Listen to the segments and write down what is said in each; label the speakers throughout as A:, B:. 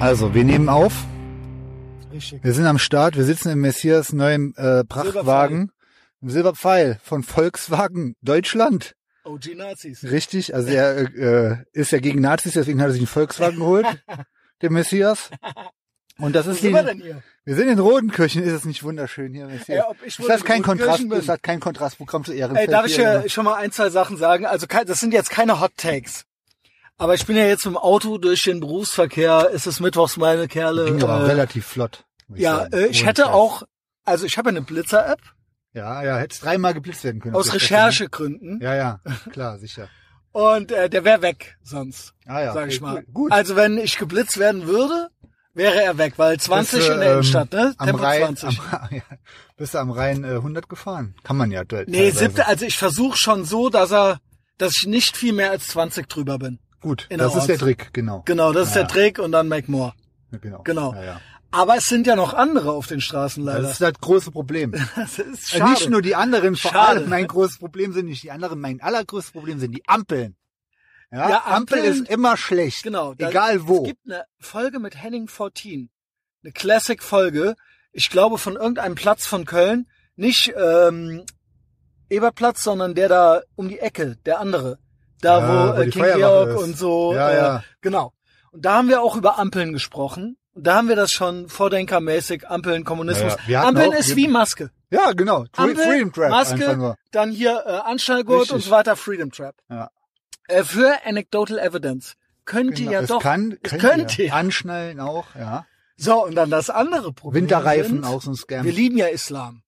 A: Also, wir nehmen auf. Wir sind am Start. Wir sitzen im Messias neuem äh, Prachtwagen. Im Silberpfeil von Volkswagen Deutschland.
B: OG Nazis.
A: Richtig. Also er äh, ist ja gegen Nazis, deswegen hat er sich einen Volkswagen geholt. der Messias. Und das
B: Wo
A: ist
B: sind
A: die,
B: wir denn hier?
A: wir sind in Rodenkirchen. Ist es nicht wunderschön hier, Messias?
B: ob ich
A: ist
B: wohl
A: das
B: in
A: kein Kontrast?
B: Rodenkirchen bin?
A: Ist das kein Kontrastprogramm zu
B: Ey,
A: Ehrenfeld?
B: darf ich äh,
A: hier,
B: ja
A: oder?
B: schon mal ein, zwei Sachen sagen? Also ke- das sind jetzt keine Hot Takes. Aber ich bin ja jetzt mit dem Auto durch den Berufsverkehr. Es ist mittwochs, meine Kerle.
A: Ging aber
B: Äh,
A: relativ flott. muss ich
B: ja,
A: sagen.
B: äh, ich
A: Ohne
B: hätte
A: Scheiß.
B: auch, also ich habe ja eine Blitzer-App
A: Ja, ja, hätte es dreimal geblitzt werden können.
B: aus Recherchegründen
A: Ja, ja, klar, sicher.
B: und äh, der wäre weg sonst,
A: Ah ja,
B: sag ich
A: okay,
B: mal.
A: gut, Gut.
B: Also wenn ich geblitzt werden würde, wäre er weg, weil 20
A: Bist du,
B: in der
A: ähm,
B: Innenstadt, ne?
A: Am
B: Tempo
A: Rhein,
B: 20.
A: Am, ja, bist du am Rhein äh, 100 gefahren? Kann man ja. de-
B: Nee,
A: teilweise.
B: siebte, also ich versuche schon so, dass er, dass ich nicht viel mehr als 20 drüber bin.
A: Gut,
B: in
A: das
B: der
A: ist der
B: Orts-
A: Trick, genau.
B: Genau, das ist
A: Ja.
B: der Trick und dann make more.
A: Ja, Genau.
B: Genau.
A: Ja, ja.
B: Aber es sind ja noch andere auf den Straßen leider.
A: Das ist das große Problem.
B: Das ist
A: Äh, Nicht nur die anderen vor
B: Schade.
A: allem mein großes Problem sind nicht die anderen, mein allergrößtes Problem sind die Ampeln. Ja,
B: Ja,
A: Ampel
B: Ampeln-
A: ist immer schlecht.
B: genau. da-
A: Egal
B: Es
A: wo.
B: gibt eine Folge mit Henning 14. Eine Classic-Folge. Ich glaube von irgendeinem Platz von Köln. Nicht ähm, Eberplatz, sondern der da um die Ecke, der andere. Da
A: Ja,
B: wo,
A: wo
B: äh,
A: die
B: King
A: Feuerwache
B: Georg
A: ist.
B: und so.
A: Ja,
B: äh,
A: ja.
B: Genau. Und da haben wir auch über Ampeln gesprochen. Und da haben wir das schon vordenkermäßig, Ampeln, Kommunismus.
A: Ja, ja. Wir hatten
B: Ampeln
A: auch-
B: ist
A: wir-
B: wie Maske.
A: Ja, genau. Free-
B: Ampel,
A: Freedom Trap einfach
B: Maske,
A: nur.
B: dann hier äh, Anschnallgurt
A: Richtig.
B: und so weiter, Freedom Trap.
A: Ja.
B: Äh, für Anecdotal Evidence. Könnt
A: Genau.
B: ihr ja
A: es
B: doch.
A: kann,
B: es
A: könnte,
B: könnt
A: ja.
B: ihr.
A: Anschnallen auch, ja.
B: So, und dann das andere Problem.
A: Winterreifen
B: sind,
A: auch so ein Scam.
B: Wir lieben ja Islam.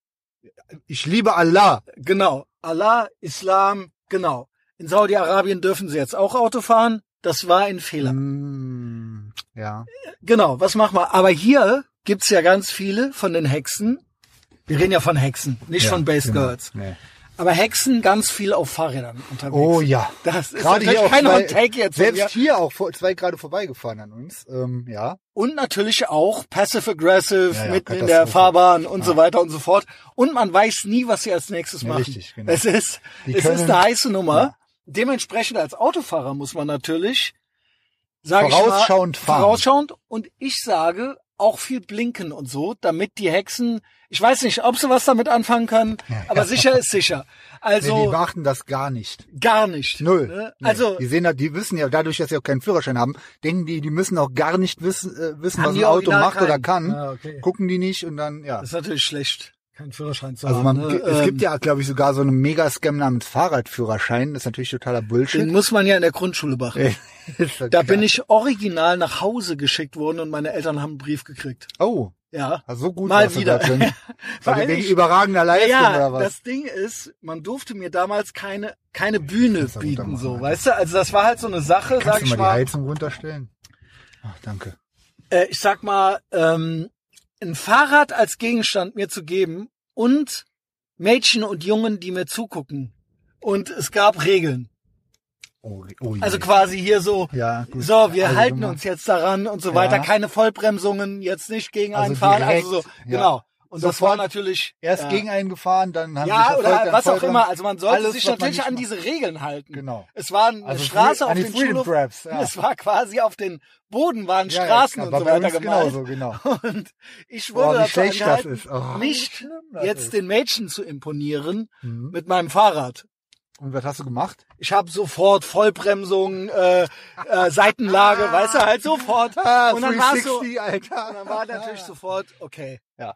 A: Ich liebe Allah.
B: Genau. Allah, Islam, genau. In Saudi-Arabien dürfen sie jetzt auch Auto fahren. Das war ein Fehler.
A: Mhm. Mm, ja.
B: Genau, was machen wir? Aber hier gibt's ja ganz viele von den Hexen. Wir reden ja von Hexen, nicht
A: ja,
B: von Base
A: genau.
B: Girls.
A: Nee.
B: Aber Hexen ganz viel auf Fahrrädern unterwegs.
A: Oh ja.
B: Das ist
A: Gerade hier
B: natürlich
A: auch
B: kein
A: zwei-
B: Hot Take jetzt von
A: Selbst
B: mir.
A: hier auch vor, zwei gerade vorbeigefahren an uns. Ähm, ja.
B: Und natürlich auch passive aggressive,
A: Ja, ja,
B: mitten in der
A: Katastrophe.
B: Fahrbahn und so weiter und so fort. Und man weiß nie, was sie als nächstes
A: Ja,
B: machen.
A: richtig, genau.
B: Es ist,
A: Die
B: es
A: können-
B: ist eine heiße Nummer.
A: Ja.
B: Dementsprechend als Autofahrer muss man natürlich, sage ich mal,
A: Vorausschauend fahren.
B: vorausschauend. Und ich sage auch viel blinken und so, damit die Hexen, ich weiß nicht, ob sie was damit anfangen können, aber sicher ist sicher.
A: Nee,
B: Also
A: die beachten das gar nicht.
B: gar nicht.
A: Null.
B: ne?
A: Nee.
B: Also
A: die sehen ja, die wissen ja, dadurch, dass sie auch keinen Führerschein haben, denken die, die müssen auch gar nicht wissen, äh, wissen
B: Haben
A: was
B: die
A: ein Auto
B: original
A: macht oder
B: keinen?
A: kann.
B: Ah, okay.
A: Gucken die nicht und dann, ja.
B: das ist natürlich schlecht, keinen Führerschein zu
A: Also
B: haben.
A: man,
B: ne?
A: es
B: Ähm,
A: gibt ja, glaube ich, sogar so einen Megascam namens Fahrradführerschein. Das ist natürlich totaler
B: Den
A: Bullshit.
B: muss man ja in der Grundschule machen.
A: Ist doch
B: Da
A: klar.
B: bin ich original nach Hause geschickt worden und meine Eltern haben einen Brief gekriegt.
A: Oh,
B: Ja.
A: also so gut.
B: Mal
A: warst du
B: wieder.
A: da drin.
B: Weil
A: Also wegen
B: ich-
A: überragender Leistung
B: Ja,
A: oder was?
B: das Ding ist, man durfte mir damals keine, keine Bühne
A: kannst du runter
B: bieten,
A: machen,
B: so,
A: Alter.
B: weißt du? Also das war halt so eine Sache, sag
A: Kannst du
B: ich
A: mal, die
B: mal.
A: Heizung runterstellen? Ach, danke.
B: Äh, ich sag mal, ähm, ein Fahrrad als Gegenstand mir zu geben und Mädchen und Jungen, die mir zugucken. Und es gab Regeln.
A: Oh, oh je.
B: Also quasi hier so,
A: ja, gut.
B: So, wir
A: Also
B: halten
A: gemacht.
B: uns jetzt daran und so
A: Ja.
B: weiter. Keine Vollbremsungen, jetzt nicht gegen
A: Also
B: einen fahren.
A: direkt,
B: Also so,
A: ja.
B: genau. Und das
A: Sofort
B: war natürlich.
A: Erst
B: ja.
A: gegen einen gefahren, dann haben sie
B: Ja,
A: sich verfolgt,
B: oder
A: dann
B: was auch
A: Vollbremsung.
B: immer. Also man sollte
A: Alles,
B: sich
A: was man
B: natürlich
A: nicht
B: an
A: macht.
B: diese Regeln halten.
A: Genau.
B: Es war eine
A: Also
B: Straße
A: an
B: auf
A: die
B: dem
A: Freedom
B: Schulhof.
A: Traps, ja.
B: Es war quasi auf den Boden waren
A: Ja, ja,
B: Straßen
A: klar,
B: und
A: war
B: so
A: bei
B: weiter
A: uns
B: gemalt.
A: genauso, genau.
B: Und ich wurde
A: Boah, wie
B: dazu
A: schlecht das
B: angehalten,
A: ist. Oh, wie
B: nicht
A: schlimm das
B: jetzt
A: ist.
B: den Mädchen zu imponieren
A: Mhm.
B: mit meinem Fahrrad.
A: Und was hast du gemacht?
B: Ich habe sofort Vollbremsung, äh, äh, Seitenlage, weißt du, halt sofort.
A: Ah,
B: und dann war so, und
A: Alter.
B: dann war
A: Ah.
B: natürlich sofort, okay.
A: Ja.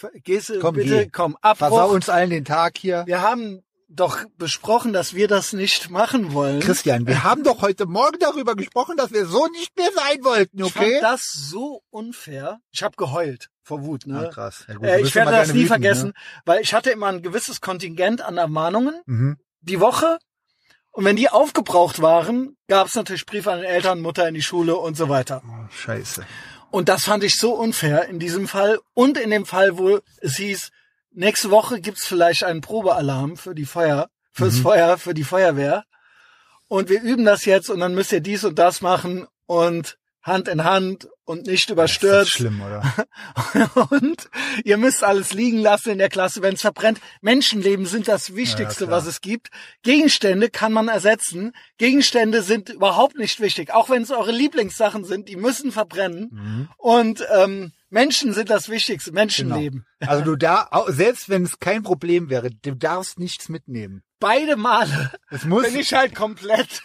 B: F- Gehst du
A: Komm,
B: bitte,
A: geh.
B: komm, Abbruch.
A: Versau uns allen den Tag hier.
B: Wir haben doch besprochen, dass wir das nicht machen wollen.
A: Christian, wir haben doch heute Morgen darüber gesprochen, dass wir so nicht mehr sein wollten,
B: Ich fand das so unfair. Ich habe geheult vor Wut,
A: Ah,
B: ne?
A: krass. Ja, gut, du
B: äh, ich
A: bist immer
B: werde das nie
A: gerne wütend, ne?
B: vergessen, weil ich hatte immer ein gewisses Kontingent an Ermahnungen
A: Ne? Mhm.
B: die Woche. Und wenn die aufgebraucht waren, gab es natürlich Briefe an Eltern, Mutter in die Schule und so weiter.
A: Oh, scheiße.
B: Und das fand ich so unfair in diesem Fall und in dem Fall, wo es hieß, nächste Woche gibt's vielleicht einen Probealarm für die Feuer, fürs Feuer, für die Feuerwehr. Und wir üben das jetzt und dann müsst ihr dies und das machen und Hand in Hand und nicht
A: Ist das
B: überstürzt.
A: schlimm, oder?
B: Und ihr müsst alles liegen lassen in der Klasse, wenn es verbrennt. Menschenleben sind das Wichtigste,
A: Ja, klar.
B: was es gibt. Gegenstände kann man ersetzen. Gegenstände sind überhaupt nicht wichtig, auch wenn es eure Lieblingssachen sind. Die müssen verbrennen.
A: Mhm.
B: Und ähm, Menschen sind das Wichtigste, Menschenleben.
A: Also du da, au- selbst wenn es kein Problem wäre, du darfst nichts mitnehmen.
B: Beide Male
A: Es muss,
B: bin ich halt komplett,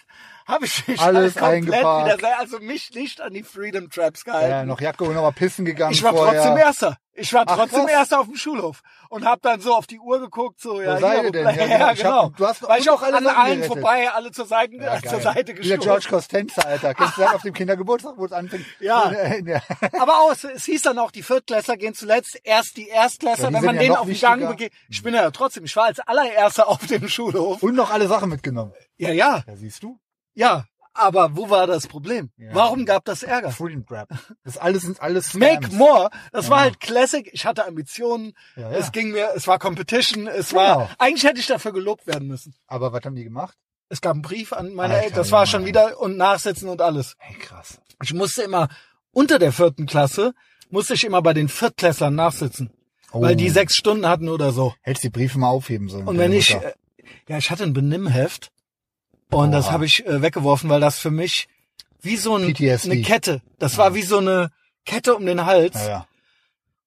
B: habe ich mich
A: Alles
B: halt komplett
A: eingepackt.
B: wieder, also mich nicht an die Freedom Traps gehalten.
A: ja, noch Jacke und nochmal pissen gegangen
B: Ich war
A: vorher.
B: trotzdem Erster. Ich war
A: Ach,
B: trotzdem
A: krass.
B: Erster auf dem Schulhof und habe dann so auf die Uhr geguckt, so ja,
A: seid
B: hier,
A: ihr denn?
B: Ja,
A: Ja, genau. Ich
B: genau.
A: hab- du hast
B: Weil ich
A: und
B: auch
A: alle
B: alle an
A: Sachen
B: allen
A: gerettet.
B: vorbei, alle zur Seite,
A: Ja, geil.
B: zur Seite
A: Wie der
B: gestoßen.
A: George Costanza, Alter. Kennst du das auf dem Kindergeburtstag, wo es anfängt? äh,
B: Ja.
A: In der-
B: Aber auch, es- es hieß dann auch, die Viertklässler gehen zuletzt, erst die Erstklässler,
A: Ja, die
B: wenn
A: sind
B: man
A: ja
B: denen
A: noch
B: auf den Gang
A: wichtiger.
B: begeht. Ich bin ja trotzdem, ich war als allererster auf dem Schulhof.
A: Und noch alle Sachen mitgenommen.
B: Ja, ja,
A: Ja, siehst du?
B: ja. Aber wo war das Problem?
A: Ja.
B: Warum gab das Ärger?
A: Freedom Trap. Das alles sind alles Scams.
B: Make more. Das war halt Classic. Ich hatte Ambitionen.
A: Ja, ja.
B: Es ging mir, es war Competition. Es
A: Genau.
B: war, eigentlich hätte ich dafür gelobt werden müssen.
A: Aber was haben die gemacht?
B: Es gab einen Brief an meine
A: Alter,
B: Eltern. Das war schon
A: Mann.
B: wieder und Nachsitzen und alles.
A: Hey, krass.
B: Ich musste immer unter der vierten Klasse musste ich immer bei den Viertklässlern nachsitzen,
A: Oh.
B: weil die sechs Stunden hatten oder so.
A: Hättest die Briefe mal aufheben sollen.
B: Und wenn ich,
A: Mutter.
B: äh, ja, ich hatte ein Benimmheft und das
A: Oha.
B: habe ich äh, weggeworfen, weil das für mich wie so ein,
A: PTSD.
B: eine Kette. Das war wie so eine Kette um den Hals.
A: Ja, ja.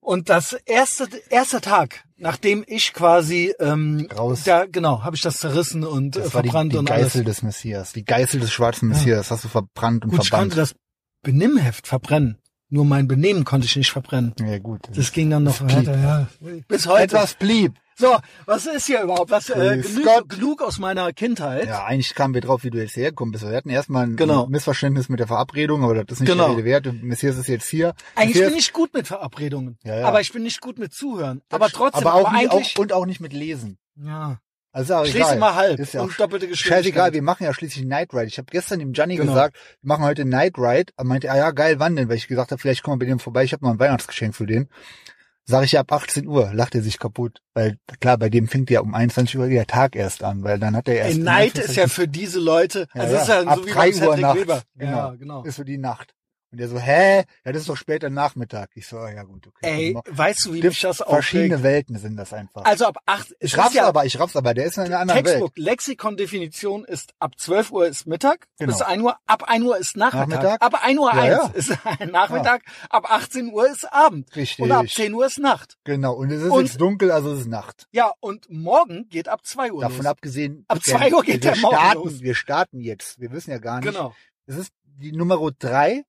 B: Und das erste erste Tag, nachdem ich quasi ähm,
A: Raus.
B: da genau, habe ich das zerrissen und äh,
A: Das war die,
B: verbrannt
A: die
B: und alles.
A: Geißel des Messias. Die Geißel des schwarzen Messias. Hast du verbrannt und
B: Gut, ich konnte
A: verbannt.
B: das Benimmheft verbrennen. Nur mein Benehmen konnte ich nicht verbrennen.
A: Ja, gut.
B: Das ging dann noch
A: Das blieb.
B: weiter, ja. Bis heute.
A: Etwas blieb.
B: So, was ist hier überhaupt? Was, äh,
A: Grüß
B: genug,
A: Gott.
B: genug aus meiner Kindheit.
A: Ja, eigentlich kamen wir drauf, wie du jetzt hierher gekommen bist. Wir hatten erstmal ein
B: Genau.
A: Missverständnis mit der Verabredung, aber das ist nicht
B: Genau.
A: der Rede wert. Und Messias ist jetzt hier.
B: Eigentlich
A: Messias,
B: bin ich gut mit Verabredungen.
A: Ja, ja.
B: Aber ich bin nicht gut mit Zuhören. Aber trotzdem,
A: aber auch, nicht,
B: eigentlich.
A: auch und auch nicht mit Lesen.
B: ja.
A: Also ist auch
B: Ich
A: egal.
B: lese immer halb
A: Ist ja auch
B: und doppelte Geschwindigkeit.
A: Scheißegal, wir machen ja schließlich Night Ride. Ich habe gestern dem Gianni
B: Genau.
A: gesagt, wir machen heute Night Ride. Er meinte, ah ja, geil, wann denn? Weil ich gesagt habe, vielleicht kommen wir bei dem vorbei. Ich habe noch ein Weihnachtsgeschenk für den. Sag ich ja ab 18 Uhr, lacht er sich kaputt. Weil klar, bei dem fängt ja um 21 Uhr der Tag erst an, weil dann hat er erst.
B: Ey, Neid ist ja für diese Leute.
A: Ja,
B: also
A: ja.
B: ist ja
A: Ab
B: so wie
A: 3
B: bei
A: Uhr
B: Cedric
A: nachts.
B: Weber.
A: Genau.
B: Ja, genau.
A: ist so die Nacht. Und der so, hä? Ja, das ist doch später Nachmittag. Ich so, ah ja gut, okay.
B: Ey,
A: Also,
B: weißt du, wie
A: Stift-
B: mich das aufregt?
A: verschiedene Welten sind das einfach.
B: Also ab acht. es
A: ich
B: ist
A: raff's
B: ja,
A: aber, ich raff's aber, der ist in einer anderen Welt.
B: Textbook, Lexikon-Definition ist ab 12 Uhr ist Mittag
A: Genau.
B: bis 1 Uhr, ab 1 Uhr ist Nachmittag,
A: Nachmittag?
B: ab 1 Uhr
A: Ja,
B: 1
A: ja.
B: ist Nachmittag, ab 18 Uhr ist Abend
A: Richtig.
B: und ab 10 Uhr ist Nacht.
A: Genau, und es ist
B: Und-
A: jetzt dunkel, also es ist Nacht.
B: Ja, und morgen geht ab 2 Uhr
A: Davon
B: los.
A: abgesehen,
B: Ab 2 Uhr geht
A: wir
B: der Morgen
A: starten,
B: los.
A: wir starten jetzt. Wir wissen ja gar nicht.
B: Genau.
A: Es ist die Nummer drei,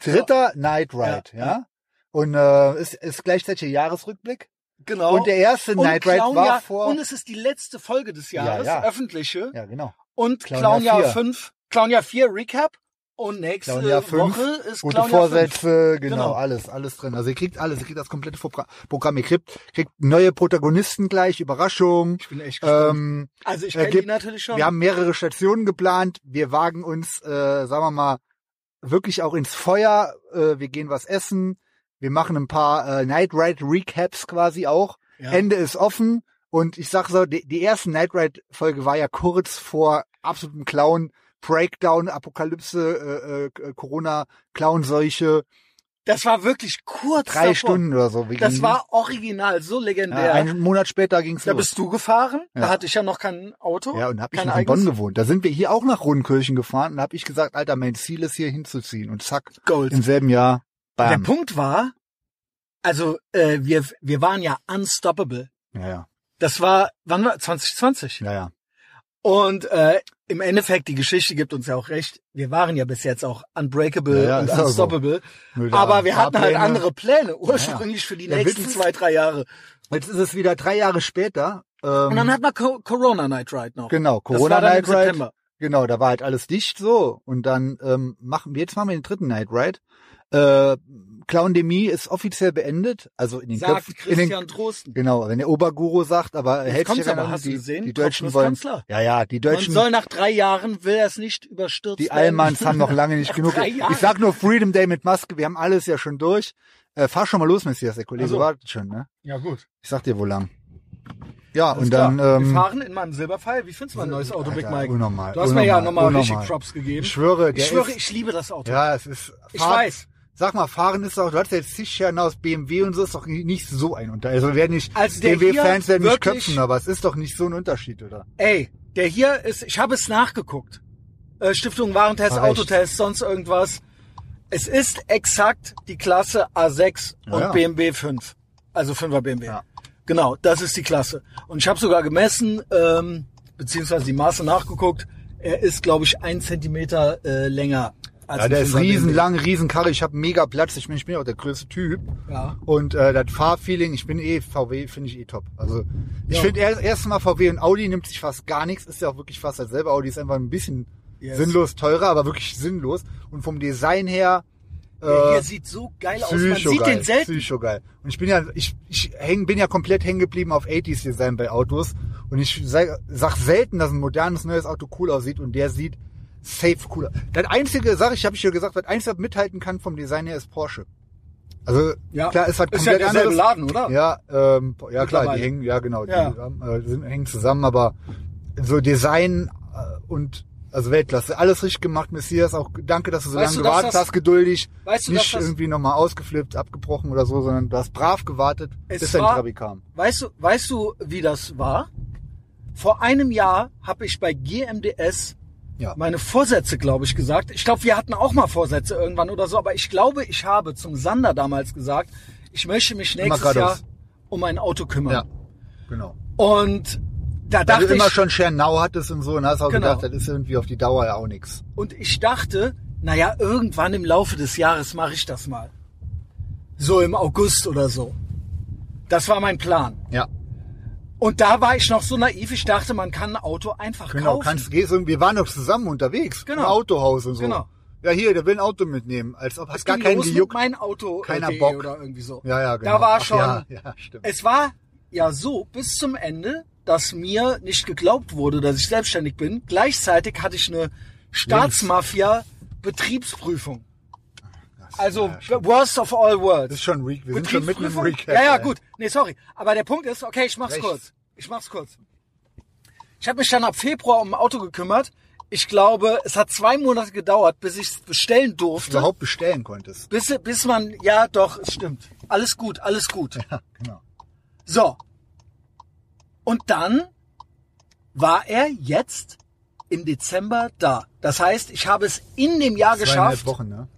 A: dritter Night Ride, ja.
B: Ja,
A: Und äh, ist, ist gleichzeitig der Jahresrückblick.
B: Genau.
A: Und der erste
B: Und
A: Night Ride
B: Clown
A: war
B: Jahr-
A: vor.
B: Und es ist die letzte Folge des
A: Ja,
B: Jahres,
A: ja.
B: öffentliche.
A: ja, genau.
B: Und
A: Clown
B: Clownjahr
A: Jahr
B: 5, Clownjahr 4 Recap. Und nächste
A: Clown Jahr fünf,
B: Woche ist
A: Gute
B: Clownjahr 5.
A: Vorsätze, genau,
B: Genau.
A: alles, alles drin. Also ihr kriegt alles, ihr kriegt das komplette Vorpro- Programm, ihr kriegt, kriegt neue Protagonisten gleich, Überraschung.
B: Ich bin echt gespannt.
A: Ähm,
B: also ich
A: er
B: kenne die
A: gibt-
B: natürlich schon.
A: wir haben mehrere Stationen geplant. Wir wagen uns, äh, sagen wir mal, wirklich auch ins Feuer. Äh, wir gehen was essen. Wir machen ein paar äh, Night Ride Recaps quasi auch.
B: Ja.
A: Ende ist offen. Und ich sag so, die, die erste Night Ride Folge war ja kurz vor absolutem Clown. Breakdown, Apokalypse, äh, äh, Corona, Clownseuche,
B: Das war wirklich kurz
A: drei
B: davor.
A: Stunden oder so. Wir
B: Das
A: gingen-
B: war original, so
A: Mhm. ja,
B: legendär.
A: einen Monat später ging's
B: da
A: los.
B: bist du gefahren,
A: Ja.
B: da hatte ich ja noch kein Auto.
A: Ja, und hab ich
B: kein
A: noch in Bonn gewohnt. Da sind wir hier auch nach Rodenkirchen gefahren und hab ich gesagt, Alter, mein Ziel ist hier hinzuziehen. Und zack,
B: Gold.
A: im selben Jahr,
B: Der
A: bam.
B: Punkt war, also äh, wir, wir waren ja unstoppable.
A: Ja, ja,
B: Das war, wann war 2020?
A: ja, ja.
B: Und äh, im Endeffekt, die Geschichte gibt uns ja auch recht, wir waren ja bis jetzt auch unbreakable
A: Ja, ja,
B: und
A: ist auch so.
B: unstoppable.
A: Nur da-
B: Aber wir hatten halt
A: Fahrpläne.
B: andere Pläne, ursprünglich für die
A: Der
B: nächsten
A: Witz ist-
B: zwei, drei Jahre.
A: Jetzt ist es wieder drei Jahre später. Ähm,
B: Und dann hat man Co Corona Night Ride noch.
A: genau,
B: Das
A: Corona
B: war dann im
A: Night Ride.
B: September.
A: Genau, da war halt alles dicht so. Und dann ähm, machen wir, jetzt machen wir den dritten Night Ride. Äh, Clowndemie ist offiziell beendet. Also in den
B: Sagt
A: Köpfen. In
B: Christian
A: den,
B: Drosten.
A: genau, wenn der Oberguru sagt, aber
B: Jetzt
A: hält sich
B: kommt's
A: ja
B: aber,
A: daran,
B: hast du
A: die,
B: gesehen?
A: die Deutschen wollen.
B: Kopfnusskanzler.
A: Ja, ja, die
B: Man
A: Deutschen.
B: soll nach drei Jahren, will er es nicht überstürzt
A: Die
B: werden.
A: Allmanns haben noch lange nicht genug.
B: drei Jahren.
A: Ich sag nur Freedom Day mit Maske, wir haben alles ja schon durch. Äh, fahr schon mal los, Messias, der Kollege
B: Also.
A: wartet schon, ne?
B: Ja, gut.
A: Ich sag dir, wo lang. Ja,
B: Alles
A: und
B: klar.
A: dann...
B: wir
A: Ähm,
B: fahren in meinem Silberpfeil. Wie findest du mein neues Auto, Big
A: Alter,
B: Mike?
A: Unnormal,
B: du hast mir ja
A: unnormal,
B: nochmal richtig
A: unnormal.
B: Props gegeben.
A: Ich schwöre, der
B: ich, schwöre,
A: ist,
B: ich liebe das Auto.
A: Ja, es ist...
B: ich
A: Fahr-
B: weiß.
A: Sag mal, fahren ist doch, du hast jetzt Tischchen aus BMW und so, ist doch nicht so ein Unterschied. Also werden nicht,
B: Also der
A: BMW-Fans
B: hier
A: werden mich
B: wirklich-
A: köpfen, aber es ist doch nicht so ein Unterschied, oder?
B: Ey, der hier ist, ich habe es nachgeguckt. Äh, Stiftung Warentest,
A: War recht.
B: Autotest, sonst irgendwas. Es ist exakt die Klasse A6
A: Ja,
B: und
A: ja.
B: BMW 5. Also 5er BMW.
A: Ja.
B: Genau, das ist die Klasse. Und ich habe sogar gemessen, ähm, beziehungsweise die Maße nachgeguckt. Er ist, glaube ich, ein Zentimeter äh, länger. Als
A: Ja,
B: ein
A: der ist
B: 5er BMW.
A: riesenlang, riesenkarre, ich habe mega Platz, ich bin, ich bin ja auch der größte Typ.
B: Ja.
A: Und äh, das Fahrfeeling, ich bin eh VW, finde ich eh top. Also ich
B: Ja.
A: finde erst, erst mal VW und Audi nimmt sich fast gar nichts, ist ja auch wirklich fast dasselbe. Audi ist einfach ein bisschen
B: Yes.
A: sinnlos teurer, aber wirklich sinnlos. Und vom Design her
B: Der
A: äh,
B: hier sieht so geil aus. Man
A: psycho
B: sieht
A: geil,
B: den selten.
A: psycho geil. Und ich bin ja, ich, ich häng, bin ja komplett hängen geblieben auf 80s Design bei Autos. Und ich sag, sag selten, dass ein modernes neues Auto cool aussieht und der sieht safe cooler. Das einzige, sag ich, habe ich ja gesagt, das einzige, was mithalten kann vom Design her, ist Porsche. Also
B: Ja.
A: klar, ist was
B: Ist ja
A: komplett
B: derselbe
A: anderes.
B: Laden, oder?
A: Ja, ähm, ja klar,
B: Mittlerweile.
A: die hängen, ja genau,
B: Ja.
A: die haben, äh, sind, hängen zusammen, aber so Design äh, und also Weltklasse, alles richtig gemacht, Messias, auch danke, dass du so
B: Weißt
A: lange
B: du, dass
A: gewartet
B: das-
A: hast, geduldig,
B: Weißt du, dass
A: nicht
B: das-
A: irgendwie nochmal ausgeflippt, abgebrochen oder so, sondern du hast brav gewartet,
B: Es
A: bis dein
B: war-
A: Trabi kam.
B: Weißt du, weißt du, wie das war? Vor einem Jahr habe ich bei GMDS
A: Ja.
B: meine Vorsätze, glaube ich, gesagt. Ich glaube, wir hatten auch mal Vorsätze irgendwann oder so, aber ich glaube, ich habe zum Sander damals gesagt, ich möchte mich nächstes
A: geradeaus.
B: Jahr um ein Auto kümmern.
A: Ja, genau.
B: Und da
A: Da du
B: dachte
A: immer
B: ich,
A: schon Schernau hattest und so und hast auch
B: Genau.
A: gedacht, das ist irgendwie auf die Dauer ja auch nix.
B: und ich dachte, naja, irgendwann im Laufe des Jahres mache ich das mal. So im August oder so. Das war mein Plan.
A: Ja,
B: Und da war ich noch so naiv, ich dachte, man kann ein Auto einfach
A: genau.
B: kaufen.
A: Kannst, gehst irgendwie, wir waren doch zusammen unterwegs,
B: Genau.
A: im Autohaus und so.
B: Genau.
A: Ja, hier, der will ein Auto mitnehmen, als ob hat
B: Es
A: gar
B: ging
A: keinen
B: los
A: gejuckt.
B: mit mein Auto äh,
A: Keiner
B: DE
A: Bock.
B: oder irgendwie so.
A: Ja, ja, genau.
B: Da war
A: Ach,
B: schon.
A: Ja, ja, stimmt.
B: Es war ja so bis zum Ende, dass mir nicht geglaubt wurde, dass ich selbstständig bin. Gleichzeitig hatte ich eine Staatsmafia Betriebsprüfung. Also
A: ja, stimmt.
B: worst of all
A: Das ist
B: worlds.
A: schon Re wir sind schon mitten im
B: Betriebsprüfung.
A: Recap.
B: ja, ja,
A: ey.
B: gut. Nee, sorry, aber der Punkt ist, okay, ich mach's
A: Rechts.
B: kurz. Ich mach's kurz. Ich habe mich dann ab Februar um ein Auto gekümmert. Ich glaube, es hat zwei Monate gedauert, bis ich es bestellen
A: Dass du
B: durfte.
A: überhaupt bestellen konntest.
B: Bis, bis man, ja doch, es stimmt. Alles gut, alles gut.
A: Ja, genau.
B: So. Und dann war er jetzt im Dezember da. Das heißt, ich habe es in dem Jahr
A: Zweieinhalb
B: geschafft,
A: Wochen, ne?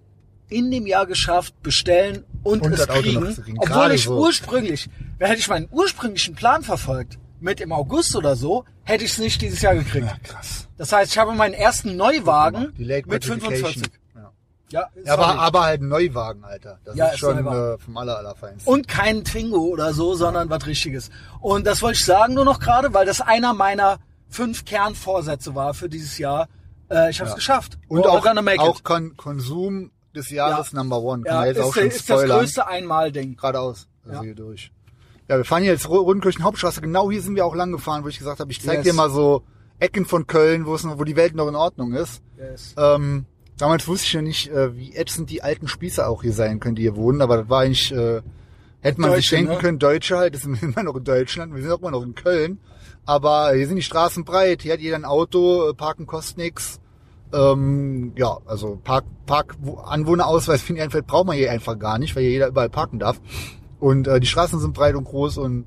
B: in dem Jahr geschafft, bestellen und,
A: Und
B: es
A: das Auto
B: kriegen.
A: noch zu kriegen.
B: Obwohl
A: Gerade
B: ich
A: so.
B: ursprünglich, da hätte ich meinen ursprünglichen Plan verfolgt, mit im August oder so, hätte ich es nicht dieses Jahr gekriegt.
A: Ja, krass.
B: Das heißt, ich habe meinen ersten Neuwagen
A: Genau. Die Late
B: mit
A: Gratification.
B: 45.
A: Ja,
B: Ja,
A: ja aber,
B: sorry.
A: aber halt ein Neuwagen, Alter. Das
B: Ja,
A: ist
B: ist
A: schon
B: Neuwagen.
A: äh, vom aller, allerfeinsten.
B: Und kein Twingo oder so, sondern was Richtiges. Und das wollte ich sagen nur noch gerade, weil das einer meiner fünf Kernvorsätze war für dieses Jahr. Äh, ich habe es geschafft.
A: Und
B: We're
A: auch,
B: gonna make
A: auch
B: it.
A: Kon Konsum des Jahres
B: Ja.
A: Number One. Kann
B: ja,
A: man jetzt
B: ist,
A: auch schon
B: ist das
A: spoilern.
B: größte Einmal-Ding.
A: Geradeaus. Also
B: Ja.
A: hier durch. Ja, wir fahren hier jetzt ru- rund durch den Hauptstraße. Genau hier sind wir auch lang gefahren, wo ich gesagt habe, ich zeig
B: Yes.
A: dir mal so Ecken von Köln, wo es noch, wo die Welt noch in Ordnung ist.
B: Yes.
A: Ähm, damals wusste ich ja nicht, äh, wie ätzend die alten Spießer auch hier sein können, die hier wohnen, aber das war eigentlich, äh, hätte man sich
B: Deutsche,
A: denken
B: ne?
A: können, Deutsche halt, das sind immer noch in Deutschland, wir sind auch immer noch in Köln, aber hier sind die Straßen breit, hier hat jeder ein Auto, äh, Parken kostet nix. Ähm, ja, also Park, Park, wo- Anwohnerausweis für Ehrenfeld braucht man hier einfach gar nicht, weil hier jeder überall parken darf. Und äh, die Straßen sind breit und groß und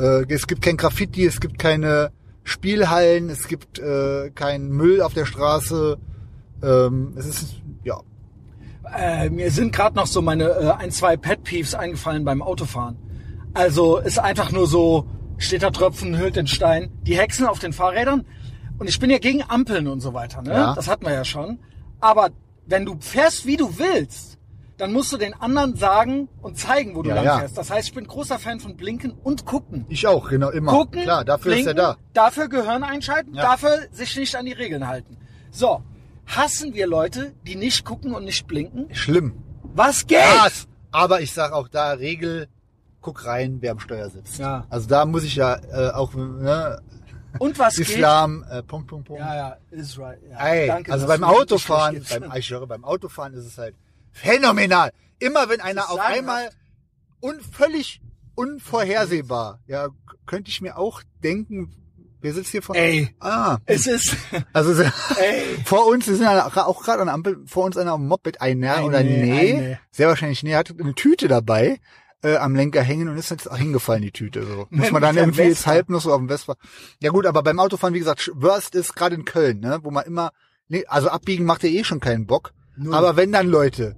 A: äh, es gibt kein Graffiti, es gibt keine Spielhallen, es gibt äh, keinen Müll auf der Straße. Ähm, es ist, ja,
B: Äh, mir sind gerade noch so meine äh, ein, zwei Pet-Peeves eingefallen beim Autofahren. Also ist einfach nur so, steht da Tröpfen, hüllt den Stein, die Hexen auf den Fahrrädern. Und ich bin ja gegen Ampeln und so weiter, ne?
A: Ja.
B: Das hatten wir ja schon. Aber wenn du fährst, wie du willst, dann musst du den anderen sagen und zeigen, wo du
A: Ja,
B: lang
A: ja.
B: fährst. Das heißt, ich bin großer Fan von Blinken und Gucken.
A: ich auch, genau, immer.
B: Gucken,
A: Klar, dafür
B: blinken,
A: ist er da.
B: Dafür Gehirn einschalten,
A: Ja.
B: dafür sich nicht an die Regeln halten. So, hassen wir Leute, die nicht gucken und nicht blinken?
A: Schlimm.
B: Was geht?
A: Krass. Aber ich sag auch da, Regel, guck rein, wer am Steuer sitzt.
B: Ja.
A: Also da muss ich ja äh, auch, ne,
B: Und was
A: Islam, äh, Punkt, Punkt, Punkt.
B: geht? Ja, ja, Israel. Ja.
A: Ey,
B: Danke,
A: also
B: dass
A: beim
B: du mich
A: Autofahren,
B: nicht
A: beim,
B: durchgehst.
A: ich höre, beim Autofahren ist es halt phänomenal. Immer wenn einer
B: ist
A: auf
B: sagenhaft.
A: einmal und völlig unvorhersehbar. Ja, k- könnte ich mir auch denken, wir sitzen hier vor...
B: Ey,
A: Ah,
B: es ist,
A: also so-
B: ey.
A: vor uns, wir sind ja auch gerade an der Ampel, vor uns einer Moped, ein Ja
B: Ein
A: oder
B: Nee,
A: Nee,
B: ein Nee.
A: sehr wahrscheinlich Nee, hat eine Tüte dabei äh, am Lenker hängen und ist jetzt auch hingefallen, die Tüte. So. Muss man dann
B: Mit dem
A: irgendwie jetzt
B: Vespa.
A: halb noch so auf dem Vespa. Ja gut, aber beim Autofahren, wie gesagt, worst ist gerade in Köln, ne, wo man immer, nee, also abbiegen macht ja eh schon keinen Bock.
B: Null.
A: Aber wenn dann Leute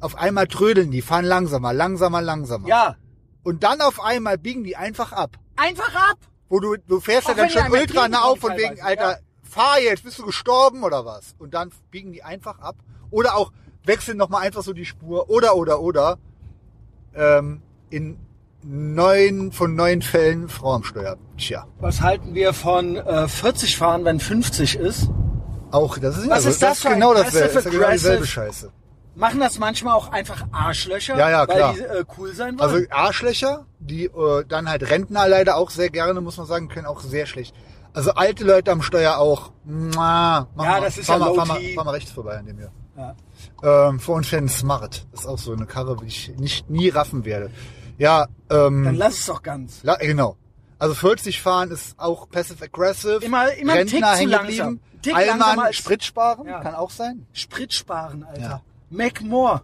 A: auf einmal trödeln, die fahren langsamer, langsamer, langsamer.
B: ja,
A: Und dann auf einmal biegen die einfach ab.
B: einfach ab.
A: Wo du, du fährst ja
B: Auch
A: dann
B: wenn die
A: schon
B: einmal
A: ultra
B: kriegen
A: nah auf von
B: wollen
A: wegen,
B: teilweise,
A: Alter, fahr jetzt, bist du gestorben oder was? Und dann biegen die einfach ab. Oder auch wechseln nochmal einfach so die Spur. Oder, oder, oder. Ähm, in neun von neun Fällen Frau am Steuer. Tja.
B: Was halten wir von äh, 40 fahren, wenn 50 ist?
A: Auch, das ist,
B: Was ist das
A: ist
B: für ein
A: genau das
B: passive
A: ist ja genau dieselbe
B: aggressive-
A: Scheiße.
B: Machen das manchmal auch einfach Arschlöcher,
A: Ja, ja,
B: weil
A: klar.
B: die äh, cool sein wollen.
A: Also Arschlöcher, die äh, dann halt Rentner leider auch sehr gerne, muss man sagen, können auch sehr schlecht. Also alte Leute am Steuer auch. Mua, mach
B: Ja,
A: mal,
B: das ist
A: fahr
B: ja
A: mal, fahr mal,
B: low-key.
A: fahr mal rechts vorbei an dem hier.
B: ja.
A: Ähm, vor uns fährt ein Smart. Das ist auch so eine Karre, die ich nicht nie raffen werde. Ja,
B: Dann
A: ähm,
B: lass es doch ganz.
A: la genau. Also 40 fahren ist auch passive aggressive.
B: Immer- immer einen Tick
A: Rentner
B: zu
A: hängen
B: langsam.
A: geblieben.
B: Einen Tick langsamer
A: Allmann
B: als-
A: Sprit sparen,
B: Ja.
A: kann auch sein.
B: Sprit sparen, Alter.
A: Ja.
B: Mac Moore.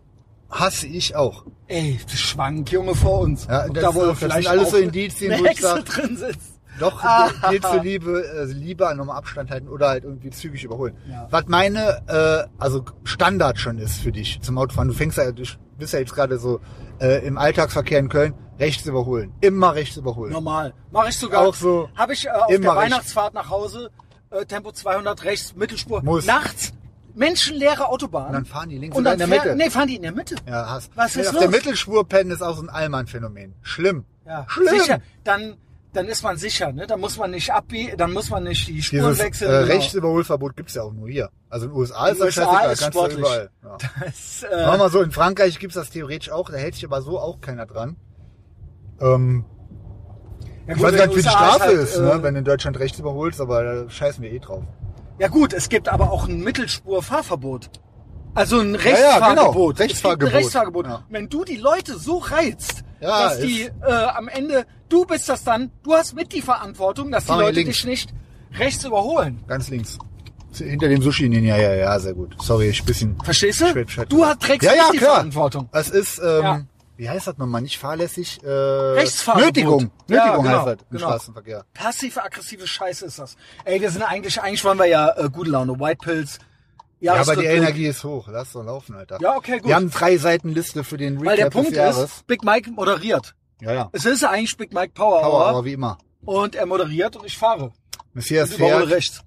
A: Hasse ich auch.
B: Ey, das schwank Junge vor uns.
A: Ja,
B: Ob
A: das
B: da
A: ist
B: wohl
A: auch- das
B: vielleicht
A: sind alles
B: auch
A: so Indizien,
B: eine
A: wo ich
B: Hexe
A: sag-
B: drin sitzt.
A: Doch,
B: Ah.
A: gilt für Liebe, also Liebe an nochmal Abstand halten oder halt irgendwie zügig überholen.
B: Ja.
A: Was meine, äh, also Standard schon ist für dich zum Autofahren. Du fängst ja, du bist ja jetzt gerade so äh, im Alltagsverkehr in Köln, rechts überholen. Immer rechts überholen.
B: Normal. Mache ich sogar.
A: Auch so.
B: Habe ich äh, auf
A: Immer
B: der
A: rechts.
B: Weihnachtsfahrt nach Hause äh, Tempo 200 rechts, Mittelspur.
A: Muss.
B: Nachts. Menschenleere Autobahn.
A: Und dann fahren die links
B: Und
A: oder
B: dann
A: in der
B: fährt-
A: Mitte.
B: Nee, fahren die in der Mitte.
A: Ja, Hass.
B: Was ist
A: Auf
B: los?
A: der Mittelspur pennen ist auch so ein Allmann-Phänomen. Schlimm.
B: Ja,
A: Schlimm.
B: sicher. Dann, dann ist man sicher, ne? Dann muss man nicht abbiegen, dann muss man nicht die Spuren
A: Dieses äh,
B: wechseln. genau.
A: Rechtsüberholverbot gibt's ja auch nur hier. Also in den USA ist
B: In den
A: das
B: USA
A: scheißegal,
B: ist
A: kannst
B: sportlich.
A: du überall. Ja.
B: Das,
A: Sagen wir
B: äh,
A: mal so, in Frankreich gibt's das theoretisch auch, da hält sich aber so auch keiner dran. Ähm,
B: ja
A: ich weiß
B: in
A: gar nicht, wie die
B: den USA
A: Strafe
B: halt,
A: ist,
B: äh,
A: ne, wenn du in Deutschland rechts überholst, aber da scheißen wir eh drauf.
B: Ja gut, es gibt aber auch ein Mittelspur-Fahrverbot. Also ein
A: ja, genau.
B: Rechtsfahrgebot. Es gibt
A: Rechtsfahrgebot.
B: Ein Rechtsfahrgebot.
A: Ja.
B: Wenn du die Leute so reizt,
A: Ja,
B: dass
A: ist-
B: die äh, am Ende, du bist das dann, du hast mit die Verantwortung, dass die
A: Fahr hier
B: Leute
A: links.
B: dich nicht rechts überholen.
A: Ganz links. Hinter dem sushi -Nin. ja, ja, ja, sehr gut. Sorry, ich bisschen.
B: Verstehst du?
A: Schwäb- Schwäb-
B: Du hast- trägst
A: ja, ja,
B: nicht die
A: klar.
B: Verantwortung.
A: Es ist, ähm,
B: Ja.
A: wie heißt das nochmal? Nicht fahrlässig, äh,
B: Rechtsfahrverbot.
A: Nötigung.
B: Ja,
A: Nötigung
B: genau,
A: heißt das im
B: genau.
A: Straßenverkehr.
B: Passiv-aggressive Scheiße ist das. Ey, wir sind eigentlich, eigentlich waren wir ja äh, gute Laune. White Pills.
A: Ja, aber die
B: Jahresrückblick.
A: Energie ist hoch. Lass doch laufen, Alter.
B: Ja, okay, gut.
A: Wir haben drei Seiten Liste für den Recap
B: Weil der
A: des
B: Punkt
A: Jahres.
B: ist, Big Mike moderiert.
A: ja, ja.
B: Es ist eigentlich Big Mike Power,
A: Power,
B: Hour
A: aber wie immer.
B: und er moderiert und ich fahre.
A: Messias
B: Ich überhole
A: Pferd
B: rechts.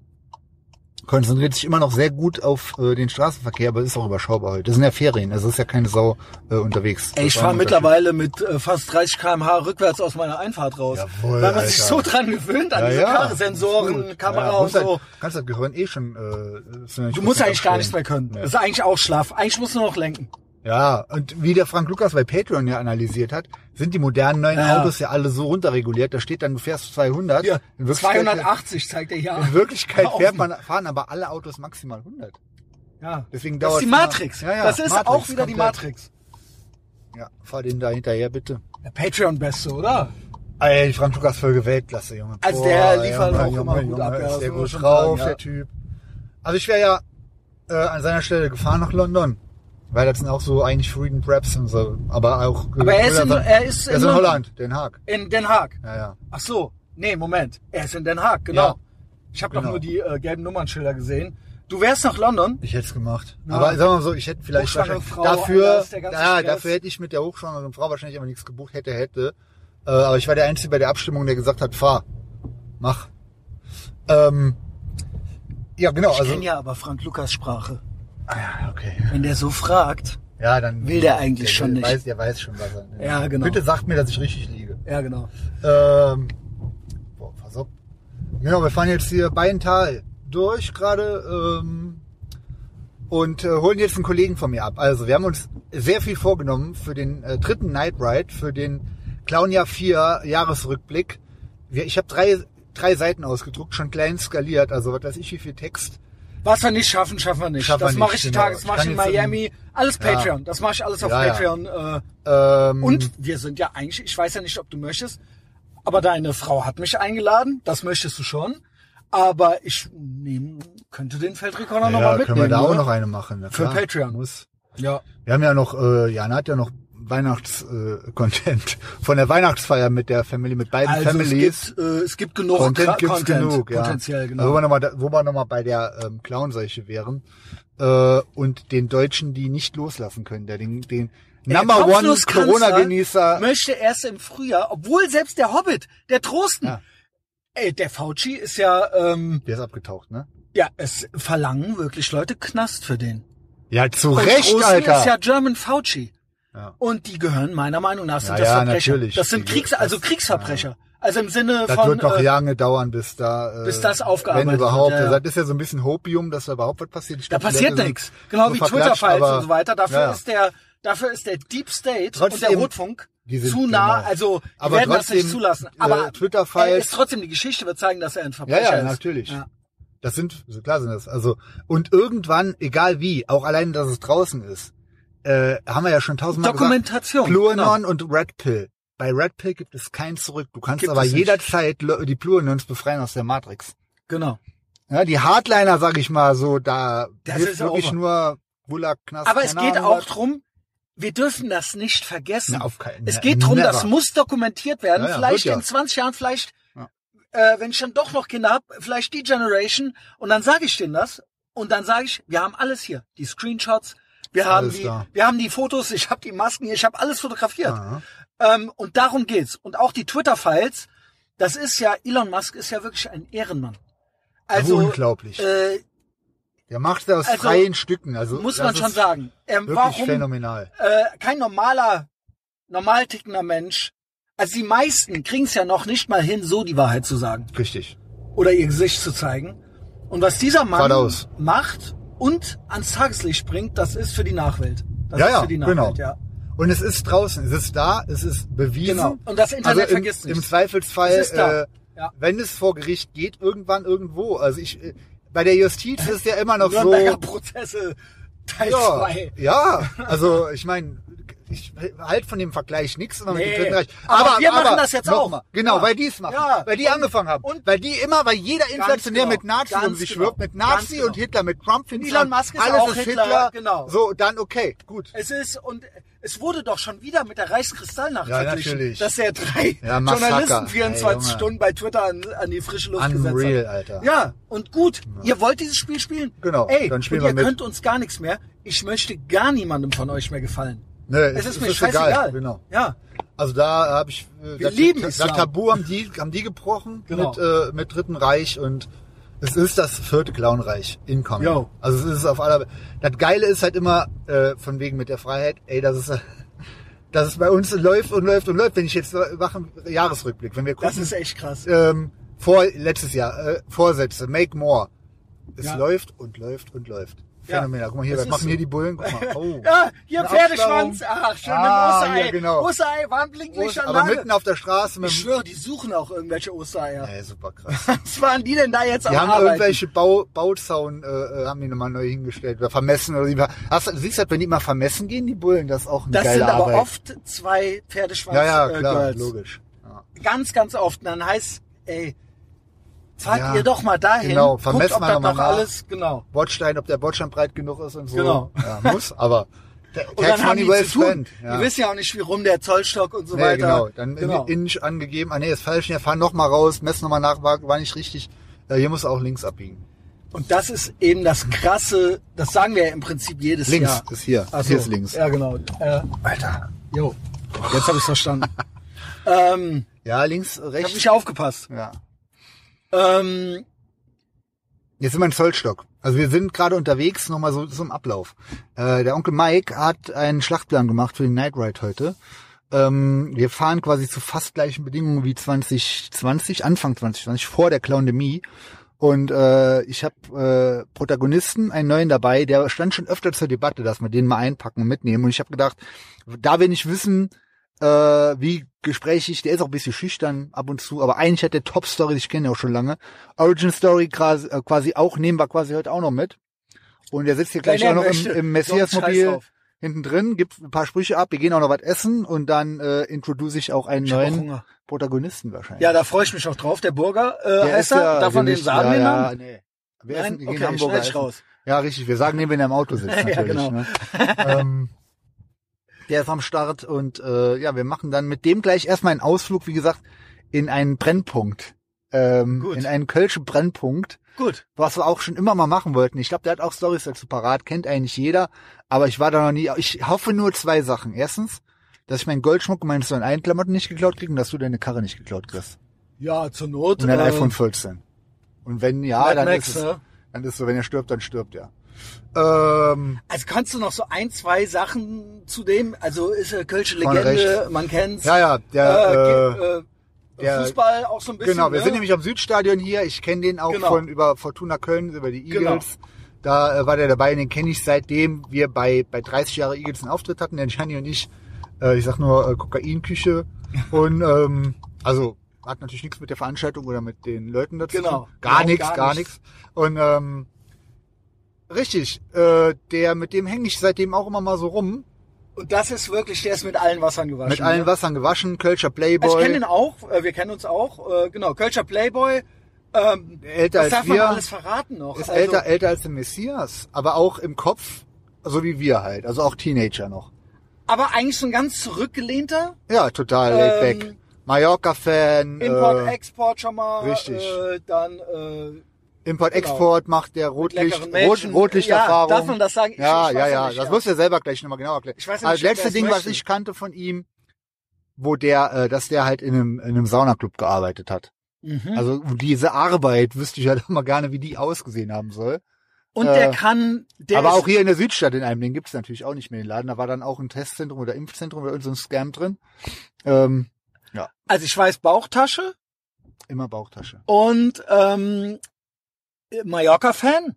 A: konzentriert sich immer noch sehr gut auf äh, den Straßenverkehr, aber ist auch überschaubar heute. Das sind ja Ferien, also ist ja keine Sau äh, unterwegs.
B: Ey,
A: Das
B: ich
A: war ein
B: fahre
A: Unterschied.
B: mittlerweile mit äh, fast 30 km/h rückwärts aus meiner Einfahrt raus.
A: Jawohl,
B: weil man
A: Alter.
B: sich so dran gewöhnt an
A: Ja,
B: diese
A: ja,
B: Karre, Sensoren,
A: ist gut.
B: Kamera
A: Ja, ja,
B: und
A: musst
B: so.
A: Halt, kannst das Gehirn eh schon. Äh, ist ja nicht
B: Du
A: gut
B: musst eigentlich gar
A: abstellen.
B: nichts mehr können.
A: Nee.
B: Das ist eigentlich auch Schlaf. Eigentlich musst du nur noch lenken.
A: Ja, und wie der Frank Lukas bei Patreon ja analysiert hat, sind die modernen neuen
B: Ja.
A: Autos ja alle so runterreguliert. Da steht dann, du fährst 200.
B: Ja,
A: In Wirklichkeit-
B: 280 zeigt er hier
A: In
B: an.
A: Wirklichkeit
B: Hör auf.
A: fährt man, fahren aber alle Autos maximal 100.
B: Ja.
A: Deswegen
B: Das ist
A: dauert
B: die Matrix.
A: Ja, ja,
B: das ist
A: Matrix
B: auch wieder die
A: komplett.
B: Matrix.
A: Ja, fahr den da hinterher bitte.
B: Der Patreon-Beste, oder?
A: Ey, Ah, die Frank Lukas Folge Weltklasse, Junge.
B: Also der liefert auch immer gut ab, ja,
A: Ist
B: das
A: der
B: muss man
A: gut
B: schon
A: drauf,
B: sagen, ja.
A: der Typ. Also ich wäre ja äh, an seiner Stelle gefahren nach London. Weil das sind auch so eigentlich Freedom Preps und so. Aber auch.
B: Aber er ist in- er ist
A: er ist
B: in
A: in
B: London.
A: Holland, Den Haag.
B: In Den Haag.
A: Ja, ja.
B: Ach so. Nee, Moment. Er ist in Den Haag, genau.
A: Ja.
B: Ich habe
A: Genau.
B: doch nur die äh, gelben Nummernschilder gesehen. Du wärst nach London.
A: Ich hätte es gemacht.
B: Ja.
A: Aber sagen wir mal so, ich hätte vielleicht
B: Hochschwangere
A: wahrscheinlich-
B: Frau, Alter,
A: dafür,
B: ist der ganze
A: ja,
B: Stress.
A: dafür hätte ich mit der hochschwangeren Frau wahrscheinlich aber nichts gebucht hätte, hätte. Äh, aber ich war der Einzige bei der Abstimmung, der gesagt hat, fahr, mach. Ähm, ja, genau.
B: Ich
A: also,
B: kenne ja aber Frank Lukas Sprache.
A: Ah, ja, okay.
B: Wenn der so fragt.
A: Ja, dann
B: Will der eigentlich schon
A: will-
B: nicht.
A: Weiß, der weiß schon, was er.
B: Ja, genau.
A: Bitte sagt mir, dass ich richtig liege.
B: Ja, genau.
A: Ähm, boah, pass auf. Genau, wir fahren jetzt hier Beintal durch gerade ähm, und äh, holen jetzt einen Kollegen von mir ab. Also wir haben uns sehr viel vorgenommen für den äh, dritten Night Ride, für den Clownia 4 Jahresrückblick. Wir, ich habe drei, drei Seiten ausgedruckt, schon klein skaliert, also was weiß ich, wie viel Text.
B: Was wir nicht schaffen, schaffen wir nicht.
A: Schaffen wir
B: das mache
A: nicht,
B: ich die
A: genau.
B: Tage, das
A: Ich
B: mache ich
A: kann
B: in
A: jetzt im-
B: Miami. Alles
A: Ja.
B: Patreon. Das mache ich alles auf
A: Ja, ja.
B: Patreon. Äh,
A: Ähm,
B: Und wir sind ja eigentlich, ich weiß ja nicht, ob du möchtest, aber deine Frau hat mich eingeladen, das möchtest du schon. Aber ich nehm, könnte den Feldrekorder
A: ja,
B: nochmal mitnehmen.
A: können wir da auch
B: oder?
A: noch eine machen. Na
B: Für
A: klar,
B: Patreon.
A: Muss.
B: Ja.
A: Wir haben ja noch, äh, Jana hat ja noch Weihnachts-Content äh, Content von der Weihnachtsfeier mit der Family, mit beiden
B: Also es
A: Families.
B: gibt, äh, es gibt genug
A: Content
B: Content,
A: gibt's
B: Content
A: genug, ja.
B: potenziell, genau.
A: Also, wo wir nochmal, da- wo wir nochmal bei der ähm, Clownseuche wären äh, und den Deutschen, die nicht loslassen können, der den, den
B: Der
A: Number One
B: Kopfnusskanzler
A: Corona-Genießer.
B: möchte erst im Frühjahr, obwohl selbst der Hobbit, der Trosten,
A: Ja.
B: ey, der Fauci ist ja, ähm,
A: Der ist abgetaucht, ne?
B: ja, es verlangen wirklich Leute Knast für den.
A: Ja, zu
B: Und
A: Recht,
B: Trosten
A: Alter.
B: ist ja German Fauci.
A: Ja.
B: Und die gehören meiner Meinung nach sind
A: Ja,
B: das
A: ja,
B: Verbrecher.
A: natürlich.
B: Das sind
A: Die-
B: Kriegs,
A: das-
B: also Kriegsverbrecher. Also im Sinne
A: das
B: von
A: wird noch
B: äh,
A: Jahre dauern, bis da, äh,
B: bis das aufgearbeitet
A: wenn überhaupt.
B: wird, ja, ja.
A: Das ist ja so ein bisschen Hopium, dass da überhaupt was passiert. Ich
B: da
A: glaub, die
B: passiert
A: Leute sind
B: nichts. Genau
A: so
B: wie
A: verklatscht,
B: Twitter-Files
A: aber-
B: und so weiter. Dafür
A: ja, ja.
B: ist der dafür ist der Deep State
A: Trotzdem,
B: und der Rotfunk
A: die sind-
B: zu nah,
A: genau.
B: also die
A: Aber
B: werden das
A: trotzdem,
B: nicht zulassen.
A: äh,
B: Aber
A: Twitter-Files-
B: er ist trotzdem die Geschichte wird zeigen, dass er ein
A: Ja,
B: Verbrecher
A: ja,
B: ist.
A: natürlich.
B: Ja.
A: Das sind, so klar sind das. Also, und irgendwann, egal wie, auch allein, dass es draußen ist, äh, haben wir ja schon tausendmal
B: Dokumentation. Genau.
A: gesagt, Pluanon und Red Pill. Bei Red Pill gibt es kein Zurück. Du kannst
B: Gibt
A: aber
B: es nicht.
A: jederzeit Le- die Pluanons befreien aus der Matrix.
B: Genau.
A: Ja, die Hardliner, sag ich mal, so, da
B: Das
A: hilft
B: ist
A: wirklich
B: over.
A: nur Gulag, Knast,
B: Aber es
A: keine
B: geht
A: Ahnung
B: auch
A: was.
B: drum. wir dürfen das nicht vergessen.
A: Na, auf keinen-
B: es geht drum,
A: never.
B: das muss dokumentiert werden.
A: Ja, ja, wird
B: vielleicht
A: ja.
B: in 20 Jahren, vielleicht,
A: Ja.
B: äh, wenn ich dann doch noch Kinder hab, vielleicht die Generation. Und dann sage ich denen das. Und dann sage ich, wir haben alles hier. Die Screenshots, wir haben
A: alles
B: die,
A: da.
B: wir haben die Fotos, ich habe die Masken hier, ich habe alles fotografiert.
A: Aha.
B: Ähm, und darum geht's. Und auch die Twitter-Files, das ist ja, Elon Musk ist ja wirklich ein Ehrenmann. Also,
A: Unglaublich.
B: äh,
A: Der macht das aus
B: also,
A: freien Stücken. Also,
B: muss
A: das
B: man schon
A: ist
B: sagen. Ähm,
A: Wirklich
B: warum
A: phänomenal.
B: äh, kein normaler, normal tickender Mensch. Also die meisten kriegen es ja noch nicht mal hin, so die Wahrheit zu sagen
A: Richtig.
B: oder ihr Gesicht zu zeigen. Und was dieser Mann
A: Geradeaus.
B: macht und ans Tageslicht bringt, das ist für die Nachwelt. Das
A: Ja,
B: ist
A: ja,
B: Also für die
A: genau.
B: Nachwelt, ja.
A: Und es ist draußen, es ist da, es ist bewiesen.
B: Genau. Und das
A: also
B: Internet
A: im,
B: vergisst
A: Im
B: nicht.
A: Zweifelsfall,
B: Es ist da.
A: Äh,
B: Ja.
A: wenn es vor Gericht geht, irgendwann irgendwo. Also ich, äh, bei der Justiz ist ja immer noch so.
B: Nürnberger Prozesse Teil
A: Ja,
B: 2.
A: ja, also ich meine, ich halt von dem Vergleich nichts, sondern mit
B: Nee,
A: dem Dritten Reich.
B: aber wir machen das jetzt
A: noch
B: auch.
A: Mal, genau,
B: Ja.
A: weil die es machen,
B: Ja.
A: weil die angefangen haben.
B: und-
A: weil die immer, weil jeder inflationär
B: genau,
A: mit Nazi um
B: ganz
A: sich
B: genau,
A: schwirrt, mit
B: ganz
A: Nazi
B: genau.
A: und Hitler, mit Trump hinten dran.
B: Elon Musk ist
A: alles
B: auch
A: ist
B: Hitler,
A: Hitler,
B: genau.
A: So, dann okay, gut.
B: Es ist, und es wurde doch schon wieder mit der Reichskristallnacht
A: Ja,
B: verglichen,
A: natürlich.
B: dass er drei
A: Ja, Massaker.
B: Journalisten 24
A: Ey, Junge.
B: Stunden bei Twitter an, an die frische Luft
A: Unreal,
B: gesetzt hat.
A: Alter.
B: Ja, und gut, ihr wollt dieses Spiel spielen?
A: Genau,
B: Ey,
A: dann spielen
B: und
A: wir
B: ihr
A: mit.
B: könnt uns gar nichts mehr. Ich möchte gar niemandem von euch mehr gefallen.
A: Nee,
B: Es ist mir
A: egal,
B: scheißegal.
A: Genau.
B: Ja,
A: Also da habe ich äh,
B: Wir
A: das,
B: lieben
A: das,
B: Islam.
A: Tabu haben die haben die gebrochen
B: Genau.
A: mit äh, mit Dritten Reich und es ist das vierte Clownreich incoming.
B: Jo.
A: Also es ist auf aller Das geile ist halt immer äh, von wegen mit der Freiheit, ey, das ist äh, dass es bei uns läuft und läuft und läuft, wenn ich jetzt machen Jahresrückblick, wenn wir gucken,
B: das ist echt krass.
A: ähm, vor letztes Jahr äh, Vorsätze, make more. Es
B: Ja.
A: läuft und läuft und läuft.
B: Ja.
A: Phänomenal. Guck mal hier,
B: Es
A: was
B: ist
A: machen
B: so.
A: hier die Bullen? Guck mal. Oh.
B: Ja, hier
A: Eine
B: Pferdeschwanz. Ach, schön
A: Ah,
B: im Osterei.
A: ja, genau.
B: Osterei, Warnblinklicht
A: aber mitten auf der Straße mit
B: Ich
A: dem
B: schwöre, die suchen auch irgendwelche Ostereier.
A: Ey, super krass.
B: Was waren die denn da jetzt am
A: Die haben
B: Arbeiten?
A: irgendwelche Bau, Bauzaun, äh, äh, haben die nochmal neu hingestellt oder vermessen oder wie. Hast, du siehst halt, wenn die mal vermessen gehen, die Bullen, das ist auch eine
B: Das
A: geile
B: sind aber
A: Arbeit.
B: oft zwei Pferdeschwanz
A: ja, ja,
B: äh,
A: klar,
B: Girls.
A: logisch. Ja.
B: Ganz, ganz oft. Und dann heißt, ey, fahrt
A: Ja,
B: ihr doch mal dahin.
A: genau,
B: guckt,
A: vermessen
B: ob
A: wir
B: das
A: noch mal
B: noch
A: nach.
B: alles, genau.
A: Bordstein, ob der Bordstein breit genug ist und so.
B: Genau.
A: Ja, muss, aber.
B: Und dann haben die
A: well
B: zu tun.
A: spent, Ja.
B: Die wissen ja auch nicht, wie rum der Zollstock und so
A: nee,
B: weiter.
A: genau. Dann
B: Genau.
A: In, Inch angegeben, ah nee, ist falsch, ja, fahr nochmal raus, mess nochmal nach, war, war nicht richtig. Ja, hier muss auch links abbiegen.
B: Und das ist eben das krasse, das sagen wir ja im Prinzip jedes
A: Links
B: Jahr.
A: ist hier.
B: Ach so,
A: Hier ist links.
B: Ja, genau. Äh,
A: Alter.
B: jo, jetzt habe ich verstanden. ähm,
A: Ja, links,
B: ich habe
A: rechts.
B: nicht aufgepasst.
A: Ja.
B: Ähm,
A: Jetzt sind wir in Zollstock. Also wir sind gerade unterwegs, nochmal so zum Ablauf. Äh, der Onkel Mike hat einen Schlachtplan gemacht für den Night Ride heute. Ähm, wir fahren quasi zu fast gleichen Bedingungen wie 2020, Anfang 2020, vor der Clowndemie. Und äh, ich habe äh, Protagonisten, einen neuen dabei, der stand schon öfter zur Debatte, dass wir den mal einpacken und mitnehmen. Und ich habe gedacht, da wir nicht wissen, äh, wie gesprächig, der ist auch ein bisschen schüchtern ab und zu, aber eigentlich hat der Top-Story, ich kenne ja auch schon lange, Origin Story quasi, äh, quasi auch, nehmen wir quasi heute auch noch mit. Und der sitzt hier gleich auch noch im, im Messias-Mobil hinten drin, gibt ein paar Sprüche ab, wir gehen auch noch was essen und dann äh, introduce ich auch einen
B: Ich hab auch
A: neuen
B: Hunger.
A: Protagonisten wahrscheinlich.
B: Ja, da freue ich mich auch drauf. Der Burger äh,
A: Der
B: heißt
A: ist
B: er. Darf man den
A: gemischt.
B: sagen,
A: ja,
B: den
A: ja,
B: Namen?
A: Nee. Wir essen,
B: Nein?
A: wir
B: Okay,
A: gehen Hamburger
B: schneid ich
A: essen.
B: raus.
A: Ja, richtig. Wir sagen, nehmen wir in einem Auto sitzt
B: Ja,
A: natürlich.
B: genau.
A: ne? ähm, der ist am Start und äh, ja, wir machen dann mit dem gleich erstmal einen Ausflug, wie gesagt, in einen Brennpunkt. Ähm,
B: Gut.
A: in einen kölschen Brennpunkt,
B: Gut.
A: was wir auch schon immer mal machen wollten. Ich glaube, der hat auch Stories dazu parat, kennt eigentlich jeder, aber ich war da noch nie. Ich hoffe nur zwei Sachen. Erstens, dass ich meinen Goldschmuck und meine neuen Einklamotten nicht geklaut kriege und dass du deine Karre nicht geklaut kriegst.
B: Ja, zur Not.
A: Und dein
B: äh,
A: iPhone 14. Und wenn ja,
B: Mad
A: dann
B: Max,
A: ist es,
B: ne?
A: dann ist so, wenn er stirbt, dann stirbt er. Ähm,
B: Also kannst du noch so ein, zwei Sachen zu dem, also ist äh, Kölsche
A: Vorne
B: Legende, man kennt's.
A: ja, ja,
B: äh,
A: der, äh,
B: ge- äh,
A: der-
B: Fußball auch so ein bisschen.
A: genau, wir
B: ne?
A: sind nämlich am Südstadion hier. Ich kenne den auch
B: Genau.
A: von über Fortuna Köln, über die
B: Genau.
A: Eagles. Da äh, war der dabei, und den kenne ich seitdem wir bei, bei 30 Jahre Eagles einen Auftritt hatten, der Gianni und ich. Äh, ich sag nur äh, Kokainküche. Und ähm, also hat natürlich nichts mit der Veranstaltung oder mit den Leuten dazu. zu
B: Genau.
A: tun. Gar
B: Überhaupt
A: nichts,
B: gar
A: gar
B: nichts.
A: nichts. Und ähm, richtig, äh, der mit dem hänge ich seitdem auch immer mal so rum.
B: Und das ist wirklich, der ist mit allen Wassern gewaschen.
A: Mit allen
B: ne?
A: Wassern gewaschen, Kölscher
B: Also ich
A: Playboy.
B: kenne den auch, äh, wir kennen uns auch, äh, genau, Kölscher Playboy. Ähm,
A: älter
B: das
A: als
B: darf man
A: wir,
B: alles verraten noch.
A: ist
B: also,
A: älter, älter als der Messias, aber auch im Kopf, so wie wir halt, also auch Teenager noch.
B: Aber eigentlich so ein ganz zurückgelehnter
A: Ja, total laid
B: Ähm,
A: back. Mallorca-Fan,
B: Import,
A: äh,
B: Export schon mal.
A: richtig.
B: Äh, dann äh,
A: Import-Export macht der Rotlicht,
B: genau. leckeren
A: Rot,
B: Mädchen.
A: Rotlichterfahrung.
B: Ja, darf man das sagen? Ich-
A: ja,
B: ich weiß
A: ja,
B: ja
A: ja,
B: nicht,
A: das
B: ja.
A: musst du ja selber gleich nomal genau erklären.
B: Ich weiß ja
A: das
B: nicht, wer
A: letzte
B: es
A: Ding, was
B: möchte.
A: ich kannte von ihm, wo der, äh, dass der halt in einem, in einem Saunaclub gearbeitet hat.
B: Mhm.
A: Also diese Arbeit wüsste ich halt mal gerne, wie die ausgesehen haben soll.
B: und
A: äh,
B: der kann, der
A: aber
B: ist,
A: auch hier in der Südstadt in einem, den gibt's natürlich auch nicht mehr, den Laden. Da war dann auch ein Testzentrum oder Impfzentrum oder irgendein so ein Scam drin. Ähm,
B: also ich weiß Bauchtasche
A: immer Bauchtasche.
B: und ähm, Mallorca-Fan.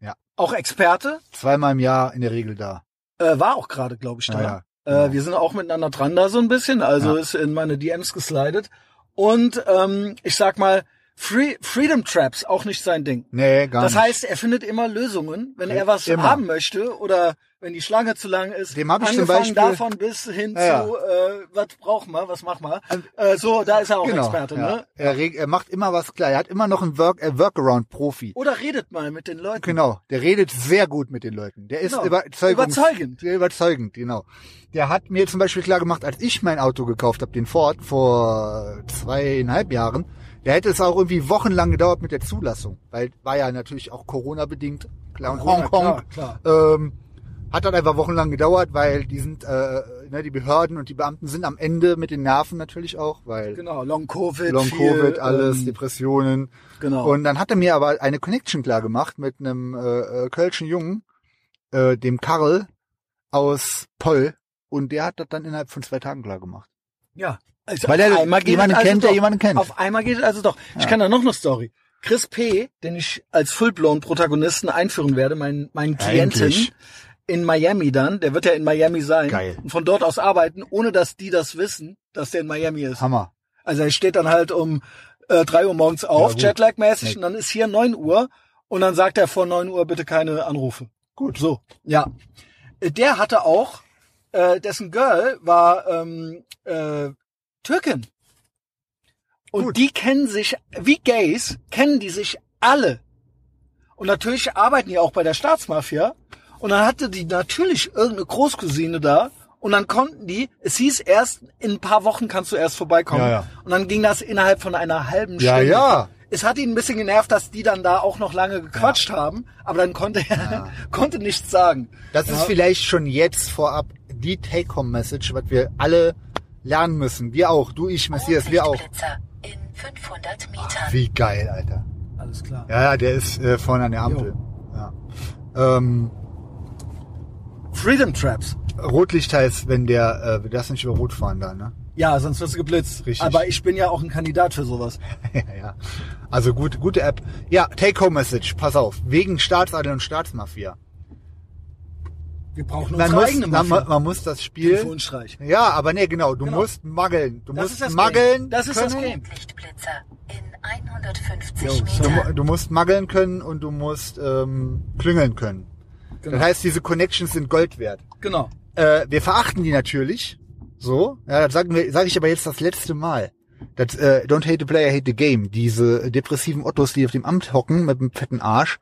A: Ja.
B: Auch Experte.
A: Zweimal im Jahr in der Regel da.
B: Äh, war auch gerade, glaube ich, da.
A: Naja.
B: Äh, wir sind auch miteinander dran da so ein bisschen, also
A: Ja.
B: ist in meine DMs geslidet. Und ähm, ich sag mal, Free, Freedom Traps, auch nicht sein Ding.
A: Nee, gar
B: Das
A: nicht. Äh,
B: heißt, er findet immer Lösungen, wenn er was
A: Immer.
B: haben möchte oder wenn die Schlange zu lang ist.
A: Dem hab ich zum
B: Angefangen
A: Beispiel-
B: davon bis hin
A: Ja, Also
B: zu, äh, was braucht man, was macht man. Äh, so, da ist er auch Experte,
A: genau, ja.
B: ne?
A: er, reg- er macht immer was klar. Er hat immer noch einen Work, äh, Workaround-Profi.
B: Oder redet mal mit den Leuten.
A: Genau, der redet sehr gut mit den Leuten. Der ist
B: Genau.
A: überzeugend.
B: Überzeugend.
A: Sehr überzeugend, genau. Der hat mir zum Beispiel klar gemacht, als ich mein Auto gekauft habe, den Ford, vor zweieinhalb Jahren, der hätte es auch irgendwie wochenlang gedauert mit der Zulassung, weil war ja natürlich auch Corona-bedingt, klar, und
B: Corona,
A: Hongkong.
B: klar,
A: Ähm, hat dann einfach wochenlang gedauert, weil die sind, äh, ne, die Behörden und die Beamten sind am Ende mit den Nerven natürlich auch, weil
B: Genau, Long Covid.
A: Long
B: viel,
A: Covid, alles,
B: Ähm,
A: Depressionen.
B: genau.
A: Und dann hat er mir aber eine Connection klar gemacht mit einem äh, äh, kölschen Jungen, äh, dem Karl aus Poll. Und der hat das dann innerhalb von zwei Tagen klar gemacht.
B: ja. Also
A: Weil
B: auf
A: er
B: einmal geht
A: jemanden
B: es also
A: kennt,
B: doch.
A: der jemanden kennt.
B: Auf einmal geht es also doch. Ich kann da noch eine Story. Chris P., den ich als Fullblown-Protagonisten einführen werde, meinen meinen Klienten
A: Endlich.
B: in Miami dann, der wird ja in Miami sein
A: Geil.
B: und von dort aus arbeiten, ohne dass die das wissen, dass der in Miami ist.
A: Hammer.
B: Also er steht dann halt um äh, 3 Uhr morgens auf,
A: gut.
B: Jetlag-mäßig,
A: Nee.
B: und dann ist hier 9 Uhr und dann sagt er vor 9 Uhr bitte keine Anrufe. Gut. So, ja. Äh, Der hatte auch, äh, dessen Girl war ähm, äh, Türkin. Und
A: Gut.
B: die kennen sich, wie Gays, kennen die sich alle. Und natürlich arbeiten die auch bei der Staatsmafia. Und dann hatte die natürlich irgendeine Großcousine da. Und dann konnten die, es hieß erst, in ein paar Wochen kannst du erst vorbeikommen.
A: Ja, ja.
B: Und dann ging das innerhalb von einer halben
A: Ja,
B: Stunde.
A: ja.
B: Es hat ihn ein bisschen genervt, dass die dann da auch noch lange gequatscht haben. Aber dann konnte er, konnte nichts sagen.
A: Das
B: ja.
A: ist vielleicht schon jetzt vorab die Take-Home-Message, was wir alle lernen müssen. Wir auch, du, ich, Messias, wir auch.
C: Rotlichtblitzer in 500 Metern.
A: Wie geil, Alter.
B: Alles klar.
A: Ja, ja, der ist äh, vorne an der Ampel. Ja. Ähm,
B: Freedom Traps.
A: Rotlicht heißt, wenn der, äh, wir darfst nicht über Rot fahren da, ne?
B: Ja, sonst wirst du geblitzt.
A: Richtig.
B: Aber ich bin ja auch ein Kandidat für sowas.
A: ja, ja. Also gut, gute App. Ja, Take-Home-Message, pass auf. Wegen Staatsadel und Staatsmafia.
B: Wir brauchen
A: Man
B: unsere
A: muss,
B: eigene
A: man,
B: Muffin.
A: man muss das Spiel.
B: Telefonstreich.
A: Ja, aber nee, genau. Du
B: Genau.
A: musst maggeln. Du
B: Das ist
A: musst
B: das Game.
A: maggeln.
B: Das ist das
A: können.
B: Game.
C: Blitzblitzer in 150
B: Jo,
A: Du,
B: so.
C: Metern.
A: mu- du musst maggeln können und du musst ähm, klüngeln können.
B: Genau.
A: Das heißt, diese Connections sind Gold wert.
B: genau.
A: Äh, wir verachten die natürlich. So, ja, das sagen wir, sage ich aber jetzt das letzte Mal. Das, äh, don't hate the player, hate the game. Diese depressiven Ottos, die auf dem Amt hocken mit dem fetten Arsch,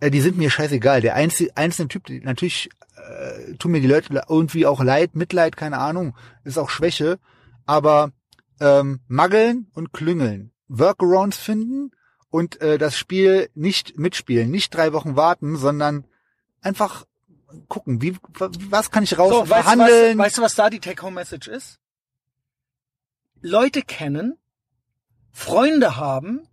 A: äh, die sind mir scheißegal. Der einzige, einzelne Typ, die, natürlich äh, tun mir die Leute le- irgendwie auch leid, Mitleid, keine Ahnung, ist auch Schwäche. Aber ähm, maggeln und klüngeln, Workarounds finden und äh, das Spiel nicht mitspielen, nicht drei Wochen warten, sondern einfach gucken, wie was kann ich raus
B: So, weißt, du, was,
A: verhandeln.
B: weißt du, was da die Take-Home-Message ist? Leute kennen, Freunde haben,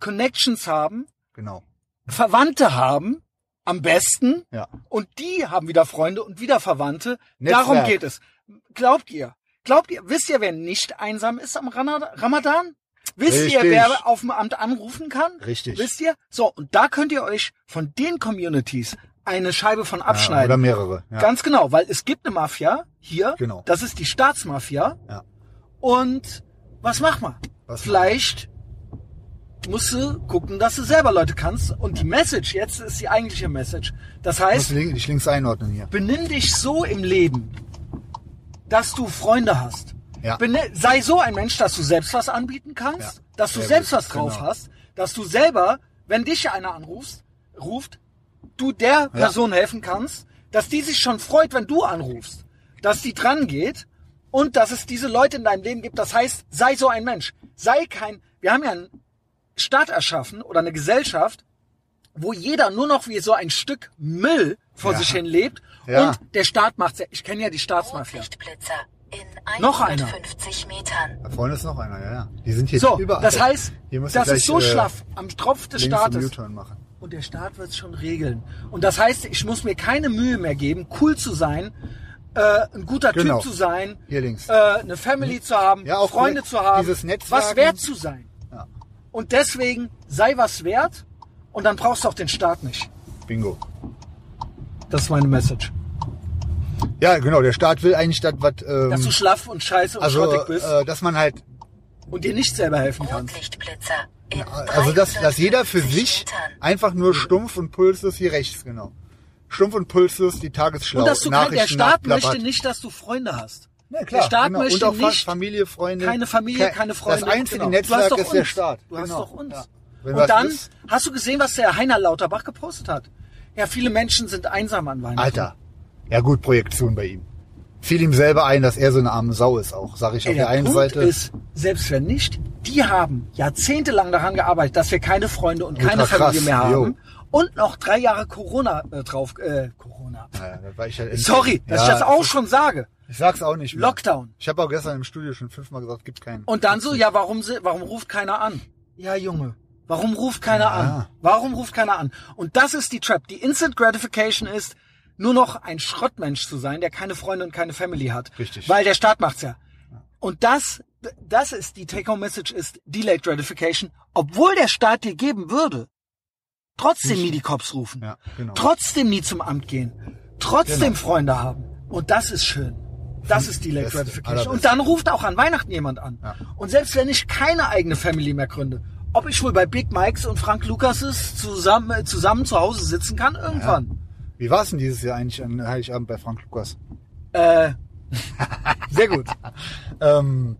B: Connections haben,
A: genau.
B: Verwandte haben, am besten,
A: Ja.
B: und die haben wieder Freunde und wieder Verwandte.
A: Netzwerk.
B: Darum geht es. Glaubt ihr? Glaubt ihr? Wisst ihr, wer nicht einsam ist am Rana- Ramadan? Wisst ihr,
A: Richtig.
B: wer auf dem Amt anrufen kann?
A: Richtig.
B: Wisst ihr? So, und da könnt ihr euch von den Communities eine Scheibe von
A: Ja, oder
B: abschneiden.
A: mehrere. Ja.
B: Ganz genau, weil es gibt eine Mafia hier.
A: Genau.
B: Das ist die Staatsmafia.
A: Ja.
B: Und was mach mal?
A: Was
B: Vielleicht musst du gucken, dass du selber Leute kannst. Und die Message, jetzt ist die eigentliche Message. Das
A: ich muss
B: heißt,
A: link- ich links einordnen hier.
B: benimm dich so im Leben, dass du Freunde hast.
A: Ja.
B: Bene- sei so ein Mensch, dass du selbst was anbieten kannst,
A: Ja.
B: dass du
A: Sehr
B: selbst
A: gut,
B: was drauf
A: genau.
B: hast, dass du selber, wenn dich einer anruft, ruft, du der Person helfen kannst, dass die sich schon freut, wenn du anrufst, dass die dran geht und dass es diese Leute in deinem Leben gibt. Das heißt, sei so ein Mensch. Sei kein, wir haben ja einen Staat erschaffen oder eine Gesellschaft, wo jeder nur noch wie so ein Stück Müll vor
A: Ja.
B: sich hin lebt
A: Ja.
B: und der Staat macht's. ja. Ich kenne ja die
C: Oh,
B: Staatsmafia.
C: Rotlichtblitzer in
B: Noch einer.
C: 150 Metern.
A: Da vorne ist noch einer, ja, ja. Die sind hier
B: So,
A: überall.
B: das heißt,
A: hier musst du
B: das
A: gleich,
B: ist so
A: äh,
B: schlaff am Tropf des
A: links einen
B: Staates.
A: U-Turn machen.
B: Und der Staat wird es schon regeln. Und das heißt, ich muss mir keine Mühe mehr geben, cool zu sein, äh, ein guter
A: Genau.
B: Typ zu sein,
A: Hier links. Hm.
B: äh, eine Family zu haben,
A: Ja, auch
B: Freunde
A: korrekt.
B: zu haben,
A: Dieses Netzwerken.
B: was wert zu sein.
A: Ja.
B: Und deswegen sei was wert und dann brauchst du auch den Staat nicht.
A: Bingo.
B: Das ist meine Message.
A: Ja, genau. Der Staat will eigentlich das, was ähm,
B: Dass du schlaff und scheiße und
A: also,
B: schrottig bist
A: äh, Genau, dass man halt
B: und dir nicht selber helfen kannst.
C: Rotlichtblitzer in
A: Also dass, dass jeder für
C: 350
A: sich
C: Metern.
A: einfach nur Stumpf und Pulsus hier rechts, genau. Stumpf und Pulsus, die Tagesschlau,
B: Und dass du kein,
A: Nachrichten
B: der Staat
A: nachplappert.
B: möchte nicht, dass du Freunde hast.
A: Ja,
B: der Staat
A: genau. und
B: möchte
A: auch Fa-
B: nicht
A: Familie, Freunde.
B: keine Familie,
A: Ke-
B: keine Freunde.
A: Das einzige
B: genau. Du hast
A: Netzwerk
B: doch
A: ist der
B: uns.
A: Staat.
B: Du hast
A: genau.
B: doch uns.
A: Ja. Wenn
B: Und
A: was
B: dann
A: ist,
B: hast du gesehen, was der Heiner Lauterbach gepostet hat. Ja, viele Menschen sind einsam an Weihnachten.
A: Alter. Ja gut, Projektion bei ihm. Fiel ihm selber ein, dass er so eine arme Sau ist auch, sage ich
B: Ey,
A: auf
B: der,
A: der einen
B: Punkt
A: Seite.
B: ist, selbst wenn nicht, die haben jahrzehntelang daran gearbeitet, dass wir keine Freunde und
A: Ultra
B: keine Familie
A: krass,
B: mehr haben.
A: jo.
B: Und noch drei Jahre Corona äh, drauf. Äh, Corona.
A: Naja, das war ich halt
B: Sorry, dass ich das auch schon sage.
A: Ich sag's auch nicht mehr.
B: Lockdown.
A: Ich habe auch gestern im Studio schon fünfmal gesagt, gibt keinen.
B: Und dann so, ja, warum, se- warum ruft keiner an? Ja, Junge. Warum ruft keiner an? Warum ruft keiner an? Und das ist die Trap. Die Instant Gratification ist, nur noch ein Schrottmensch zu sein, der keine Freunde und keine Family hat.
A: Richtig.
B: Weil der Staat macht's ja. Und das, das ist die Take-Home-Message ist Delayed Gratification. Obwohl der Staat dir geben würde, trotzdem nie die Cops rufen.
A: Ja, genau.
B: Trotzdem nie zum Amt gehen. Trotzdem Freunde haben. Und das ist schön. Das ist Delayed
A: Beste,
B: Gratification.
A: allerbeste.
B: Und dann ruft auch an Weihnachten jemand an.
A: Ja.
B: Und selbst wenn ich keine eigene Family mehr gründe, ob ich wohl bei Big Mikes und Frank Lucases zusammen, äh, zusammen zu Hause sitzen kann, irgendwann.
A: Wie war's denn dieses Jahr eigentlich an Heiligabend bei Frank Lukas?
B: Äh, sehr gut.
A: Ähm,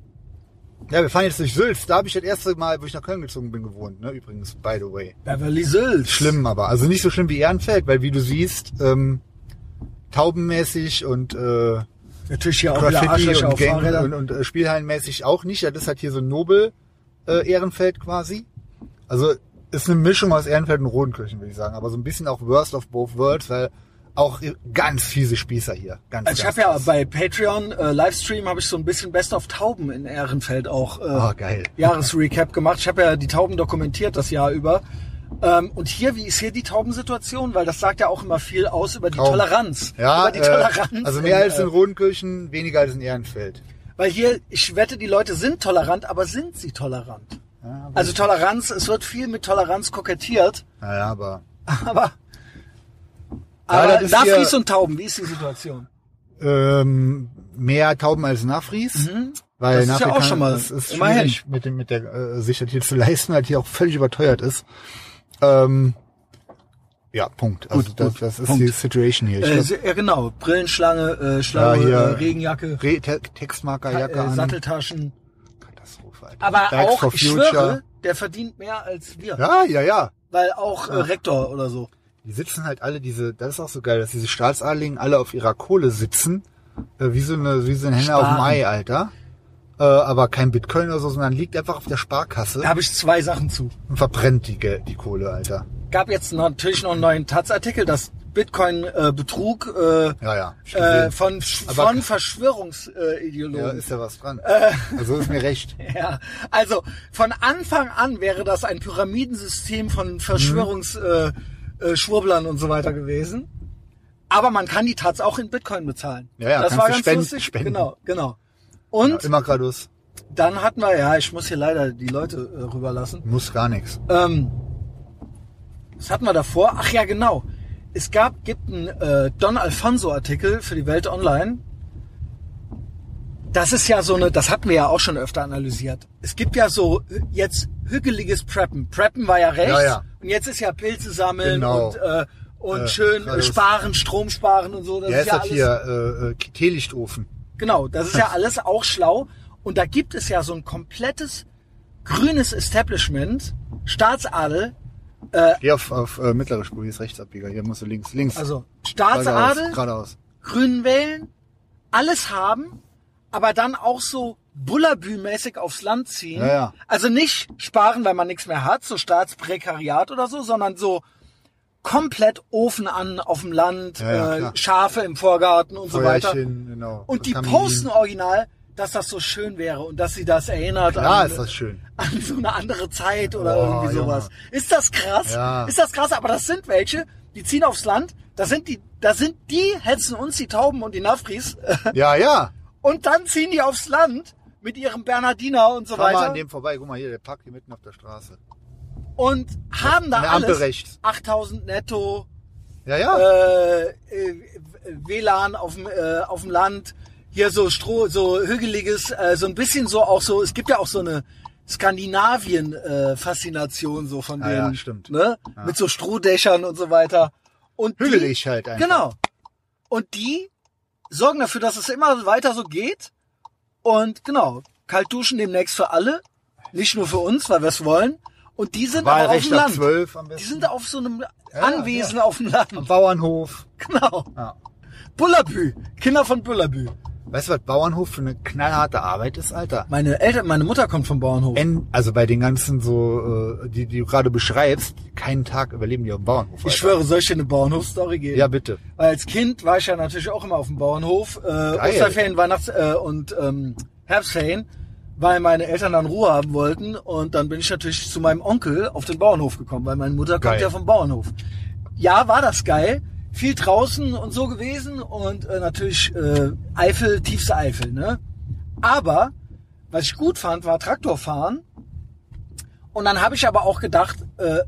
A: ja, wir fahren jetzt durch Sülz. Da habe ich das erste Mal, wo ich nach Köln gezogen bin, gewohnt. Ne? Übrigens, by the way.
B: Beverly Sills.
A: Schlimm aber. Also nicht so schlimm wie Ehrenfeld, weil wie du siehst, ähm, taubenmäßig und äh,
B: Natürlich hier auch wieder
A: Graffiti
B: Arschlöcher ne?
A: und,
B: auf
A: Gang und,
B: Fahrrädern.
A: und äh, Spielhallenmäßig auch nicht. Das ist halt hier so ein Nobel äh, Ehrenfeld quasi. Also ist eine Mischung aus Ehrenfeld und Rodenkirchen, würde ich sagen. Aber so ein bisschen auch Worst of Both Worlds, weil auch ganz fiese Spießer hier. Ganz,
B: Also Ich
A: ganz
B: habe ja
A: krass.
B: bei Patreon äh, Livestream habe ich so ein bisschen Best of Tauben in Ehrenfeld auch äh,
A: Ah, geil.
B: Jahresrecap gemacht. Ich habe ja die Tauben dokumentiert das Jahr über. Ähm, und hier, wie ist hier die Taubensituation? Weil das sagt ja auch immer viel aus über die
A: Traum.
B: Toleranz.
A: ja,
B: über die Toleranz.
A: Äh, also mehr
B: in,
A: als in Rodenkirchen, weniger als in Ehrenfeld.
B: Weil hier, ich wette, die Leute sind tolerant, aber sind sie tolerant?
A: Ja, aber-
B: Also Toleranz, es wird viel mit Toleranz kokettiert,
A: Naja, aber
B: aber Aber
A: das ist
B: Nafris
A: hier-
B: und Tauben, wie ist die Situation?
A: Ähm, mehr Tauben als Nachfries.
B: Mhm.
A: Weil
B: Das ist ja
A: Nachfries
B: auch schon mal-
A: ist, ist
B: immerhin.
A: schwierig mit, dem, mit der äh, sich das hier zu leisten, weil hier auch völlig überteuert ist. Ähm, ja, Punkt. Also
B: Gut,
A: das,
B: gut,
A: das ist
B: Punkt.
A: die Situation hier. Ich
B: Äh,
A: glaub,
B: se- ja, genau. Brillenschlange, äh,
A: Ja,
B: Schlange,
A: hier-
B: äh, Regenjacke,
A: Re Te Textmarker, Jacke
B: äh,
A: an.
B: Satteltaschen.
A: Katastrophe, Alter.
B: Aber
A: Back
B: auch,
A: for
B: ich
A: Future.
B: schwöre, der verdient mehr als wir.
A: Ja, ja, ja.
B: Weil auch äh, Rektor oder so.
A: Die sitzen halt alle diese, das ist auch so geil, dass diese Staatsadligen alle auf ihrer Kohle sitzen, äh, wie so eine, wie so ein Henne auf dem
B: Sparen.
A: Ei, Alter. Äh, aber kein Bitcoin oder so, sondern liegt einfach auf der Sparkasse
B: Da habe ich zwei Sachen zu.
A: und verbrennt die, Gel- die Kohle, Alter.
B: Gab jetzt natürlich noch einen neuen Taz-Artikel, dass Bitcoin-Betrug äh,
A: Ja, ja. hab ich
B: äh,
A: gesehen.
B: von,
A: Aber-
B: von
A: ja,
B: Verschwörungsideologen.
A: ist ja was dran.
B: Äh.
A: also ist mir recht.
B: Ja, also von Anfang an wäre das ein Pyramidensystem
A: Mhm.
B: von Verschwörungsschwurblern äh, äh, Schwurblern und so weiter gewesen. Aber man kann die Tats auch in Bitcoin bezahlen.
A: Ja, ja,
B: das
A: kannst
B: war
A: du
B: ganz
A: spenden-
B: lustig.
A: spenden.
B: Genau, genau.
A: Ja,
B: Und
A: immer geradeaus.
B: dann hatten wir, ja, ich muss hier leider die Leute äh, rüberlassen.
A: Muss gar nichts.
B: Ähm, was hatten wir davor? Ach ja, genau. Es gab, gibt einen äh, Don Alfonso-Artikel für die Welt Online. Das ist ja so eine, das hatten wir ja auch schon öfter analysiert. Es gibt ja so äh, jetzt hügeliges Preppen. Preppen war ja rechts.
A: Ja, ja.
B: Und jetzt ist ja Pilze sammeln
A: Genau.
B: und, äh, und
A: Äh,
B: schön äh,
A: alles.
B: sparen, Strom sparen und so. Das
A: Der
B: ist
A: ist
B: ja
A: das
B: alles.
A: hier, äh, äh, Teelichtofen.
B: Genau, das ist ja alles auch schlau. Und da gibt es ja so ein komplettes grünes Establishment, Staatsadel,
A: Geh auf, auf äh, mittlere Spur, hier ist Rechtsabbieger, hier musst du links, links.
B: also
A: geradeaus,
B: Staatsadel,
A: geradeaus.
B: Grünen wählen, alles haben, aber dann auch so Bullabü-mäßig aufs Land ziehen.
A: Ja, ja.
B: Also nicht sparen, weil man nichts mehr hat, so Staatsprekariat oder so, sondern so komplett Ofen an auf dem Land,
A: Ja, ja, klar.
B: äh, Schafe im Vorgarten und so weiter.
A: Feuerchen, genau.
B: Und die
A: Kamin.
B: posten original, dass das so schön wäre und dass sie das erinnert
A: Ja,
B: an,
A: ist das schön.
B: an so eine andere Zeit oder
A: Oh,
B: irgendwie sowas. Ist das krass?
A: Ja.
B: Ist das krass? Aber das sind welche, die ziehen aufs Land, da sind die, da sind die, hetzen uns die Tauben und die Nafris
A: Ja, ja.
B: und dann ziehen die aufs Land mit ihrem Bernardiner und so
A: Fahr mal
B: weiter
A: an dem vorbei. Guck mal hier, der parkt hier mitten auf der Straße.
B: und haben da
A: An der Ampel
B: alles
A: rechts.
B: 8000 netto,
A: Ja, ja.
B: äh, äh, WLAN auf dem äh, auf dem Land, hier so Stroh, so hügeliges, äh, so ein bisschen so auch so, es gibt ja auch so eine Skandinavien äh, Faszination so von
A: Ja,
B: denen,
A: Ah ja, stimmt.
B: ne? Mit so Strohdächern und so weiter und die-
A: Hügelig halt einfach.
B: Genau. Und die sorgen dafür, dass es immer weiter so geht und genau, kalt duschen demnächst für alle, nicht nur für uns, weil wir es wollen und die sind aber auf
A: Wahlrecht
B: dem
A: ab
B: Land.
A: 12 am
B: Die
A: besten.
B: sind auf so einem
A: ja.
B: Anwesen auf dem Land.
A: Am Bauernhof.
B: Genau.
A: Ja.
B: Bullabü. Kinder von Bullabü.
A: Weißt du, was Bauernhof für eine knallharte Arbeit ist, Alter?
B: Meine Eltern, meine Mutter kommt vom Bauernhof.
A: En- also bei den ganzen so, äh, die, die du gerade beschreibst, keinen Tag überleben die auf dem Bauernhof. Alter.
B: ich schwöre, soll ich dir eine Bauernhofstory geben?
A: Ja, bitte.
B: Weil als Kind war ich ja natürlich auch immer auf dem Bauernhof. Äh, Osterferien, Weihnachts- äh, und ähm, Herbstferien. Weil meine Eltern dann Ruhe haben wollten. Und dann bin ich natürlich zu meinem Onkel auf den Bauernhof gekommen. Weil meine Mutter
A: Geil.
B: kommt ja vom Bauernhof. Ja, war das geil. Viel draußen und so gewesen. Und äh, natürlich äh, Eifel, tiefste Eifel. Ne? Aber was ich gut fand, war Traktorfahren. Und dann habe ich aber auch gedacht, äh,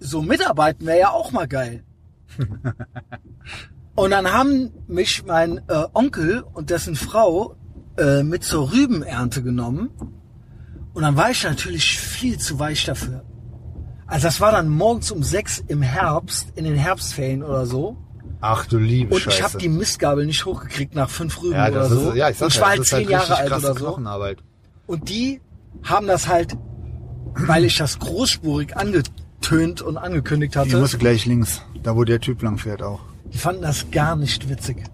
B: so mitarbeiten wäre ja auch mal geil. und dann haben mich mein äh, Onkel und dessen Frau äh, mit zur Rübenernte genommen. Und dann war ich natürlich viel zu weich dafür. Also das war dann morgens um sechs im Herbst, in den Herbstferien oder so.
A: Ach du liebe
B: Und
A: Scheiße.
B: ich habe die Mistgabel nicht hochgekriegt nach fünf Rüben
A: ja,
B: oder
A: das
B: so.
A: ist, ja, ich sag
B: und ich
A: ja, das
B: war halt
A: ist
B: zehn
A: halt
B: Jahre
A: richtig
B: alt
A: krasse
B: oder so.
A: Knochenarbeit.
B: Und die haben das halt, weil ich das großspurig angetönt und angekündigt
A: Ich
B: hatte,
A: muss gleich links, da wo der Typ lang fährt auch.
B: die fanden das gar nicht witzig.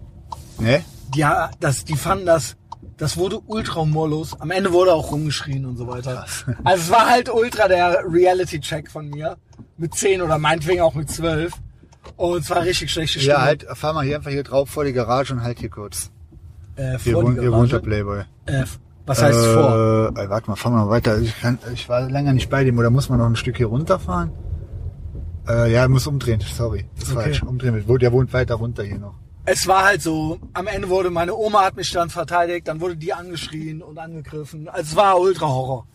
A: Ne?
B: Ja, das, die fanden das, das wurde ultra humorlos. Am Ende wurde auch rumgeschrien und so weiter.
A: Krass.
B: Also es war halt ultra der Reality-Check von mir. Mit zehn oder meinetwegen auch mit zwölf. Und es war richtig schlechte Stimmung.
A: Ja, halt, fahr mal hier einfach hier drauf vor die Garage und halt hier kurz.
B: äh,
A: Hier
B: vor die
A: wohnt, hier wohnt der
B: Garage.
A: Playboy.
B: Äh, was heißt
A: äh,
B: vor?
A: Ey, warte mal, fahren wir mal weiter. Also Ich, kann, ich war länger nicht bei dem, oder muss man noch ein Stück hier runterfahren? Äh, ja, muss umdrehen, sorry. Das ist
B: Okay.
A: falsch. Umdrehen mit. wo- Der wohnt weiter runter hier noch.
B: Es war halt so, am Ende wurde meine Oma hat mich dann verteidigt, dann wurde die angeschrien und angegriffen. Also es war Ultra Horror.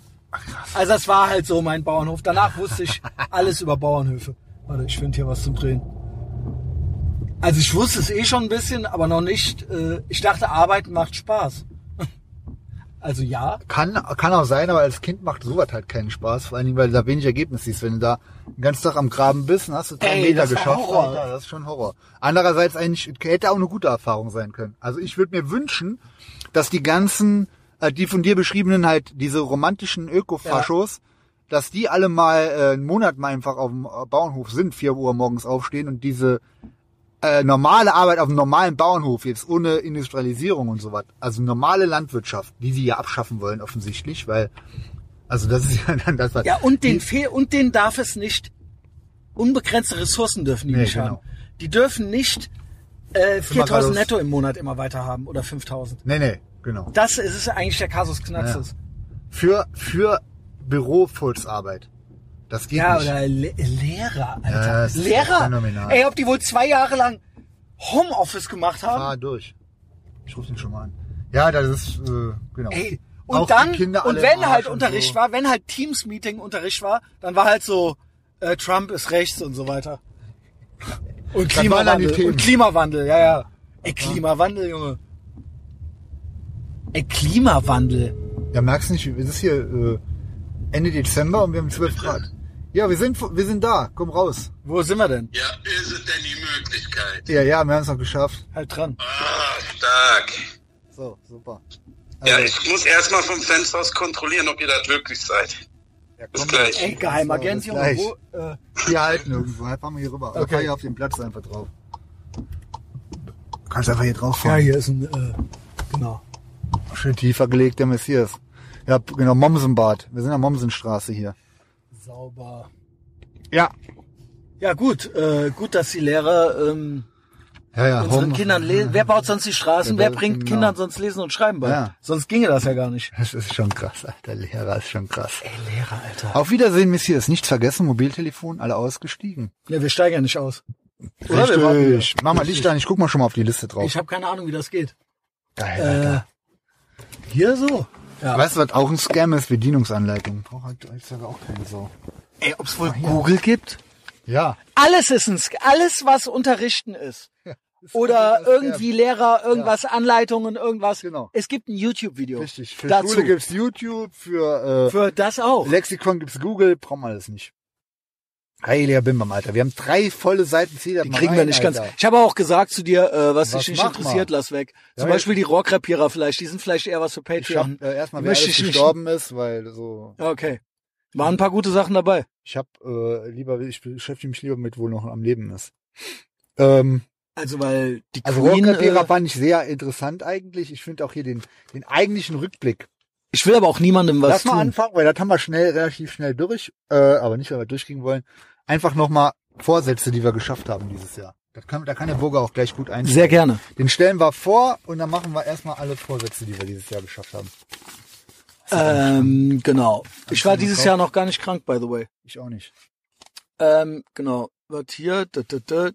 B: Also es war halt so mein Bauernhof. Danach wusste ich alles über Bauernhöfe. Warte, ich finde hier was zum Drehen. Also ich wusste es eh schon ein bisschen, aber noch nicht. Äh, ich dachte, Arbeiten macht Spaß. Also ja,
A: Kann, kann auch sein, aber als Kind macht sowas halt keinen Spaß. Vor allen Dingen, weil du da wenig Ergebnis siehst. Wenn du da den ganzen Tag am Graben bist, dann hast du drei
B: Ey,
A: Meter
B: das war
A: geschafft.
B: Horror.
A: Alter, das ist schon Horror. Andererseits eigentlich, hätte auch eine gute Erfahrung sein können. Also ich würde mir wünschen, dass die ganzen, äh, die von dir beschriebenen halt, diese romantischen Ökofaschos, dass die alle mal äh, einen Monat mal einfach auf dem äh, Bauernhof sind, 4 Uhr morgens aufstehen und diese äh, normale Arbeit auf einem normalen Bauernhof, jetzt ohne Industrialisierung und sowas, also normale Landwirtschaft, die sie ja abschaffen wollen offensichtlich, weil also das ist ja dann das was
B: ja und den Fehl und den darf es nicht. Unbegrenzte Ressourcen dürfen die
A: Nee,
B: nicht
A: genau.
B: haben. Die dürfen nicht äh,
A: Immer gerade
B: 4.000
A: aus-
B: Netto im Monat immer weiter haben oder 5.000.
A: Nee, nee, genau.
B: Das ist es eigentlich der Kasus Knaxus.
A: Für für Bürovollsarbeit. Das geht
B: Ja,
A: nicht.
B: oder Le Lehrer,
A: Ja,
B: Alter.
A: das ist
B: Lehrer.
A: phänomenal.
B: Ey, ob die wohl zwei Jahre lang Homeoffice gemacht haben?
A: Fahr durch. Ich rufe den schon mal an. Ja, das ist äh, genau.
B: Ey, und
A: Auch die
B: dann,
A: Kinder alle
B: und
A: im
B: wenn
A: Arsch
B: halt
A: und
B: Unterricht
A: so.
B: war, wenn halt Teams-Meeting Unterricht war, dann war halt so, äh, Trump ist rechts und so weiter. Und
A: Das waren dann die
B: Klimawandel,
A: Themen.
B: und Klimawandel, ja, ja. Ey, Klimawandel, Junge. Ey, Klimawandel.
A: Ja, merkst du nicht, es ist hier äh, Ende Dezember und wir haben 12 Grad. Ja, wir sind wir sind da. Komm raus.
B: Wo sind wir denn?
D: Ja, ist es denn die Möglichkeit?
A: Ja, ja, wir haben es noch geschafft.
B: Halt dran.
D: Ah, stark.
A: So, super.
D: Ja, ich muss erstmal vom Fenster aus kontrollieren, ob ihr das wirklich seid.
A: Ja,
D: Bis
A: komm,
D: gleich.
B: Ey, Geheimagent,
A: Bis
B: Junge,
A: gleich.
B: wo, äh,
A: Hier halten irgendwo. Halt, fahr mal hier rüber. Okay.
B: Okay.
A: Fahr hier auf den Platz einfach drauf. Kannst einfach hier drauf
B: ja,
A: fahren.
B: hier ist ein, äh, genau.
A: Schön tiefer gelegt, der Messias. Ja, p- genau, Mommsenbad. Wir sind an Mommsenstraße hier.
B: Sauber.
A: Ja.
B: Ja, gut, äh, gut, dass die Lehrer, ähm,
A: Ja, ja,
B: unseren
A: Home-
B: Kindern lesen. Wer baut sonst die Straßen?
A: Wer
B: Wer
A: baut-
B: bringt
A: genau.
B: Kindern sonst Lesen und Schreiben bei?
A: Ja.
B: Sonst ginge das ja gar nicht.
A: Das ist schon krass, Alter. Lehrer ist schon krass.
B: Ey, Lehrer, Alter.
A: Auf Wiedersehen, Messias. Nichts vergessen, Mobiltelefon, alle ausgestiegen.
B: Ja, wir steigen ja nicht aus. Oder wir warten
A: Richtig. Mach mal Licht an, ich guck mal schon mal auf die Liste drauf.
B: Ich habe keine Ahnung, wie das geht.
A: Geil,
B: Äh, hier so. Ja.
A: Weißt du, was auch ein Scam ist? Bedienungsanleitung. Braucht halt heutzutage auch keine Sau.
B: Ey, ob's wohl Google gibt?
A: Ja.
B: Ah, Alles ist ein Sk alles was unterrichten ist. Oder
A: alles Scam.
B: irgendwie Lehrer, irgendwas, Anleitungen, irgendwas.
A: Genau.
B: Es gibt ein YouTube-Video.
A: Richtig. Für
B: Dazu.
A: Schule gibt's YouTube, für, äh,
B: Für das auch.
A: Lexikon gibt's Google, brauchen wir alles nicht. Heiliger Bimbam, Alter. Wir haben drei volle Seiten Ziele.
B: Die kriegen wir nicht ganz. Ich habe auch gesagt zu dir, äh, was, dich nicht
A: mach mal?
B: interessiert, lass weg. Zum
A: Ja,
B: Beispiel die Rohrkrepierer vielleicht, die sind vielleicht eher was für
A: Ich hab,
B: Patreon.
A: äh, erstmal,
B: Die
A: wer
B: möchte
A: alles
B: ich nicht-
A: gestorben ist, weil so,
B: Ja, Okay. Waren ein paar gute Sachen dabei.
A: ich hab, äh, lieber, ich beschäftige mich lieber mit, wo noch am Leben ist. Ähm,
B: Also weil die
A: also
B: Queen.
A: Rohrkrepierer
B: Äh,
A: fand ich sehr interessant eigentlich. Ich finde auch hier den, den eigentlichen Rückblick.
B: äh, ich will aber auch niemandem was
A: Lass mal
B: tun.
A: anfangen, weil das haben wir schnell, relativ schnell durch, äh, aber nicht, weil wir durchgehen wollen. Einfach nochmal Vorsätze, die wir geschafft haben dieses Jahr. Das kann, da kann der Burger auch gleich gut ein.
B: Sehr gerne.
A: Den stellen wir vor und dann machen wir erstmal alle Vorsätze, die wir dieses Jahr geschafft haben.
B: Ähm, genau. Ich war
A: schon
B: dieses
A: gekauft?
B: Jahr noch gar nicht krank, by the way.
A: Ich auch nicht.
B: Ähm, genau. Wird hier d -d -d,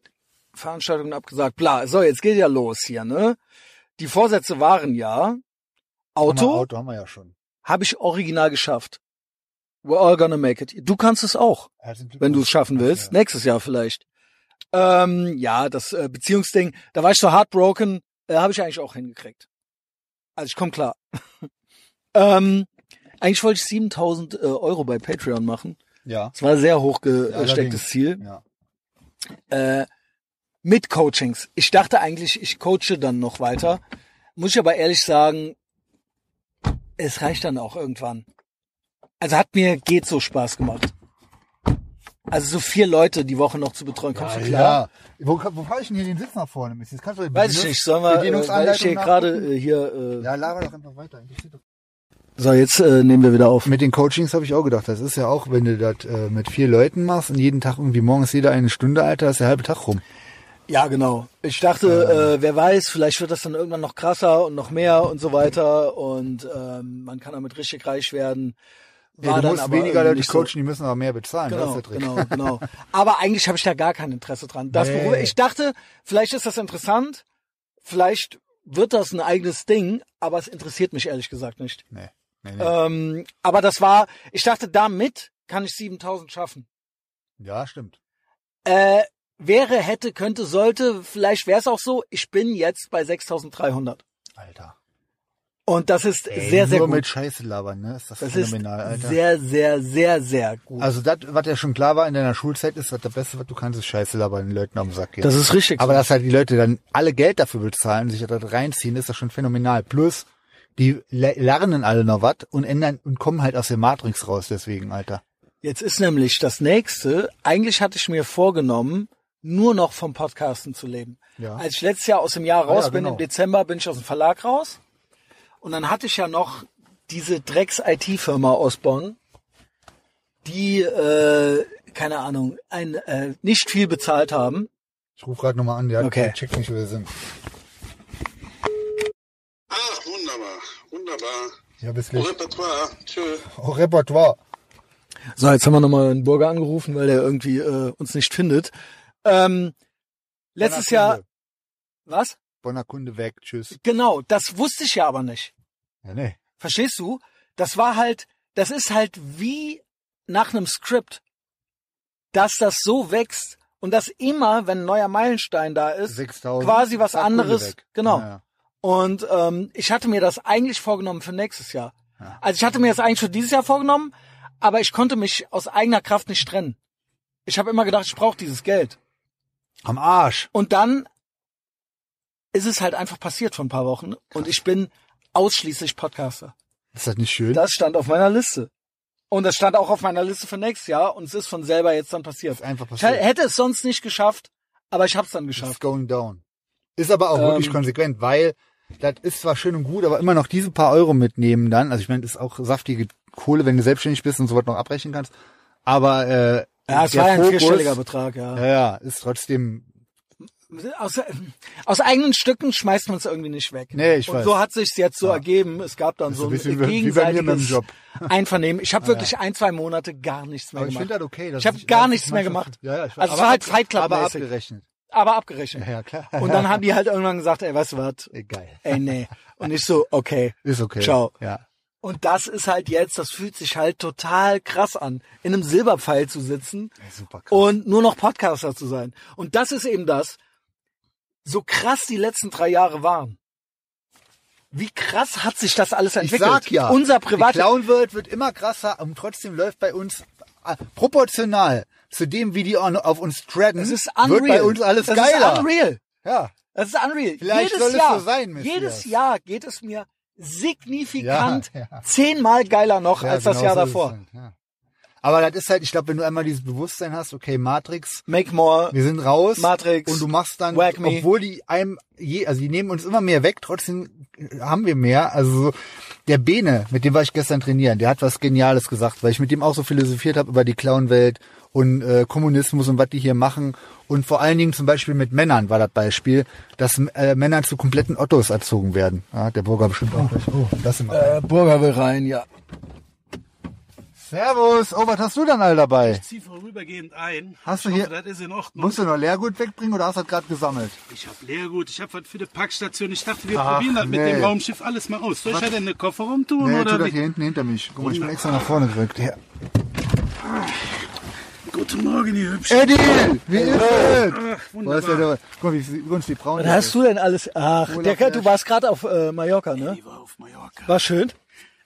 B: Veranstaltungen abgesagt. Bla. So, jetzt geht ja los hier, ne? Die Vorsätze waren ja
A: Haben wir,
B: Auto.
A: Auto haben wir ja schon.
B: habe ich original geschafft. We're all gonna make it. Du kannst es auch,
A: Herzlichen Glückwunsch.
B: wenn du es schaffen willst. ne?
A: Ja.
B: Nächstes Jahr vielleicht. Ähm, ja, das äh, Beziehungsding, da war ich so heartbroken, äh, habe ich eigentlich auch hingekriegt. Also ich komme klar. ähm, eigentlich wollte ich 7000 äh, Euro bei Patreon machen.
A: Ja.
B: Das war ein sehr hoch
A: Ja, allerdings.
B: gestecktes Ziel.
A: ja.
B: Äh, mit Coachings. Ich dachte eigentlich, ich coache dann noch weiter. Muss ich aber ehrlich sagen, es reicht dann auch irgendwann. Also hat mir geht so Spaß gemacht. Also so vier Leute die Woche noch zu betreuen, kommst du klar?
A: Ja. Wo, wo fahre ich denn hier den Sitz nach vorne? Mist? Jetzt kannst du den
B: Weiß ich
A: Bedienungs-
B: nicht, sollen wir, äh, weil ich
A: Bedienungsanleitung
B: hier gerade
A: nachgucken?
B: äh, hier, äh,
A: Ja, laber doch einfach weiter. Interessiert doch-
B: so jetzt äh, nehmen wir wieder auf.
A: Mit den Coachings habe ich auch gedacht, das ist ja auch, wenn du das äh, mit vier Leuten machst und jeden Tag irgendwie morgens jeder eine Stunde, Alter, ist der halbe Tag rum.
B: Ja, genau. Ich
A: Ähm.
B: dachte, äh, wer weiß, vielleicht wird das dann irgendwann noch krasser und noch mehr und so weiter und ähm, man kann damit richtig reich werden.
A: Ey, du
B: dann
A: musst
B: aber
A: weniger
B: irgendwie
A: Leute
B: nicht so.
A: coachen, die müssen aber mehr bezahlen. das ist
B: Genau,
A: der Trick.
B: genau, genau. Aber eigentlich habe ich da gar kein Interesse dran. Das,
A: Nee.
B: worüber ich dachte, vielleicht ist das interessant, vielleicht wird das ein eigenes Ding, aber es interessiert mich ehrlich gesagt nicht.
A: Nee, nee, nee.
B: Ähm, aber das war, ich dachte, damit kann ich 7000 schaffen.
A: ja, stimmt.
B: Äh, wäre, hätte, könnte, sollte, vielleicht wäre es auch so, ich bin jetzt bei 6300.
A: Alter.
B: Und das ist
A: Ey,
B: sehr, sehr
A: nur
B: gut.
A: mit Scheiße labern, ne? Ist das,
B: das ist
A: phänomenal, Alter.
B: sehr, sehr, sehr, sehr gut.
A: also das, was ja schon klar war in deiner Schulzeit, ist, dass das Beste, was du kannst, ist Scheiße labern, den Leuten am Sack gehen.
B: das ist richtig.
A: Aber dass halt die Leute dann alle Geld dafür bezahlen, sich da reinziehen, ist das schon phänomenal. Plus, die le- lernen alle noch was und ändern und kommen halt aus der Matrix raus, deswegen, Alter.
B: Jetzt ist nämlich das nächste, eigentlich hatte ich mir vorgenommen, nur noch vom Podcasten zu leben.
A: Ja.
B: Als ich letztes Jahr aus dem Jahr raus
A: ja,
B: bin,
A: genau.
B: im Dezember bin ich aus dem Verlag raus. Und dann hatte ich ja noch diese Drecks-IT-Firma aus Bonn, die, äh, keine Ahnung, ein, äh, nicht viel bezahlt haben.
A: Ich rufe gerade nochmal an, der,
B: Okay.
A: der checkt nicht, wo wir sind.
D: Ach, Ah, wunderbar, wunderbar.
A: Ja, bis
D: Au
A: gleich.
D: Repertoire, tschö.
A: Au Repertoire.
B: So, jetzt haben wir nochmal einen Burger angerufen, weil der irgendwie äh, uns nicht findet. Ähm, letztes
A: Bonner
B: Jahr,
A: Kunde.
B: was?
A: Bonner Kunde weg, tschüss.
B: Genau, das wusste ich ja aber nicht.
A: Ja, nee.
B: Verstehst du? Das war halt, das ist halt wie nach einem Skript, dass das so wächst und dass immer, wenn ein neuer Meilenstein da ist,
A: 6000.
B: quasi was
A: Bonner Kunde
B: anderes.
A: weg.
B: Genau.
A: Ja,
B: Und ähm, ich hatte mir das eigentlich vorgenommen für nächstes Jahr.
A: Ja.
B: Also ich hatte mir das eigentlich für dieses Jahr vorgenommen, aber ich konnte mich aus eigener Kraft nicht trennen. Ich habe immer gedacht, ich brauche dieses Geld.
A: Am Arsch.
B: Und dann ist es halt einfach passiert vor ein paar Wochen und ich bin ausschließlich Podcaster.
A: Ist das nicht schön?
B: Das stand auf meiner Liste. Und das stand auch auf meiner Liste für nächstes Jahr und es ist von selber jetzt dann passiert.
A: ist einfach
B: Ich
A: passiert.
B: hätte es sonst nicht geschafft, aber ich hab's dann
A: It's
B: geschafft.
A: going down. Ist aber auch
B: Ähm.
A: wirklich konsequent, weil das ist zwar schön und gut, aber immer noch diese paar Euro mitnehmen dann. Also ich meine, das ist auch saftige Kohle, wenn du selbstständig bist und sowas noch abrechnen kannst. Aber äh,
B: Ja, es
A: der
B: war ja ein
A: Fokus-
B: vierstelliger Betrag, ja.
A: Ja, ja, ist trotzdem.
B: Aus, aus eigenen Stücken schmeißt man es irgendwie nicht weg.
A: Nee, ich
B: und
A: weiß.
B: so hat sich's jetzt so ergeben. Es gab dann
A: ist
B: so
A: ein
B: ein,
A: bisschen wie- wie bei mir mit dem
B: gegenseitiges
A: Job.
B: Einvernehmen. Ich habe wirklich ein, zwei Monate gar nichts mehr
A: Aber ich
B: gemacht.
A: finde das okay. dass
B: Ich habe
A: es-
B: gar
A: dass es
B: nichts mehr
A: manchmal-
B: gemacht.
A: Ja, ja, ich weiß.
B: Also es
A: Aber
B: war halt
A: ab-
B: Fight
A: Aber
B: Club-mäßig.
A: abgerechnet.
B: Aber abgerechnet.
A: Ja, ja, klar.
B: Und dann haben die halt irgendwann gesagt, ey, weißt du was?
A: Äh, Geil.
B: Ey, nee. Und ich so, okay.
A: Ist okay.
B: Ciao.
A: Ja.
B: Und das ist halt jetzt, das fühlt sich halt total krass an, in einem Silberpfeil zu sitzen
A: Super krass.
B: und nur noch Podcaster zu sein. Und das ist eben das, so krass die letzten drei Jahre waren. Wie krass hat sich das alles
A: Ich
B: entwickelt?
A: sag ja,
B: Unser
A: die
B: privater
A: Clownwelt wird immer krasser und trotzdem läuft bei uns äh, proportional zu dem, wie die on, auf uns treaden,
B: das ist unreal.
A: wird bei uns alles
B: das
A: geiler.
B: ist unreal.
A: Ja,
B: Das ist unreal.
A: Vielleicht
B: jedes
A: soll es
B: Jahr,
A: so sein, Messias.
B: Jedes Jahr geht es mir signifikant
A: Ja, ja.
B: zehnmal geiler noch als
A: Ja,
B: das
A: genau
B: Jahr
A: so ist es
B: davor.
A: halt, ja. Aber das ist halt, ich glaube, wenn du einmal dieses Bewusstsein hast, okay, Matrix,
B: Make more.
A: wir sind raus
B: Matrix,
A: und du machst dann,
B: Whack Me.
A: obwohl die einem, je, also die nehmen uns immer mehr weg, trotzdem haben wir mehr. Also so, der Bene, mit dem war ich gestern trainieren, der hat was Geniales gesagt, weil ich mit dem auch so philosophiert habe über die Clownwelt und äh, Kommunismus und was die hier machen. Und vor allen Dingen zum Beispiel mit Männern war das Beispiel, dass äh, Männer zu kompletten Ottos erzogen werden. Ja, der Burger bestimmt auch gleich. Oh, lass ihn mal.
B: Äh, Burger will rein, ja.
A: Servus, oh, was hast du denn all dabei?
E: zieh vorübergehend ein.
A: Hast du
E: ich
A: hier-
E: Hoffe, das ist in Ordnung.
A: Musst du noch Leergut wegbringen oder hast du das gerade gesammelt?
E: ich hab Leergut, ich hab was für die Packstation. Ich dachte, wir
A: Ach,
E: probieren das mit
A: nee.
E: dem Raumschiff alles mal aus. Soll ich
A: Was?
E: da denn den Koffer rumtun?
A: Nee, tu
E: oder
A: das
E: wie?
A: hier hinten hinter mich. Guck mal, ich bin extra nach vorne gerückt. Ja.
E: Guten Morgen, ihr Hübschen.
A: Eddie! Wie ist das? Wo
E: wunderbar.
A: ist der da? Guck mal, wie übrigens die Braune.
B: Was hast du denn alles? Ach,
A: Urlaub
B: Decker, du
A: erst.
B: warst gerade auf äh, Mallorca, ne?
E: Ich war auf Mallorca.
B: War schön.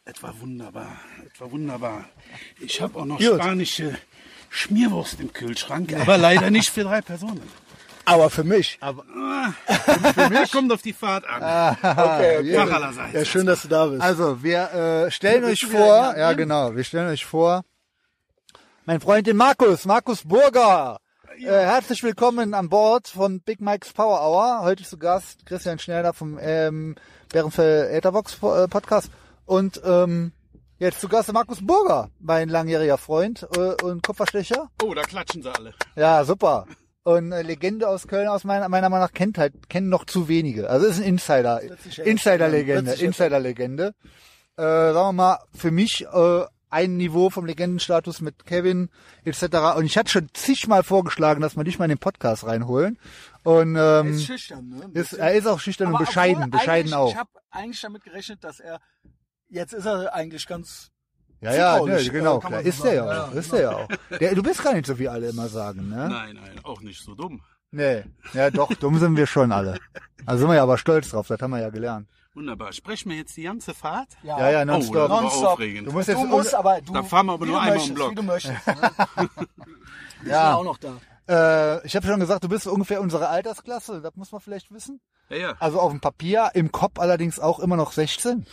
E: Es war wunderbar. Es war wunderbar. Ich hab auch noch
B: Gut.
E: spanische Schmierwurst im Kühlschrank, aber leider nicht für drei Personen.
B: Aber für mich.
E: Für mich kommt auf die Fahrt an.
A: Ah.
B: Okay, okay.
E: Nach allerseits.
B: Ja, schön, dass du da bist.
A: Also, wir äh, stellen euch
E: wieder in
A: vor,
E: Hamburg?
A: ja genau, wir stellen euch vor, mein Freund den Markus, Markus Burger. Äh, herzlich willkommen an Bord von Big Mike's Power Hour. Heute zu Gast Christian Schneider vom ähm, Bärenfell Etherbox äh, Podcast. Und ähm, jetzt zu Gast Markus Burger, mein langjähriger Freund äh, und Kupferstecher.
E: Oh, da klatschen sie alle.
A: Ja, super. Und äh, Legende aus Köln aus meiner, meiner Meinung nach kennt halt, kennen noch zu wenige. Also ist ein Insider.
B: sich ja jetzt-
A: Insider-Legende.
B: wird sich jetzt-
A: Insider-Legende. Äh, sagen wir mal, für mich äh, ein Niveau vom Legendenstatus mit Kevin etc. Und ich hatte schon zigmal vorgeschlagen, dass wir dich mal in den Podcast reinholen. Und
B: er ist
A: ähm,
B: schüchtern, ne? Ein
A: ist,
B: bisschen.
A: er ist auch schüchtern
B: Aber
A: und bescheiden,
B: obwohl
A: bescheiden
B: eigentlich-
A: auch.
B: Ich habe eigentlich damit gerechnet, dass er jetzt ist er eigentlich ganz
A: Ja, ja, ne,
B: Zutraulich, äh,
A: genau,
B: kann
A: klar.
B: man
A: Ist
B: so
A: der ja
B: sagen.
A: auch. Ist der ja auch. Der, du bist gar nicht so, wie alle immer sagen, ne?
E: Nein, nein, auch nicht so dumm.
A: Nee. Ja, doch, dumm sind wir schon alle. Also sind wir ja aber stolz drauf, das haben wir ja gelernt.
E: Wunderbar. Sprechen wir jetzt die ganze Fahrt?
B: Ja.
A: Ja, ja,
E: Oh, das
A: nonstop.
E: war
B: Nonstop.
E: aufregend.
A: Du musst jetzt
B: Du musst aber, du,
E: Da fahren wir aber
B: wie
E: nur
B: du
E: einmal
B: möchtest,
E: im Block.
B: Wie du möchtest. Ne? Ja. auch
A: ja,
B: noch da.
A: äh, ich habe schon gesagt, du bist ungefähr unsere Altersklasse, das muss man vielleicht wissen.
E: Ja, ja.
A: Also auf dem Papier, im Kopf allerdings auch immer noch 16.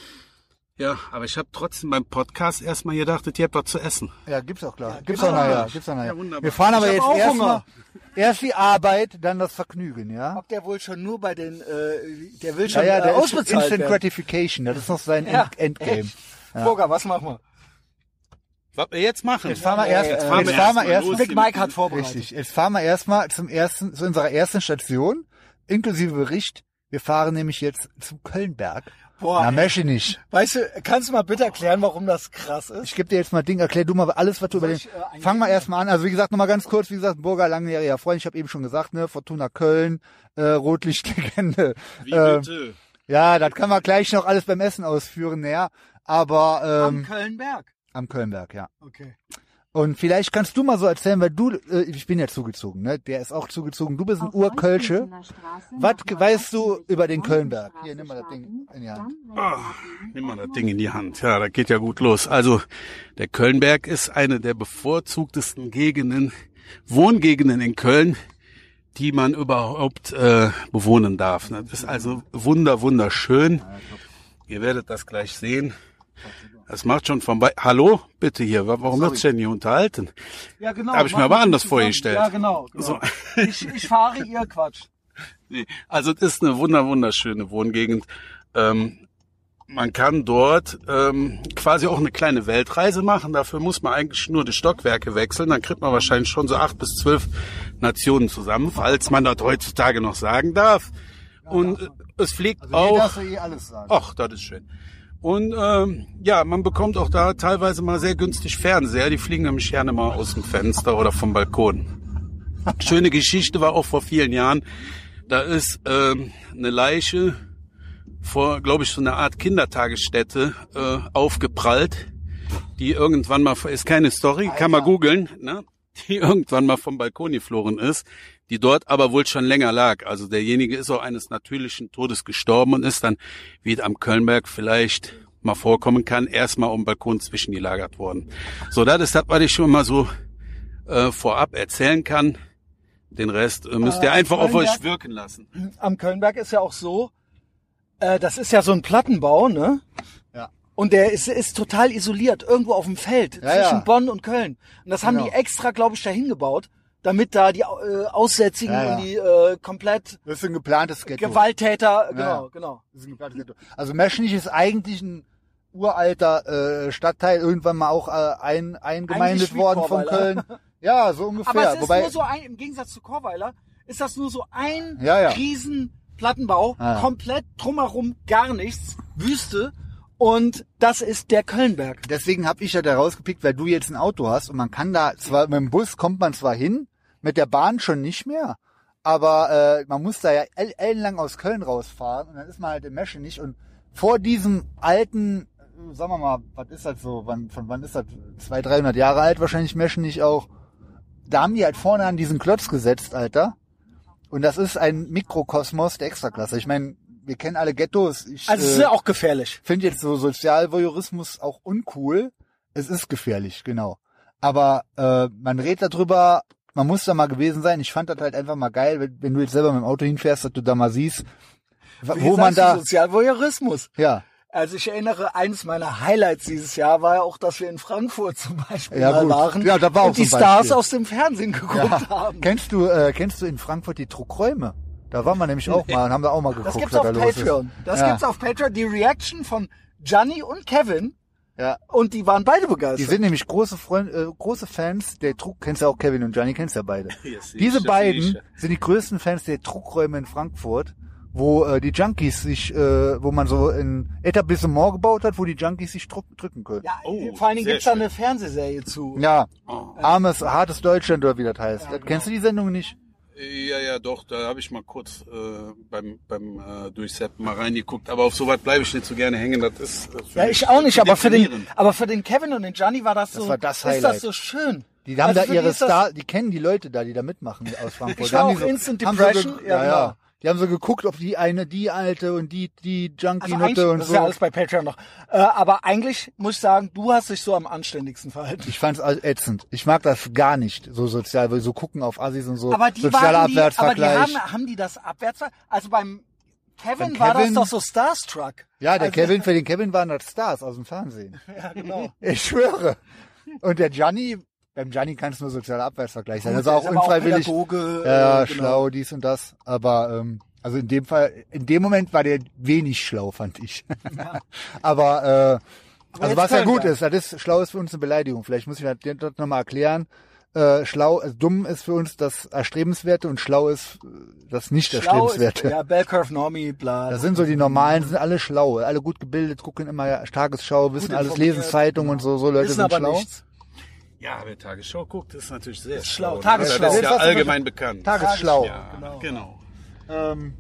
E: Ja, aber ich habe trotzdem beim Podcast erstmal gedacht, ihr habt was zu essen.
A: Ja, gibt's auch klar. gibt's
E: gibt's
A: auch nachher,
E: auch.
A: gibt's auch nachher.
E: Ja, wunderbar.
A: wir fahren aber
B: genau. Ich
A: jetzt
B: hab auch
A: erstmal
B: Hunger.
A: erst die Arbeit, dann das Vergnügen, ja?
B: Ob der wohl schon nur bei den, äh, der will
A: Ja,
B: schon
A: ja,
B: äh,
A: der ist
B: ausbezahlt
A: Instant
B: werden.
A: Gratification, das ist noch sein
B: Ja,
A: End Endgame.
B: echt. Burger, was machen wir?
E: Was wir jetzt machen?
A: Jetzt fahren wir erst,
B: Jetzt
A: jetzt
E: fahren wir
A: fahren wir
E: erst mal
A: erst,
E: los.
B: Big Mike hat vorbereitet.
A: richtig, jetzt fahren wir erstmal zum ersten, zu unserer ersten Station, inklusive Bericht. Wir fahren nämlich jetzt zum Kölnberg.
B: Boah,
A: Na,
B: ey.
A: möchte ich nicht.
B: Weißt du, kannst du mal bitte erklären, warum das krass ist?
A: Ich gebe dir jetzt mal Ding, erklär du mal alles, was du über den.
B: ich, äh, eigentlich-
A: Fang mal erstmal an. Also wie gesagt, nochmal ganz kurz, wie gesagt, Burger langjähriger Freund, ich habe eben schon gesagt, ne, Fortuna Köln, äh, Rotlichtlegende.
E: Wie
A: Ähm,
E: bitte?
A: ja, das kann man gleich noch alles beim Essen ausführen, näher. Aber
B: Am
A: ähm,
B: Kölnberg.
A: am Kölnberg, ja.
B: Okay.
A: Und vielleicht kannst du mal so erzählen, weil du, äh, ich bin ja zugezogen, ne? Der ist auch zugezogen. Du bist ein Urkölsche. Was weißt du über den Kölnberg? Hier, nimm mal das Ding in die Hand.
E: Ah, Nimm mal das Ding in die Hand. Ja, das geht ja gut los. Also, der Kölnberg ist eine der bevorzugtesten Gegenden, Wohngegenden in Köln, die man überhaupt äh, bewohnen darf. ne? Das ist also wunder, wunderschön. Ihr werdet das gleich sehen. Das macht schon vom Wei Hallo, bitte hier. wa- Warum wird's denn hier unterhalten?
B: Ja, genau.
E: Hab ich mir
B: Mach
E: aber
B: das
E: anders
B: zusammen.
E: vorgestellt.
B: Ja, genau. genau. Ich, ich fahre ihr Quatsch.
E: Nee, also es ist eine wunder wunderschöne Wohngegend. Ähm, man kann dort ähm, quasi auch eine kleine Weltreise machen. Dafür muss man eigentlich nur die Stockwerke wechseln. Dann kriegt man wahrscheinlich schon so acht bis zwölf Nationen zusammen, falls man das heutzutage noch sagen darf. Und äh, es fliegt
B: Also,
A: Hier
E: auch.
A: darfst du eh alles sagen.
E: Ach, das ist schön. Und ähm, ja, man bekommt auch da teilweise mal sehr günstig Fernseher. Die fliegen nämlich gerne mal aus dem Fenster oder vom Balkon. Schöne Geschichte war auch vor vielen Jahren. Da ist ähm, eine Leiche vor, glaube ich, so einer Art Kindertagesstätte äh, aufgeprallt, die irgendwann mal, ist keine Story, kann man googeln, ne? die irgendwann mal vom Balkon geflohen ist, die dort aber wohl schon länger lag. Also derjenige ist auch eines natürlichen Todes gestorben und ist dann, wie es am Kölnberg vielleicht mal vorkommen kann, erstmal um den Balkon zwischengelagert worden. So, das ist das, was ich schon mal so äh, vorab erzählen kann. Den Rest äh, müsst ihr
B: Äh,
E: einfach auf
B: Kölnberg-
E: euch wirken lassen.
B: am Kölnberg ist ja auch so, äh, das ist ja so ein Plattenbau, ne?
A: Ja.
B: Und der ist, ist total isoliert, irgendwo auf dem Feld,
A: Ja,
B: zwischen
A: ja.
B: Bonn und Köln. Und das haben
A: Genau.
B: die extra, glaube ich, dahin gebaut, damit da die äh, Aussätzigen
A: Ja, ja.
B: und die äh, komplett
A: Das ist ein geplantes Ghetto.
B: Gewalttäter, genau,
A: Ja.
B: genau.
A: Das ist ein geplantes Ghetto. Also Meschnich ist eigentlich ein uralter äh, Stadtteil, irgendwann mal auch äh, ein, eingemeindet
B: Eigentlich wie
A: worden von
B: Chorweiler.
A: Köln. Ja, so
B: Aber
A: ungefähr.
B: es ist
A: Wobei,
B: nur so ein, im Gegensatz zu Chorweiler, ist das nur so ein
A: Ja, ja.
B: riesen Plattenbau,
A: Ja, ja.
B: komplett drumherum gar nichts, Wüste. Und das ist der Kölnberg.
A: deswegen habe ich ja da rausgepickt, weil du jetzt ein Auto hast und man kann da zwar mit dem Bus kommt man zwar hin, mit der Bahn schon nicht mehr, aber äh, man muss da ja el- ellenlang aus Köln rausfahren und dann ist man halt in Mesche nicht und vor diesem alten äh, Sagen wir mal, was ist das so? Wann, von wann ist das? 200, 300 Jahre alt wahrscheinlich Meschen nicht auch. Da haben die halt vorne an diesen Klotz gesetzt, Alter. Und das ist ein Mikrokosmos der Extraklasse. Ich meine, wir kennen alle Ghettos. Ich,
B: Also es ist
A: äh,
B: ja auch gefährlich.
A: finde jetzt so Sozialvoyeurismus auch uncool. Es ist gefährlich, genau. Aber äh, man redet darüber, man muss da mal gewesen sein. Ich fand das halt einfach mal geil, wenn, wenn du jetzt selber mit dem Auto hinfährst, dass du da mal siehst, wa-
B: Wie
A: wo man
B: sagst
A: da...
B: du, Sozialvoyeurismus.
A: ja,
B: Also ich erinnere, eines meiner Highlights dieses Jahr war ja auch, dass wir in Frankfurt zum Beispiel
A: Ja,
B: mal
A: gut.
B: waren
A: Ja, da war auch
B: und die
A: zum
B: Stars
A: Beispiel.
B: aus dem Fernsehen geguckt
A: ja.
B: haben.
A: Kennst du äh, kennst du in Frankfurt die Druckräume? Da waren wir nämlich auch mal und haben da auch mal geguckt,
B: Das gibt's
A: was
B: auf
A: da los
B: Patreon.
A: ist.
B: Das
A: ja.
B: gibt's auf Patreon. Die Reaction von Gianni und Kevin
A: Ja.
B: und die waren beide
A: Die
B: begeistert.
A: sind nämlich große Freund, äh, große Fans der Druck. Kennst ja auch Kevin und Johnny, kennst ja beide.
E: Yes, ich-
A: Diese
E: das
A: beiden
E: ich.
A: sind die größten Fans der Druckräume in Frankfurt, wo äh, die Junkies sich, äh, wo man so ein Etablissement gebaut hat, wo die Junkies sich druck, drücken können. Ja.
B: ja, Oh.
E: Oh,
B: vor allen Dingen
E: sehr
B: gibt's da
E: schön.
B: eine Fernsehserie zu. genau.
A: Armes, hartes Deutschland oder wie das heißt. Das- Kennst du die Sendung nicht?
E: Ja, ja, doch, da habe ich mal kurz äh, beim, beim äh, Durchseppen mal reingeguckt. Aber auf sowas bleibe ich nicht so gerne hängen. Das ist äh, für
B: Ja,
E: mich
B: ich auch nicht,
E: zu
B: aber für, den,
E: definieren.
B: aber für den Kevin und den Gianni war das so,
A: war das
B: ist das
A: Highlight.
B: so schön.
A: Die haben
B: Also für
A: da
B: die
A: ihre
B: ist das-
A: Star, die kennen die Leute da, die da mitmachen aus Frankfurt.
B: Ich
A: Da
B: war
A: haben die
B: auch Instant
A: haben so ge-
B: Depression, ja,
A: ja,
B: genau.
A: ja. Die haben so geguckt, ob die eine, die alte und die, die
B: Also
A: Junkie-Nutte
B: eigentlich, das
A: und
B: ist ja
A: so.
B: alles bei Patreon noch. Äh, aber eigentlich muss ich sagen, du hast dich so am anständigsten verhalten.
A: Ich fand's all- ätzend. Ich mag das gar nicht, so sozial, weil so gucken auf Assis und so.
B: Aber die
A: Sozialer
B: waren die, aber die
A: Abwärtsvergleich.
B: haben, haben die das Abwärtsver... Also beim Kevin,
A: Beim
B: war das
A: Kevin-
B: doch so Starstruck.
A: ja, der
B: also,
A: Kevin, für den Kevin waren das Stars aus dem Fernsehen.
B: Ja, genau.
A: Ich schwöre. Und der Gianni, beim Gianni kann es nur sozialer Abwärtsvergleich sein.
B: Gut,
A: Also auch
B: der ist aber auch
A: unfreiwillig.
B: Pädagoge,
A: ja,
B: äh, genau.
A: schlau, dies und das. Aber ähm, also in dem Fall, in dem Moment war der wenig schlau, fand ich. aber äh,
B: jetzt
A: also was ja
B: können
A: gut
B: wir.
A: ist, das ist schlau ist für uns eine Beleidigung. Vielleicht muss ich das dir dort nochmal erklären. Äh, schlau, also dumm ist für uns das Erstrebenswerte und schlau ist äh, das nicht
B: Schlau ist,
A: Erstrebenswerte.
B: ja, Bell Curve Normie, bla.
A: Das sind so die normalen, sind alle schlau, alle gut gebildet, gucken immer Tagesschau, wissen alles,
B: informiert,
A: lesen Zeitungen und so, so Leute
B: Wissen
A: sind
B: aber
A: schlau.
B: nichts.
E: Ja, wer Tagesschau guckt, ist natürlich sehr
B: Ist schlau,
E: ne?
B: tagesschlau.
E: Das
A: Das
E: ist ja
A: ist was-
E: allgemein bekannt.
A: Tagesschlau.
E: Ja,
B: Genau.
E: genau.
A: Ähm,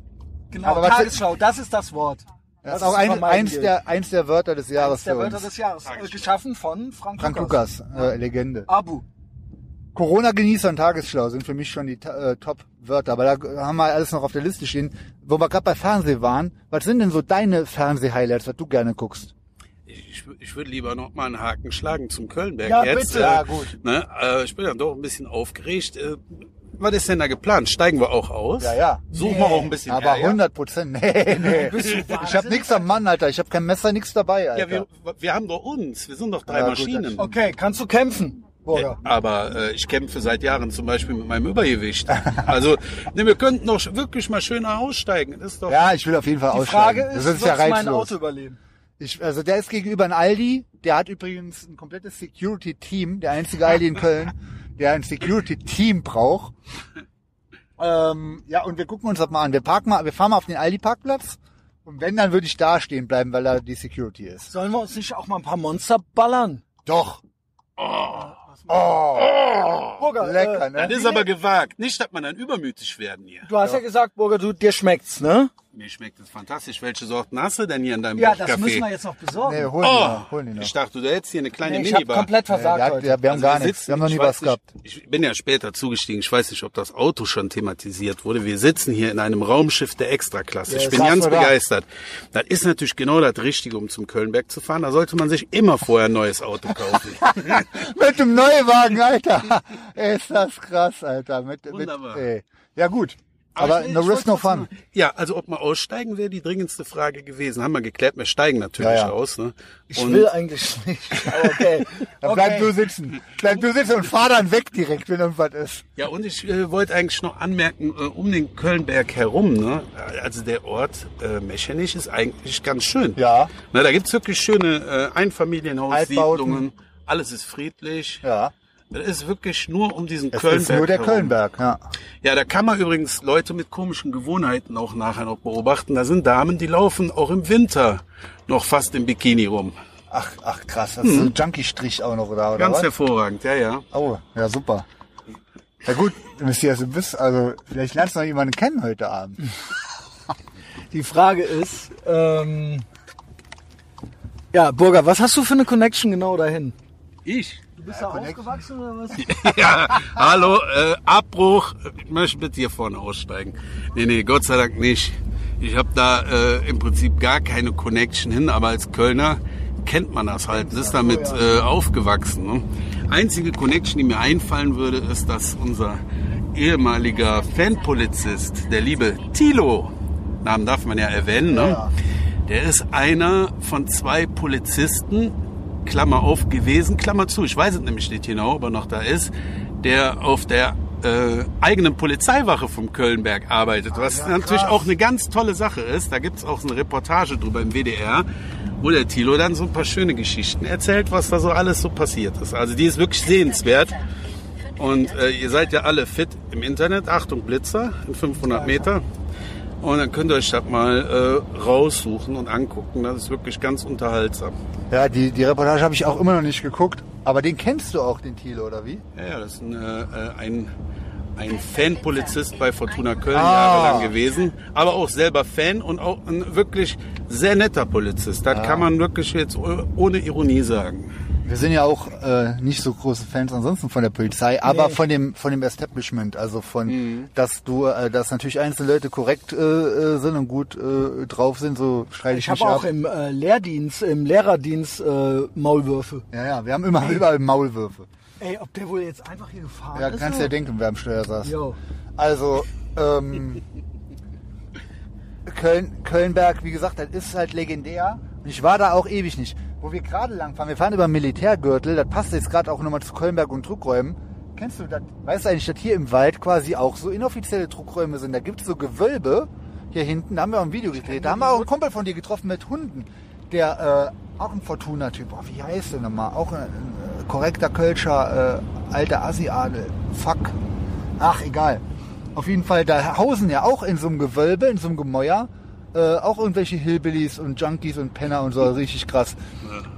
B: Genau,
A: Aber was-
B: Tagesschau, das ist das Wort.
A: das ist
B: Was
A: auch
B: es zu
A: ein,
B: vermeiden
A: eins,
B: gilt.
A: der, eins der Wörter des Jahres
B: Eins der
A: für
B: Wörter
A: uns.
B: des Jahres. Äh, Geschaffen von Frank,
A: Frank Lukas, äh, Legende.
B: Abu.
A: Corona-Genießer und Tagesschlau sind für mich schon die Ta- äh, Top-Wörter, aber da haben wir alles noch auf der Liste stehen. Wo wir gerade bei Fernsehen waren, was sind denn so deine Fernseh-Highlights, was du gerne guckst?
E: Ich, ich würde lieber noch mal einen Haken schlagen zum Kölnberg
B: Ja,
E: jetzt.
B: bitte. Ja, gut.
E: Ne? Äh, ich bin dann doch ein bisschen aufgeregt. Äh, was ist denn da geplant? Steigen wir auch aus?
A: Ja, ja.
E: Suchen wir auch ein bisschen
A: aber
E: Ärger?
A: 100 Prozent, nee, nee.
B: Bist du
A: Ich hab nix am Mann, Alter. Ich hab kein Messer, nix dabei, Alter.
E: Ja, wir, wir haben doch uns. Wir sind doch drei
A: Ja, gut, das
E: Maschinen.
A: stimmt.
B: Okay, kannst du kämpfen, Burger?
E: Aber äh, ich kämpfe seit Jahren zum Beispiel mit meinem Übergewicht. Also, ne, wir könnten doch sch- wirklich mal schöner aussteigen. Das ist doch
A: ja, ich will auf jeden Fall
B: Die
A: aussteigen.
B: Frage ist,
A: das ist ja
B: wird's mein
A: reizlos.
B: Auto überleben?
A: Ich, also der ist gegenüber ein Aldi. Der hat übrigens ein komplettes Security-Team, der einzige Aldi in Köln, der ein Security-Team braucht. Ähm, ja, und wir gucken uns das mal an. Wir parken mal, wir fahren mal auf den Aldi-Parkplatz. Und wenn, dann würde ich da stehen bleiben, weil da die Security ist.
B: Sollen wir uns nicht auch mal ein paar Monster ballern?
A: Doch. Oh,
B: Burger,
A: lecker,
B: äh,
A: ne?
E: Das ist aber gewagt. Nicht, dass man dann übermütig werden hier.
B: du hast ja, gesagt, Burger, du, dir schmeckt's, ne?
E: Mir schmeckt es fantastisch. Welche Sorten hast du denn hier in deinem
B: Ja, das
E: Kaffee?
B: müssen wir jetzt noch besorgen.
A: Nee, holen ihn
E: Oh,
A: noch, holen ihn noch.
E: ich dachte, du hättest hier eine kleine
B: Nee, ich habe
E: Minibar.
B: komplett
A: Nee, der
B: versagt
A: hat,
B: heute.
A: der, wir haben
E: Also
A: gar
E: wir
A: nichts.
E: sitzen-
A: Wir haben noch
E: ich
A: nie
E: weiß
A: was
E: nicht,
A: gehabt.
E: Ich bin ja später zugestiegen. Ich weiß nicht, ob das Auto schon thematisiert wurde. Wir sitzen hier in einem Raumschiff der Extraklasse.
A: Ja,
E: ich
A: das
E: bin
A: hast
E: ganz
A: du da.
E: begeistert. Das ist natürlich genau das Richtige, um zum Kölnberg zu fahren. Da sollte man sich immer vorher ein neues Auto kaufen.
A: Mit dem Neuwagen, Alter. Ey, ist das krass, Alter. Mit,
E: Wunderbar.
A: Mit, ey. Ja, gut. Aber,
E: ich-
A: no
E: ich
A: risk, no
E: wollte
A: fun.
E: trotzdem noch- Ja, also ob wir aussteigen, wäre die dringendste Frage gewesen. Haben wir geklärt. Wir steigen natürlich
A: Ja, ja.
E: aus. Ne?
B: Ich will eigentlich nicht. aber Okay.
A: Dann
B: okay.
A: bleib du sitzen. Bleib du sitzen und fahr dann weg direkt, wenn irgendwas ist.
E: Ja, und ich äh, wollte eigentlich noch anmerken, äh, um den Kölnberg herum, ne, also der Ort äh, Mechernich ist eigentlich ganz schön.
A: Ja.
E: Na, da gibt's wirklich schöne äh, Einfamilienhaussiedlungen.
A: Altbauten.
E: Alles ist friedlich.
A: Ja.
E: Es ist wirklich nur um diesen
A: Es
E: Kölnberg.
A: ist nur der
E: herum.
A: Kölnberg, ja.
E: Ja, da kann man übrigens Leute mit komischen Gewohnheiten auch nachher noch beobachten. Da sind Damen, die laufen auch im Winter noch fast im Bikini rum.
A: Ach, ach krass, das ist so ein Junkie-Strich auch noch da, oder
E: Ganz
A: was?
E: hervorragend, ja, ja.
A: Oh, ja, super. Ja gut, Messias, du bist, also, vielleicht lernst du noch jemanden kennen heute Abend.
B: Die Frage ist, ähm, ja, Burger, was hast du für eine Connection genau dahin?
E: Ich?
B: Du bist da aufgewachsen oder was?
E: ja, hallo, äh, Abbruch. Ich möchte mit dir vorne aussteigen. Nee, nee, Gott sei Dank nicht. Ich habe da äh, im Prinzip gar keine Connection hin, aber als Kölner kennt man das halt, ist damit äh, aufgewachsen. Ne? Einzige Connection, die mir einfallen würde, ist, dass unser ehemaliger Fanpolizist, der liebe Tilo, Namen darf man ja erwähnen, ne? der ist einer von zwei Polizisten, Klammer auf gewesen, Klammer zu. Ich weiß es nämlich nicht genau, ob er noch da ist, der auf der äh, eigenen Polizeiwache vom Kölnberg arbeitet, was natürlich auch eine ganz tolle Sache ist. Da gibt's auch so eine Reportage drüber im WDR, wo der Thilo dann so ein paar schöne Geschichten erzählt, was da so alles so passiert ist. Also die ist wirklich sehenswert. Und äh, ihr seid ja alle fit im Internet. Achtung, Blitzer in 500 Meter. Und dann könnt ihr euch das mal äh, raussuchen und angucken. Das ist wirklich ganz unterhaltsam.
A: Ja, die, die Reportage habe ich auch immer noch nicht geguckt. Aber den kennst du auch, den Thiele, oder wie?
E: Ja, ja, das ist ein, äh, äh, ein ein Fanpolizist bei Fortuna Köln
A: Ah.
E: jahrelang gewesen, aber auch selber Fan und auch ein wirklich sehr netter Polizist. Das kann man wirklich jetzt oh- ohne Ironie sagen.
A: Wir sind ja auch äh, nicht so große Fans ansonsten von der Polizei, aber
B: Nee.
A: von dem von dem Establishment, also von, dass du, äh, dass natürlich einzelne Leute korrekt äh, äh, sind und gut äh, drauf sind, so streite ich,
B: Ich
A: mich
B: habe auch
A: ab.
B: im äh, Lehrdienst, im Lehrerdienst äh, Maulwürfe.
A: Ja, ja, wir haben immer überall Maulwürfe.
B: Ey, ob der wohl jetzt einfach hier gefahren
A: Ja,
B: ist?
A: kannst ja
B: oder?
A: denken, wer am Steuer saß.
B: Jo.
A: Also, ähm, Köln, Kölnberg, wie gesagt, das ist halt legendär. Und ich war da auch ewig nicht. Wo wir gerade lang fahren, wir fahren über den Militärgürtel, das passt jetzt gerade auch nochmal zu Kölnberg und Druckräumen. Kennst du das? Weißt du eigentlich, dass hier im Wald quasi auch so inoffizielle Druckräume sind? Da gibt's so Gewölbe hier hinten, da haben wir auch ein Video gedreht. Da haben wir auch einen Kumpel von dir getroffen mit Hunden. Der, äh, auch ein Fortuna-Typ. Oh, wie heißt der nochmal? Auch ein, ein korrekter Kölscher, äh, alter Assi-Adel. Fuck. Ach, egal. Auf jeden Fall, da hausen ja auch in so einem Gewölbe, in so einem Gemäuer, äh, auch irgendwelche Hillbillies und Junkies und Penner und so, richtig krass.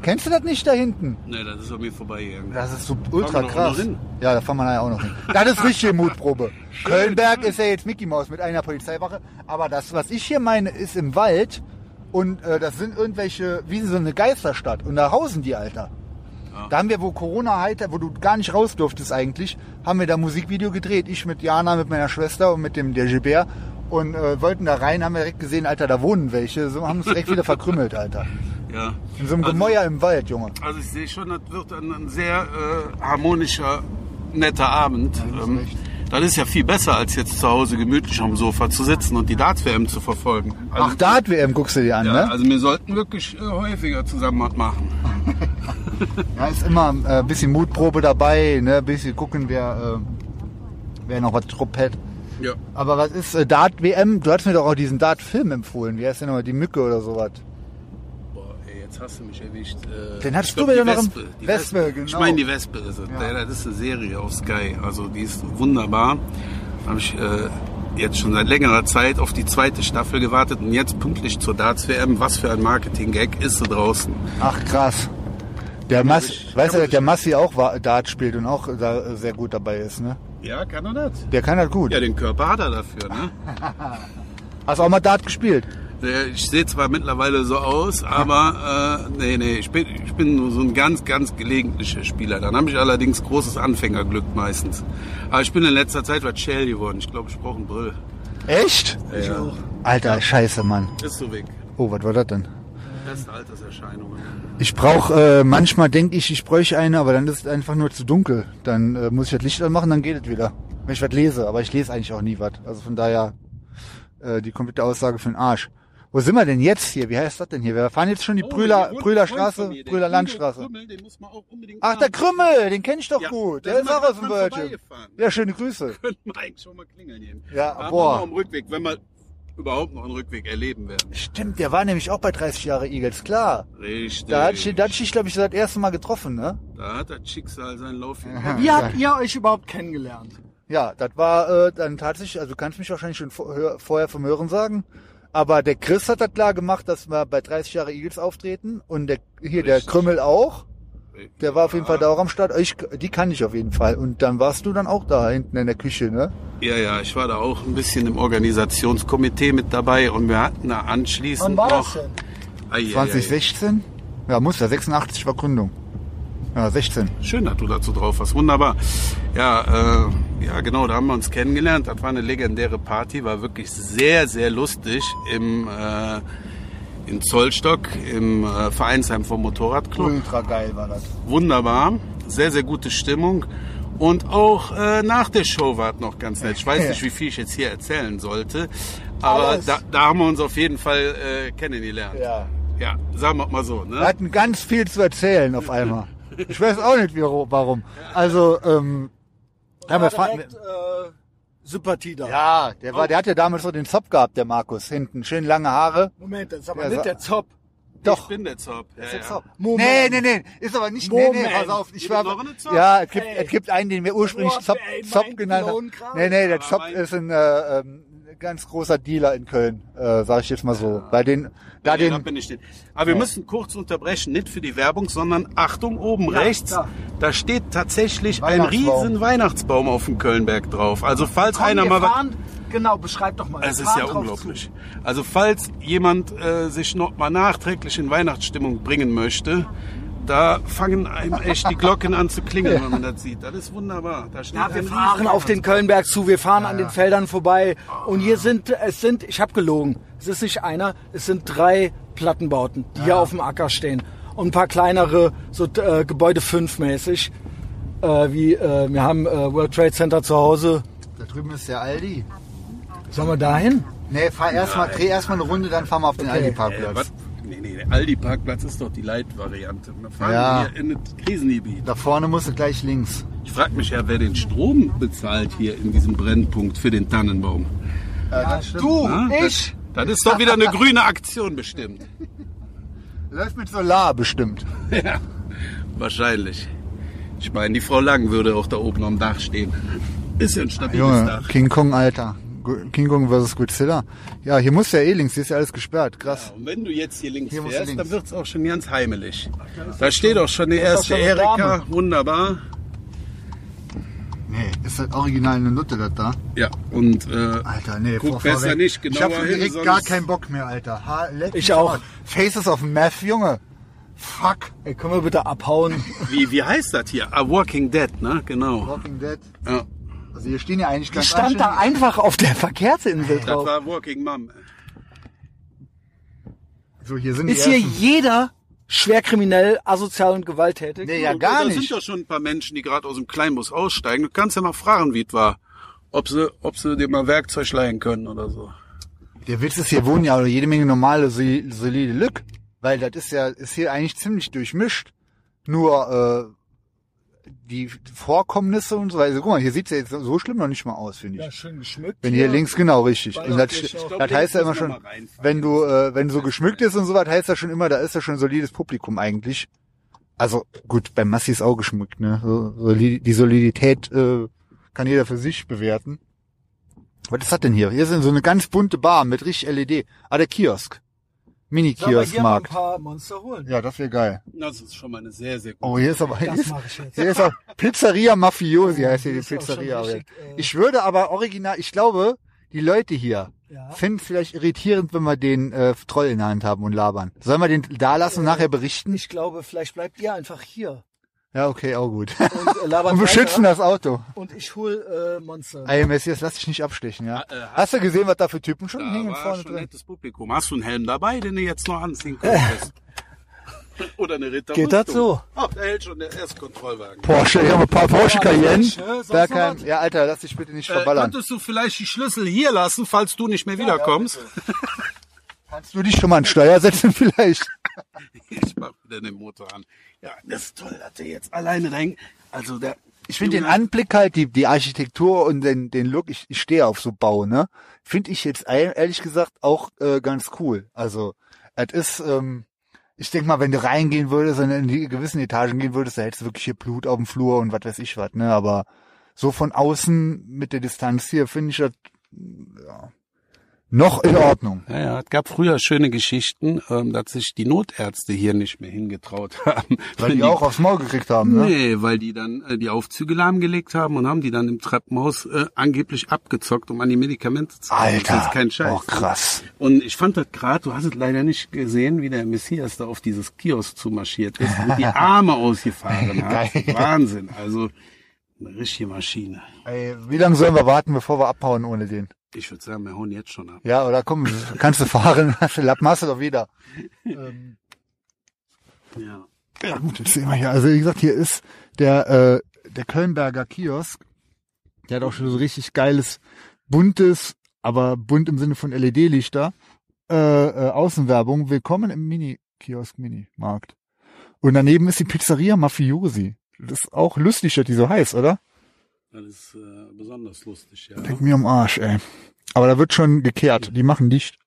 A: Kennst du das nicht da hinten?
E: Ne, das ist an mir vorbeigegangen.
A: Das ist so ultra
E: wir doch
A: krass.
E: noch hin.
A: Ja, da fahren wir nachher auch noch hin. Das ist richtige Mutprobe. Kölnberg ist ja jetzt Mickey Mouse mit einer Polizeiwache, aber das, was ich hier meine, ist im Wald und äh, das sind irgendwelche, wie so eine Geisterstadt und da hausen die, Alter. Da haben wir, wo Corona heiter, wo du gar nicht raus durftest eigentlich, haben wir da ein Musikvideo gedreht. Ich mit Jana, mit meiner Schwester und mit dem der Gilbert. Und äh, wollten da rein, haben wir direkt gesehen, Alter, da wohnen welche. So haben uns direkt wieder verkrümmelt, Alter.
E: Ja.
A: In so einem
E: Also-
A: Gemäuer im Wald, Junge.
E: Also ich sehe schon, das wird ein, ein sehr äh, harmonischer, netter Abend. ähm, das ist ja viel besser, als jetzt zu Hause gemütlich am Sofa zu sitzen und die Darts-WM zu verfolgen. Also,
A: Ach, da hat WM, guckst du dir an,
E: ja,
A: ne?
E: also wir sollten wirklich äh, häufiger zusammen was machen.
A: Ja, ist immer äh, ein bisschen Mutprobe dabei, ne? ein bisschen gucken, wer, äh, wer noch was Trupp hat.
E: Ja.
A: Aber was ist äh, Dart WM? Du hast mir doch auch diesen Dart-Film empfohlen. Wie heißt der nochmal? Die Mücke oder sowas.
E: Boah, ey, jetzt hast du mich erwischt. Äh,
A: Den hattest
E: ich glaub,
A: du mir
E: die
A: doch noch im-
E: Wespe, die
A: Wespe,
E: Wespe,
A: genau.
E: Ich meine, die Wespe ist es.
A: Ja.
E: Ja, Das ist eine Serie auf Sky. Also die ist wunderbar. Habe ich äh, jetzt schon seit längerer Zeit auf die zweite Staffel gewartet und jetzt pünktlich zur Darts-WM. Was für ein Marketing-Gag ist sie draußen?
A: Ach krass. Der Massi, weißt du,
E: ich- kann
A: dass
E: man
A: der
E: sich-
A: Massi auch Wa- Dart spielt und auch da äh, sehr gut dabei ist, ne?
E: Ja, kann er das?
A: Der kann halt gut.
E: Ja, den Körper hat er dafür. Ne?
A: Hast du auch mal Dart gespielt?
E: Äh, Ich sehe zwar mittlerweile so aus, aber äh, nee, nee, ich bin, ich bin nur so ein ganz, ganz gelegentlicher Spieler. Dann habe ich allerdings großes Anfängerglück meistens. Aber ich bin in letzter Zeit was Shell geworden. Ich glaube, ich brauche einen Brill.
A: Echt?
E: Ich auch.
A: Alter, scheiße, Mann.
E: Ist so weg.
A: Oh, was war das denn?
E: Beste Alterserscheinungen.
A: Ich brauche, äh, manchmal denke ich, ich bräuche eine, aber dann ist es einfach nur zu dunkel. Dann äh, muss ich das Licht anmachen, dann geht es wieder. Wenn ich was lese, aber ich lese eigentlich auch nie was. Also von daher äh, die komplette Aussage für den Arsch. Wo sind wir denn jetzt hier? Wie heißt das denn hier? Wir fahren jetzt schon
E: Oh,
A: die Brühler, Brühler Straße, Brühler Landstraße. Ach, der Krümmel, den kenne ich doch
E: Ja,
A: gut.
E: der
A: Der
E: ist
A: ist
E: mal
A: auch aus dem
E: dran
A: Virgin.
E: vorbeigefahren.
A: Ja, schöne Grüße.
E: Könnten wir eigentlich schon mal klingeln gehen.
A: Ja,
E: Aber
A: boah.
E: Noch am Rückweg, wenn wir überhaupt noch einen Rückweg erleben werden.
A: Stimmt, der war nämlich auch bei 30 Jahre Eagles, klar.
E: Richtig.
A: Da hat sich, da hat sich glaube ich, das erste Mal getroffen, ne?
E: Da hat das Schicksal seinen Lauf.
B: Wie habt ihr euch überhaupt kennengelernt?
A: Ja, das war äh, dann tatsächlich, also du kannst mich wahrscheinlich schon vor, hör, vorher vom Hören sagen, aber der Chris hat das klar gemacht, dass wir bei 30 Jahre Eagles auftreten und der, hier der
E: Richtig.
A: Krümmel auch, der war auf jeden
E: Ja.
A: Fall da auch am Start, ich, die kann ich auf jeden Fall und dann warst du dann auch da hinten in der Küche, ne?
E: Ja, ja, ich war da auch ein bisschen im Organisationskomitee mit dabei und wir hatten da
B: Wann
E: anschließend
B: war das
E: noch.
B: denn?
E: Ai, ai, ai.
A: 2016? Ja, muss ja, 86 war Gründung. Ja, 16.
E: Schön, dass du dazu drauf warst. Wunderbar. Ja, äh, ja, genau, da haben wir uns kennengelernt. Das war eine legendäre Party, war wirklich sehr, sehr lustig im, äh, in Zollstock, im äh, Vereinsheim vom Motorradclub.
A: Ultra geil war das.
E: Wunderbar, sehr, sehr gute Stimmung. Und auch äh, nach der Show war es noch ganz nett. Ich weiß nicht, wie viel ich jetzt hier erzählen sollte, aber
B: Alles.
E: da, da haben wir uns auf jeden Fall äh, kennengelernt.
A: Ja.
E: ja, sagen wir mal so.
A: Wir
E: Ne?
A: hatten ganz viel zu erzählen auf einmal. Ich weiß auch nicht, wie, warum. Also, ähm, ja, wir
B: War
A: fahren,
B: direkt, äh, Sympathie da.
A: Ja, der war, der hat ja damals so den Zopf gehabt, der Markus, hinten. Schön lange Haare.
B: Moment, das ist aber
A: Ja,
B: nicht
A: sa-
B: der Zop.
E: Ich
A: Doch.
E: bin der Zop. Ja,
A: Der
E: ja.
A: Zopf.
B: Moment.
A: Nee, nee, nee. Ist aber nicht. Nee, nee,
B: Moment.
A: pass auf. Ich
E: Gibt
A: war,
E: es noch einen Zopf?
A: ja, es gibt,
B: Ey.
A: es gibt einen, den wir ursprünglich
B: Boah,
A: Zopf,
B: ey, mein
A: Zopf genannt
B: blauen
A: haben.
B: Kram.
A: Nee, nee, der
E: Aber
A: Zopf
E: mein-
A: ist ein äh, ähm, ganz großer Dealer in Köln, äh, sage ich jetzt mal so. Bei den, da
E: Nee, da
A: den,
E: bin ich nicht. Aber wir
A: Ja.
E: müssen kurz unterbrechen, nicht für die Werbung, sondern Achtung, oben
B: Ja,
E: rechts,
B: da.
E: da. steht tatsächlich ein
A: Weihnachtsbaum.
E: riesen Weihnachtsbaum auf dem Kölnberg drauf. Also falls
B: Komm,
E: einer
B: wir
E: mal... wa-
B: fahren, genau, beschreib doch mal.
E: Es
B: Wir
E: ist ja
B: fahren drauf
E: unglaublich. Also falls jemand äh, sich noch mal nachträglich in Weihnachtsstimmung bringen möchte, da fangen einem echt die Glocken an zu klingeln, wenn man das sieht. Das ist wunderbar. Da
B: zu.
E: steht
B: Ja,
E: ein
B: wir
E: riesen
B: fahren auf den Kölnberg zu, wir fahren an den Feldern vorbei und hier sind, es sind, ich habe gelogen, es ist nicht einer, es sind drei Plattenbauten, die hier auf dem Acker stehen und ein paar kleinere, so äh, Gebäude 5 mäßig, äh, wie äh, wir haben äh, World Trade Center zu Hause.
A: da drüben ist der Aldi.
B: Sollen wir dahin?
A: Nee, fahr erstmal, dreh erstmal eine Runde, dann fahren wir auf den
E: Äh,
A: Aldi-Parkplatz.
E: was? Nee, nee, der Aldi-Parkplatz ist doch die Leitvariante. Wir fahren
A: Ja.
E: hier in das Krisengebiet.
A: Da vorne musst du gleich links.
E: Ich frage mich ja, wer den Strom bezahlt hier in diesem Brennpunkt für den Tannenbaum.
A: Äh, du,
E: Ah,
A: ich,
E: Das, das ist doch wieder eine grüne Aktion bestimmt.
A: läuft mit Solar bestimmt.
E: Ja, wahrscheinlich. Ich meine, die Frau Lang würde auch da oben am Dach stehen. Ist ja ein stabiles
A: Junge,
E: Dach.
A: King Kong, Alter. Go- King Kong versus Godzilla. Ja, hier muss ja eh links, hier ist ja alles gesperrt. Krass.
E: Und Genau. wenn du jetzt hier links
A: Hier musst du
E: fährst,
A: links.
E: dann wird's auch schon ganz heimelig. Da steht auch schon die
B: ist
E: erste
B: doch schon eine
E: Erika.
B: Dame.
E: Wunderbar.
A: Nee, ist das original eine Nutte das da?
E: Ja, und äh,
A: Alter, nee,
E: Guck
A: Frau
E: besser
A: Fahrwerk.
E: nicht
A: Ich hab
E: genauer
A: schon
E: hin,
A: direkt
E: sonst-
A: gar keinen Bock mehr, Alter. Ha, leck
B: Ich
A: mich
B: auch.
A: am Arsch. Faces of Meth, Junge. Fuck.
B: Ey, können wir bitte abhauen?
E: wie, wie heißt das hier? Ah, Walking Dead, ne? Genau.
A: Walking Dead.
E: Ja,
A: Also hier stehen ja eigentlich
B: Die
A: ganz
B: stand da
A: anständige-
B: einfach auf der Verkehrsinsel
E: das
B: drauf.
E: war Walking Mom.
A: So, hier sind
B: Ist
A: die
B: hier
A: ersten.
B: jeder schwer kriminell, asozial und gewalttätig?
A: Nee, ja gar
E: da
A: nicht.
E: sind ja schon ein paar Menschen, die gerade aus dem Kleinbus aussteigen. Du kannst ja mal fragen, wie es war. Ob sie, ob sie dir mal Werkzeug leihen können oder so.
A: Der Witz ist, hier wohnen ja jede Menge normale, soli- solide Lück. Weil das ist ja, ist hier eigentlich ziemlich durchmischt. Nur, äh, die Vorkommnisse und so weiter. Also, guck mal, hier sieht's ja jetzt so schlimm noch nicht mal aus, finde ich.
B: schön geschmückt.
A: Wenn hier links genau richtig.
B: Weil
A: Also
B: das
A: das,
B: geht schon.
A: das
E: Ich glaub,
A: heißt ja
E: links
A: immer
E: müssen wir
A: schon,
E: mal reinfahren.
A: wenn du, äh, wenn so geschmückt ist und so was, heißt das schon immer, da ist ja schon ein solides Publikum eigentlich. Also gut, bei Massi ist auch geschmückt, ne? So, solid, die Solidität äh, kann jeder für sich bewerten. Was ist das denn hier? Hier ist so eine ganz bunte Bar mit richtig LED. Ah, der Kiosk. Mini-Kiosk-Markt.
B: paar Monster holen.
A: Ja, das wäre geil.
E: Das ist schon mal eine sehr, sehr gute
A: Oh, hier ist aber hier
B: Das
A: ist,
B: mache ich jetzt.
A: hier ist auch Pizzeria Mafiosi heißt hier die
B: Das ist auch schon
A: Pizzeria.
B: richtig, äh,
A: Ich würde aber original, ich glaube, die Leute hier
B: Ja.
A: finden es vielleicht irritierend, wenn wir den äh, Troll in der Hand haben und labern. Sollen wir den da lassen und nachher berichten?
B: Äh, Ich glaube, vielleicht bleibt ihr einfach hier
A: Ja, okay, auch gut.
B: und äh, labert
A: Und beschützen
B: weiter.
A: das Auto.
B: Und ich hol äh, Monster.
A: Ey, Messias, lass dich nicht abstechen, ja.
E: Ah, äh,
A: Hast du gesehen, was da für Typen schon
E: Da
A: hingen
E: war
A: vorne
E: schon
A: drin?
E: nettes Publikum. Hast du einen Helm dabei, den du jetzt noch anziehen könntest? Oder eine Ritterrüstung?
B: Geht das so?
E: Oh, da hält schon der Erstkontrollwagen.
A: Porsche, ich habe ein paar Porsche Cayenne.
B: Mensch, ne? Sonst
A: Da
B: noch
A: kann,
B: was?
A: ja, Alter, lass dich bitte nicht
E: Äh,
A: verballern.
E: könntest du vielleicht die Schlüssel hier lassen, falls du nicht mehr wiederkommst?
A: Kannst du dich schon mal an Steuer setzen vielleicht?
E: ich mach wieder den Motor an. Ja, das ist toll, dass der jetzt alleine rein. Also der.
A: Ich finde den Anblick halt, die, die Architektur und den, den Look, ich, ich stehe auf so Bau, ne? Finde ich jetzt e- ehrlich gesagt auch äh, ganz cool. Also, es ist, ähm, ich denk mal, wenn du reingehen würdest und in die gewissen Etagen gehen würdest, da hättest du wirklich hier Blut auf dem Flur und was weiß ich was, ne? Aber so von außen mit der Distanz hier finde ich das ja, noch in Ordnung.
E: Ja, ja, es gab früher schöne Geschichten, ähm, dass sich die Notärzte hier nicht mehr hingetraut haben.
A: Weil
E: Wenn
A: die auch aufs Maul gekriegt haben, ne?
E: Nee, weil die dann äh, die Aufzüge lahmgelegt haben und haben die dann im Treppenhaus äh, angeblich abgezockt, um an die Medikamente zu kommen. Das
A: Alter,
E: ist kein Scheiß. ne?
A: oh krass.
E: Und ich fand das gerade, du hast es leider nicht gesehen, wie der Messias da auf dieses Kiosk zumarschiert ist und die Arme ausgefahren hat.
A: Geil.
E: Wahnsinn, also eine richtige Maschine.
A: Ey, wie lange sollen wir warten, bevor wir abhauen ohne den?
E: Ich würde sagen, wir hauen jetzt schon ab.
A: Ja, oder komm, kannst du fahren, hast du Lappen, hast du doch wieder.
E: Ja.
A: Ja gut, jetzt sehen wir hier. Also wie gesagt, hier ist der, äh, der Kölnberger Kiosk. Der hat auch schon so richtig geiles, buntes, aber bunt im Sinne von LED-Lichter. Äh, äh, Außenwerbung, willkommen im Mini-Kiosk, Mini-Markt. Und daneben ist die Pizzeria Mafiosi. Das ist auch lustig, dass die so heißt, oder?
E: Das ist äh, besonders lustig, ja.
A: Leck mir am Arsch, ey. Aber da wird schon gekehrt. Die machen dicht.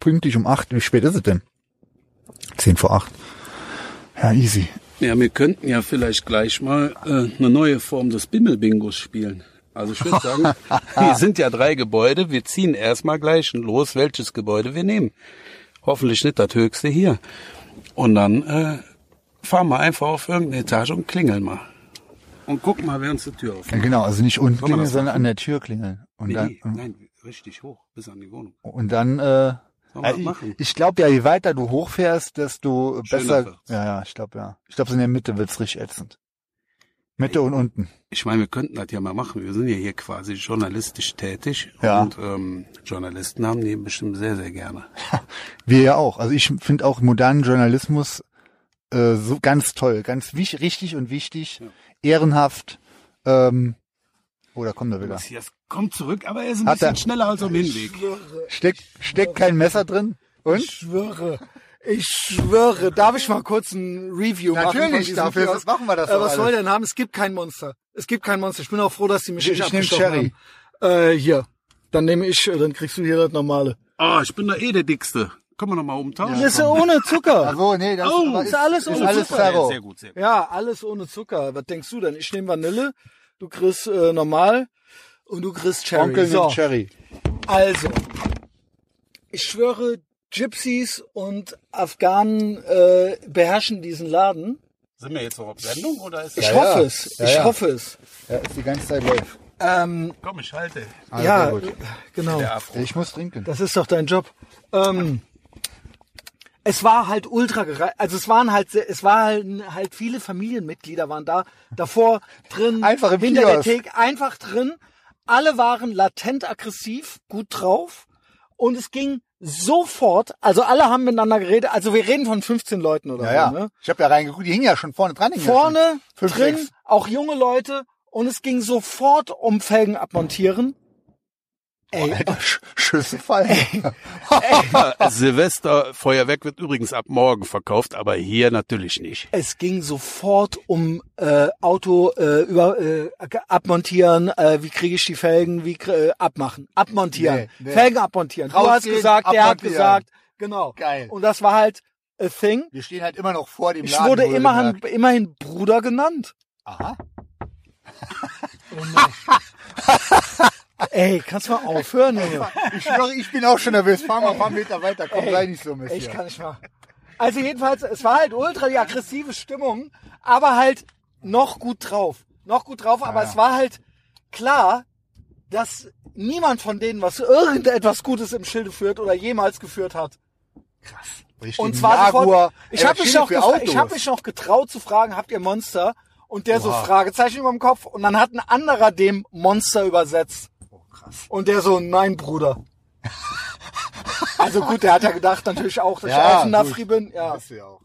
A: Pünktlich um acht. Wie spät ist es denn? Zehn vor acht. Ja, easy.
E: Ja, wir könnten ja vielleicht gleich mal äh, eine neue Form des Bimmel-Bingos spielen. Also ich würde sagen, hier sind ja drei Gebäude. Wir ziehen erstmal gleich los, welches Gebäude wir nehmen. Hoffentlich nicht das höchste hier. Und dann äh, fahren wir einfach auf irgendeine Etage und klingeln mal. Und gucken mal, wer uns die Tür
A: Ja,
E: aufmacht.
A: genau, also nicht unten
E: Soll man
A: klingeln,
E: das
A: sondern an der Tür klingeln. Und dann,
E: Nee, nein, richtig hoch, bis an die Wohnung.
A: und dann äh,
E: Soll man
A: äh,
E: machen.
A: ich, ich glaube ja, je weiter du hochfährst, desto
E: Schöner
A: besser.
E: wird's.
A: Ja, ja, ich glaube ja. Ich glaube, so in der Mitte wird's richtig ätzend. Mitte und unten.
E: Ich meine, wir könnten das ja mal machen. Wir sind ja hier quasi journalistisch tätig.
A: Ja.
E: Und ähm, Journalisten haben die bestimmt sehr, sehr gerne.
A: Wir ja auch. Also ich finde auch modernen Journalismus äh, so ganz toll, ganz wich, richtig und wichtig, ehrenhaft. Ähm, oh, da kommt er wieder.
E: Matthias kommt zurück, aber er ist ein
A: Hat
E: bisschen
A: er-
E: schneller als am Hinweg.
A: Steckt steck kein Messer drin?
B: Ich
A: Und?
B: schwöre. Ich schwöre. Darf ich mal kurz ein Review machen?
A: Natürlich,
B: von diesem
A: dafür
B: Kiosk?
A: machen wir das
B: Äh,
A: doch
B: was soll
A: alles.
B: denn haben? Es gibt kein Monster. Es gibt kein Monster. Ich bin auch froh, dass die mich
A: Ich-
B: nicht
A: ich nehm
B: abgestochen haben. Äh, hier. Dann nehme ich, äh, dann kriegst du hier das normale.
E: Ah, ich bin da eh der Dickste. Können wir nochmal umtauschen?
B: Das ist ja ohne Zucker.
A: Also, nee, das
E: Oh,
A: aber
E: ist
B: alles
A: ist
B: ohne
A: alles
B: Zucker.
A: Zero.
E: Sehr gut, sehr gut.
B: Ja, alles ohne Zucker. Was denkst du denn? Ich nehme Vanille, du kriegst äh, normal und du kriegst Cherry.
A: Onkel
B: so,
A: nimmt Cherry.
B: also, ich schwöre, Gypsies und Afghanen äh, beherrschen diesen Laden.
E: Sind wir jetzt noch auf Sendung oder ist
B: Ich
E: das...
A: ja.
B: hoffe es.
A: Ja,
B: ich
A: ja.
B: hoffe es.
A: Ja, ist die ganze Zeit live.
B: Ähm,
E: Komm, ich halte.
A: Ah,
B: ja,
A: sehr gut.
B: genau.
E: Der Afro.
A: Ich muss trinken.
B: Das ist doch dein Job. Ähm, es war halt ultra gereizt. Also es waren halt, se- es waren halt viele Familienmitglieder waren da, davor drin,
A: Einfach im
B: hinter
A: Kiosk.
B: der Theke, einfach drin. Alle waren latent aggressiv, gut drauf. Und es ging sofort, also alle haben miteinander geredet. Also wir reden von 15 Leuten oder
A: Ja,
B: so.
A: ja.
B: Ne?
A: Ich habe ja reingeguckt, die hingen ja schon vorne dran. hingen ja
B: vorne
A: schon Fünf,
B: drin,
A: sechs.
B: auch junge Leute und es ging sofort um Felgen abmontieren. Ey,
A: Alter, Sch Schüsse fallen.
E: Silvesterfeuerwerk wird übrigens ab morgen verkauft, aber hier natürlich nicht.
B: es ging sofort um äh, Auto äh, über äh, abmontieren, äh, wie kriege ich die Felgen, wie krie- äh, abmachen, abmontieren,
A: Nee, nee.
B: Felgen abmontieren. Du hast
A: Rausgehen,
B: gesagt, der hat
A: abmontieren.
B: gesagt, genau.
A: Geil.
B: Und das war halt a thing.
A: Wir stehen halt immer noch vor dem
B: Ich
A: Laden.
B: wurde
A: wohl
B: immerhin,
A: gemerkt.
B: immerhin Bruder genannt. Oh
A: Aha.
B: Ey, kannst du mal aufhören, Junge?
A: Ich schwöre, ich bin auch schon nervös. Fahr mal ein paar Meter weiter. Komm, sei nicht so,
B: Ich
A: Messias.
B: kann nicht mal. Also jedenfalls, es war halt ultra die aggressive Stimmung, aber halt noch gut drauf. Noch gut drauf,
A: Ah,
B: aber es war halt klar, dass niemand von denen, was irgendetwas Gutes im Schilde führt oder jemals geführt hat.
A: Richtig
B: Und zwar sofort,
A: Jaguar.
B: ich
A: Ey,
B: habe
A: was
B: mich,
A: steht
B: noch
A: für
B: gefra- ich hab
A: Autos?
B: mich noch getraut zu fragen, habt ihr Monster? Und der so
A: Oha.
B: Fragezeichen über dem Kopf und dann hat ein anderer dem Monster übersetzt.
A: Oh, krass.
B: Und der so, nein, Bruder. Also gut, der hat ja gedacht natürlich auch, dass ich
A: Ja,
B: auch ein Nafri
A: gut.
B: bin. Ja.
A: Bist du ja auch.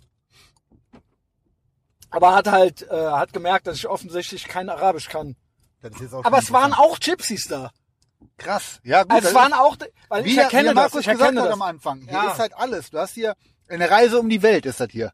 B: Aber hat halt, äh, hat gemerkt, dass ich offensichtlich kein Arabisch kann.
A: Das ist jetzt auch
B: Aber
A: schon
B: es waren auch Gypsies da.
A: krass. Ja, gut.
B: Also
A: das
B: es waren
A: ist-
B: auch, weil ich
A: wie, erkenne
B: erkenne
A: wie
B: das,
A: Markus
B: ich erkenne
A: gesagt hat
B: das.
A: am Anfang. Hier
B: Ja.
A: ist halt alles. Du hast hier eine Reise um die Welt ist das hier.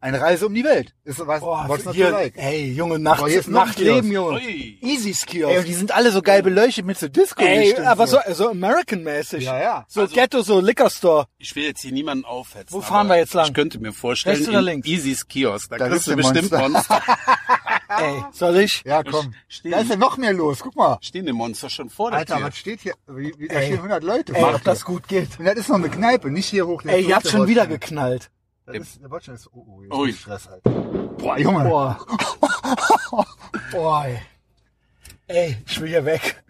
A: Eine Reise um die Welt. Ist was,
B: Boah,
A: what's not to
B: hier,
A: like?
B: ey, Junge,
A: Boah, hier
B: Nacht,
A: ist noch ein
B: Nachtleben,
A: Kiosk.
B: Junge.
E: Ui.
B: Easy's
A: Ey, und
B: Kiosk.
A: die sind alle so geil beleuchtet mit so disco
B: Ey, aber so, so American-mäßig.
A: Ja, ja.
B: So Ghetto, so Liquor Store.
E: Ich will jetzt hier niemanden aufhetzen.
B: Wo fahren
E: aber
B: wir jetzt lang?
E: Ich könnte mir vorstellen,
B: Rechts oder
E: in
B: links?
E: Easy's Kiosk, da,
A: Da
E: kriegst du
A: gibt's den
E: bestimmt
A: Monster.
E: Monster.
B: Ey, soll ich?
A: Ja, komm.
E: Stehen.
A: Da ist ja noch mehr los. Guck mal.
E: Stehen die Monster schon vor der
A: Alter,
E: Tür.
A: was steht hier? Wie, wie, da stehen 100 Leute.
B: Ey,
A: vor der
B: ob das
A: Tür.
B: gut geht.
A: Und das ist noch eine Kneipe, nicht hier hoch.
B: Ey, ihr habt schon wieder geknallt.
A: Das ist, der Botschafter ist, oh, oh, jetzt
E: Ui.
A: ist Stress, Alter. Boah, Junge.
B: Boah. Boah, ey. Ey, ich will hier weg.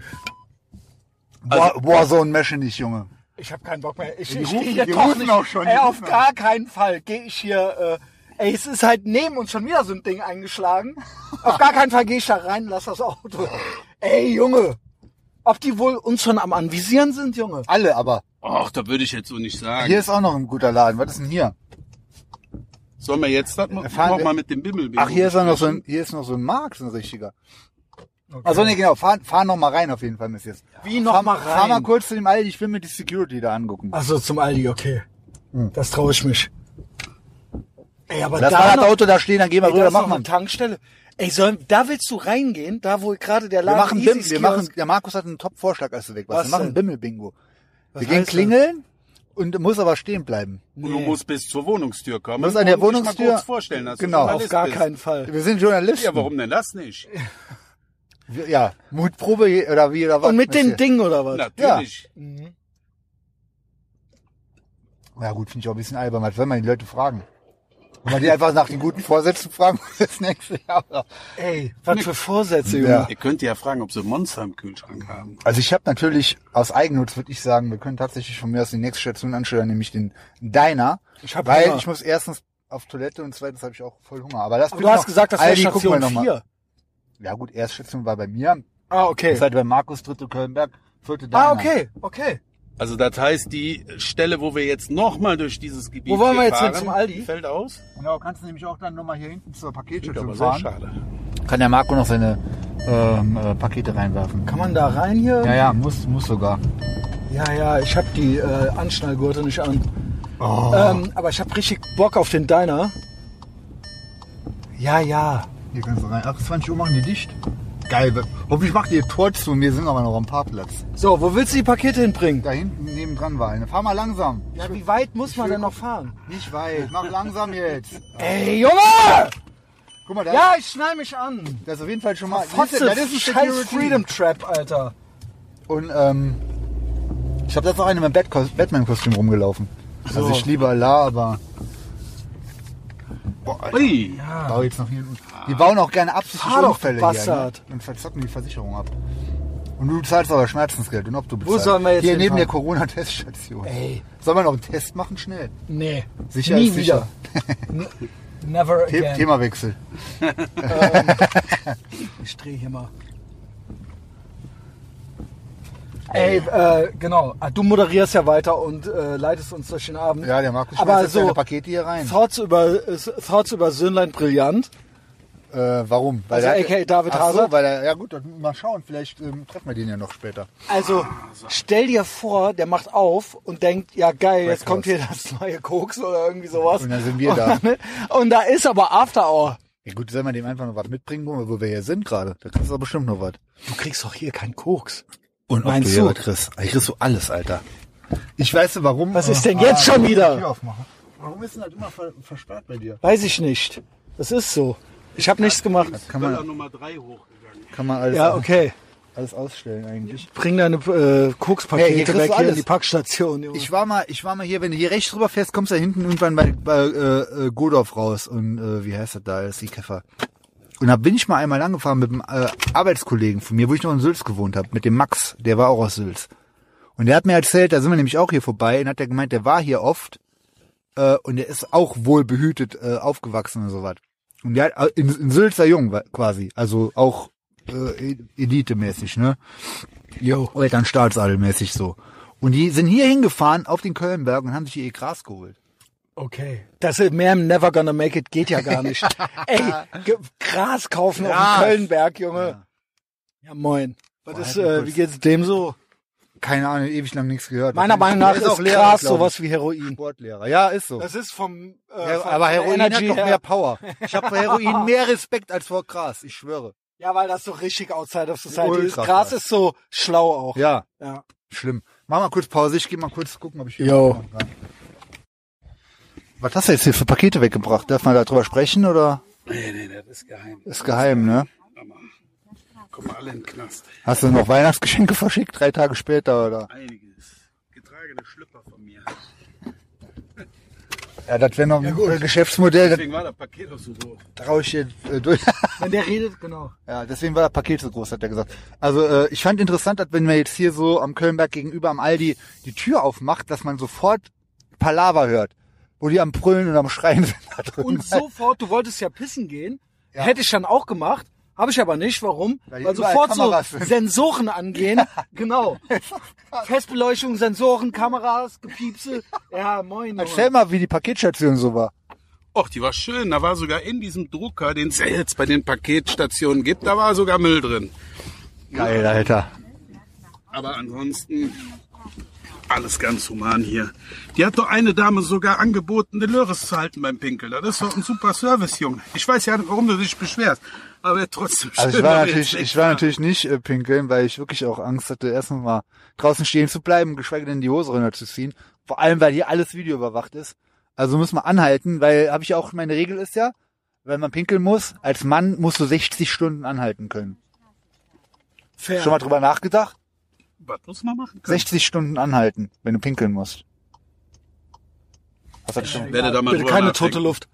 A: War, Warzone mesche nicht, Junge.
B: Ich habe keinen Bock mehr. Ich,
A: Die
B: ich
A: rufen-
B: geh hier
A: die
B: doch
A: rufen
B: nicht.
A: auch schon, die
B: Ey, auf
A: rufen
B: gar keinen Fall gehe ich hier. Äh, ey, es ist halt neben uns schon wieder so ein Ding eingeschlagen. auf gar keinen Fall gehe ich da rein, lass das Auto. Ey, Junge. Ob die wohl uns schon am Anvisieren sind, Junge?
A: Alle, aber
E: Ach, da würde ich jetzt so nicht sagen.
A: hier ist auch noch ein guter Laden. Was ist denn hier?
E: Sollen wir jetzt das noch,
A: Fahren
E: noch
A: wir-
E: mal mit dem Bimmel
A: Ach, hier ist auch noch so ein, hier ist noch so ein Markt, so ein richtiger. Also nee, genau, fahr, fahr noch mal rein auf jeden Fall, Messias.
B: Wie noch
A: fahr,
B: mal
A: Fahr
B: rein?
A: mal kurz zu dem Aldi, ich will mir die Security da angucken.
B: Also zum Aldi, okay. Das traue ich mich. Ey, aber
A: Hm. Lass
B: da
A: mal
B: noch-
A: das Auto da stehen, dann gehen wir
B: ey, da
A: rüber,
B: ist noch
A: machen
B: eine
A: wir.
B: Tankstelle. Ey, soll, da willst du reingehen, da wo gerade der
A: Wir
B: Laden
A: machen Bim,
B: Isis
A: wir
B: Kiosk-
A: machen, der Markus hat einen Top-Vorschlag, als du weg
B: Was
A: warst. Wir machen
B: denn?
A: Bimmel-Bingo. Wir
B: Was
A: gehen
B: heißt das?
A: klingeln und muss aber stehen bleiben.
E: Und du musst bis zur Wohnungstür kommen.
A: Musst an der
E: und dich mal
A: Wohnungstür-
E: kurz vorstellen, dass
A: Genau.
E: du
B: Auf
E: Journalist
B: gar
E: bist.
B: keinen Fall.
A: Wir sind Journalisten.
E: Ja, warum denn das nicht?
A: ja, Mutprobe je- oder wie oder was?
B: Und mit
A: weißt
B: dem
A: du?
B: Ding oder was?
E: Natürlich.
B: Mhm.
A: Ja gut, finde ich auch ein bisschen albern, was soll man die Leute fragen? Wenn man die einfach nach den guten Vorsätzen fragen muss, das nächste Jahr.
B: Ey, was für Vorsätze,
A: Ja.
B: Junge.
E: Ihr könnt ja fragen, ob sie Monster im Kühlschrank haben.
A: Also ich habe natürlich, aus Eigennutz würde ich sagen, wir können tatsächlich von mir aus die nächste Station ansteuern, nämlich den Diner.
B: Ich hab
A: Weil
B: Hunger.
A: ich muss erstens auf Toilette und zweitens habe ich auch voll Hunger. Aber das
B: Aber
A: bin
B: du
A: ich
B: hast
A: noch.
B: gesagt, das wäre
A: Aldi, gucken wir
B: Station
A: noch mal.
B: 4.
A: Ja gut, Erststation war bei mir,
B: Ah, okay.
A: zweite bei Markus, dritte Kölnberg, vierte Diner.
B: Ah, okay, okay.
E: Also das heißt, die Stelle, wo wir jetzt nochmal durch dieses Gebiet
B: Wo wollen wir
E: hier
B: jetzt hin?
E: fahren,
B: Zum Aldi?
E: Fällt aus.
A: Genau, kannst du nämlich auch dann nochmal hier hinten zur
E: Klingt
A: Paketstation
E: aber sehr
A: fahren.
E: schade.
A: Kann der Marco noch seine ähm, äh, Pakete reinwerfen.
B: Kann man da rein hier?
A: Ja, ja, muss, muss sogar.
B: Ja, ja, ich hab die äh, Anschnallgurte nicht an.
A: Oh.
B: Ähm, aber ich hab richtig Bock auf den Diner. Ja, ja.
A: Hier kannst du rein. Ach, 20 Uhr machen die dicht. Geil. wir- Hoffentlich macht ihr Tor zu und wir sind aber noch am Parkplatz.
B: So, wo willst du die Pakete hinbringen?
A: Da hinten nebendran war eine. Fahr mal langsam.
B: Ja, wie weit muss man denn noch fahren?
A: Nicht weit. Mach langsam jetzt.
B: Ey, Junge!
A: Guck mal, da
B: Ja, ich schnall mich an.
A: das ist auf jeden Fall schon mal.
B: Fotze,
A: Siehst du, Ah, das ist ein
B: scheiß
A: Security.
B: Freedom Trap, Alter.
A: Und ähm, ich habe da ist auch eine mit Bat Batman-Kostüm rumgelaufen. Also
B: So.
A: ich liebe Allah, aber Boah, Alter,
E: Ui.
A: ich baue jetzt noch hier. Die bauen auch gerne absichtlich
B: Ah. Fahr doch,
A: Unfälle
B: du
A: hier. Ne?
B: Bastard.
A: Und verzocken die Versicherung ab. Und du zahlst aber Schmerzensgeld. Und ob du bezahlst.
B: sollen wir jetzt
A: Hier neben
B: hinfahren?
A: der Corona-Teststation.
B: Ey.
A: Sollen wir noch einen Test machen? Schnell.
B: Nee.
A: Sicher
B: Nie
A: ist sicher.
B: wieder. N- Never
A: The
B: again. Ähm,
A: Themawechsel.
B: Ich drehe hier mal. Ey, äh, genau. Ah, Du moderierst ja weiter und äh, leitest uns durch den Abend.
A: Ja, der Markus schmeißt
B: Aber
A: jetzt
B: so-
A: seine Pakete hier rein.
B: Thoughts über, äh, Thoughts über Söhnlein brillant.
A: Äh, warum?
B: Also
A: der-
B: aka David
A: Ach so,
B: Hazard?
A: weil er, ja gut, dann mal schauen. Vielleicht ähm, treffen wir den ja noch später.
B: Also stell dir vor, der macht auf und denkt, ja geil, jetzt
A: Records.
B: kommt hier das neue Koks oder irgendwie sowas.
A: Und dann sind wir da.
B: Und, dann, und da ist aber After Hour.
A: Ja gut, soll man dem einfach noch was mitbringen, wo wo wir hier sind gerade? Da kriegst du doch bestimmt noch was.
B: Du kriegst doch hier keinen Koks.
A: Und
B: Meinst
A: hier
B: du?
A: was kriegst. Ich kriegst du alles, Alter. Ich weiß nicht, warum.
B: Was ist
A: äh,
B: denn jetzt schon
A: ich muss
B: wieder?
A: die Tür aufmachen. Warum ist denn das immer ver versperrt bei dir?
B: Weiß ich nicht. Das ist so. Ich habe nichts gemacht.
A: Kann
E: Böller
A: man,
E: Nummer drei hochgegangen.
A: kann man alles,
B: Ja, okay.
A: alles ausstellen eigentlich.
B: Bring deine äh, Kokspakete
A: Hey, hier kriegst
B: weg
A: du
B: hier in
A: alles.
B: die Packstation. Junge.
A: Ich war mal, ich war mal hier, wenn du hier rechts rüber fährst, kommst du da hinten irgendwann bei, bei äh, äh, Godorf raus und äh, wie heißt das da, ist die Käfer. Und da bin ich mal einmal angefahren mit einem äh, Arbeitskollegen von mir, wo ich noch in Sülz gewohnt habe, mit dem Max, der war auch aus Sülz. Und der hat mir erzählt, da sind wir nämlich auch hier vorbei und hat der gemeint, der war hier oft äh, und der ist auch wohl behütet äh, aufgewachsen und sowas. Und der hat, äh, in, in Sülzer Jung war- quasi, also auch äh, elitemäßig, ne? Jo. Eltern Oh, staatsadelmäßig so. Und die sind hier hingefahren auf den Kölnberg und haben sich hier ihr Gras geholt.
B: Okay. Das ist mehr im Never Gonna Make It geht ja gar nicht. Ey, ge- Gras kaufen auf
A: Gras.
B: dem Kölnberg, Junge. Ja, moin. Was
A: Boah,
B: ist,
A: halt mal
B: äh,
A: kurz.
B: wie geht's dem so?
A: Keine Ahnung, ewig lang nichts gehört.
B: Meiner Meinung
A: Der
B: nach ist,
A: auch Lehrer,
B: Gras
A: glaub ich.
B: sowas wie Heroin.
A: Sportlehrer. Ja, ist so.
B: Das ist vom, äh,
A: Her- aber
B: von von der
A: Heroin
B: Energy
A: hat doch
B: her.
A: mehr Power. Ich habe vor Heroin mehr Respekt als vor Gras, ich schwöre.
B: Ja, weil das so richtig outside of society ist.
A: Ultra
B: Gras
A: krass.
B: ist so schlau auch.
A: Ja,
B: Ja.
A: schlimm. Mach mal kurz Pause, ich geh mal kurz gucken, ob ich...
B: Jo.
A: Was hast du jetzt hier für Pakete weggebracht? Darf man darüber sprechen oder
E: Nee, nee, das ist geheim.
A: ist geheim, ne?
E: Kommen alle in den Knast.
A: Hast du noch Weihnachtsgeschenke verschickt, drei Tage später oder?
E: Einiges. Getragene Schlüpper von mir.
A: Ja, das wäre noch ein Geschäftsmodell,
E: Deswegen war das Paket auch so hoch.
A: das traue ich hier äh, durch.
B: Wenn der redet, genau.
A: Ja, deswegen war das Paket so groß, hat er gesagt. Also äh, ich fand interessant, dass wenn man jetzt hier so am Kölnberg gegenüber am Aldi die Tür aufmacht, dass man sofort Palaver hört, wo die am Brüllen und am Schreien sind. Da drüben. halt.
B: Und sofort, du wolltest ja pissen gehen. Hätte ich dann auch gemacht. Habe ich aber nicht. Warum?
A: Weil
B: Weil,
A: überall
B: sofort so
A: Kameras sind.
B: Sensoren angehen. Genau. Festbeleuchtung, Sensoren, Kameras, Gepiepse. Ja, moin. Junge.
A: Erzähl mal, wie die Paketstation so war.
E: Och, die war schön. Da war sogar in diesem Drucker, den es ja jetzt bei den Paketstationen gibt, da war sogar Müll drin.
A: Geil, Alter.
E: Aber ansonsten alles ganz human hier. Die hat doch eine Dame sogar angeboten, den Löres zu halten beim Pinkeln. Das ist doch ein super Service, Junge. Ich weiß ja nicht, warum du dich beschwerst. Aber wär trotzdem schön.
A: Also ich war
E: wenn wir
A: natürlich,
E: jetzt
A: ich
E: weg
A: war
E: waren.
A: natürlich nicht äh, pinkeln, weil ich wirklich auch Angst hatte, erstens mal draußen stehen zu bleiben, geschweige denn die Hose runterzuziehen. Vor allem, weil hier alles Video überwacht ist. Also muss man anhalten, weil habe ich auch meine Regel ist ja, wenn man pinkeln muss, als Mann musst du 60 Stunden anhalten können.
B: Fair.
A: Schon mal drüber nachgedacht?
E: Was muss man machen? können?
A: 60 Stunden anhalten, wenn du pinkeln musst. Was hat schon?
E: werde da mal
B: Bitte
E: drüber
B: keine
E: nachdenken.
B: tote Luft.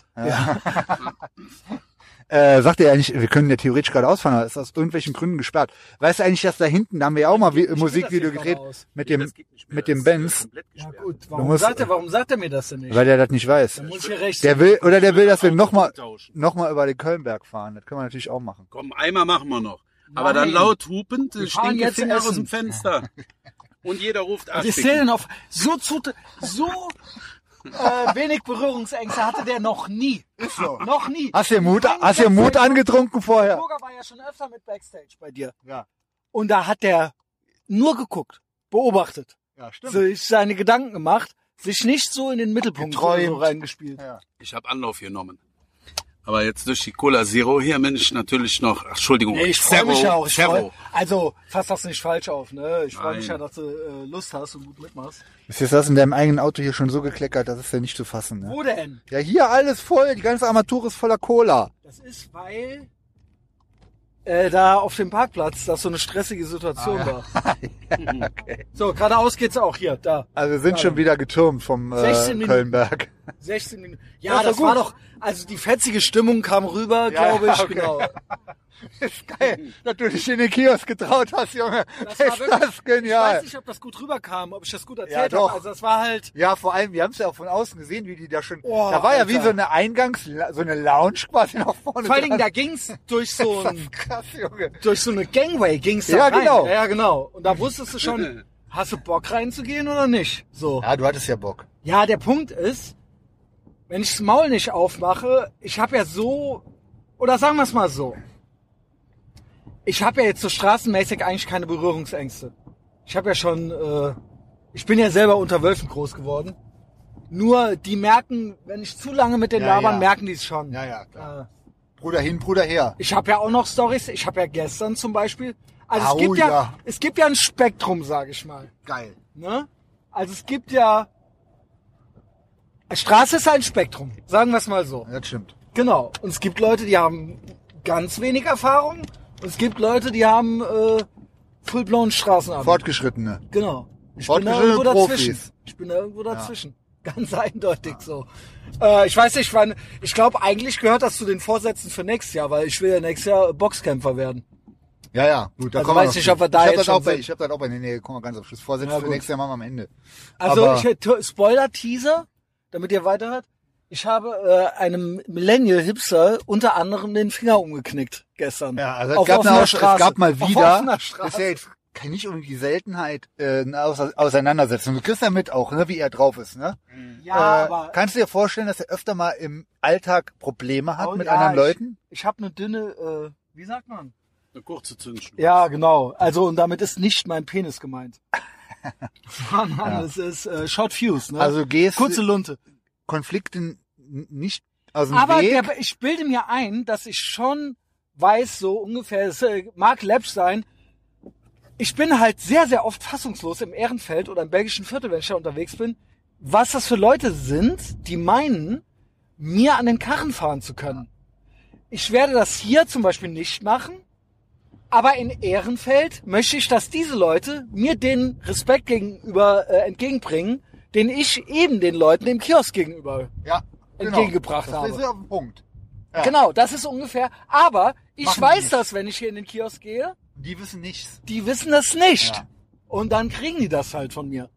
A: Äh, sagt er eigentlich, wir können ja theoretisch gerade ausfahren, aber ist aus irgendwelchen Gründen gesperrt. Weißt du eigentlich, dass da hinten, da haben wir ja auch mal wie, Musikvideo
B: das jetzt
A: gedreht
B: aber aus.
A: mit
E: Das
A: dem,
E: geht nicht mehr,
A: mit
E: das
A: dem
E: ist, äh,
A: Benz,
E: komplett
B: Ja,
E: gesperrt.
B: gut, warum,
A: musst-
B: sagt er, warum sagt er mir das denn nicht?
A: äh, weil der das nicht weiß.
B: Dann muss ich ja recht
A: Der
B: sein.
A: will, oder der will, dass wir nochmal,
E: Tauschen.
A: nochmal über den Kölnberg fahren. Das können wir natürlich auch machen.
E: Komm, einmal machen wir noch. Aber
B: Nein.
E: dann laut hupend,
B: fahren
E: äh, stinke
B: jetzt
E: Finger
B: essen.
E: aus dem Fenster. Und jeder ruft
B: Was ist der denn auf so zu, so äh, wenig Berührungsängste hatte der noch nie. Ist so. Noch nie.
A: Hast du Mut,
B: Frank
A: hast du Mut
B: Backstage-
A: angetrunken
B: Der
A: vorher?
B: Burger war ja schon öfter mit Backstage bei dir.
A: Ja.
B: Und da hat der nur geguckt, beobachtet,
A: Ja,
B: sich seine Gedanken gemacht, sich nicht so in den Mittelpunkt
A: Geträumt.
B: so reingespielt.
A: Ja.
E: Ich habe Anlauf genommen. Aber jetzt durch die Cola Zero hier bin ich natürlich noch. Ach, Entschuldigung.
B: Nee, ich freue mich ja auch. Ich freu,
E: Zero.
B: also, fass das nicht falsch auf. Ne? Ich freue mich ja,
E: Nein.
B: dass du äh, Lust hast und gut mitmachst.
A: Ist jetzt das in deinem eigenen Auto hier schon so gekleckert, das ist ja nicht zu fassen. Ne?
B: Wo denn?
A: Ja, hier alles voll, die ganze Armatur ist voller Cola.
B: Das ist, weil äh, da auf dem Parkplatz das so eine stressige Situation war. So, geradeaus geht's auch hier, da.
A: Also wir sind schon wieder getürmt vom äh,
B: 16 Minuten.
A: Kölnberg.
B: 16 Minuten. Ja,
A: Das
B: das,
A: war gut.
B: war doch, also die fetzige Stimmung kam rüber, glaube ich,
A: okay.
B: genau.
A: ist geil, dass du dich in den Kiosk getraut hast, Junge. Das
B: war
A: ist das
B: Ich
A: genial.
B: weiß nicht, ob das gut rüberkam, ob ich das gut
A: Ja,
B: erzählt
A: doch.
B: habe. Also das war halt,
A: Ja, vor allem, wir haben es ja auch von außen gesehen, wie die da schon.
B: Oh,
A: da war ja
B: Alter.
A: wie so eine Eingangs, so eine Lounge quasi nach vorne.
B: vor allen Dingen,
A: dran.
B: da ging's durch so
A: Das
B: ein,
A: ist krass, Junge.
B: durch so eine Gangway ging's da
A: Ja,
B: rein.
A: genau.
B: Ja, genau. Und da wusstest du schon, hast du Bock reinzugehen oder nicht? So.
A: Ja, du hattest ja Bock.
B: Ja, der Punkt ist, wenn ich das Maul nicht aufmache, ich habe ja so, oder sagen wir es mal so, ich habe ja jetzt so straßenmäßig eigentlich keine Berührungsängste. Ich habe ja schon, äh, ich bin ja selber unter Wölfen groß geworden. Nur die merken, wenn ich zu lange mit den
A: Ja,
B: labern,
A: ja.
B: merken die es schon.
A: Ja, ja, klar.
B: Äh,
A: Bruder hin, Bruder her.
B: ich habe ja auch noch Stories. Ich habe ja gestern zum Beispiel, also
A: Au,
B: es gibt ja,
A: ja.
B: es gibt ja ein Spektrum, sage ich mal.
A: Geil.
B: Ne? Also es gibt ja. Straße ist ein Spektrum, sagen wir es mal so.
A: Das stimmt.
B: Genau. Und es gibt Leute, die haben ganz wenig Erfahrung. Und es gibt Leute, die haben äh, full-blown Straßenarbeit.
A: Fortgeschrittene.
B: Genau. Ich bin da
A: Fortgeschrittene
B: irgendwo
A: Profis.
B: dazwischen. Ich bin da irgendwo dazwischen. Ganz eindeutig so. Äh, ich weiß nicht, wann. Ich glaube, eigentlich gehört das zu den Vorsätzen für nächstes Jahr, weil ich will ja nächstes Jahr Boxkämpfer werden.
A: Ja, ja. Gut, da
B: Also
A: kommen
B: weiß
A: noch
B: nicht,
A: zu.
B: ob wir da
A: ich hab
B: jetzt
A: das auch
B: schon
A: bei,
B: sind.
A: Ich hab das auch bei, nee, nee, guck mal ganz am Schluss. Vorsätze
B: Ja,
A: für
B: gut.
A: nächstes Jahr machen wir am Ende.
B: Also
A: Aber-
B: ich t- Spoiler Teaser, damit ihr weiterhört. Ich habe äh, einem Millennial Hipster unter anderem den Finger umgeknickt gestern.
A: Ja, also es
B: Auf
A: gab,
B: offener
A: eine, Aus- es
B: Straße.
A: gab mal
B: Auf
A: wieder,
B: offener
A: das ist ja
B: Straße.
A: jetzt kein- nicht irgendwie die Seltenheit, äh, eine Ause- Auseinandersetzung. Du kriegst ja mit auch, ne, wie er drauf ist, ne? äh,
B: Ja, aber
A: kannst du dir vorstellen, dass er öfter mal im Alltag Probleme hat
B: Oh,
A: mit
B: ja,
A: anderen
B: ich-
A: Leuten?
B: ich habe eine dünne, äh, wie sagt man?
E: Eine kurze Zündschnur.
B: Ja, genau. Also und damit ist nicht mein Penis gemeint. Mann, Mann, es ist äh, Short Fuse, ne?
A: Also gehst
B: kurze
A: du
B: Lunte.
A: Konflikten n- nicht aus dem
B: Aber
A: Weg.
B: der, ich bilde mir ein, dass ich schon weiß, so ungefähr, es äh, mag läppisch sein. Ich bin halt sehr, sehr oft fassungslos im Ehrenfeld oder im belgischen Viertel, wenn ich da unterwegs bin, was das für Leute sind, die meinen, mir an den Karren fahren zu können. Ich werde das hier zum Beispiel nicht machen, aber in Ehrenfeld möchte ich, dass diese Leute mir den Respekt gegenüber äh, entgegenbringen, den ich eben den Leuten im Kiosk gegenüber
A: ja, genau.
B: entgegengebracht
A: das Das
B: habe.
A: ist auf den Punkt. Ja.
B: Genau, das ist ungefähr. Aber ich
A: Machen die
B: weiß
A: nicht.
B: das, wenn ich hier in den Kiosk gehe.
A: Die wissen nichts.
B: Die wissen das nicht.
A: Ja.
B: Und dann kriegen die das halt von mir.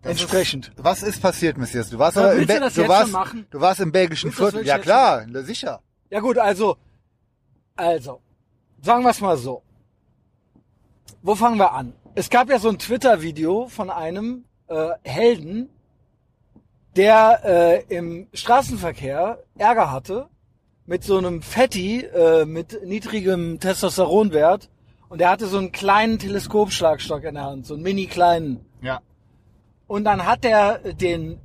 A: Das
B: Entsprechend.
A: Ist, was ist passiert, Messias? Du warst
B: Ja,
A: aber im,
B: willst du
A: Be
B: das
A: du
B: jetzt
A: warst,
B: schon machen?
A: du warst im belgischen
B: Willst du das
A: Viertel.
B: wirklich
A: Ja
B: jetzt
A: klar, na sicher.
B: Ja gut, also, also, sagen wir es mal so. Wo fangen wir an? Es gab ja so ein Twitter-Video von einem äh, Helden, der äh, im Straßenverkehr Ärger hatte mit so einem Fetti äh, mit niedrigem Testosteronwert und der hatte so einen kleinen Teleskopschlagstock in der Hand, so einen mini kleinen.
A: Ja.
B: Und dann hat er den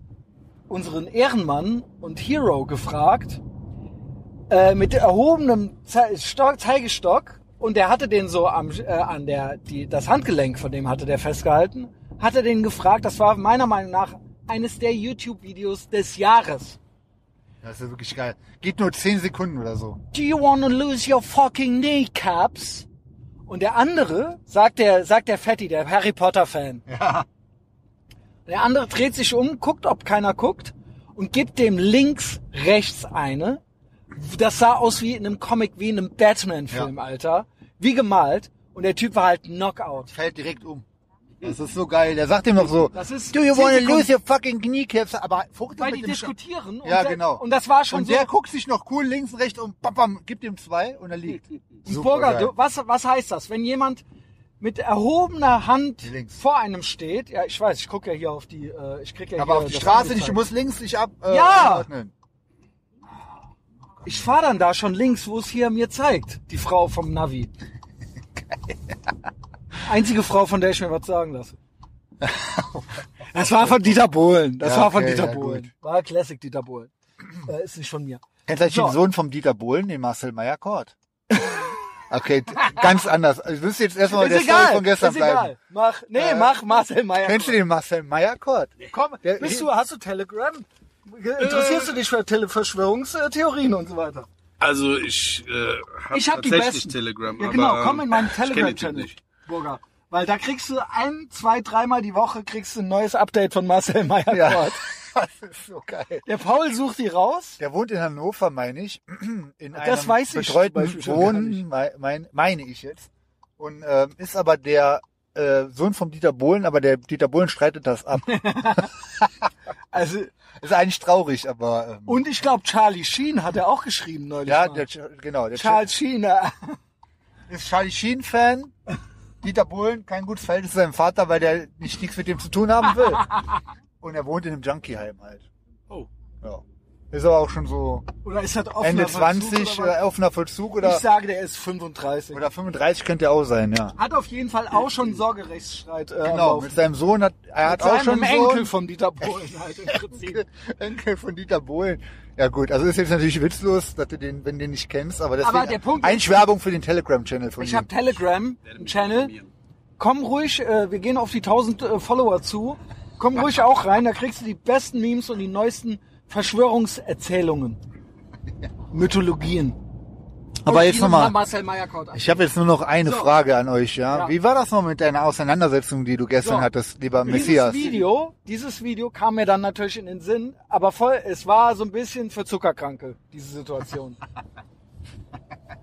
B: unseren Ehrenmann und Hero gefragt äh, mit erhobenem Ze Stock, Zeigestock und der hatte den so am, äh, an der die das Handgelenk von dem hatte der festgehalten, hat er den gefragt. Das war meiner Meinung nach eines der YouTube-Videos des Jahres.
A: Das ist wirklich geil. Geht nur 10 Sekunden oder so.
B: Do you wanna lose your fucking kneecaps? Und der andere, sagt der, sagt der Fetti, der Harry Potter-Fan.
A: Ja.
B: Der andere dreht sich um, guckt, ob keiner guckt und gibt dem links, rechts eine. Das sah aus wie in einem Comic, wie in einem Batman-Film, Alter. Wie gemalt. Und der Typ war halt Knockout.
A: Fällt direkt um. Das ist so geil. Der sagt ihm noch so,
B: Das ist
A: do you
B: zehn
A: wanna
B: Sekunden.
A: lose your fucking kneecaps? Aber fuchtelt
B: Weil
A: mit
B: die
A: dem Sch-
B: diskutieren. und
A: Ja,
B: der,
A: genau.
B: Und das war schon
A: und
B: so.
A: der guckt sich noch cool links, rechts und bam, bam, gibt ihm zwei und er liegt.
B: Ein
A: Super
B: Burger,
A: geil.
B: du- was, was heißt das? Wenn jemand mit erhobener Hand
A: Links.
B: vor einem steht, ja, ich weiß, ich gucke ja hier auf die, äh, ich krieg ja
A: Aber
B: hier
A: auf die
B: das
A: Straße nicht,
B: angezeigt.
A: du musst links nicht ab. Äh,
B: Ja!
A: einordnen.
B: Ich fahre dann da schon links, wo es hier mir zeigt, die Frau vom Navi. Einzige Frau, von der ich mir was sagen lasse. Das war von Dieter Bohlen. Das
A: Ja,
B: war von
A: okay,
B: Dieter
A: ja,
B: Bohlen.
A: gut.
B: War Classic Dieter Bohlen. Äh, ist nicht von mir.
A: Kennst du eigentlich den
B: So.
A: Sohn vom Dieter Bohlen, den Marcel meyer kort Okay, t- ganz anders. Ich müsste jetzt erstmal Oh, der Story von gestern
B: ist egal.
A: bleiben.
B: Mach, nee,
A: Äh,
B: mach Marcel Meyer.
A: Kennst du den Marcel meyer kort
B: Komm,
A: Der-
B: bist du, hast du Telegram? Interessierst du dich für Tele Verschwörungstheorien und so weiter?
E: Also ich äh, habe
B: Ich habe die
E: tatsächlich
B: besten.
E: Telegram.
B: Ja, genau,
E: aber,
B: komm in meinen
E: ich kenn den Typ
B: Telegram-Channel,
E: nicht.
B: Burger. Weil da kriegst du ein, zwei, dreimal die Woche kriegst du ein neues Update von Marcel Meyer.
A: Ja. Das ist so geil.
B: Der Paul sucht die raus.
A: Der wohnt in Hannover, meine ich. In
B: Das
A: einem
B: weiß ich zum
A: betreuten
B: Beispiel schon gar
A: Wohnen,
B: nicht.
A: mei- mein, meine ich jetzt. Und ähm, ist aber der äh, Sohn vom Dieter Bohlen, aber der Dieter Bohlen streitet das ab.
B: Also,
A: ist eigentlich traurig, aber ähm,
B: und ich glaube, Charlie Sheen hat er auch geschrieben neulich.
A: ja,
B: mal.
A: der, Ch- genau, der
B: Charles Sheen. äh,
A: Ch- ist Charlie Sheen Fan. Dieter Bohlen kein gutes Verhältnis zu seinem Vater, weil der nicht nichts mit dem zu tun haben will. Und er wohnt in einem Junkieheim halt.
E: Oh.
A: Ja. Ist aber auch schon so
B: Oder ist das offener
A: Ende
B: Verzug
A: 20,
B: oder
A: äh, offener Vollzug
B: was? Ich
A: oder,
B: sage, der ist 35.
A: oder 35 könnte er auch sein, ja.
B: Hat auf jeden Fall auch schon Sorgerechtsstreit. Äh, am
A: Genau,
B: Laufen.
A: mit seinem Sohn hat er hat
B: Mit
A: auch schon
B: seinem
A: einen
B: Enkel
A: Sohn.
B: von Dieter Bohlen halt im Prinzip.
A: Enkel von Dieter Bohlen. Ja gut, also ist jetzt natürlich witzlos, dass du den, wenn du den nicht kennst, aber deswegen
B: Aber der Punkt ist-
A: eigentlich Werbung für den Telegram-Channel von
B: Ich
A: ihm.
B: habe Telegram, einen Channel. Komm ruhig, äh, wir gehen auf die 1000 äh, Follower zu. Komm ruhig auch rein, da kriegst du die besten Memes und die neusten Verschwörungserzählungen. Mythologien.
A: aber
B: Und
A: jetzt
B: hier
A: nochmal,
B: war Marcel Meyerkort.
A: ich habe jetzt nur noch eine
B: So.
A: Frage an euch, ja?
B: Ja.
A: Wie war das noch mit deiner Auseinandersetzung, die du gestern
B: So.
A: hattest, lieber
B: dieses
A: Messias?
B: Video, dieses Video kam mir dann natürlich in den Sinn, aber voll, es war so ein bisschen für Zuckerkranke, diese Situation.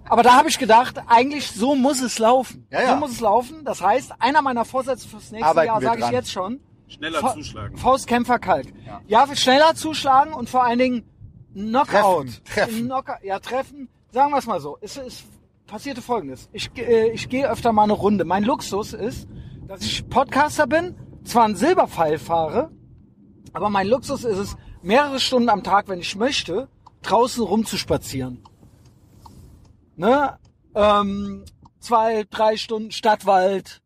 B: aber da habe ich gedacht, eigentlich so muss es laufen.
A: Ja, ja.
B: So muss es laufen. Das heißt, einer meiner Vorsätze fürs nächste
A: Arbeiten
B: Jahr,
A: wir
B: sage ich
A: dran.
B: jetzt schon,
E: Schneller
B: Fa-
E: zuschlagen.
B: Faustkämpfer Kalk. Ja. schneller zuschlagen und vor allen Dingen Knockout.
A: Treffen, treffen.
B: Knockout. Ja, treffen. Sagen wir es mal so. Es, es passierte folgendes. Ich, ge- äh, ich gehe öfter mal eine Runde. Mein Luxus ist, dass ich Podcaster bin, zwar einen Silberpfeil fahre, aber mein Luxus ist es, mehrere Stunden am Tag, wenn ich möchte, draußen rumzuspazieren. Ne? Ähm, zwei, drei Stunden Stadtwald,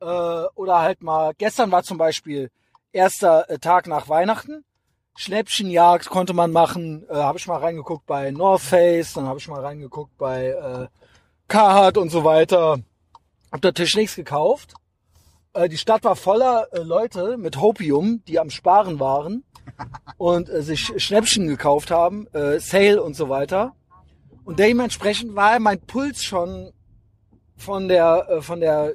B: äh, oder halt mal, gestern war zum Beispiel erster äh, Tag nach Weihnachten. Schnäppchenjagd konnte man machen, äh, habe ich mal reingeguckt bei North Face, dann habe ich mal reingeguckt bei äh, Carhartt und so weiter. Hab natürlich nichts gekauft. Äh, die Stadt war voller äh, Leute mit Hopium, die am Sparen waren und äh, sich Schnäppchen gekauft haben, äh, Sale und so weiter. Und dementsprechend war mein Puls schon von der, äh, von der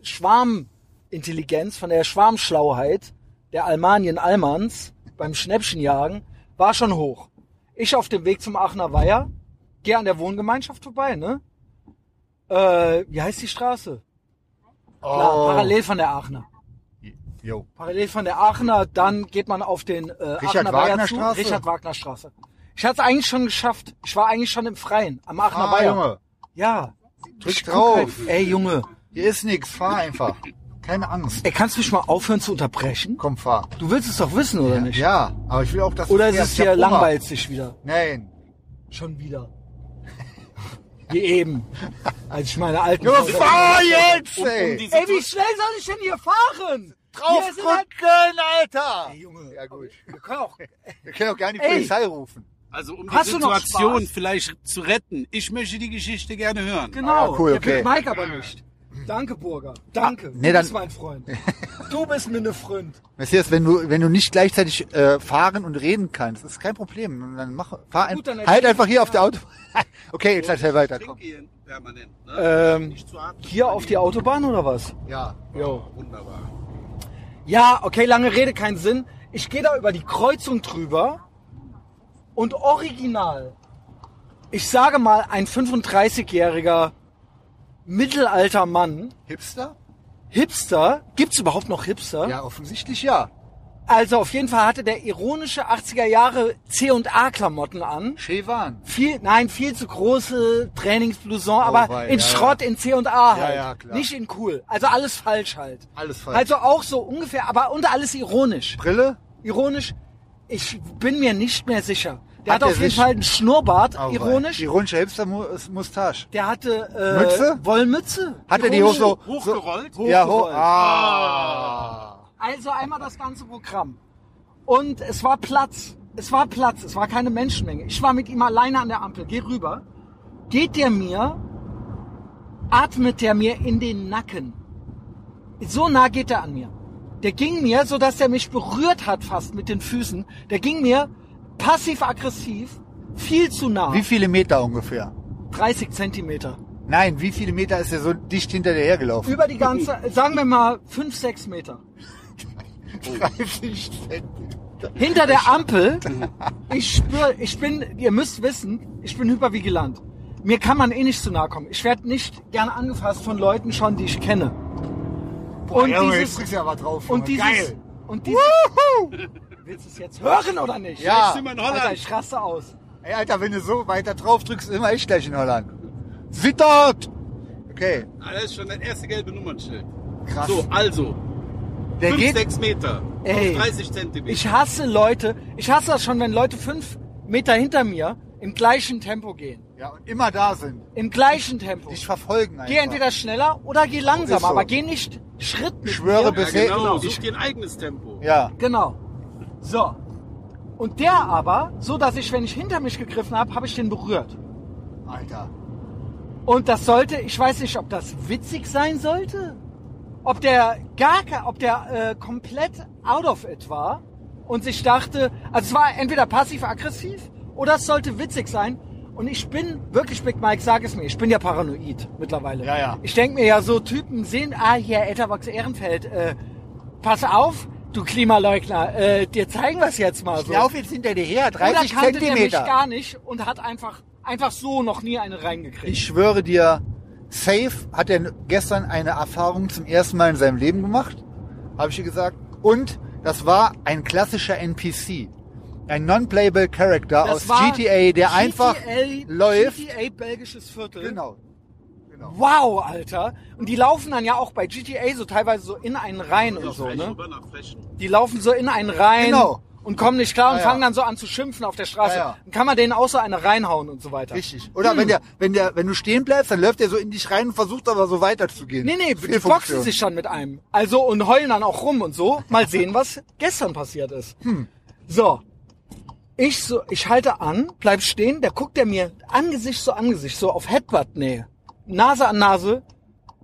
B: Schwarmintelligenz, von der Schwarmschlauheit der Almanien Almans beim Schnäppchenjagen war schon hoch. Ich auf dem Weg zum Aachener Weiher, gehe an der Wohngemeinschaft vorbei, ne? Äh, wie heißt die Straße? Klar, parallel von der Aachener.
A: Oh. Jo.
B: Parallel von der Aachener, dann geht man auf den äh, Aachener Weiher
A: Wagner
B: zu.
A: Straße?
B: Richard Wagner Straße. Ich hatte es eigentlich schon geschafft. Ich war eigentlich schon im Freien, am Aachener
A: Fahr,
B: Weiher.
A: Ah, Junge.
B: Ja.
A: Drück
B: Ich guck
A: drauf.
B: Halt, ey Junge,
A: Hier ist nix, fahr einfach. Keine Angst.
B: ey, kannst du mich mal aufhören zu unterbrechen?
A: Komm, fahr.
B: Du willst es doch wissen, oder nicht?
A: Ja, aber ich will auch, dass du
B: Oder ist
A: fährst.
B: es
A: Ich
B: dir
A: hab Hunger.
B: langweilt sich wieder?
A: Nein.
B: Schon wieder. Wie eben. Als ich meine alten.
A: Junge,
B: Folgen-
A: fahr jetzt,
E: Um,
A: ey!
E: um diese
B: Ey, wie schnell soll ich denn hier fahren? Hier sind halt-
A: Draufdrücken, Alter!
B: Ey, Junge.
A: Ja, gut.
B: Wir können auch.
A: Wir können auch gar nicht
B: Ey.
A: Polizei rufen.
E: also um die
B: Hast du noch
E: Situation
B: Spaß?
E: vielleicht zu retten. Ich möchte die Geschichte gerne hören.
B: Genau.
A: Ah, cool,
B: Der
A: okay.
B: Big Mike aber nicht. Ah, Danke, Burger. Danke.
A: nee,
B: du
A: dann-
B: bist mein Freund. Du bist mir ne Freund.
A: Messias, wenn du, wenn du nicht gleichzeitig äh, fahren und reden kannst, ist kein Problem. Dann mach, fahr ein,
B: Gut, dann
A: halt
B: erzähl-
A: einfach hier auf der Autobahn. okay, jetzt erzähl weiter.
E: Ich
A: Komm.
E: trinke hier permanent. Ne?
B: Ähm,
E: Nicht zu atmen.
B: hier auf die Autobahn oder was?
A: Ja.
B: Jo.
E: Wunderbar.
B: Ja, okay, lange Rede, kein Sinn. Ich gehe da über die Kreuzung drüber und original, ich sage mal, ein 35-jähriger mittelalter Mann,
A: Hipster?
B: Hipster, gibt's überhaupt noch Hipster?
A: Ja, offensichtlich ja.
B: Also auf jeden Fall hatte der ironische 80er Jahre C&A Klamotten an.
A: Chevan.
B: Viel, nein, viel zu große Trainingsblouson, aber
A: wei,
B: in
A: Oh, ja,
B: Schrott, in C&A halt.
A: ja, klar.
B: Nicht in cool. Also alles falsch halt.
A: Alles falsch.
B: Also auch so ungefähr, aber und alles ironisch.
A: Brille?
B: Ironisch, ich bin mir nicht mehr sicher. Der
A: Hat
B: hat,
A: der
B: auf jeden
A: sich-
B: Fall einen Schnurrbart,
A: Oh, wei.
B: ironisch.
A: Ironischer Hipster-Mustache.
B: Der hatte äh,
A: Mütze?
B: Wollmütze.
A: Hat er die
B: Ironisch.
A: Hose so,
E: Hochgerollt?
A: So, ja, ho
B: Hochgerollt.
A: ah.
B: Also einmal das ganze Programm. Und es war Platz. Es war Platz. Es war keine Menschenmenge. Ich war mit ihm alleine an der Ampel. Geh rüber. Geht der mir, atmet der mir in den Nacken. So nah geht er an mir. Der ging mir, so dass er mich berührt hat fast mit den Füßen. Der ging mir passiv-aggressiv viel zu nah.
A: Wie viele Meter ungefähr?
B: 30 Zentimeter.
A: Nein, wie viele Meter ist er so dicht hinter dir hergelaufen?
B: Über die ganze, sagen wir mal, 5, 6 Meter.
A: 30 Cent.
B: hinter der Ampel. Ich spür, ich bin, ihr müsst wissen, ich bin hypervigilant. Mir kann man eh nicht zu nahe kommen. Ich werde nicht gerne angefasst von Leuten schon, die ich kenne.
A: Boah,
B: Und
A: Junge,
B: dieses-
A: jetzt kriegst du ja was drauf.
B: Und
A: Junge.
B: dieses,
A: Geil.
B: und dieses, willst du es jetzt hören oder nicht?
A: Ja.
E: Sind wir in
B: Alter,
E: Holland?
B: ich raste aus.
A: Ey, Alter, wenn du so weiter drauf drückst, immer ich gleich in Holland. Sittert! Okay,
E: Ah, das ist schon das erste gelbe Nummernschild.
A: krass.
E: So, also.
A: der
E: 5,
A: geht.
E: 6 Meter.
B: Ey.
E: Auf 30 Zentimeter.
B: Ich hasse Leute, ich hasse das schon, wenn Leute fünf Meter hinter mir im gleichen Tempo gehen.
A: Ja, und immer da sind.
B: Im gleichen Tempo.
A: Dich verfolgen einfach.
B: Geh entweder schneller oder geh langsamer,
A: so.
B: aber geh nicht Schritt mit
A: Ich schwöre,
B: mir.
E: ja,
A: bis
E: genau,
A: ich,
E: such dir ein eigenes Tempo.
A: Ja,
B: Genau. So. Und der aber, so dass ich, wenn ich hinter mich gegriffen habe, habe ich den berührt.
A: Alter.
B: Und das sollte, ich weiß nicht, ob das witzig sein sollte, ob der gar, ke- ob der äh, komplett out of it war und sich dachte, also es war entweder passiv-aggressiv oder es sollte witzig sein. Und ich bin wirklich, Big Mike, sag es mir, ich bin ja paranoid mittlerweile.
A: Ja, ja.
B: Ich denk mir ja so, Typen sehen, ah, hier, Etherbox Ehrenfeld, äh, pass auf, du Klimaleugner, äh, dir zeigen wir es jetzt mal so.
A: Lauf jetzt hinter dir her,
B: Oder
A: 30
B: kannte der mich
A: Zentimeter.
B: gar nicht und hat einfach, einfach so noch nie eine reingekriegt.
A: Ich schwöre dir, safe hat er gestern eine Erfahrung zum ersten Mal in seinem Leben gemacht, habe ich dir gesagt. Und das war ein klassischer NPC. Ein non-playable Character aus
B: Das war
A: GTA, der
B: GTA
A: einfach läuft.
B: GTA belgisches Viertel.
A: Genau.
B: Wow, Alter. Und die laufen dann ja auch bei GTA so teilweise so in einen rein
E: Oder
B: und so,
E: Frechen,
B: ne?
E: rüber nach Frechen.
B: Die laufen so in einen rein
A: Genau.
B: und kommen nicht klar und
A: Ja, ja.
B: fangen dann so an zu schimpfen auf der Straße.
A: Ja, ja.
B: Dann kann man denen auch so eine reinhauen und so weiter.
A: Richtig. Oder
B: Hm.
A: wenn der, wenn der, wenn du stehen bleibst, dann läuft der so in dich rein und versucht aber so weiterzugehen.
B: Nee, nee, die
A: Fehlfunktion.
B: boxen sich schon mit einem. Also und heulen dann auch rum und so. Mal sehen, was gestern passiert ist. So. Ich so, ich halte an, bleib stehen, da guckt er mir Angesicht zu Angesicht, so auf Headbutt-Nähe. Nase an Nase.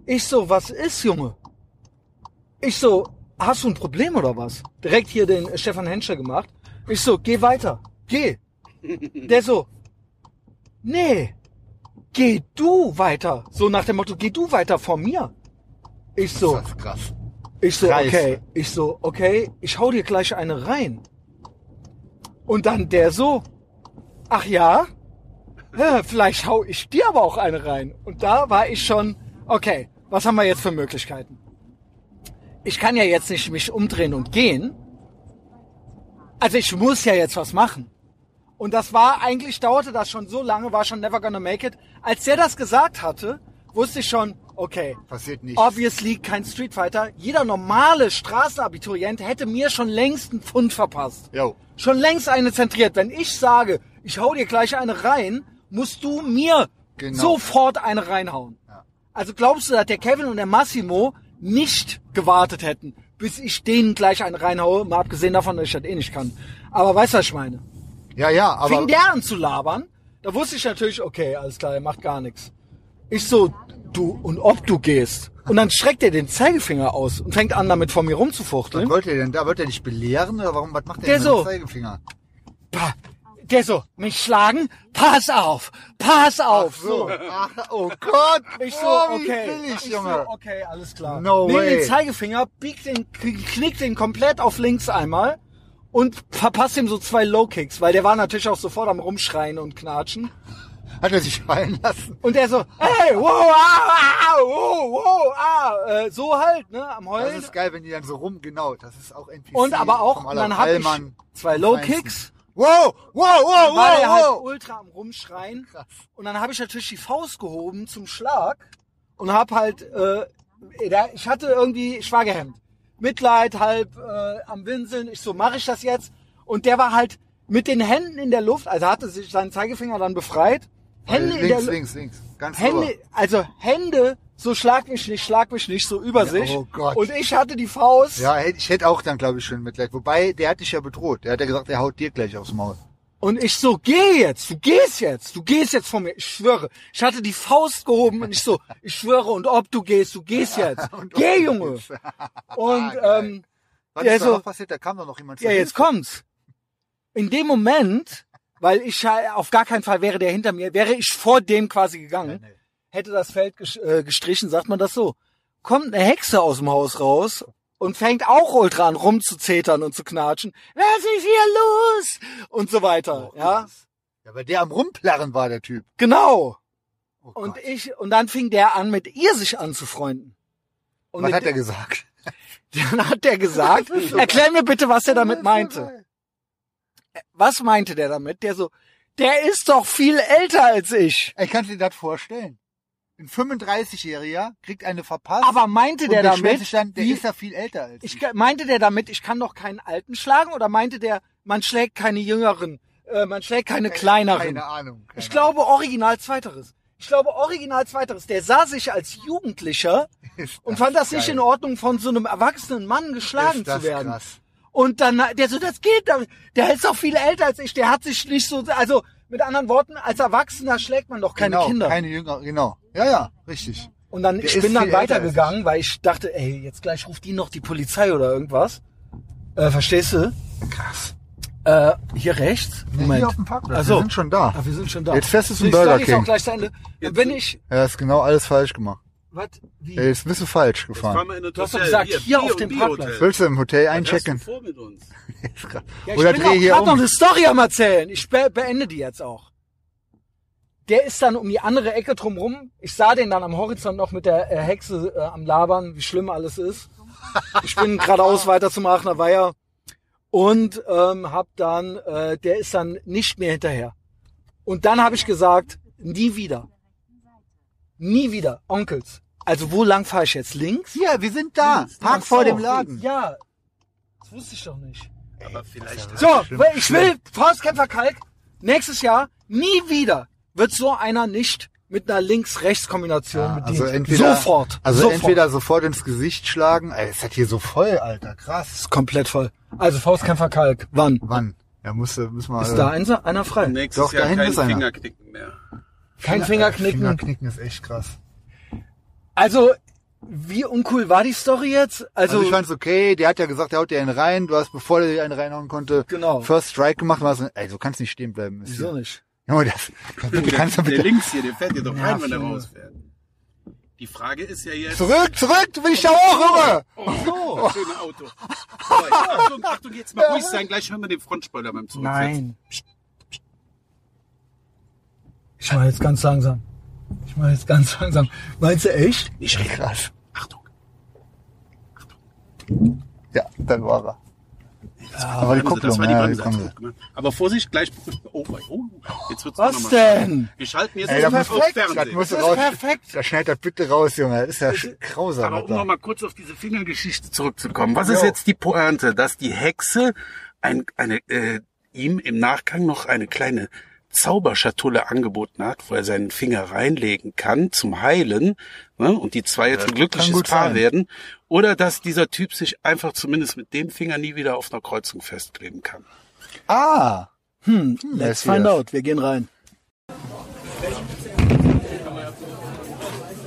B: Ich so, was ist, Junge? Ich so, hast du ein Problem oder was? Direkt hier den äh, Stefan Henscher gemacht. Ich so, geh weiter. Geh. Der so, nee, geh du weiter. So nach dem Motto, geh du weiter vor mir. Ich so,
A: Das ist krass.
B: ich so,
A: Kreis.
B: okay. Ich so, okay, ich hau dir gleich eine rein. Und dann der so, ach ja, Hä, vielleicht hau ich dir aber auch eine rein. Und da war ich schon, okay, was haben wir jetzt für Möglichkeiten? Ich kann ja jetzt nicht mich umdrehen und gehen. Also ich muss ja jetzt was machen. Und das war, eigentlich dauerte das schon so lange, war schon never gonna make it. Als der das gesagt hatte, wusste ich schon, okay,
A: Passiert nichts.
B: obviously kein Street Fighter. Jeder normale Straßenabiturient hätte mir schon längst einen Pfund verpasst.
A: Jo.
B: Schon längst eine zentriert. Wenn ich sage, ich hau dir gleich eine rein, musst du mir
A: Genau.
B: sofort eine reinhauen. Also glaubst du, dass der Kevin und der Massimo nicht gewartet hätten, bis ich denen gleich eine reinhaue, mal abgesehen davon, dass ich das eh nicht kann. Aber weißt du, was ich meine?
A: Ja, ja, aber.
B: fing der an zu labern. Da wusste ich natürlich, okay, alles klar, er macht gar nichts. Ich so, du, und ob du gehst? Und dann streckt er den Zeigefinger aus und fängt an, damit vor mir
A: Was
B: rumzufuchteln.
A: wollte er denn da? Wollte er dich belehren oder warum, was macht er
B: Der
A: denn mit dem
B: so.
A: Zeigefinger?
B: Pah. Der so, mich schlagen? Pass auf! Pass auf!
A: So, ach, oh Gott.
B: Ich so,
A: oh, wie
B: okay.
A: billig,
B: ich
A: Junge.
B: so, okay, alles klar.
A: No
B: Nimm
A: way.
B: den Zeigefinger, bieg den, knick den komplett auf links einmal und verpasst ihm so zwei Low-Kicks, weil der war natürlich auch sofort am Rumschreien und Knatschen.
A: Hat er sich fallen lassen?
B: Und der so, hey, wow, ah, ah, wow, wow, ah, äh, so halt, ne, am
A: Das
B: Heulen.
A: ist geil, wenn die dann so rum, genau, das ist auch NPC.
B: Und aber auch,
A: vom
B: und
A: aller
B: dann hab ich
A: Allmann
B: zwei
A: vom
B: Low-Kicks.
A: Feinsten. Wow, wow, wow,
B: Dann war der halt
A: wow, wow.
B: ultra am Rumschreien.
A: Krass.
B: Und dann habe ich natürlich die Faust gehoben zum Schlag und habe halt, äh, da- ich hatte irgendwie, ich war gehemmt. Mitleid, halb äh, am Winseln. Ich so, mache ich das jetzt? Und der war halt mit den Händen in der Luft, also hatte sich seinen Zeigefinger dann befreit. Hände in der
A: links,
B: Luft.
A: links, links. Ganz
B: Hände, also Hände, so schlag mich nicht, schlag mich nicht, so über
A: Ja,
B: sich.
A: oh Gott.
B: Und ich hatte die Faust.
A: Ja, hätt- ich hätte auch dann, glaube ich, schon Mitleid. Wobei, der hat dich ja bedroht. Der hat ja gesagt, er haut dir gleich aufs Maul.
B: Und ich so, geh jetzt, du gehst jetzt, du gehst jetzt von mir, ich schwöre. Ich hatte die Faust gehoben und ich so, ich schwöre, und ob du gehst, du gehst jetzt.
A: Und
B: Geh,
A: ob-
B: Junge. Und
A: Ah, Geil.
B: ähm,
A: Was
B: Ja,
A: ist da
B: so-
A: noch passiert? Da kam doch noch jemand. zur
B: ja, jetzt
A: Hilfe.
B: kommt's. In dem Moment, weil ich ja auf gar keinen Fall wäre der hinter mir, wäre ich vor dem quasi gegangen,
A: Nee, nee.
B: hätte das Feld gesch- äh, gestrichen, sagt man das so. Kommt eine Hexe aus dem Haus raus und fängt auch ultra an rumzuzetern und zu knatschen. Was ist hier los? Und so weiter,
A: Oh,
B: ja.
A: krass. Ja, aber der am Rumplarren war der Typ.
B: Genau.
A: Oh
B: Und
A: Gott.
B: ich, und dann fing der an, mit ihr sich anzufreunden. Und
A: Was
B: mit-
A: hat er gesagt?
B: dann hat der gesagt, erklär mir bitte, was er damit meinte. Was meinte der damit? Der so, der ist doch viel älter als ich.
A: Ich kann dir das vorstellen. Ein 35-Jähriger kriegt eine verpasst.
B: Aber meinte
A: und
B: der
A: beschwert
B: damit,
A: sich dann, der
B: wie-
A: ist ja viel älter als
B: ich, meinte der damit, ich kann doch keinen Alten schlagen? Oder meinte der, man schlägt keine Jüngeren, äh, man schlägt keine Kleineren?
A: Keine Ahnung. Keine
B: Ich glaube original Zweiteres. Ich glaube original Zweiteres. Der sah sich als Jugendlicher
A: Ahnung. Ist
B: und fand das
A: geil.
B: nicht in Ordnung, von so einem erwachsenen Mann geschlagen
A: Ist das
B: zu werden.
A: krass.
B: Und dann, der so, das geht, doch. der ist doch viel älter als ich, der hat sich nicht so, also mit anderen Worten, als Erwachsener schlägt man doch keine
A: genau,
B: Kinder.
A: Keine Jünger, genau. Ja, ja, richtig.
B: und dann,
A: der
B: ich
A: ist
B: bin dann
A: viel älter als
B: weitergegangen, weil ich dachte, ey, jetzt gleich ruft die noch die Polizei oder irgendwas. Äh, verstehst du?
A: Krass.
B: Äh, hier rechts?
A: Moment.
B: Moment.
A: Hier auf dem Parkplatz.
B: Ach so.
A: Wir sind schon da.
B: Ah, wir sind schon da.
A: Jetzt fährst du zum
B: Die
A: Burger
B: Story ist
A: King.
B: auch gleich zu Ende. Und wenn ich,
A: Er ist genau alles falsch gemacht.
B: was, wie?
A: Er ist ein bisschen falsch
E: Fahren
A: gefahren.
E: wir in
B: Du hast doch gesagt, hier auf dem Parkplatz.
A: Willst du im Hotel einchecken?
E: vor mit uns.
A: Ist krass.
B: Ja, ich
A: Oder
B: bin
A: dreh
B: auch
A: hier
B: gerade noch
A: um.
B: eine Story am erzählen. Ich be beende die jetzt auch. Der ist dann um die andere Ecke drumrum. Ich sah den dann am Horizont noch mit der äh, Hexe äh, am Labern, wie schlimm alles ist. Ich bin geradeaus weiter zum Aachener Weiher und ähm, hab dann, äh, der ist dann nicht mehr hinterher. Und dann habe ich gesagt, nie wieder, nie wieder, Onkels. Also wo lang fahre ich jetzt? Links?
A: Hier, wir sind da. Park vor dem Laden.
B: Ja, das wusste ich doch nicht.
E: Aber vielleicht
B: So, weil ich will Faustkämpfer Kalk nächstes Jahr nie wieder wird so einer nicht mit einer Links-Rechts-Kombination
A: Ja,
B: bedient.
A: also entweder,
B: sofort.
A: Also
B: sofort.
A: entweder sofort ins Gesicht schlagen. Ey, ist das hier so voll, Alter. Krass.
B: ist komplett voll. Also Faustkämpfer Kalk, wann?
A: Wann? Ja, muss, äh, müssen wir.
B: Ist da ein, einer frei?
E: nächstes
A: Doch, da
E: Jahr
A: hinten
E: kein
A: ist einer.
E: Fingerknicken mehr.
B: Kein Fingerknicken.
A: Fingerknicken äh, ist echt krass.
B: Also, wie uncool war die Story jetzt? Also,
A: Also, ich fand's okay. Der hat ja gesagt, er haut dir einen rein. Du hast, bevor der dir einen reinhauen konnte,
B: Genau.
A: First Strike gemacht. Und warst, so, ey, du kannst nicht stehen bleiben. Ist
B: wieso
A: hier-
B: nicht?
A: Junge, das, du kannst doch
E: der
A: bitte.
E: links hier, der fährt dir doch
B: Ja,
E: rein, wenn er
B: Junge.
E: rausfährt. Die Frage ist ja jetzt.
A: Zurück, zurück, du willst ja auch rüber.
E: Oh, das schöne Auto. Aber jetzt, Achtung, Achtung, jetzt mal ruhig sein. Gleich hören wir den Frontspoiler beim Zurücksetzen.
B: Nein. Ich mache jetzt ganz langsam. Ich mache jetzt ganz langsam. Meinst du echt?
E: Nicht reden.
A: Krass.
E: Achtung.
A: Ja, dann war er. aber die
E: Bremse,
A: Kupplung,
E: Also, das war die
A: ja,
E: Bremse.
A: die
E: hat's
A: Bremse.
E: gut gemacht. Aber Vorsicht, gleich. Oh, mein, oh, jetzt wird's
B: Was
E: noch mal
B: denn?
E: schneller. Wir schalten jetzt
A: Ey,
E: auf
A: das muss,
E: auf
A: das
E: Fernsehen.
A: muss
B: Das ist
A: raus.
B: perfekt.
A: Da schneidet das bitte raus, Junge. Das ist ja sch- grausam.
E: Aber um
A: Alter.
E: nochmal kurz auf diese Fingergeschichte zurückzukommen. Was ist jetzt die Pointe, dass die Hexe ein, eine, äh, ihm im Nachgang noch eine kleine Zauberschatulle angeboten hat, wo er seinen Finger reinlegen kann zum Heilen ne? und die zwei jetzt ein glückliches
A: gut
E: Paar
A: sein.
E: werden. Oder dass dieser Typ sich einfach zumindest mit dem Finger nie wieder auf einer Kreuzung festkleben kann.
A: Ah.
B: Let's
A: Let's
B: find
A: yes.
B: out. Wir gehen rein.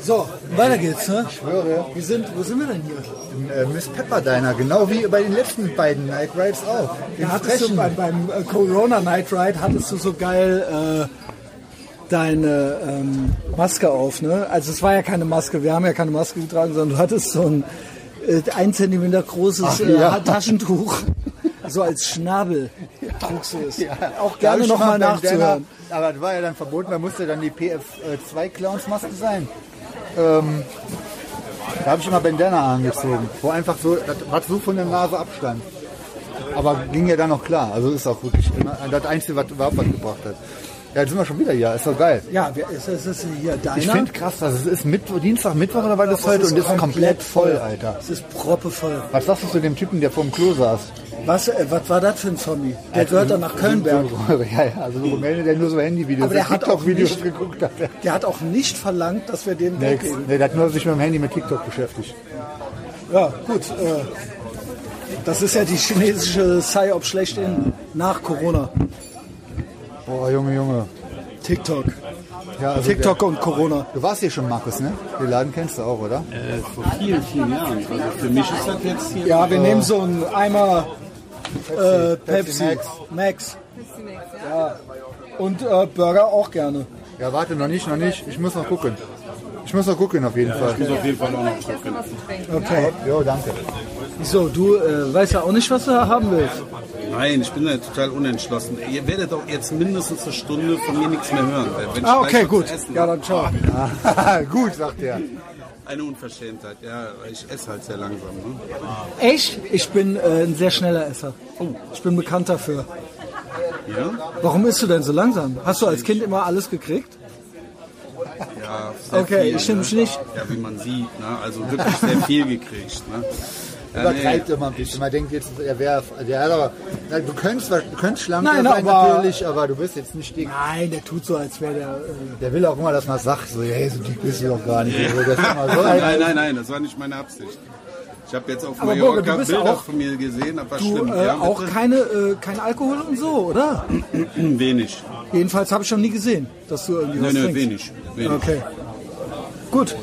B: So, Weiter geht's, ne? Ich schwöre. Wir sind, wo sind wir denn hier?
A: Äh, Miss Pepper Diner, genau wie bei den letzten beiden Night Rides auch.
B: Da hattest du bei, beim äh, Corona Night Ride hattest du so geil äh, deine ähm, Maske auf, ne? Also es war ja keine Maske, wir haben ja keine Maske getragen, sondern du hattest so ein äh, ein Zentimeter großes
A: Ach,
B: äh,
A: ja.
B: Taschentuch. So als Schnabel trugst du es.
A: Da
B: Auch
A: hab
B: gerne
A: ich mal
B: nochmal
A: bei
B: nachzuhören.
A: Deiner, aber das war ja dann verboten, da musste dann die PF2-Clowns-Maske sein. Ähm, da habe ich immer Bandana angezogen, wo einfach so, das hat so von der Nase abstand. Aber ging ja dann noch klar. Also ist auch wirklich immer das Einzige, was überhaupt was gebracht hat. Ja, jetzt sind wir schon wieder hier, ist doch geil.
B: Ja, wer ist das? Ist hier deiner?
A: Ich finde krass, dass es ist Mittwoch, Dienstag, Mittwoch oder war das heute und ist komplett voll, Alter.
B: Es ist proppevoll.
A: Was sagst du zu dem Typen, der vorm Klo saß?
B: Was, äh, was war das für ein Zombie? Der gehört dann nach Kölnberg.
A: So, ja, ja, also so Rumäne, der nur so Handyvideos,
B: Aber der hat auch
A: TikTok-Videos
B: nicht-
A: geguckt hat.
B: Der hat auch nicht verlangt, dass wir dem Geld
A: Nix.
B: geben.
A: Nee, der hat nur sich mit dem Handy mit TikTok beschäftigt.
B: Ja, gut. Äh, das ist ja die chinesische Psy-Op schlechthin nach Corona.
A: Boah, Junge, Junge.
B: TikTok.
A: Ja, also
B: TikTok und Corona.
A: Der, du warst hier schon, Markus, ne? Den Laden kennst du auch, oder?
E: Äh, vor vielen, vielen Jahren. Also für mich ist das jetzt hier.
B: Ja, wir nehmen so einen Eimer äh, Pepsi, Max. Ja. Und äh, Burger auch gerne.
A: Ja, warte, noch nicht, noch nicht. Ich muss noch gucken. Ich muss noch gucken, auf jeden Fall.
E: auf jeden Fall auch noch gucken.
B: Okay.
A: Jo, danke.
B: Wieso? Du äh, weißt ja auch nicht, was du haben willst.
E: Nein, ich bin da total unentschlossen. Ihr werdet auch jetzt mindestens eine Stunde von mir nichts mehr hören. weil Wenn ich
B: Ah,
E: gleich
B: okay,
E: was
B: gut. Ah,
E: zu essen
B: Ja,
E: hab.
B: dann ciao.
A: Gut, sagt er.
E: Eine Unverschämtheit, ja. Ich esse halt sehr langsam. Ne?
B: Echt? Ich bin äh, ein sehr schneller Esser. Ich bin bekannt dafür.
E: Oh. Ja?
B: Warum isst du denn so langsam? Hast du als Kind immer alles gekriegt?
E: Ja, sehr
B: Okay,
E: viel,
B: ich stimme
E: ne?
B: mich nicht.
E: Ja, wie man sieht. Ne? Also wirklich sehr viel gekriegt. Ne? Ja,
A: Übertreibt immer ein bisschen. Man denkt jetzt, er wäre. Der hat aber. Na, du könntest, du könntest schlanker
B: Nein,
A: sein,
B: aber-
A: natürlich, aber du bist jetzt nicht dick.
B: Nein, der tut so, als wäre der. äh,
A: Der will auch immer, dass man sagt, so, hey, so dick bist du doch gar nicht. Also, das ist immer so ein-
E: nein, nein, nein, das war nicht meine Absicht. Ich habe jetzt auf
B: Aber Burger,
E: Mallorca
B: du bist
E: Bilder
B: auch-
E: von mir gesehen, das war
B: du
E: schlimm.
B: äh,
E: ja,
B: auch
E: bitte? Hm,
B: keine, äh, kein Alkohol und so, oder?
E: Wenig.
B: Jedenfalls habe ich noch nie gesehen, dass du irgendwie
E: Nö,
B: was
E: nö,
B: trinkst.
E: wenig. wenig.
B: Okay. Gut,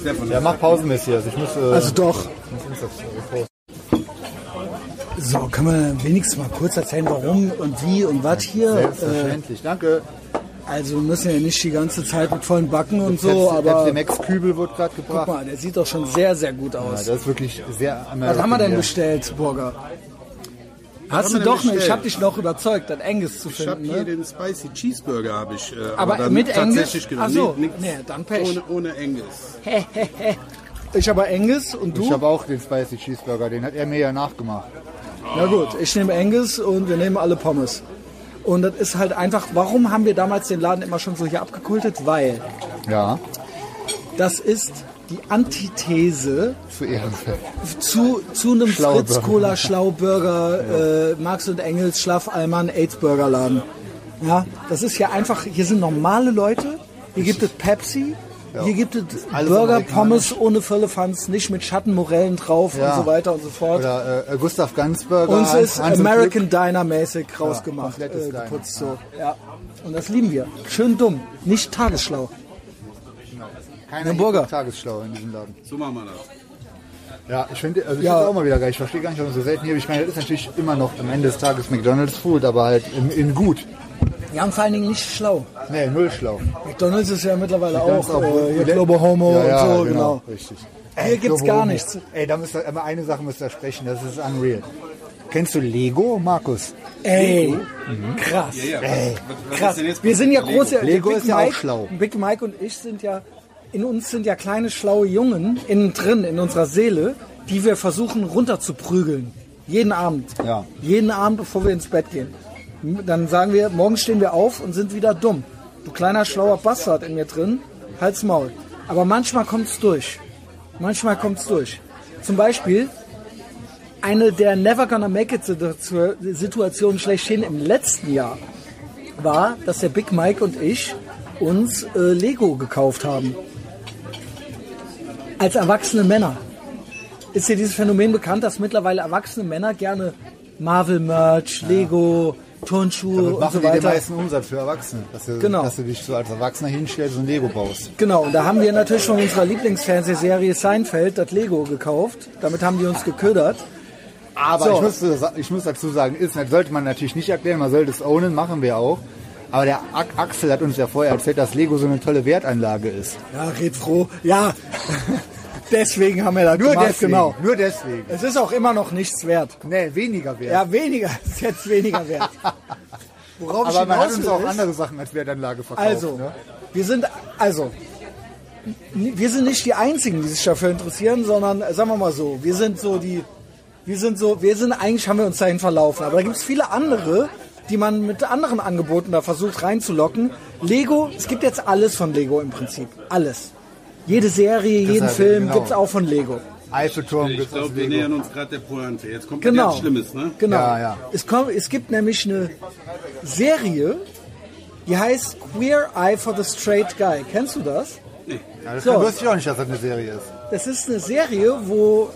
E: Stefan,
A: Ja, mach Pausen, Messias. Ich muss. Äh,
B: also doch.
A: muss ins- Prost.
B: So, kann man wenigstens mal kurz erzählen, warum und wie und was hier. Äh,
A: Selbstverständlich. Danke.
B: also wir müssen ja nicht die ganze Zeit mit vollen Backen und so,
A: Pepsi, Pepsi
B: aber
A: Max Kübel wurde gerade gebracht.
B: guck mal, der sieht doch schon sehr, sehr gut
A: Ja,
B: aus.
A: das ist wirklich sehr
B: Was
A: American.
B: haben wir denn
A: hier.
B: bestellt, Burger? Hast
E: haben
B: du
E: wir denn
B: doch, nicht,
E: bestellt?
B: ich habe dich noch überzeugt, dann Angus zu
E: Ich habe
B: finden.
E: hier
B: Ne?
E: den Spicy Cheeseburger, habe ich. Äh,
B: Aber
E: dann
B: mit Angus?
E: tatsächlich genommen.
B: Ach so,
E: Nee, nix.
B: nee, dann Pech.
E: Ohne, ohne Angus.
B: Ich habe Angus und
A: Ich
B: du?
A: habe auch den Spicy Cheeseburger, den hat er mir ja nachgemacht.
B: Na gut, ich nehme Angus und wir nehmen alle Pommes. Und das ist halt einfach, warum haben wir damals den Laden immer schon so hier abgekultet? Weil
A: Ja,
B: das ist die Antithese
A: zu Ehren.
B: zu, zu einem
A: Schlauburger.
B: Fritz Cola Schlauburger, äh, Marx und Engels, Schlafalman, AIDS Burger Laden. Ja, das ist ja einfach, hier sind normale Leute, hier gibt es Pepsi, hier gibt es
A: alles
B: Burger,
A: amerikanisch.
B: Pommes ohne Völlefanz, nicht mit Schattenmorellen drauf
A: Ja.
B: und so weiter und so fort.
A: Oder äh, Gustav Gansburger.
B: Uns ist
A: Hans und
B: American Diner mäßig rausgemacht,
A: komplettes
B: äh,
A: Diner.
B: geputzt so. Ja. Und das lieben wir. Schön dumm, nicht tagesschlau.
A: Glück. Keiner
B: Ein Burger.
A: ist Tagesschlau in diesem Laden.
E: So machen wir das.
A: Ja, ich finde, also ich
B: Ja.
A: finde auch mal wieder geil. Ich verstehe gar nicht, warum es so selten hier. Ich meine, das ist natürlich immer noch am Ende des Tages McDonald's Food, aber halt in, in gut.
B: Ja, und vor allen Dingen nicht schlau.
A: Nee, null schlau.
B: McDonalds ist ja mittlerweile
A: Ganz
B: auch,
A: auf-
B: äh, hier Globo Homo
A: ja, ja,
B: und so, genau.
A: Richtig.
B: Hier gibt's
A: Globo
B: gar
A: Homo.
B: nichts.
A: Ey, da müsst ihr, aber eine Sache müsst ihr sprechen, das ist unreal. Kennst du Lego, Markus?
B: Ey, krass.
E: Ja,
A: Ey,
E: was, was
B: Krass.
E: ist denn jetzt
B: Wir sind ja
E: Lego?
B: große.
A: Mhm. Lego
B: Big
A: ist ja auch
B: Mike,
A: schlau.
B: Big Mike und ich sind ja, in uns sind ja kleine schlaue Jungen innen drin, in unserer Seele, die wir versuchen runterzuprügeln. Jeden Abend.
A: Ja.
B: Jeden Abend, bevor wir ins Bett gehen. M- Dann sagen wir, morgen stehen wir auf und sind wieder dumm. Du kleiner schlauer Bastard in mir drin, halt's Maul. Aber manchmal kommt's durch. Manchmal kommt's durch. Zum Beispiel eine der Never Gonna Make It Situ- Situationen schlechthin im letzten Jahr war, dass der Big Mike und ich uns äh, Lego gekauft haben. Als erwachsene Männer. Ist dir dieses Phänomen bekannt, dass mittlerweile erwachsene Männer gerne Marvel-Merch, Lego, Turnschuhe
A: Damit
B: und
A: machen
B: so
A: die den
B: weiter.
A: meisten Umsatz für Erwachsene. Dass du,
B: Genau.
A: dass du dich so als Erwachsener hinstellst und Lego baust.
B: Genau, und da haben wir natürlich von unserer Lieblingsfernsehserie Seinfeld das Lego gekauft. Damit haben die uns geködert.
A: Aber
B: So.
A: ich, muss, sa- ich muss dazu sagen, ist, das sollte man natürlich nicht erklären, man sollte es ownen, machen wir auch. Aber der A Axel hat uns ja vorher erzählt, dass Lego so eine tolle Wertanlage ist.
B: Ja, red froh. Ja, deswegen haben wir das
A: Nur
B: gemacht,
A: deswegen.
B: genau.
A: Nur deswegen.
B: Es ist auch immer noch nichts wert.
A: Nee, weniger wert.
B: Ja, weniger, ist jetzt weniger wert. Worauf
A: Aber man hat
B: hinaus
A: uns
B: will,
A: auch
B: ist-
A: andere Sachen als Wertanlage verkauft.
B: Also,
A: ne?
B: wir sind also n- wir sind nicht die einzigen, die sich dafür interessieren, sondern äh, sagen wir mal so, wir sind so die wir sind so wir sind eigentlich haben wir uns dahin verlaufen, aber da gibt es viele andere, die man mit anderen Angeboten da versucht reinzulocken. Lego, es gibt jetzt alles von Lego im Prinzip, alles. Jede Serie, jeden
A: Deshalb,
B: Film
A: genau.
B: gibt's auch von Lego.
A: Eiffelturm
E: Ich
A: gibt's aus
E: glaube, wir
A: Lego.
E: nähern uns gerade der Pointe. Jetzt kommt
B: Genau.
E: was Schlimmes, ne?
B: Genau.
A: Ja, ja.
B: Es, kommt, es gibt nämlich eine Serie, die heißt Queer Eye for the Straight Guy. Kennst du das?
A: Ja, das
B: So.
A: wusste ich auch nicht, dass das eine Serie ist.
B: Das ist eine Serie, wo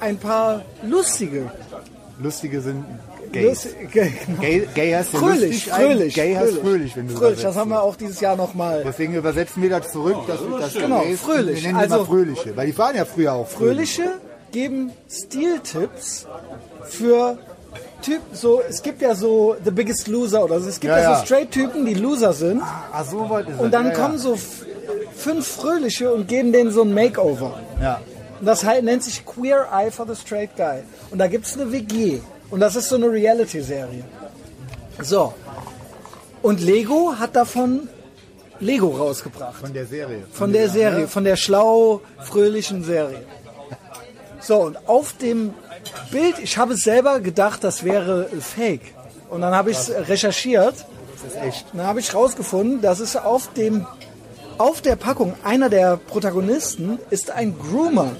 B: ein paar lustige,
A: Lustige sind Gays.
B: lus- ge- genau.
A: Gay, gay heißt ja
B: fröhlich,
A: lustig, ein-
B: fröhlich,
A: Gay heißt fröhlich, wenn du
B: fröhlich. Das
A: übersetzt.
B: haben wir auch dieses Jahr nochmal.
A: Deswegen übersetzen wir das zurück,
E: Oh,
A: dass wir das
B: Genau,
A: Gays-
B: fröhlich.
A: Wir nennen die
B: Also-
A: mal Fröhliche, weil die waren ja früher auch fröhlich.
B: Fröhliche geben Stiltipps für Typ so. Es gibt ja so The Biggest Loser oder so. Es gibt ja,
A: Ja,
B: so
A: ja.
B: Straight-Typen, die Loser sind.
A: Ach, so weit ist
B: Und
A: das.
B: dann
A: ja,
B: kommen so f- fünf Fröhliche und geben denen so ein Makeover.
A: Ja. ja.
B: Und das halt, nennt sich Queer Eye for the Straight Guy. Und da gibt's eine WG. Und das ist so eine Reality-Serie. So. Und Lego hat davon Lego rausgebracht.
A: Von der Serie.
B: Von der Serie, von der schlau, fröhlichen Serie. So, und auf dem Bild, ich habe selber gedacht, das wäre äh, fake. Und dann habe ich es recherchiert. Das ist echt. Dann habe ich rausgefunden, dass es auf dem auf der Packung einer der Protagonisten ist ein Groomer.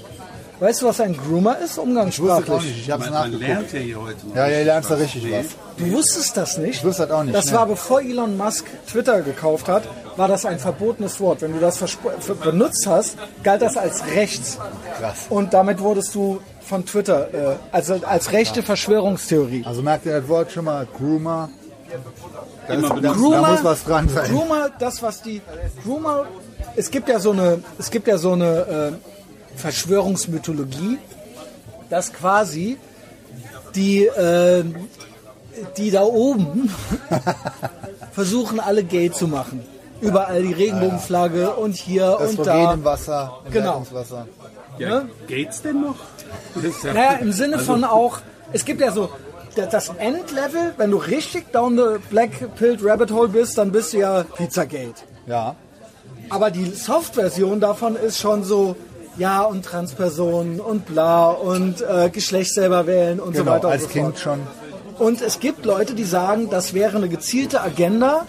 B: Weißt du, was ein Groomer ist?
A: Ich wusste das auch
B: Umgangssprachlich.
A: nicht, ich hab's
E: Man, man
A: nachgeguckt.
E: lernt ja hier heute noch.
A: Ja, ja, ihr lernt da
E: was.
A: richtig was.
B: Du wusstest das nicht?
A: Ich wusste das auch nicht,
B: Das
A: ne.
B: war bevor Elon Musk Twitter gekauft hat, war das ein verbotenes Wort. Wenn du das versp- ver- benutzt hast, galt das als rechts.
A: Krass.
B: Und damit wurdest du von Twitter, äh, also als rechte Verschwörungstheorie.
A: Also merkt ihr das Wort schon mal, Groomer? Da, ist, da, da
B: Groomer-
A: muss was dran sein.
B: Groomer, das was die Groomer, es gibt ja so eine, es gibt ja so eine äh, Verschwörungsmythologie, dass quasi die äh, die da oben versuchen alle gay zu machen. Überall die Regenbogenflagge und hier
A: Ah, das
B: und da.
A: Wasser, im
B: Genau.
A: Leitungswasser.
E: Ja,
B: Ne?
E: Geht's denn noch? Das ist ja-
B: Naja, im Sinne von
A: Also-
B: auch, es gibt ja so da- das Endlevel, wenn du richtig down the black pilled rabbit hole bist, dann bist du ja Pizzagate.
A: Ja.
B: Aber die Soft-Version davon ist schon so, ja und Transpersonen und bla und äh, Geschlecht selber wählen und so
A: Genau,
B: weiter und
A: als
B: so
A: Kind
B: fort.
A: schon.
B: Und es gibt Leute, die sagen, das wäre eine gezielte Agenda,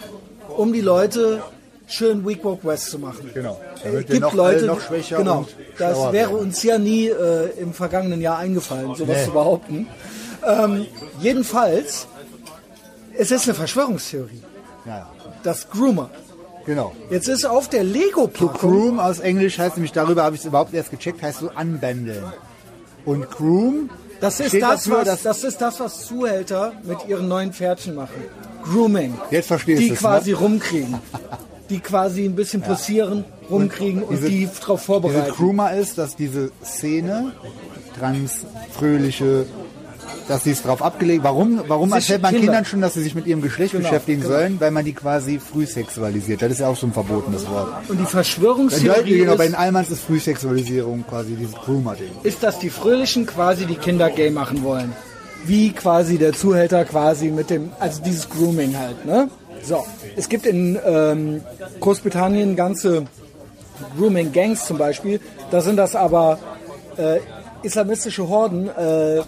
B: um die Leute schön Weak Walk West zu machen.
A: Genau.
B: Es
A: Damit wir
B: gibt
A: noch
B: Leute,
A: alle noch schwächer
B: genau,
A: und
B: das
A: schlauer
B: wäre
A: werden.
B: uns ja nie äh, im vergangenen Jahr eingefallen, sowas
A: Nee.
B: zu behaupten. Ähm, jedenfalls, es ist eine Verschwörungstheorie,
A: Ja, ja.
B: das Groomer.
A: Genau.
B: Jetzt ist auf der
A: To
B: Lego-Packung
A: groom aus Englisch heißt nämlich, darüber habe ich es überhaupt erst gecheckt, heißt so anbändeln. Und groom
B: Das ist
A: steht
B: das,
A: dafür,
B: was,
A: dass
B: das ist das, was Zuhälter mit ihren neuen Pferdchen machen. Grooming.
A: Jetzt verstehst
B: Die
A: du's,
B: quasi
A: ne?
B: rumkriegen. Die quasi ein bisschen posieren, rumkriegen und,
A: diese-
B: die darauf
A: diese
B: vorbereiten.
A: Groomer ist, dass diese Szene trans fröhliche dass sie es drauf abgelegt. Warum, warum
B: Sich
A: erzählt man
B: Kinder-
A: Kindern schon, dass sie sich mit ihrem Geschlecht
B: Genau,
A: beschäftigen
B: genau.
A: sollen, weil man die quasi früh sexualisiert? Das ist ja auch so ein verbotenes Wort.
B: und die
A: In Deutschland,
B: Verschwörungstheorie
A: genau, bei den
B: ist,
A: Allmanns ist Frühsexualisierung quasi dieses Groomer-Ding.
B: ist, dass die Fröhlichen quasi die Kinder gay machen wollen. Wie quasi der Zuhälter quasi mit dem, also dieses Grooming halt, ne? So, es gibt in ähm, Großbritannien ganze Grooming-Gangs zum Beispiel. Da sind das aber äh, islamistische Horden, äh,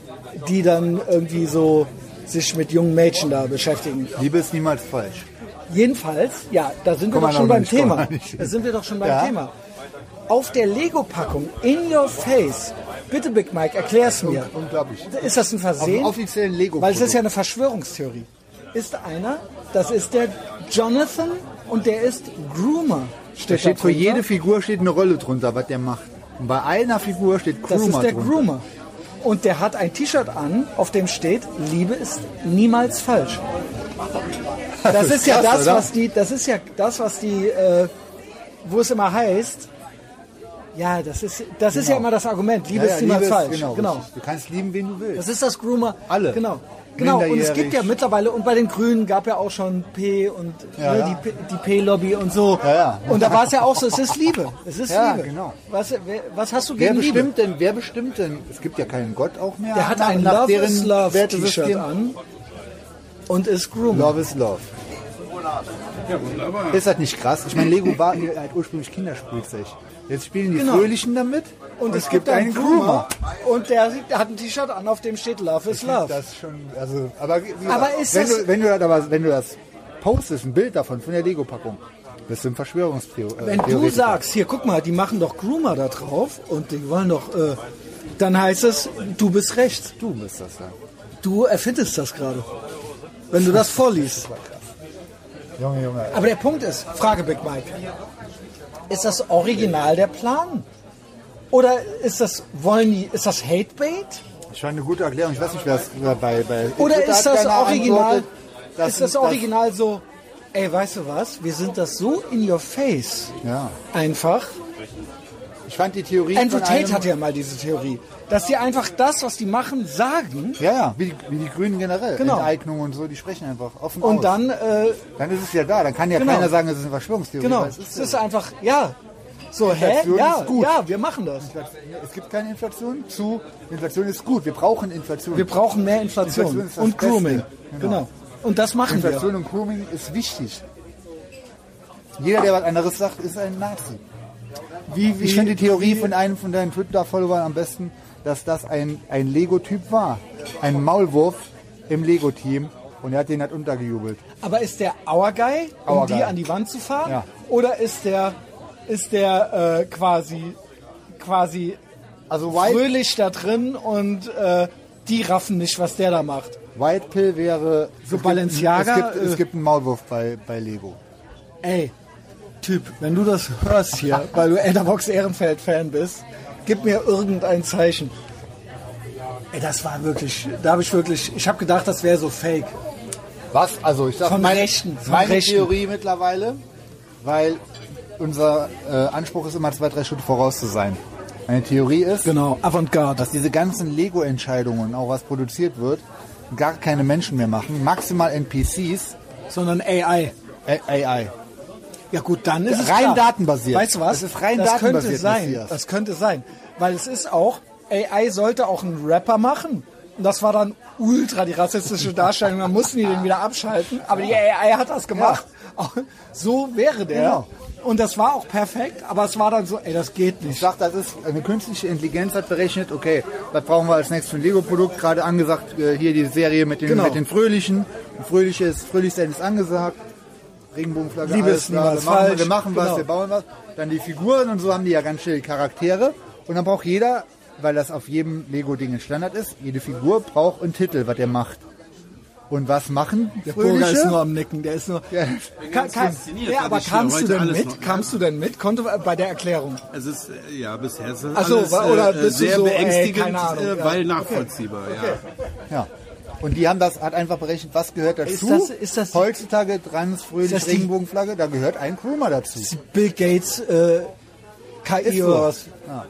B: die dann irgendwie so sich mit jungen Mädchen da beschäftigen.
A: Liebe ist niemals falsch.
B: Jedenfalls, ja, da sind wir
A: Kommen
B: doch
A: wir
B: schon
A: noch
B: beim
A: nicht, kommen
B: Thema.
A: wir nicht.
B: Da sind wir doch schon beim
A: Ja.
B: Thema. Auf der Lego-Packung In Your Face, bitte Big Mike, erklär's mir.
A: Unglaublich.
B: Ist das ein
A: Auf dem
B: Versehen?
A: offiziellen lego
B: Weil es ist ja eine Verschwörungstheorie. Ist einer, das ist der Jonathan und der ist Groomer.
A: Da steht für
B: darunter.
A: jede Figur steht eine Rolle drunter, was der macht. Und bei einer Figur steht Groomer
B: Das ist der
A: drunter.
B: Groomer. Und der hat ein T-Shirt an, auf dem steht, Liebe ist niemals falsch. Das ist, ja
A: Also krass,
B: das,
A: oder?
B: was die, das ist ja das, was die, äh, wo es immer heißt, ja, das ist, das ist ja
A: Genau.
B: immer das Argument, Liebe ist niemals
A: Liebe ist-
B: falsch.
A: Genau,
B: genau.
A: richtig. Du kannst lieben, wen du
B: Das
A: willst.
B: ist das Groomer.
A: Alle.
B: Genau. Genau, und es
A: Minderjährig.
B: gibt ja mittlerweile, und bei den Grünen gab ja auch schon P und
A: Ja,
B: ne,
A: ja.
B: die P- die P-Lobby und so.
A: Ja, ja.
B: Und da war es ja auch so, es ist Liebe. Es ist
A: Ja,
B: Liebe.
A: genau.
B: Was, wer, was hast du
A: Wer
B: gegen Liebe?
A: bestimmt denn, wer bestimmt denn? Es gibt ja keinen Gott auch mehr.
B: Der hat
A: nach-
B: ein
A: nach
B: Love
A: deren
B: is Love T-Shirt
A: Wertesystem.
B: an und ist Groomer.
A: Love is Love.
E: Ja, wunderbar.
A: Ist das nicht krass? Ich meine, Lego war halt ursprünglich Kinderspielzeug. Jetzt spielen die
B: Genau.
A: Fröhlichen damit
B: Und es, gibt, einen Groomer. Und der, sieht- der hat ein T-Shirt an, auf dem steht Love is Love.
A: Das schon, also, aber, wie gesagt,
B: Aber ist
A: wenn,
B: das-
A: du, wenn, du das, aber wenn du das postest, ein Bild davon, von der Lego-Packung, bist du äh, ein Verschwörungstheoretiker.
B: Wenn du sagst, hier, guck mal, die machen doch Groomer da drauf und die wollen doch, äh, dann heißt es, du bist rechts.
A: Du müsst das sagen.
B: Du erfindest das gerade. Wenn du das vorliest.
A: Junge, Junge.
B: Aber der Punkt ist, Frage Big Mike. Ist das original der Plan? Oder ist das, wollen die, ist das Hatebait?
A: Ich fand eine gute Erklärung. Ich weiß nicht, wer es bei, bei
B: Oder
A: Twitter
B: ist
A: hat
B: das
A: keiner
B: Original,
A: antwortet.
B: ist das Original so, ey, weißt du was, wir sind das so in your face.
A: Ja.
B: Einfach.
A: Ich fand die Theorie.
B: Andrew
A: von
B: Tate
A: einem-
B: hatte ja mal diese Theorie, dass die einfach das, was die machen, sagen
A: Ja, ja, wie die, wie die Grünen generell.
B: Genau.
A: Enteignung und so, die sprechen einfach offen aus.
B: und dann, äh,
A: Dann ist es ja da. Dann kann ja
B: Genau.
A: keiner sagen, es ist eine Verschwörungstheorie.
B: genau,
A: weil
B: es
A: ja
B: ist einfach, ja, so, hä?
A: Inflation
B: Ja,
A: ist gut.
B: ja, wir machen das.
A: Es gibt keine Inflation zu. Inflation ist gut. Wir brauchen Inflation.
B: Wir brauchen mehr Inflation,
A: Inflation ist das
B: und Grooming.
A: Beste.
B: Genau.
A: Genau.
B: Und das machen
A: Inflation und Grooming ist wichtig. Jeder, der was anderes sagt, ist ein Nazi. Wie, wie, ich finde die Theorie von einem von deinen Twitter-Followern am besten, dass das ein, ein Lego-Typ war. Ein Maulwurf im Lego-Team und er hat den halt untergejubelt.
B: wir. Aber ist der Our Guy, um
A: Our
B: die
A: Guy.
B: an die Wand zu fahren?
A: Ja.
B: Oder ist der, ist der äh, quasi, quasi
A: Also White,
B: fröhlich da drin und äh, die raffen nicht, was der da macht?
A: White Pill wäre
B: So
A: es
B: Balenciaga,
A: Gibt, es, gibt,
B: äh,
A: es gibt einen Maulwurf bei, bei Lego.
B: Ey, Typ, wenn du das hörst hier, weil du Enterbox Ehrenfeld-Fan bist, gib mir irgendein Zeichen. Ey, das war wirklich, da habe ich wirklich, ich habe gedacht, das wäre so fake.
A: Was? Also ich sag
B: Vom
A: meine,
B: Rechten, vom
A: meine
B: Rechten.
A: Theorie mittlerweile, weil unser äh, Anspruch ist immer zwei, drei Schritte voraus zu sein. Meine Theorie ist,
B: Genau, Avantgarde.
A: dass diese ganzen Lego-Entscheidungen, auch was produziert wird, gar keine Menschen mehr machen, maximal NPCs,
B: Sondern AI.
A: äh, AI.
B: Ja gut, dann ist es
A: Rein
B: klar.
A: datenbasiert.
B: Weißt du was?
A: Es ist rein
B: das könnte
A: datenbasiert,
B: sein.
A: Messias.
B: Das könnte sein, weil es ist auch AI sollte auch einen Rapper machen. Und das war dann ultra die rassistische Darstellung. Dann mussten die den wieder abschalten. Aber die AI hat das gemacht. So wäre der.
A: Genau.
B: Und das war auch perfekt. Aber es war dann so, ey, das geht
A: Ich
B: nicht.
A: sag, das ist eine künstliche Intelligenz hat berechnet, okay, was brauchen wir als nächstes für ein Lego-Produkt? Gerade angesagt, äh, hier die Serie mit den,
B: Genau.
A: mit den Fröhlichen. Fröhlich ist, Fröhlich sein ist angesagt. Regenbogenflagge,
B: Liebe
A: alles
B: ist
A: klar,
B: niemals
A: wir machen,
B: falsch.
A: wir machen was,
B: Genau.
A: wir bauen was. Dann die Figuren und so haben die ja ganz schnell die Charaktere. Und dann braucht jeder, weil das auf jedem Lego-Ding ein Standard ist, jede Figur braucht einen Titel, was der macht. Und was machen
B: Der
A: Fröhliche?
B: Burger ist nur am Nicken, der ist nur.
A: Ja.
B: Ka
E: ganz
B: ka
E: fasziniert,
B: ja,
E: hab
B: aber
E: ich hier
B: kamst du
E: heute
B: denn
E: alles
B: mit?
E: noch.
B: Kamst du denn mit? Konnte bei der Erklärung.
E: Es ist, äh, ja, bisher ist das
B: Ach so,
E: alles,
B: wa- oder
E: äh,
B: bist du
E: sehr
B: so, ey,
E: beängstigend,
B: keine Ahnung,
E: äh,
B: ja.
E: weil nachvollziehbar, ja.
A: Ja. Und die haben das, hat einfach berechnet, was gehört dazu.
B: Ist das- ist das-
A: Heutzutage trans, fröhlich,
B: das die-
A: Regenbogenflagge, da gehört ein Kroma dazu.
B: die Bill Gates äh,
A: Ist
B: KI
A: so.
B: oder was.
A: Ja.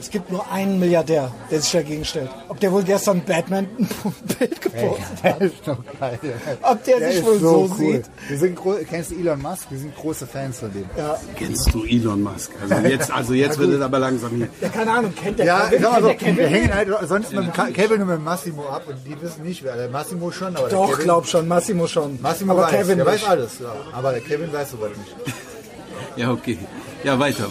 B: Es gibt nur einen Milliardär, der sich dagegen stellt. Ob der wohl gestern Batman ein Bild gepostet hat?
A: Der ist doch geil.
B: Ob der sich
A: ist
B: wohl so sieht?
A: Wir sind gro- Kennst du Elon Musk? Wir sind große Fans von dem. Ja,
E: Kennst du Elon Musk? Also jetzt, also jetzt wird es aber langsam hier.
B: Ja, keine Ahnung, kennt der
A: ich
B: Kevin?
A: sag mal
B: Kennt
A: so,
B: der Kevin?
A: wir hängen halt sonst mit dem Ka- Kevin und mit dem Massimo ab und die wissen nicht, wer der Massimo schon, aber der
B: Doch,
A: Kevin,
B: glaub schon, Massimo schon.
A: Massimo
B: aber
A: weiß,
B: Kevin
A: der
B: nicht.
A: weiß alles, ja. aber der Kevin weiß sowas nicht.
E: Ja, okay. Ja, weiter.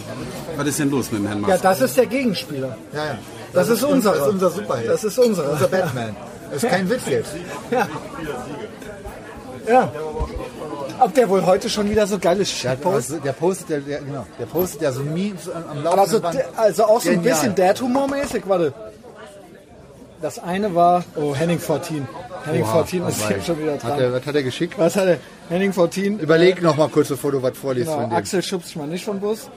E: Was ist denn los mit dem Herrn
B: Ja,
E: Musk?
B: das ist der Gegenspieler.
A: Ja, ja.
B: Das ist unsere.
A: Das ist unser Superheld.
B: Das ist unsere.
A: Unser Batman. Das ist kein Witz jetzt.
B: Ja. Ob der wohl heute schon wieder so geile
A: Der,
B: Shit
A: hat,
B: postet?
A: also, der postet ja, der, genau, der postet ja so Memes am, am Laufen.
B: Aber so, also auch so ein bisschen Dad-Humor-mäßig, warte. Das eine war, oh, Henning 14. Henning 14 ist hier schon wieder
A: oh Hat
B: dran.
A: er, was hat er geschickt?
B: Was hat er? Henning 14.
A: Überleg noch mal kurz, bevor du was vorliest
B: Genau,
A: von dem.
B: Axel schubst dich mal nicht vom Bus.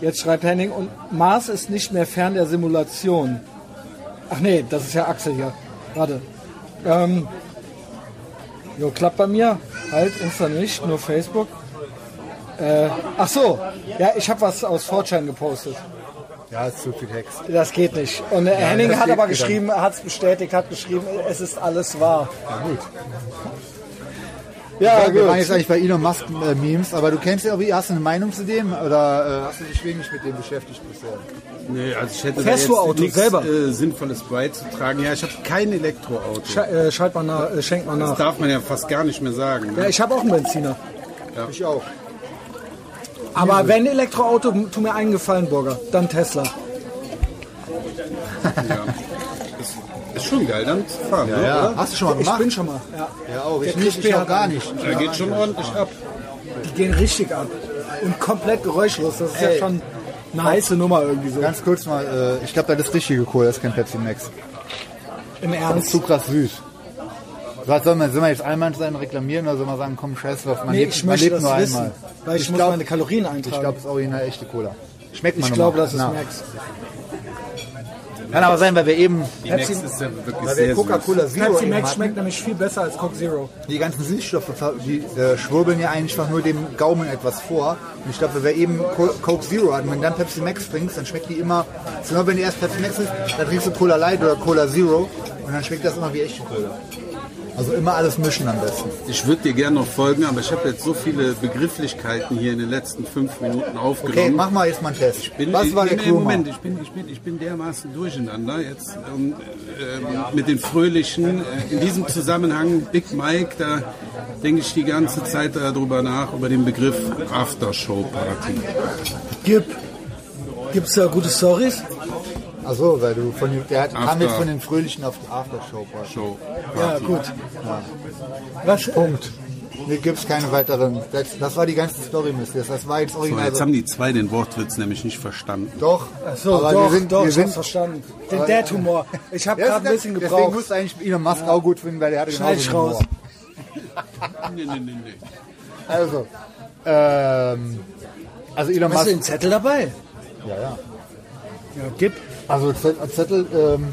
B: Jetzt schreibt Henning, und Mars ist nicht mehr fern der Simulation. Ach nee, das ist ja Axel hier. Warte. Ähm, Jo, klappt bei mir. Halt, Insta nicht, nur Facebook. Äh, ach so, ja, ich habe was aus Fortschein gepostet.
A: Ja, ist zu viel Text.
B: Das geht nicht. Und äh, Henning
A: das
B: hat
A: geht
B: aber
A: nicht dann.
B: geschrieben, hat es bestätigt, hat geschrieben, es ist alles wahr.
A: Ja, gut.
B: Ja,
A: Wir waren
B: gut.
A: jetzt eigentlich bei Elon Musk äh, Memes, aber du kennst ja, wie hast du eine Meinung zu dem oder äh, hast du dich wenig mit dem beschäftigt bisher?
E: Nee, also ich hätte da
B: Fährst
E: jetzt
B: du Auto
E: nichts,
B: selber?
E: Äh, Sinnvolles beizutragen. Ja, ich habe kein Elektroauto.
B: Sch äh, schalt mal nach, äh, schenk mal
E: Das
B: nach.
E: darf man ja fast gar nicht mehr sagen.
B: Ja,
E: Ne?
B: ich habe auch einen Benziner.
A: Ich auch.
B: Aber wenn Elektroauto, m- tu mir einen Gefallen, Burger. Dann Tesla.
E: Ist schon geil, dann zu fahren.
A: Ja,
E: ne?
A: ja. Hast du schon mal
B: Ich
A: gemacht?
B: bin schon mal. Ja.
A: ja, auch. Ich
B: Der
A: nicht,
B: kriegt
A: ich auch
B: Bär.
A: gar nicht.
E: Da geht schon ordentlich ab.
B: Die gehen richtig ab. Und komplett geräuschlos. Das ist ja
A: Ey.
B: schon eine heiße Nummer irgendwie so.
A: Ganz kurz mal, äh, ich glaube, das ist richtige Kohle, das ist kein Pepsi Max.
B: Im
A: Das ist
B: Ernst.
A: zu krass süß. Was soll man, soll man jetzt einmal sein reklamieren oder soll man sagen, komm, scheiß drauf, man
B: Nee,
A: lebt,
B: ich
A: man
B: möchte
A: lebt
B: das
A: nur
B: wissen,
A: einmal.
B: weil ich muss
A: glaub-
B: meine Kalorien
A: Ich
B: eintragen.
A: glaube, es ist original echte Cola. Schmeckt man
B: Ich
A: noch
B: glaube,
A: mal.
B: das ist
A: Na.
B: Max.
A: Kann aber sein, weil wir eben
E: Die
B: Pepsi-
E: Max ist ja wirklich
A: weil wir
E: sehr
A: Coca-Cola Zero
B: Pepsi
A: eben
B: Max
A: hatten.
B: schmeckt nämlich viel besser als Coke Zero.
A: Die ganzen Süßstoffe die, äh, schwurbeln ja eigentlich einfach nur dem Gaumen etwas vor. Und ich glaube, wenn wir eben Co Coke Zero hatten, wenn du dann Pepsi Max trinkst, dann schmeckt die immer, genau wenn du erst Pepsi Max trinkst, dann trinkst du Cola Light oder Cola Zero und dann schmeckt das immer wie echte Cola. Also immer alles mischen am besten.
E: süß. Ich würde dir gerne noch folgen, aber ich habe jetzt so viele Begrifflichkeiten hier in den letzten fünf Minuten aufgenommen.
A: Okay, mach mal jetzt mal einen Test.
E: bin,
A: Was war
E: ich,
A: der
E: nee,
A: Clou?
E: Moment, ich bin, ich, bin, ich bin dermaßen durcheinander jetzt ähm, ähm, mit den Fröhlichen. Äh, in diesem Zusammenhang Big Mike, da denke ich die ganze Zeit darüber nach, über den Begriff Aftershow-Party.
B: Gib. Gibt's da gute Stories?
A: Achso, weil du von dem- der hat, kam
E: After.
A: jetzt von den Fröhlichen auf die Aftershow. Party.
E: Show
B: Ja,
E: Party.
B: gut. Was?
A: Punkt. Hier gibt es keine weiteren. Das, das war die ganze Story, Messias. Das war jetzt
E: So,
A: original.
E: jetzt haben die zwei den Wortwitz nämlich nicht verstanden.
A: doch,
B: Ach so,
A: aber
B: doch,
A: wir sind, wir
B: doch, ich hab's
A: sind
B: verstanden. Den Dad-Humor. Ich habe gerade ein bisschen
A: Deswegen
B: gebraucht.
A: musst du eigentlich Elon Musk auch gut finden, weil der hatte genau
B: Schneid ich raus.
E: Nee, nee, nee, nee.
A: Also, ähm, also Elon
B: Hast du den
A: Musk.
B: Zettel dabei?
A: Ja, ja.
B: Ja, gib.
A: Also Zet- Zettel, ähm,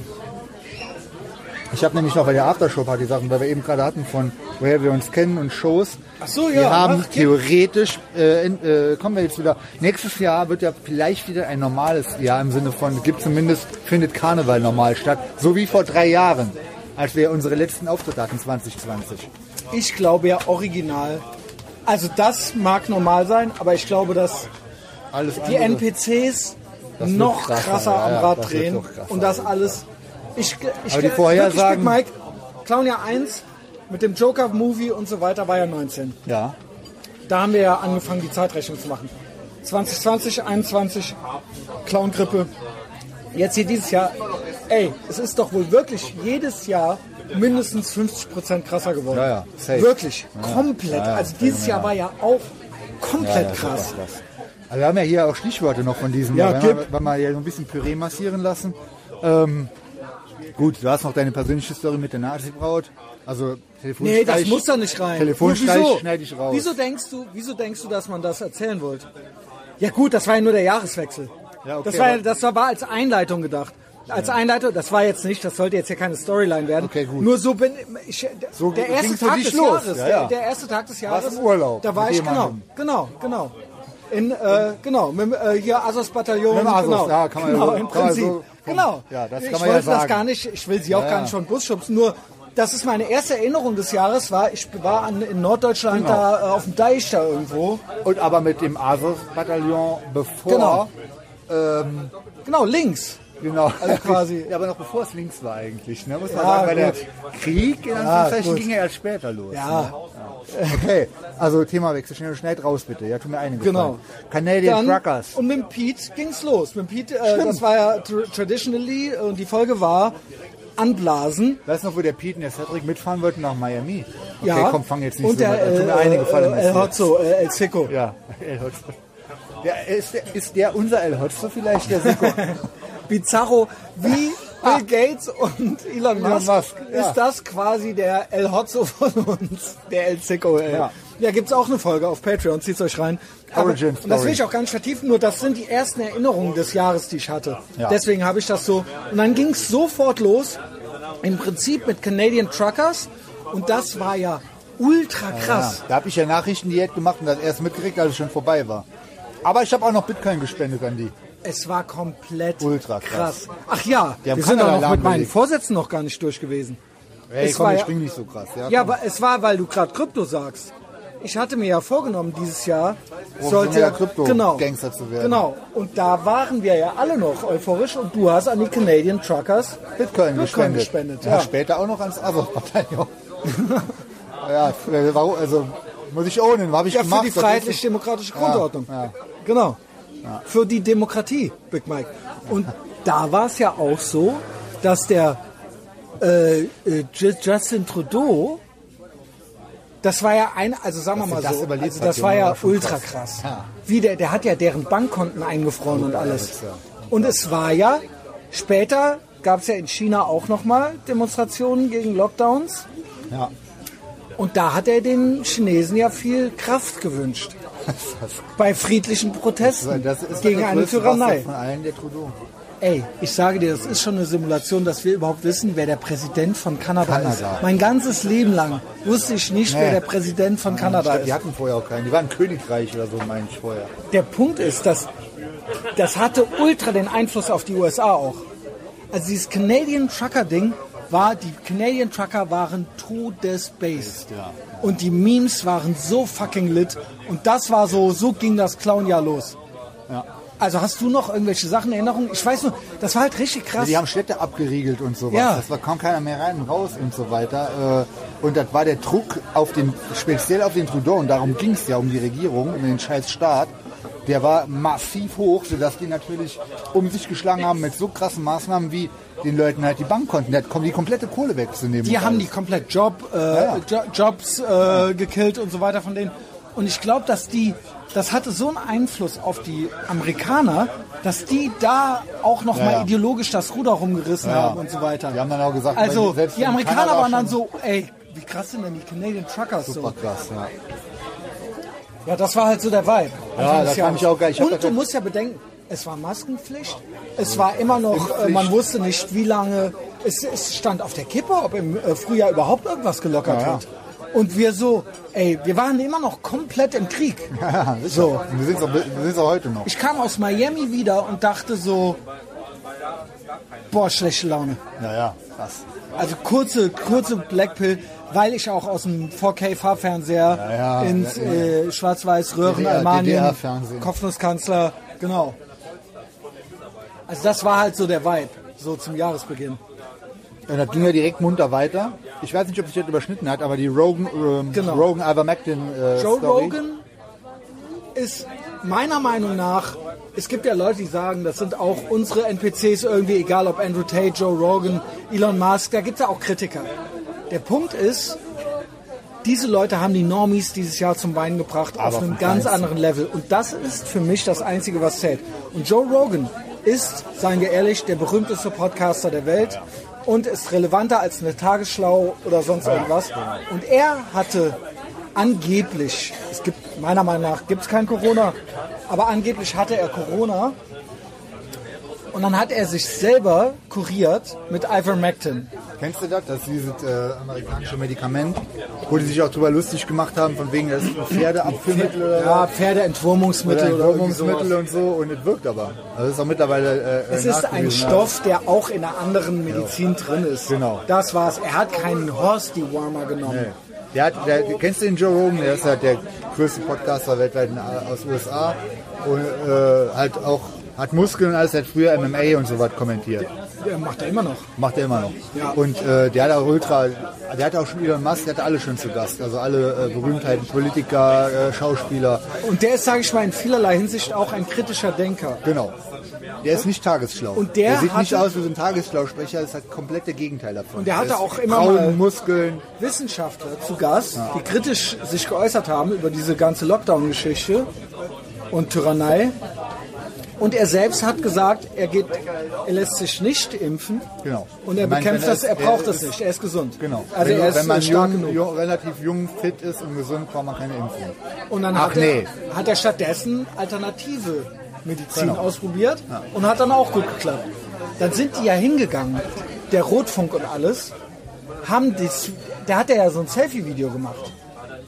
A: ich habe nämlich noch bei der Aftershow-Party Sachen, weil wir eben gerade hatten von woher wir uns kennen und Shows.
B: Ach so, ja,
A: Wir haben
B: mach, gib.
A: theoretisch, äh, in, äh, kommen wir jetzt wieder, nächstes Jahr wird ja vielleicht wieder ein normales Jahr im Sinne von, gibt zumindest, findet Karneval normal statt. So wie vor drei Jahren, als wir unsere letzten Auftritte hatten, 2020.
B: Ich glaube ja original. Also das mag normal sein, aber ich glaube, dass
A: Alles
B: die
A: andere-
B: NPCs
A: Das wird
B: noch krasser,
A: krasser, ja,
B: am
A: ja,
B: Rad
A: das wird
B: drehen
A: noch krasser.
B: und das alles. Ich, ich,
A: Aber die
B: ich-
A: Vorhersagen-
B: wirklich, Big Mike, Clown Jahr 1 mit dem Joker-Movie und so weiter war ja 19.
A: Ja.
B: Da haben wir ja angefangen, die Zeitrechnung zu machen. 2020, 21, Clown-Grippe. Jetzt hier dieses Jahr. Ey, es ist doch wohl wirklich jedes Jahr mindestens 50% krasser geworden.
A: Ja, ja, safe.
B: Wirklich,
A: Ja,
B: komplett.
A: ja, ja,
B: also dieses Jahr war ja auch komplett krass.
A: Ah, super krass. Also wir haben ja hier auch Stichworte noch von diesem,
B: Ja,
A: Jahr, wenn,
B: gib.
A: wir, wenn wir hier so ein bisschen Püree massieren lassen. Ähm, gut, du hast noch deine persönliche Story mit der Nazi-Braut. Also Telefonstreich.
B: Nee, das muss da nicht rein.
A: Telefonstreich
B: Nur wieso?
A: schneide ich raus.
B: Wieso denkst du, wieso denkst du, dass man das erzählen wollte? Ja gut, das war ja nur der Jahreswechsel.
A: Ja, okay,
B: das, war, ja-
A: aber-
B: das war war als Einleitung gedacht. Als Einleitung, das war jetzt nicht, das sollte jetzt hier keine Storyline werden.
A: Okay, gut.
B: Nur so bin ich,
A: So
B: der erste
A: ging's für
B: Tag
A: dich
B: des
A: los.
B: Jahres,
A: Ja, ja.
B: Der, der erste Tag des Jahres.
A: Warst im Urlaub
B: Da war
A: mit
B: ich, genau,
A: jemandem.
B: genau, genau. In, äh, genau, mit, dem, äh, hier Asos-Bataillon.
A: Mit dem Asos,
B: genau,
A: ja, kann man ja
B: genau,
A: so-
B: im
A: kann man
B: Prinzip.
A: so-
B: genau.
A: Ja, das
B: ich
A: kann man ja
B: wollte das
A: sagen.
B: gar nicht, ich will sie auch
A: Ja,
B: gar
A: ja.
B: nicht schon Bus schubsen, nur das ist meine erste Erinnerung des Jahres, war ich war an, in Norddeutschland
A: Genau.
B: da äh, auf dem Deich da irgendwo.
A: Und aber mit dem Asos-Bataillon bevor.
B: Genau.
A: ähm,
B: Genau, links.
A: Genau.
B: Also quasi-
A: Ja, aber noch bevor es links war eigentlich. Ne? Muss man
B: Ja,
A: sagen, weil
B: gut.
A: der Krieg in Anführungszeichen
B: gut.
A: ging ja erst später los. ne?
B: Ja,
A: Okay, also Themawechsel, schnell und schnell raus bitte. Ja, tu mir einen
B: Genau.
A: Gefallen. Canadian Truckers.
B: Und mit dem Pete ging's los. Mit dem Pete, äh, das war ja tr traditionally und die Folge war anblasen.
A: Weißt du noch, wo der Pete und der Cedric mitfahren wollten nach Miami? Okay,
B: ja.
A: komm, fang jetzt nicht
B: und
A: so
B: der,
A: weit an. Tu mir
B: äh,
A: eine gefallen.
B: äh, El
A: Messias.
B: Hotzo, äh, El Zico.
A: Ja, El Hotzo. Der, ist, der, ist der unser El Hotzo vielleicht, der Sicko?
B: Bizarro wie Bill Gates und Elon
A: Elon
B: Musk,
A: Musk, ja.
B: ist das quasi der El Hotzo von uns, der El Zico. Ey.
A: Ja.
B: Ja, gibt es auch eine Folge auf Patreon, zieht euch rein.
A: Origin
B: und das
A: Story.
B: will ich auch gar nicht vertiefen, nur das sind die ersten Erinnerungen des Jahres, die ich hatte.
A: Ja.
B: Deswegen habe ich das so. Und dann ging es sofort los, im Prinzip mit Canadian Truckers und das war ja ultra krass.
A: Ja, da habe ich ja Nachrichtendiät gemacht und das erst mitgekriegt, als es schon vorbei war. Aber ich habe auch noch Bitcoin gespendet an die.
B: Es war komplett
A: Ultra krass.
B: Ach ja,
A: Die haben
B: wir sind
A: Kanada
B: auch noch mit
A: lahmgelegt.
B: meinen Vorsätzen noch gar nicht durch gewesen.
A: Ey,
B: Es
A: komm,
B: war
A: ich
B: ja-
A: bin nicht so krass. Ja,
B: Ja,
A: komm.
B: aber es war, weil du gerade Krypto sagst. Ich hatte mir ja vorgenommen, dieses Jahr sollte
A: Professioneller Krypto-
B: genau,
A: Gangster zu werden.
B: Genau. Und da waren wir ja alle noch euphorisch und du hast an die Canadian Truckers
A: Bitcoin,
B: Bitcoin
A: gespendet.
B: gespendet,
A: ja.
B: ja.
A: Später auch noch ans Azov-Bataillon. ja, warum- also muss ich ohne, habe ich
B: ja,
A: gemacht.
B: für die
A: das ist-
B: freiheitlich-demokratische Grundordnung.
A: Ja, ja.
B: Genau. Für die Demokratie, Big Mike. Und da war es ja auch so, dass der äh, äh, Ju- Justin Trudeau, das war ja ein, also sagen wir mal
A: das
B: so,
A: überlebt
B: also
A: hat,
B: das war
A: Junge,
B: ja
A: war schon
B: ultra
A: krass.
B: krass.
A: Ja.
B: Wie der, der hat ja deren Bankkonten eingefroren und
A: alles,
B: alles.
A: ja.
B: Und es war ja, später gab es ja in China auch nochmal Demonstrationen gegen Lockdowns.
A: Ja.
B: Und da hat er den Chinesen ja viel Kraft gewünscht. Bei friedlichen Protesten
A: Das ist
B: gegen
A: der
B: eine
A: größte Bastard
B: Tyrannei.
A: Von allen der Trudeau.
B: Ey, ich sage dir, das ist schon eine Simulation, dass wir überhaupt wissen, wer der Präsident von Kanada,
A: Kanada.
B: ist. Mein ganzes Leben lang wusste ich nicht, wer
A: Nee.
B: der Präsident von
A: ich
B: Kanada
A: glaub,
B: ist.
A: Die hatten vorher auch keinen. Die waren Königreich oder so, meine ich vorher.
B: Der Punkt ist, dass das hatte ultra den Einfluss auf die USA auch. Also dieses Canadian Trucker Ding war, die Canadian Trucker waren todesbased. Und die Memes waren so fucking lit. Und das war so, so ging das Clownjahr los. Also hast du noch irgendwelche Sachen in Erinnerung? Ich weiß nur, das war halt richtig krass.
A: Also Die haben Städte abgeriegelt und sowas.
B: Ja.
A: Das war kaum keiner mehr rein und raus und so weiter. Äh, Und das war der Druck auf den, speziell auf den Trudeau, und darum ging es ja um die Regierung, um den scheiß Staat. Der war massiv hoch, sodass die natürlich um sich geschlagen haben mit so krassen Maßnahmen wie den Leuten halt die Bankkonten, der kommt die komplette Kohle wegzunehmen.
B: Die
A: und
B: haben die
A: alles.
B: komplett Job, äh,
A: Ja, ja.
B: Jo- Jobs äh, gekillt und so weiter von denen. Und ich glaube, dass die, das hatte so einen Einfluss auf die Amerikaner, dass die da auch noch mal
A: ja.
B: ideologisch das Ruder rumgerissen haben und so weiter.
A: Die haben dann auch gesagt,
B: also
A: wenn- selbst
B: die
A: wenn
B: Amerikaner
A: Kanada
B: waren dann
A: schon-
B: so, ey, wie krass sind denn die Canadian Truckers
A: Super
B: so?
A: krass, ja.
B: Ja, das war halt so der Vibe. Anfang des
A: das fand
B: Jahres.
A: ich auch geil. Ich hab
B: und
A: das
B: du
A: ja-
B: musst ja bedenken, es war Maskenpflicht, es war immer noch, äh, man wusste nicht, wie lange, es, es stand auf der Kippe, ob im äh, Frühjahr überhaupt irgendwas gelockert
A: Ja, ja.
B: wird. Und wir so, ey, wir waren immer noch komplett im Krieg.
A: ja sicher.
B: So.
A: Und Wir sind auch, wir sind's auch heute noch.
B: Ich kam aus Miami wieder und dachte so, boah, schlechte Laune.
A: Ja, ja, krass.
B: Also kurze, kurze Blackpill, weil ich auch aus dem 4K-Fahrfernseher
A: ja,
B: ins
A: ja, ja.
B: äh, Schwarz-Weiß-Röhren,
A: DDR
B: Almanien,
A: Fernsehen.
B: Kopfnusskanzler, genau. Also das war halt so der Vibe, so zum Jahresbeginn.
A: Und Äh, das ging ja direkt munter weiter. Ich weiß nicht, ob sich das überschnitten hat, aber die Rogan, ähm,
B: Genau.
A: Rogan Ivermectin äh,
B: Joe
A: Story.
B: Rogan ist meiner Meinung nach, es gibt ja Leute, die sagen, das sind auch unsere NPCs irgendwie, egal ob Andrew Tate, Joe Rogan, Elon Musk, da gibt es ja auch Kritiker. Der Punkt ist, diese Leute haben die Normies dieses Jahr zum Weinen gebracht auf
A: Aber
B: einem
A: vom
B: ganz
A: Feinsten.
B: anderen Level. Und das ist für mich das Einzige, was zählt. Und Joe Rogan ist, seien wir ehrlich, der berühmteste Podcaster der Welt und ist relevanter als eine Tagesschlau oder sonst irgendwas.
A: genau.
B: Und er hatte angeblich, es gibt meiner Meinung nach gibt es kein Corona, aber angeblich hatte er Corona. Und dann hat er sich selber kuriert mit Ivermectin.
A: Kennst du das? Das ist dieses äh, amerikanische Medikament, wo die sich auch drüber lustig gemacht haben, von wegen, das ist ein Pferdeabführmittel oder,
B: Ja,
A: oder
B: Pferdeentwurmungsmittel
A: ein
B: oder, irgendwie
A: Hormonsmittel
B: sowas.
A: und so. Und es wirkt aber. Also das ist auch mittlerweile äh,
B: Es ist ein
A: nachgewiesen, ja.
B: Stoff, der auch in einer anderen Medizin drin ist.
A: Genau.
B: Das war's. Er hat keinen Horst die Warmer genommen.
A: Nee. Der hat, der, kennst du den Joe Rogan? Der ist halt der größte Podcaster weltweit in, äh, aus USA. Und äh, halt auch, hat Muskeln und alles, hat früher MMA und so was kommentiert.
B: Der macht er immer noch.
A: Macht er immer noch. Und äh, der hat auch Ultra, der hat auch schon Elon Musk, der hatte alle schon zu Gast. Also alle äh, Berühmtheiten, Politiker, äh, Schauspieler.
B: Und der ist, sage ich mal, in vielerlei Hinsicht auch ein kritischer Denker.
A: Genau. Der ist nicht tagesschlau.
B: Und der
A: sieht nicht
B: hatte-
A: aus wie so ein Tagesschlausprecher, das ist halt komplett der Gegenteil davon.
B: Und der hatte
A: ist
B: auch immer
A: Braun,
B: mal-
A: Muskeln.
B: Wissenschaftler zu Gast, die kritisch sich geäußert haben über diese ganze Lockdown-Geschichte und Tyrannei. Und er selbst hat gesagt, er, geht, er lässt sich nicht impfen.
A: Genau.
B: Und er
A: Ich meine,
B: bekämpft
A: wenn er
B: das, er
A: ist-
B: braucht
A: er
B: das
A: ist-
B: nicht, er ist gesund.
A: Genau.
B: Also
A: wenn,
B: er ist
A: wenn man
B: äh, stark
A: jung,
B: genug.
A: jung, relativ jung, fit ist und gesund, braucht man keine Impfung.
B: Und dann
A: Ach
B: hat,
A: nee.
B: er, hat er stattdessen alternative Medizin
A: Genau.
B: ausprobiert und hat dann auch gut geklappt. Dann sind die ja hingegangen, der Rotfunk und alles, haben das, da hat er ja so ein Selfie-Video gemacht.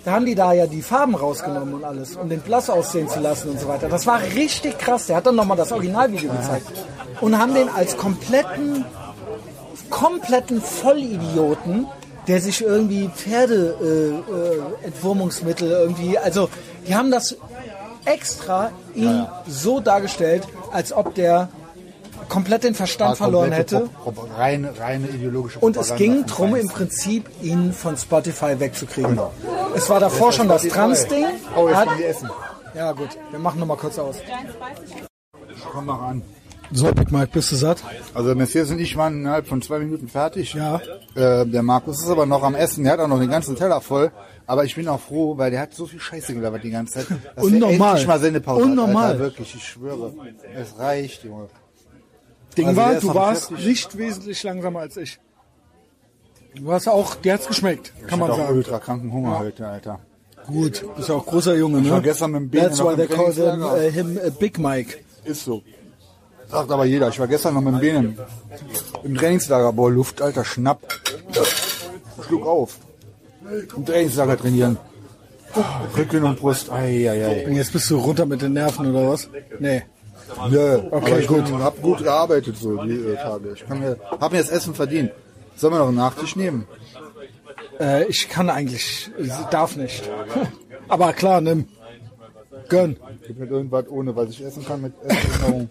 B: Da haben die da ja die Farben rausgenommen und alles, um den blass aussehen zu lassen und so weiter. Das war richtig krass. Der hat dann nochmal das Originalvideo gezeigt. Und haben den als kompletten, kompletten Vollidioten, der sich irgendwie Pferdeentwurmungsmittel äh, äh, Entwurmungsmittel irgendwie, also die haben das extra ihn so dargestellt, als ob der komplett den Verstand
A: War
B: verloren
A: komplette
B: hätte.
A: Ah, Pro- Pro- reine, reine ideologische
B: Und es
A: Propaganda
B: ging
A: von
B: drum im
A: Feinsten.
B: Prinzip, ihn von Spotify wegzukriegen. Es war davor schon das Trans-Ding.
A: Oh, jetzt
B: Hat-
A: kommen die Essen.
B: Ja gut, wir machen nochmal kurz aus.
A: Komm mal ran.
B: So, Big Mike, bist du satt?
A: Also Messias und ich waren innerhalb von zwei Minuten fertig.
B: Ja.
A: Äh, der Markus ist aber noch am Essen. Der hat auch noch den ganzen Teller voll. Aber ich bin auch froh, weil der hat so viel Scheiße gelabert die ganze Zeit. Dass
B: Unnormal.
A: Der endlich mal seine Pause
B: Unnormal.
A: Hat, Alter, wirklich, ich schwöre. Es reicht, Junge.
B: Ding
A: Also,
B: war,
A: der ist
B: du
A: noch
B: warst
A: fertig.
B: nicht wesentlich langsamer als ich. Du hast auch, dir hat's geschmeckt, kann man
A: ich hatte auch
B: sagen.
A: ultra kranken Hunger heute, Alter.
B: Gut, bist ja auch großer Junge, ne?
A: war gestern mit dem Bene
B: That's
A: noch
B: why
A: im
B: they call them,
A: Trainingslager.
B: äh, him äh, Big Mike.
A: Ist so. Sagt aber jeder. Ich war gestern noch mit dem Benen im Trainingslager. Boah, Luft, Alter, Schnapp. Schluck auf. Im Trainingslager trainieren. Ah, Rücken und Brust. Ei, ei, ei.
B: Und jetzt bist du runter mit den Nerven oder was? Nee.
A: Nö, aber ich
B: gut.
A: gut. hab gut gearbeitet so die äh, Tage. Ich kann mir, hab mir das Essen verdient. Sollen wir noch einen Nachtisch nehmen?
B: Äh, ich kann eigentlich, äh, darf nicht. Aber klar, nimm. Gönn.
A: Gibt mir irgendwas ohne, was ich essen kann mit Essenserinnerung.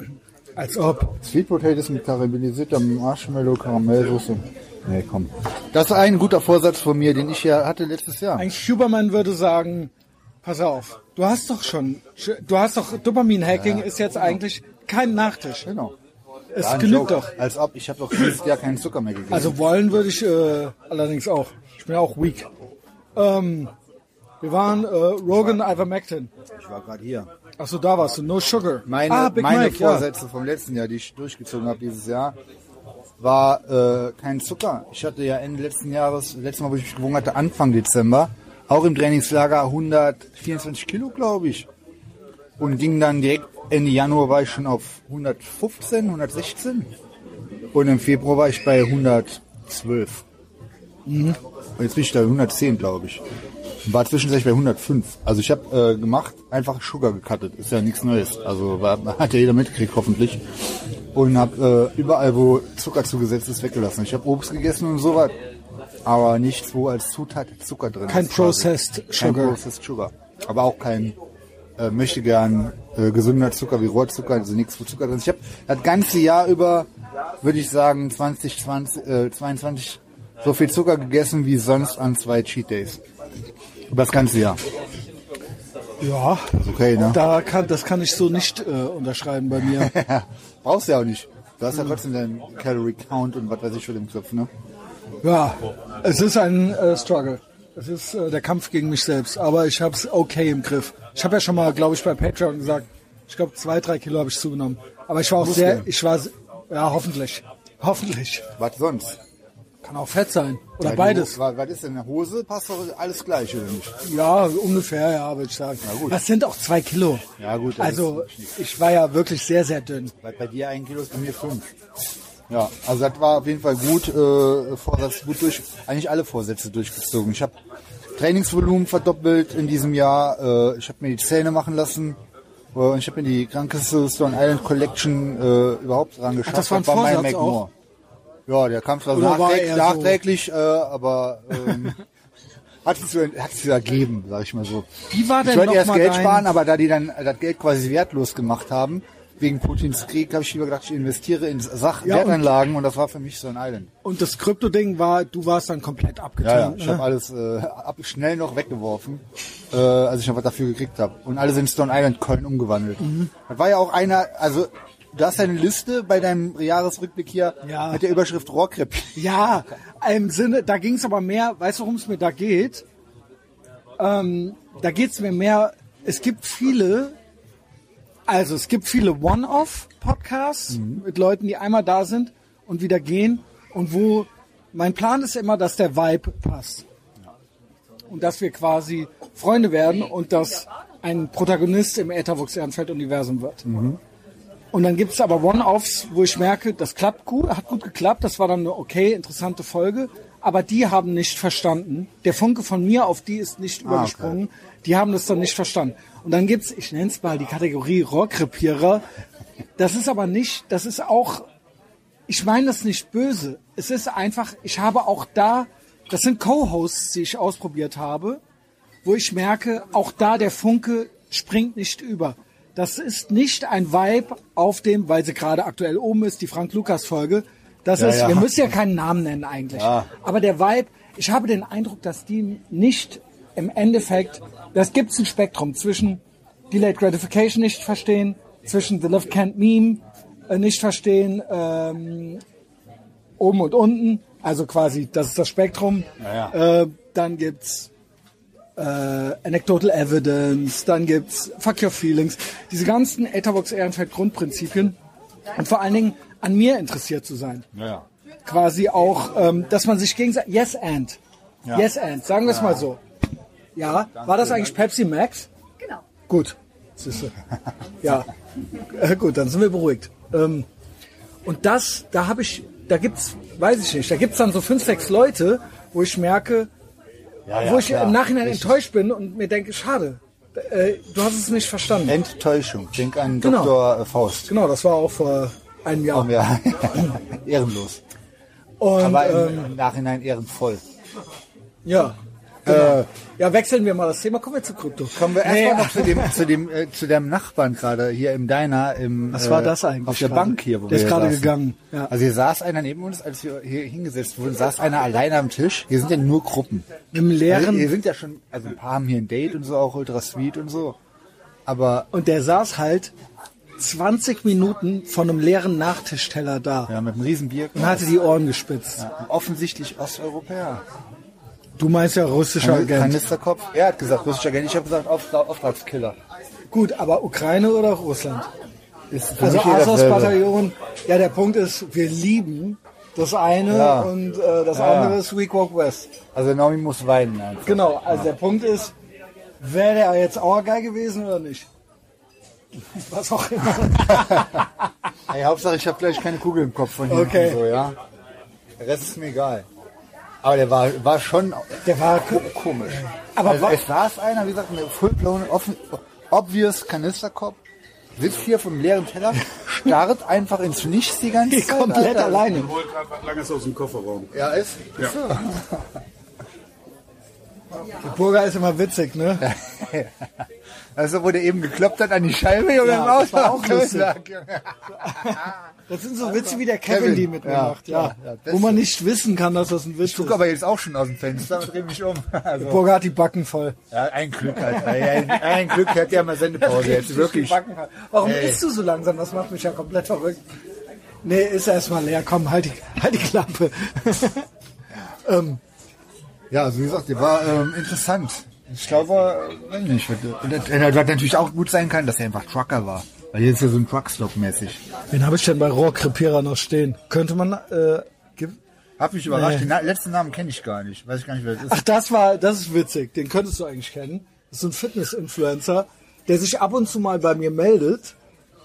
B: Als ob.
A: Sweet Potatoes mit karamellisierter Marshmallow Karamellsoße. Nee, komm. Das ist ein guter Vorsatz von mir, den ich ja hatte letztes Jahr.
B: Ein Huberman würde sagen, pass auf, du hast doch schon, du hast doch, Dopamin-Hacking ist jetzt eigentlich kein Nachtisch.
A: Genau.
B: Es
A: War ein
B: genügt
A: Joke.
B: doch.
A: Als ob, ich habe doch dieses Jahr keinen Zucker mehr gegessen.
B: Also wollen würde ich äh, allerdings auch. Ich bin ja auch weak. Ähm, wir waren äh, Rogan Ivermectin.
A: ich war gerade hier.
B: Achso, da warst du. No Sugar.
A: Meine,
B: ah, Big
A: meine
B: Mike, ja.
A: Vorsätze vom letzten Jahr, die ich durchgezogen habe dieses Jahr, war äh, kein Zucker. Ich hatte ja Ende letzten Jahres, letztes Mal, wo ich mich gewogen hatte, Anfang Dezember, auch im Trainingslager 124 Kilo, glaube ich. Und ging dann direkt Ende Januar war ich schon auf 115, 116. Und im Februar war ich bei 112.
B: Mhm.
A: Und jetzt bin ich da 110, glaube ich. Und War zwischenzeitlich bei 105. Also ich habe äh, gemacht, einfach Sugar gecuttet. Ist ja nichts Neues. Also war, hat ja jeder mitgekriegt, hoffentlich. Und habe äh, überall, wo Zucker zugesetzt ist, weggelassen. Ich habe Obst gegessen und sowas. Aber nichts, wo als Zutat Zucker drin
B: Kein
A: ist. quasi.
B: Processed
A: Kein
B: Sugar.
A: Processed Sugar. Aber auch kein äh, möchte gern äh, gesunder Zucker wie Rohrzucker, also nichts wo Zucker drin ist. Ich habe das ganze Jahr über, würde ich sagen, 20, 20, äh, 22 so viel Zucker gegessen wie sonst an zwei Cheat Days. Über das ganze Jahr.
B: Ja,
A: Ist okay, ne?
B: da kann, das kann ich so nicht äh, unterschreiben bei mir.
A: Brauchst du ja auch nicht. Du hast ja trotzdem deinen Calorie Count und was weiß ich für den Griff, ne?
B: Ja, es ist ein äh, Struggle. Es ist äh, der Kampf gegen mich selbst, aber ich hab's okay im Griff. Ich habe ja schon mal, glaube ich, bei Patreon gesagt, ich glaube zwei, drei Kilo habe ich zugenommen. Aber ich war auch
A: Muskeln.
B: sehr, ich war, s- ja hoffentlich, hoffentlich.
A: Was sonst?
B: Kann auch fett sein oder
A: Ja, die
B: beides.
A: Ho- wa- Was ist denn in der Hose? Passt doch alles gleich, oder nicht?
B: Ja, ungefähr, ja, würde ich sagen.
A: gut.
B: Das sind auch zwei Kilo.
A: Ja, gut, das
B: Also
A: ist nicht-
B: ich war ja wirklich sehr, sehr dünn.
A: Bei, bei dir ein Kilo ist bei mir fünf. Ja, also das war auf jeden Fall gut, äh, Vorsatz, gut durch, eigentlich alle Vorsätze durchgezogen. Ich habe Trainingsvolumen verdoppelt in diesem Jahr, äh, ich habe mir die Zähne machen lassen äh, und ich habe mir die krankeste Stone Island Collection äh, überhaupt dran geschafft.
B: das war ein
A: mein
B: Vorsatz auch?
A: Ja, der kam zwar
B: Oder war
A: nachträglich,
B: er so-
A: nachträglich äh, aber ähm, hat sich so hat sich so ergeben, sag ich mal so.
B: Wie war denn
A: Ich wollte
B: noch
A: erst
B: mal
A: Geld
B: dein-
A: sparen, aber da die dann das Geld quasi wertlos gemacht haben, wegen Putins Krieg, habe ich lieber gedacht, ich investiere in Sach
B: Ja, und-
A: Wertanlagen und, das war für mich so ein Island.
B: Und das Krypto-Ding war, du warst dann komplett
A: Ja, ja.
B: abgetan.
A: Ich
B: ne?
A: habe alles äh, ab, schnell noch weggeworfen, äh, als ich noch was dafür gekriegt habe. Und alles in Stone Island Köln umgewandelt.
B: Mhm.
A: Das war ja auch einer, also du hast ja eine Liste bei deinem Jahresrückblick hier
B: Ja.
A: mit der Überschrift Rohrkrepp.
B: Ja, im Sinne, da ging's aber mehr, weißt du, worum es mir da geht? Ähm, da geht's mir mehr, es gibt viele, also es gibt viele One-Off-Podcasts
A: Mhm.
B: mit Leuten, die einmal da sind und wieder gehen und wo mein Plan ist immer, dass der Vibe passt. Und dass wir quasi Freunde werden und dass ein Protagonist im Ätherwuchs Ehrenfeld-Universum wird. Und dann gibt's aber One-Offs, wo ich merke, das klappt gut, hat gut geklappt, das war dann eine okay, interessante Folge. aber die haben nicht verstanden. Der Funke von mir auf die ist nicht übergesprungen. Die haben das dann nicht verstanden. Und dann gibt's, ich nenne es mal die Kategorie Rohrkrepierer. Das ist aber nicht, das ist auch, ich meine das nicht böse. Es ist einfach, ich habe auch da, das sind Co-Hosts, die ich ausprobiert habe, wo ich merke, auch da der Funke springt nicht über. Das ist nicht ein Vibe auf dem, weil sie gerade aktuell oben ist, die Frank-Lukas-Folge. Das ist,
A: ja.
B: wir müssen ja keinen Namen nennen eigentlich. Aber der Vibe, ich habe den Eindruck, dass die nicht im Endeffekt, das gibt ein Spektrum zwischen Delayed Gratification nicht verstehen, zwischen The Love Can't Meme äh, nicht verstehen, ähm, oben und unten, also quasi, das ist das Spektrum. Äh, dann gibt's äh, Anecdotal Evidence, dann gibt's Fuck Your Feelings, diese ganzen Etherbox Ehrenfeld Grundprinzipien und vor allen Dingen an mir interessiert zu sein.
A: Ja.
B: Quasi auch, ähm, dass man sich gegenseitig, yes and, yes and, sagen wir es mal so. Ja, war das eigentlich Pepsi Max?
F: Genau.
B: Gut, siehste. Ja, äh, gut, dann sind wir beruhigt. Ähm, und das, da habe ich, da gibt's, weiß ich nicht, da gibt's dann so fünf, sechs Leute, wo ich merke,
A: Ja, ja,
B: wo ich
A: klar.
B: im Nachhinein
A: Richtig.
B: enttäuscht bin und mir denke, schade, äh, du hast es nicht verstanden.
A: Enttäuschung. Denk an
B: Genau.
A: Dr. Faust.
B: genau, das war auch vor einem Jahr.
A: Oh, ja. Ehrenlos.
B: Und,
A: Aber
B: ähm,
A: im Nachhinein ehrenvoll.
B: ja. Äh, ja, wechseln wir mal das Thema. Kommen wir zu Krypto.
A: Kommen wir erstmal
B: Nee.
A: noch zu dem, zu dem, äh, zu deinem Nachbarn gerade hier im Diner im.
B: Was
A: äh,
B: war das eigentlich
A: Auf der
B: gerade?
A: Bank hier, wo
B: Der
A: wir
B: ist gerade
A: saßen.
B: gegangen, ja.
A: Also hier saß einer neben uns, als wir hier hingesetzt wurden, saß einer alleine am Tisch. Hier sind ja nur Gruppen.
B: Im leeren-
A: Also hier sind ja schon, also ein paar haben hier ein Date und so auch ultra sweet und so. Aber
B: Und der saß halt 20 Minuten von einem leeren Nachtischteller da
A: ja, mit einem riesen Bier.
B: und hatte die Ohren gespitzt.
A: Offensichtlich Osteuropäer.
B: Du meinst ja russischer Agent.
A: Kanisterkopf. Er hat gesagt, russischer Agent. Ich habe gesagt, Auftra Auftragskiller.
B: Gut, aber Ukraine oder Russland?
A: Ist für
B: Also
A: mich hier
B: Asos
A: dasselbe.
B: Bataillon, ja der Punkt ist, wir lieben das eine
A: Ja.
B: und äh, das
A: Ja, ja.
B: andere ist We Walk West.
A: Also Naomi muss weinen einfach.
B: Genau, also der Punkt ist, wäre der jetzt Auergeil gewesen oder nicht? Was auch immer.
A: Ey, Hauptsache, ich habe gleich keine Kugel im Kopf von hinten.
B: Okay.
A: So, ja? Der Rest ist mir egal. Aber der war, war schon
B: Der war
A: ko- komisch.
B: Aber
A: also,
B: wa-
A: es saß einer, wie gesagt, eine fullblown, offen, obvious Kanisterkopf, sitzt hier vom leeren Teller, starrt einfach ins Nichts die ganze Zeit.
B: komplett
A: Alter.
B: alleine.
E: Hol gerade was Langes aus dem Kofferraum.
A: Ja, ist. ist so.
B: Der Burger ist immer witzig, ne?
A: Also wurde eben gekloppt hat an die Scheibe, Junge,
B: Ja,
A: im Auto.
B: das war auch lustig.
A: Kölnberg, Junge.
B: Das sind so Witze wie der Kevin,
A: Kevin,
B: die mitgemacht,
A: ja,
B: ja.
A: ja, das
B: Wo man nicht wissen kann, dass das ein Witz
A: Ich
B: ist.
A: gucke aber jetzt auch schon aus dem Fenster und drehe mich um.
B: Der
A: Also,
B: Burger hat die Backen voll.
A: ja, ein Glück, Alter. Ja, Ein, ein Glück hat ja mal Sendepause jetzt, wirklich.
B: Die Backen voll. Warum
A: Ey.
B: isst du so langsam? Das macht mich ja komplett verrückt. Nee, ist erstmal leer. Komm, halt die, halt die Klappe.
A: Ja, also wie gesagt, der war ähm, interessant. Ich glaube, äh, weiß nicht. wird- Und das, äh, was natürlich auch gut sein kann, dass er einfach Trucker war. Weil hier ist ja so ein Truckstop mäßig.
B: Wen habe ich denn bei Rohrkrepierer noch stehen? Könnte man... Äh, gib-
A: Hab mich überrascht. Den na letzten Namen kenne ich gar nicht. Weiß ich gar nicht, wer das ist.
B: Ach, das war, das ist witzig. Den könntest du eigentlich kennen. Das ist so ein Fitness-Influencer, der sich ab und zu mal bei mir meldet.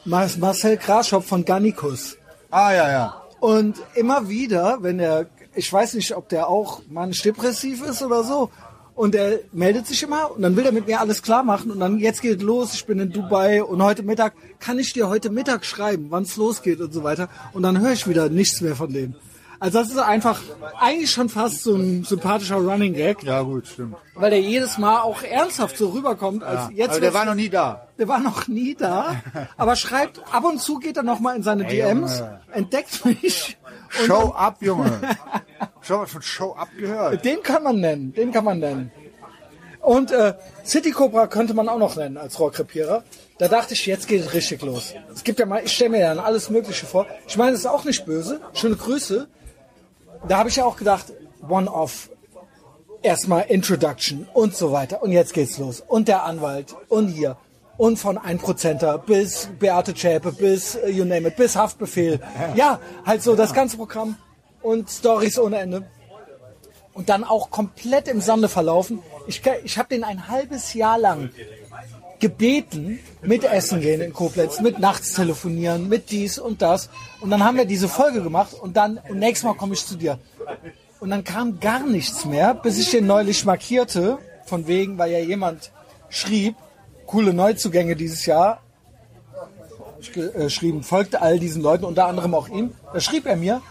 B: Mar- Marcel Kraschop von Gannikus.
A: Ah, ja, ja.
B: Und immer wieder, wenn er, ich weiß nicht, ob der auch manisch depressiv ist oder so, und er meldet sich immer und dann will er mit mir alles klar machen und dann jetzt geht los, ich bin in Dubai und heute Mittag kann ich dir heute Mittag schreiben, wann es losgeht und so weiter und dann höre ich wieder nichts mehr von dem. Also das ist einfach eigentlich schon fast so ein sympathischer Running Gag,
A: Ja, gut, stimmt.
B: weil der jedes Mal auch ernsthaft so rüberkommt, als jetzt
A: Aber der
B: wird's-
A: war noch nie da.
B: der war noch nie da, aber schreibt, ab und zu geht er nochmal in seine DMs,
A: Junge.
B: entdeckt mich. und
A: Show up, Junge. Schon was von Show up gehört.
B: Den kann man nennen, den kann man nennen. Und äh, City Cobra könnte man auch noch nennen als Rohrkrepierer. Da dachte ich, jetzt geht es richtig los. Es gibt ja mal, ich stelle mir ja dann alles Mögliche vor. Ich meine, das ist auch nicht böse. Schöne Grüße. Da habe ich ja auch gedacht, One-Off. Erstmal Introduction und so weiter. Und jetzt geht's los. Und der Anwalt und hier. Und von 1%er bis Beate Zschäpe, bis äh, you name it, bis Haftbefehl. Ja, halt so das ganze Programm und Stories ohne Ende und dann auch komplett im Sande verlaufen. Ich, ke- ich habe den ein halbes Jahr lang gebeten, mit Essen gehen in Koblenz, mit nachts telefonieren, mit dies und das. Und dann haben wir diese Folge gemacht und dann, und nächstes Mal komme ich zu dir. Und dann kam gar nichts mehr, bis ich den neulich markierte, von wegen, weil ja jemand schrieb, coole Neuzugänge dieses Jahr, hab ich ge- äh, schrieben, folgte all diesen Leuten, unter anderem auch ihm. Da schrieb er mir,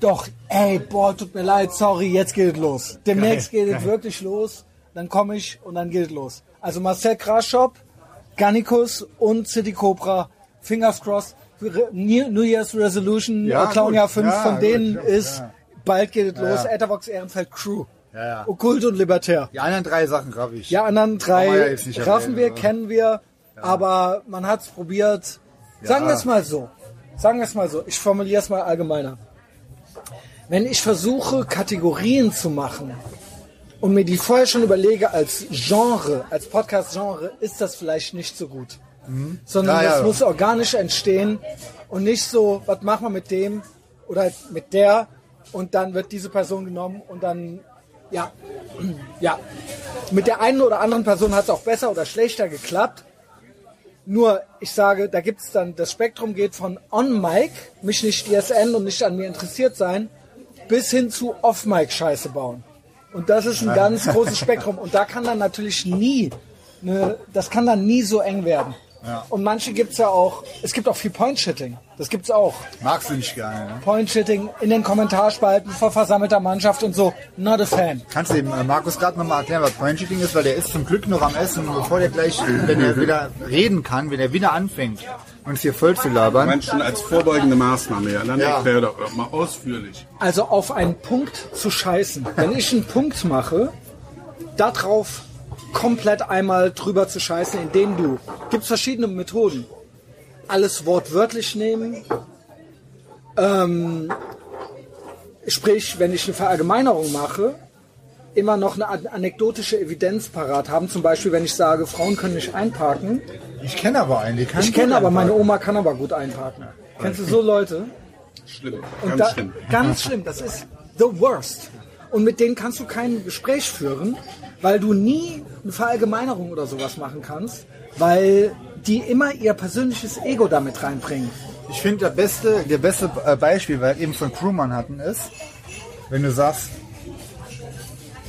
B: doch, ey, boah, tut mir leid, sorry, jetzt geht es los. Demnächst geht es wirklich los, dann komme ich und dann geht es los. Also Marcel Kraschop, Gannikus und City Cobra, Fingers crossed, Re- New New Year's Resolution,
A: Ja,
B: ja, Clownia
A: gut,
B: 5,
A: ja,
B: von
A: gut,
B: denen
A: ja,
B: ist,
A: ja.
B: bald geht es los,
A: ja.
B: Etherbox Ehrenfeld Crew,
A: Ja, ja.
B: Okkult und Libertär.
A: Die anderen drei Sachen raff ich.
B: Ja, anderen
A: Kann man ja
B: drei
A: jetzt nicht
B: raffen wir,
A: erwähnen, ne?
B: kennen wir, aber man hat es probiert. Sagen wir es mal so. Sagen wir es mal so. Ich formuliere es mal allgemeiner. Wenn ich versuche, Kategorien zu machen und mir die vorher schon überlege als Genre, als Podcast-Genre, ist das vielleicht nicht so gut. Sondern
A: Ja, Mhm. ja,
B: das
A: ja.
B: muss organisch entstehen und nicht so, was machen wir mit dem oder mit der und dann wird diese Person genommen und dann, ja, ja, mit der einen oder anderen Person hat es auch besser oder schlechter geklappt. Nur, ich sage, da gibt's dann, das Spektrum geht von On-Mic, mich nicht DSN und nicht an mir interessiert sein, bis hin zu Off-Mic-Scheiße bauen. Und das ist ein ganz großes Spektrum. Und da kann dann natürlich nie, ne, das kann dann nie so eng werden. Und manche gibt's ja auch, es gibt auch viel Point-Shitting. Das gibt's auch.
A: Magst du nicht gerne, ne?
B: Point-Shitting in den Kommentarspalten vor versammelter Mannschaft und so. Not a fan.
A: Kannst du dem äh, Markus gerade nochmal erklären, was Point Cheating ist, weil der ist zum Glück noch am Essen, bevor der gleich, wenn er wieder reden kann, wenn er wieder anfängt, uns hier voll zu labern.
E: Menschen als vorbeugende Maßnahme, ja. Dann
A: Ja.
E: erklär doch mal ausführlich.
B: Also auf einen Punkt zu scheißen. Wenn ich einen Punkt mache, darauf komplett einmal drüber zu scheißen, indem du, gibt es verschiedene Methoden. Alles wortwörtlich nehmen. Ähm, sprich, wenn ich eine Verallgemeinerung mache, immer noch eine an- anekdotische Evidenz parat haben. Zum Beispiel, wenn ich sage, Frauen können nicht einparken.
A: Ich kenne aber einen, die kann
B: Ich kenne aber, meine Oma kann aber gut einparken. Kennst du so Leute?
E: Schlimm,
B: Und
E: ganz
B: da,
E: schlimm.
B: Ganz schlimm, das ist the worst. Und mit denen kannst du kein Gespräch führen, weil du nie eine Verallgemeinerung oder sowas machen kannst, weil die immer ihr persönliches Ego damit reinbringen.
A: Ich finde, der beste, der beste äh, Beispiel, weil eben von Crewman hatten, ist, wenn du sagst,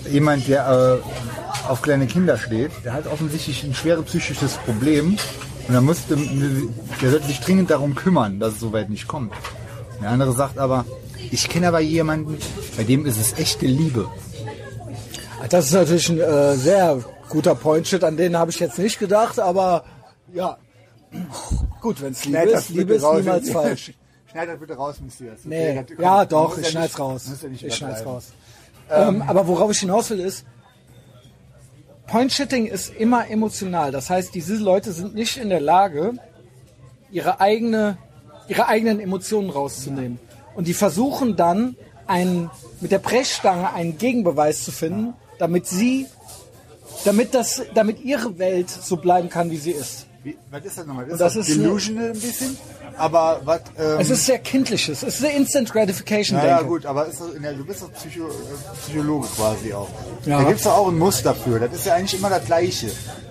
A: jemand, der äh, auf kleine Kinder steht, der hat offensichtlich ein schweres psychisches Problem und er musste, der sollte sich dringend darum kümmern, dass es soweit nicht kommt. Der andere sagt aber, ich kenne aber jemanden, bei dem ist es echte Liebe.
B: Ah, Das ist natürlich ein äh, sehr guter Point-Shit, an den habe ich jetzt nicht gedacht, aber ja. Gut, wenn es Liebe ist, Liebe ist niemals falsch.
A: Schneid das bitte raus, Messias.
B: Nee, ja doch, ich schneid's raus. Ich schneid's raus. Ähm, aber worauf ich hinaus will ist, Point-Shitting ist immer emotional. Das heißt, diese Leute sind nicht in der Lage, ihre, eigene, ihre eigenen Emotionen rauszunehmen. Und die versuchen dann, einen, mit der Brechstange einen Gegenbeweis zu finden, damit sie, damit, das, damit ihre Welt so bleiben kann, wie sie ist.
A: Wie, was ist das nochmal? Ist
B: das
A: das,
B: ist-
A: delusional ein bisschen? Aber was... Ähm,
B: Es ist sehr kindliches, es ist eine Instant Gratification,
A: naja,
B: denke
A: gut, aber ist das in der, du bist doch Psycho, äh, Psychologe quasi auch.
B: Ja.
A: Da gibt es doch auch ein Muster für. Das ist ja eigentlich immer das Gleiche.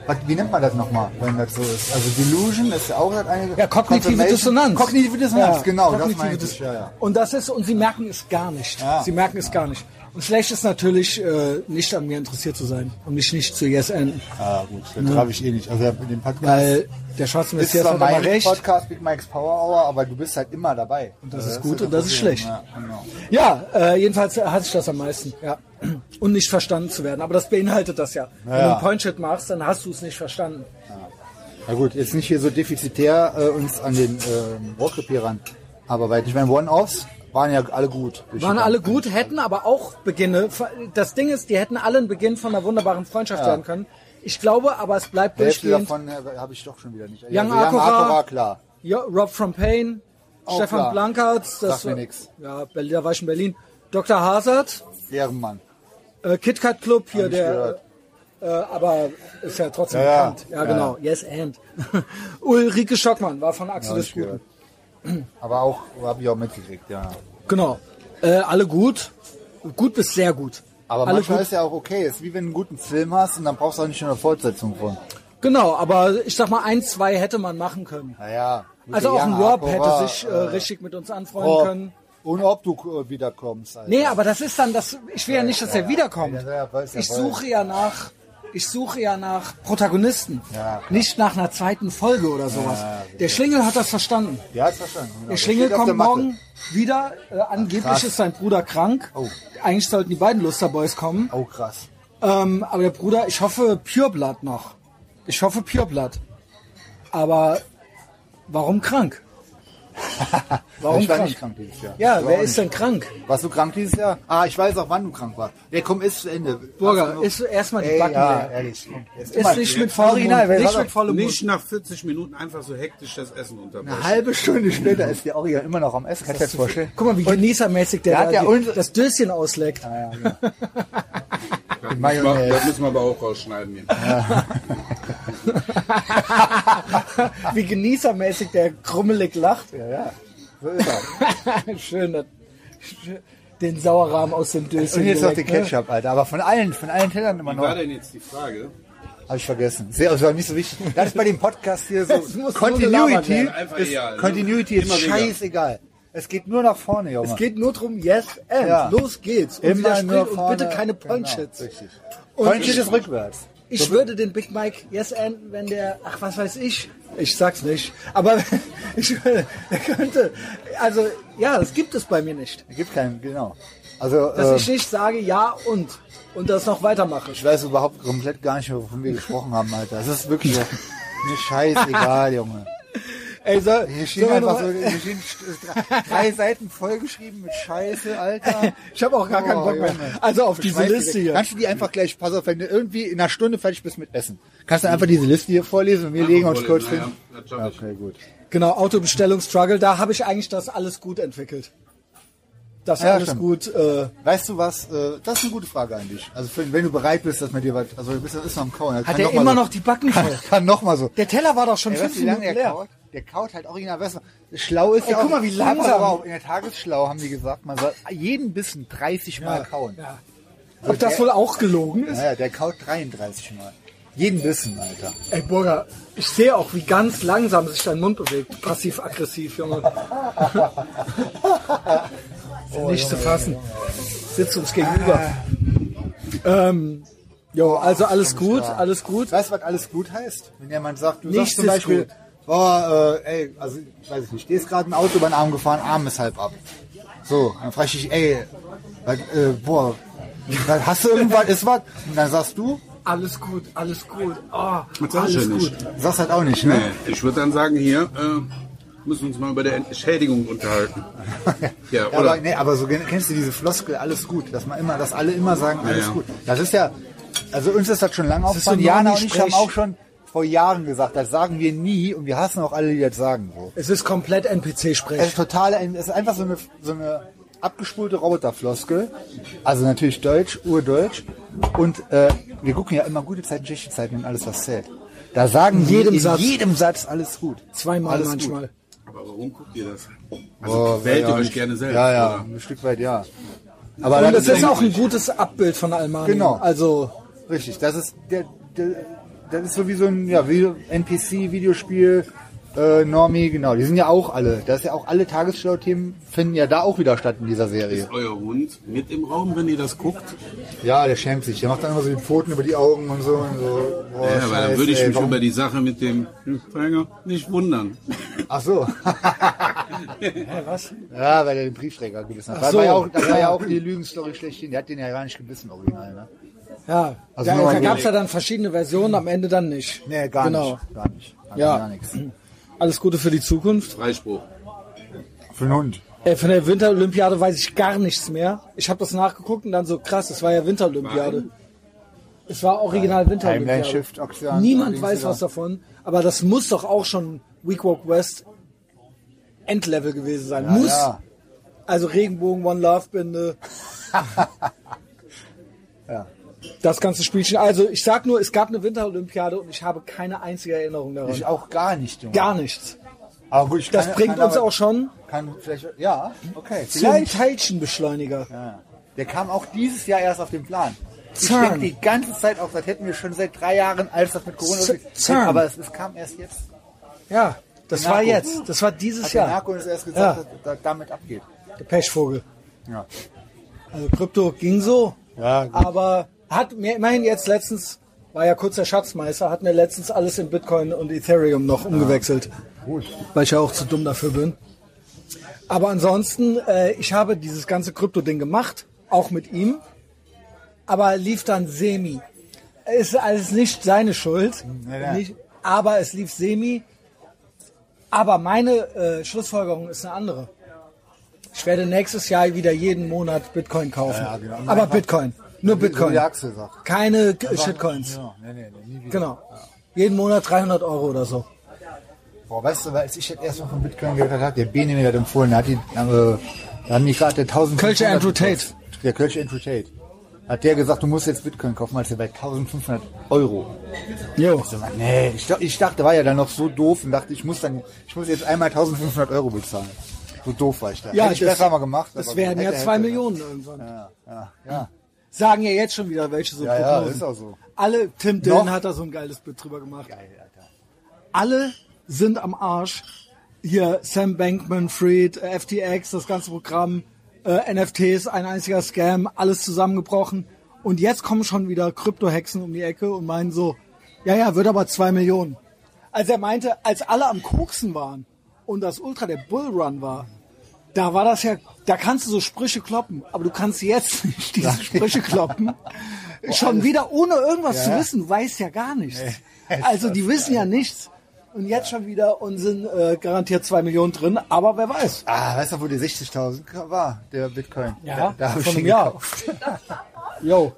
A: Was, wie nennt man das nochmal, wenn das so ist? Also Delusion ist ja auch das eine...
B: Ja, kognitive
A: Confirmation-
B: Dissonanz.
A: Kognitive Dissonanz,
B: Ja,
A: genau.
B: kognitive
A: das meinte
B: Dis-
A: ich, ja, ja.
B: Und das ist, und sie merken es gar nicht.
A: Ja.
B: Sie merken es gar nicht. Und schlecht ist natürlich, äh, nicht an mir interessiert zu sein und mich nicht zu YesN.
A: Ah, gut, das habe ich eh nicht. Also in dem Podcast...
B: Weil der schwarze
A: ist
B: Messias
A: zwar
B: hat
A: mein
B: immer halt recht.
A: Podcast Big Mike's Power Hour, aber du bist halt immer dabei. Und
B: das ist gut und das ist schlecht.
A: Ja, genau.
B: Ja, äh, jedenfalls hasse ich das am meisten. Ja. Und nicht verstanden zu werden. Aber das beinhaltet das ja. Wenn du
A: ja.
B: einen Pointshit machst, dann hast du es nicht verstanden.
A: Na gut, jetzt nicht hier so defizitär äh, uns an den ähm, Rohrkrepierern arbeiten. Ich meine, One-Offs waren ja alle gut.
B: Waren alle gut, hätten aber auch Beginne. Das Ding ist, die hätten alle einen Beginn von einer wunderbaren Freundschaft werden können. Ich glaube, aber es bleibt
A: Hälfte
B: durchgehend.
A: davon äh, habe ich doch schon wieder nicht. also
B: Young
A: Young
B: Akura.
A: Akura, klar.
B: Ja, Rob from Payne,
A: Auch
B: Stefan
A: klar.
B: Blankertz, das
A: Sagt mir nix.
B: Ja, Berlin, da war ich in Berlin. Dr. Hazard,
A: Ehrenmann.
B: äh, KitKat Club hier,
A: ich
B: der,
A: gehört.
B: äh, aber ist ja trotzdem
A: Ja, ja.
B: bekannt. Ja, genau. Yes and. Ulrike Schockmann war von Axel
A: Hab
B: des
A: ich
B: Guten.
A: gehört. Aber auch, habe ich auch mitgekriegt, ja.
B: Genau. Äh, alle gut. Gut bis sehr gut.
A: Aber
B: alle
A: manchmal
B: gut.
A: ist ja auch okay. Ist wie wenn du einen guten Film hast und dann brauchst du auch nicht schon eine Fortsetzung von.
B: Genau, aber ich sag mal, ein, zwei hätte man machen können.
A: Naja.
B: Also auch ein Rob hätte sich äh,
A: richtig
B: richtig mit uns anfreunden können.
A: Und ob du äh, wiederkommst. Alter.
B: Nee, aber das ist dann das. Ich will ja nicht, dass er wiederkommt.
A: Ja, ja, weiß ja,
B: Ich
A: weiß.
B: suche ja nach. Ich suche ja nach Protagonisten.
A: Ja, klar.
B: nicht nach einer zweiten Folge oder sowas. der Schlingel hat das verstanden.
A: Der hat's verstanden. Genau.
B: Der
A: Der
B: Schlingel
A: steht auf
B: kommt
A: der Matte.
B: morgen wieder. Äh, angeblich
A: krass.
B: ist sein Bruder krank.
A: Oh.
B: Eigentlich sollten die beiden Lusterboys kommen.
A: Oh, krass.
B: Ähm, aber der Bruder, ich hoffe Pureblood noch. Ich hoffe Pureblood. Aber warum krank? Warum
A: ich war
B: krank?
A: nicht krank dieses Jahr.
B: Ja,
A: Ich war
B: wer
A: auch
B: ist denn
A: nicht.
B: krank?
A: Warst du krank dieses Jahr? Ah, ich weiß auch, wann du krank warst. Der komm, ist zu Ende.
B: Burger,
A: Hast du noch-
B: isst du erstmal die
A: Ey,
B: Backen
A: Ja,
B: leer.
A: ehrlich. Ist,
B: Ist nicht mit vollem
A: Original,
B: Mund.
A: wer
B: Nicht
A: sagt
B: mit vollem Mund.
E: Nicht nach 40 Minuten einfach so hektisch das Essen unterbrechen.
A: Eine halbe Stunde später ist der Original immer noch am Essen. Kannst du dir das vorstellen?
B: Guck mal, wie genießermäßig der,
A: der hat
B: da
A: ja
B: die-
A: uns-
B: das Döschen ausleckt.
E: Das müssen,
A: Mayonnaise.
E: wir, das müssen wir aber auch rausschneiden. hier.
B: wie genießermäßig der krummelig lacht.
A: Ja, ja. So ist er.
B: Schön, das, schön, den Sauerrahmen aus dem Döschen.
A: Und jetzt noch die
B: geleckt, ne?
A: Ketchup, Alter. Aber von allen, von allen Tellern immer
E: Wie war
A: noch.
E: denn jetzt die Frage?
A: Habe ich vergessen. Sehr, das war nicht so wichtig. Das ist bei dem Podcast hier so.
B: Es muss nur gelabert
A: Continuity
B: werden.
E: Einfach
A: ist,
E: egal, ne?
A: Continuity ist
E: Immer wieder.
A: scheißegal. Es geht nur nach vorne, Junge.
B: Es geht nur drum, yes and.
A: Ja.
B: Los geht's. Und wieder
A: immer
B: Sprint
A: nur
B: und
A: vorne.
B: bitte keine Punch-Hits.
A: Genau, richtig.
B: Und
A: Punch-Hit
B: ich-
A: ist rückwärts.
B: Ich würde den Big Mike yes and, wenn der, ach was weiß ich, ich sag's nicht, aber ich würde, er könnte, also ja, das gibt es bei mir nicht.
A: Es gibt keinen, genau. Also,
B: Dass
A: ähm,
B: ich nicht sage ja und und das noch weitermache.
A: ich weiß überhaupt komplett gar nicht, wovon wir gesprochen haben, Alter. Das ist wirklich so- mir scheißegal, Junge.
B: Ey, so,
A: Hier stehen
B: so,
A: einfach so, hier stehen st- drei Seiten vollgeschrieben mit Scheiße, Alter.
B: ich habe auch gar keinen
A: Oh,
B: Bock mehr.
A: Junge.
B: Also auf
A: Ich
B: diese
A: weiß
B: Liste
A: direkt.
B: hier.
A: Kannst du die einfach gleich, pass auf, wenn du irgendwie in einer Stunde fertig bist mit Essen, kannst du einfach diese Liste hier vorlesen und wir legen uns kurz hin. Ja, okay, gut.
B: Genau, Autobestellung Struggle, da habe ich eigentlich das alles gut entwickelt. Das
A: Ja,
B: alles
A: stimmt.
B: gut. Äh,
A: Weißt du was, äh, das ist eine gute Frage an dich. Also für, wenn du bereit bist, dass man dir was, also du bist, ist noch am Kauen.
B: hat er immer noch die Backen voll?
A: Kann, kann noch mal so.
B: Der Teller war doch schon
A: Ey, weißt
B: fünf
A: du, wie lange
B: Minuten
A: der
B: leer.
A: kaut? Der kaut halt original. Weißt du, schlau ist
B: Ey,
A: ja auch.
B: Oh, guck mal, wie
A: Hat man
B: langsam.
A: Aber auch in der Tagesschlau haben die gesagt, man soll jeden Bissen 30 Mal kauen.
B: Ja. Ob das wohl auch gelogen ist?
A: Naja, der kaut 33 Mal. Jeden Bissen, Alter.
B: Ey, Burger, ich sehe auch, wie ganz langsam sich dein Mund bewegt. Passiv-aggressiv, Junge. Ist ja
A: Oh,
B: nicht zu fassen. Sitzt uns gegenüber. Ähm, jo, also alles gut, alles gut.
A: Weißt du, was alles gut heißt? Wenn jemand sagt, du sagst
B: Nichts
A: zum
B: ist
A: Beispiel,
B: gut.
A: boah, äh, ey, also, ich weiß ich nicht, dir ist gerade ein Auto über den Arm gefahren, Arm ist halb ab. So, dann frage ich dich, ey, was, äh, boah, was, hast du irgendwas, ist was? Und dann sagst du,
B: Alles gut, alles gut. Oh,
E: Das sag ich
B: alles
E: ja
B: gut.
E: nicht.
A: sagst halt auch nicht, ne?
E: Nee, ich würde dann sagen, hier äh, müssen wir uns mal über der Entschädigung unterhalten. Ja,
A: Ja,
E: oder?
A: aber, nee, aber so gen- kennst du diese Floskel, alles gut, dass man immer, dass alle immer sagen, alles
E: ja.
A: gut. Das ist ja, also uns ist das schon lange
B: ist so
A: aufgefallen. Jana und ich
B: Normensprech.
A: haben auch schon vor Jahren gesagt, das sagen wir nie und wir hassen auch alle, die das sagen. So.
B: Es ist komplett
A: Es
B: NPC-Sprech.
A: ist total, es ist einfach so eine, so eine abgespulte Roboterfloskel. Also natürlich Deutsch, Urdeutsch. Und äh, wir gucken ja immer gute Zeiten, schlechte Zeiten und alles, was zählt. Da sagen
B: In
A: die
B: jedem
A: in
B: Satz.
A: jedem Satz alles gut.
B: Zweimal
A: alles
B: manchmal.
A: Gut.
E: Aber warum guckt ihr das?
A: Boah,
E: Also wählt
A: ja,
E: ihr euch
A: ich-
E: gerne selbst.
A: Ja, ja,
E: Oder?
A: ein Stück weit ja. Aber
B: Und
A: dann-
B: es ist auch ein gutes Abbild von Almani.
A: Genau.
B: Also,
A: Richtig, das ist der, der das ist so wie so ein ja, wie NPC-Videospiel, äh, Normie, genau. Die sind ja auch alle. Das ist ja auch alle Tagesschau-Themen finden ja da auch wieder statt in dieser Serie.
E: Ist euer Hund mit im Raum, wenn ihr das guckt?
A: Ja, der schämt sich. Der macht dann immer so die Pfoten über die Augen und so. Und so. Boah,
E: ja, aber dann
A: scheiße,
E: würde ich
A: ey,
E: mich
A: warum-
E: über die Sache mit dem Fänger nicht wundern.
A: Ach so.
B: was?
A: Ja, weil er den Briefträger gebissen hat.
B: Ach
A: Das war,
B: so.
A: ja auch, das war ja auch die Lügenstory schlechthin. Der hat den ja gar nicht gebissen, original. Ne,
B: Ja,
A: Also
B: da,
A: nur mal
B: da gab es
A: überlegt.
B: ja dann verschiedene Versionen, am Ende dann nicht.
A: nee, gar
B: genau.
A: nicht. Gar nicht. Gar
B: Ja.
A: Gar nichts.
B: Alles Gute für die Zukunft.
E: Freispruch.
A: Für einen Hund.
B: Äh, von der Winterolympiade weiß ich gar nichts mehr. Ich habe das nachgeguckt und dann so krass, es war ja Winterolympiade. Es war original
A: Timeline
B: Winterolympiade.
A: Shift, Oxygen.
B: Niemand weiß was davon, aber das muss doch auch schon Week Walk West Endlevel gewesen sein. muss.
A: Ja.
B: Also Regenbogen, One Love Binde.
A: Ja.
B: Das ganze Spielchen. Also ich sag nur, es gab eine Winterolympiade und ich habe keine einzige Erinnerung daran.
A: Ich auch gar nicht, Junge.
B: Gar nichts.
A: Aber gut, ich
B: Das
A: kann-
B: bringt
A: kann
B: uns
A: aber-
B: auch schon
A: Kann vielleicht, ja, okay.
B: zum
A: Vielleicht.
B: Teilchenbeschleuniger.
A: Ja. Der kam auch dieses Jahr erst auf den Plan. Ich
B: Zern.
A: denke die ganze Zeit auf, das hätten wir schon seit drei Jahren, als das mit Corona
B: Z-
A: losging.
B: Zern.
A: Aber es, es kam erst jetzt.
B: Ja, das
A: Narko.
B: war jetzt. Das war dieses
A: Hat der
B: Jahr.
A: Narco uns erst gesagt,
B: Ja.
A: dass dass damit abgeht.
B: der Pechvogel.
A: Ja.
B: Also Krypto ging so,
A: Ja, gut.
B: aber hat mir immerhin jetzt letztens, war ja kurz der Schatzmeister, hat mir letztens alles in Bitcoin und Ethereum noch umgewechselt. Weil ich ja auch zu dumm dafür bin. Aber ansonsten, äh, ich habe dieses ganze Krypto-Ding gemacht, auch mit ihm, aber lief dann semi. Es ist alles nicht seine Schuld,
A: Na ja.
B: nicht, aber es lief semi. Aber meine äh, Schlussfolgerung ist eine andere. Ich werde nächstes Jahr wieder jeden Monat Bitcoin kaufen.
A: Ja, ja, genau.
B: Aber Bitcoin, nur
A: So
B: Bitcoin.
A: wie Axel sagt.
B: Keine K- Shitcoins.
A: Genau, nee, nee, nee, nie wieder.
B: Genau. Jeden Monat 300 Euro oder so.
A: Boah, weißt du, weil als ich das erstmal von Bitcoin gehört habe, hat der Bene mir das empfohlen. Da, hat die, äh, da haben die gerade 1000
B: Kölsche Andrew Tate.
A: Der Kölsche Andrew Tate. Hat der gesagt, du musst jetzt Bitcoin kaufen, als er bei 1500 Euro.
B: Jo.
A: Ich so, Nee, ich, dach- ich dachte, war ja dann noch so doof und dachte, ich muss dann, ich muss jetzt einmal 1500 Euro bezahlen. So doof war ich da. Hätte ich besser mal gemacht.
B: Das
A: aber
B: wären
A: hätte,
B: ja
A: hätte.
B: zwei Millionen irgendwann.
A: Ja, ja, ja.
B: Sagen ja jetzt schon wieder welche so
A: Ja, ja,
B: Prognosen.
A: ist auch so.
B: Alle, Tim Dillon
A: Noch?
B: hat da so ein geiles Bild drüber gemacht.
A: Geil, Alter.
B: Alle sind am Arsch. Hier Sam Bankman, Fried, äh, FTX, das ganze Programm, äh, NFTs, ein einziger Scam, alles zusammengebrochen. Und jetzt kommen schon wieder Kryptohexen um die Ecke und meinen so, ja, ja, wird aber zwei Millionen. Als er meinte, als alle am Koksen waren und das Ultra der Bullrun war, da war das ja, da kannst du so Sprüche kloppen, aber du kannst jetzt nicht diese Sprüche kloppen. Schon wieder ohne irgendwas zu wissen, du weißt ja gar nichts. Also die wissen ja nichts und jetzt schon wieder und sind äh, garantiert zwei Millionen drin, aber wer weiß.
A: Ah, weißt du, wo die 60.000 war, der Bitcoin?
B: Ja,
A: da, da habe ich
B: von
A: den
B: einem Jahr.
A: gekauft.
B: Yo.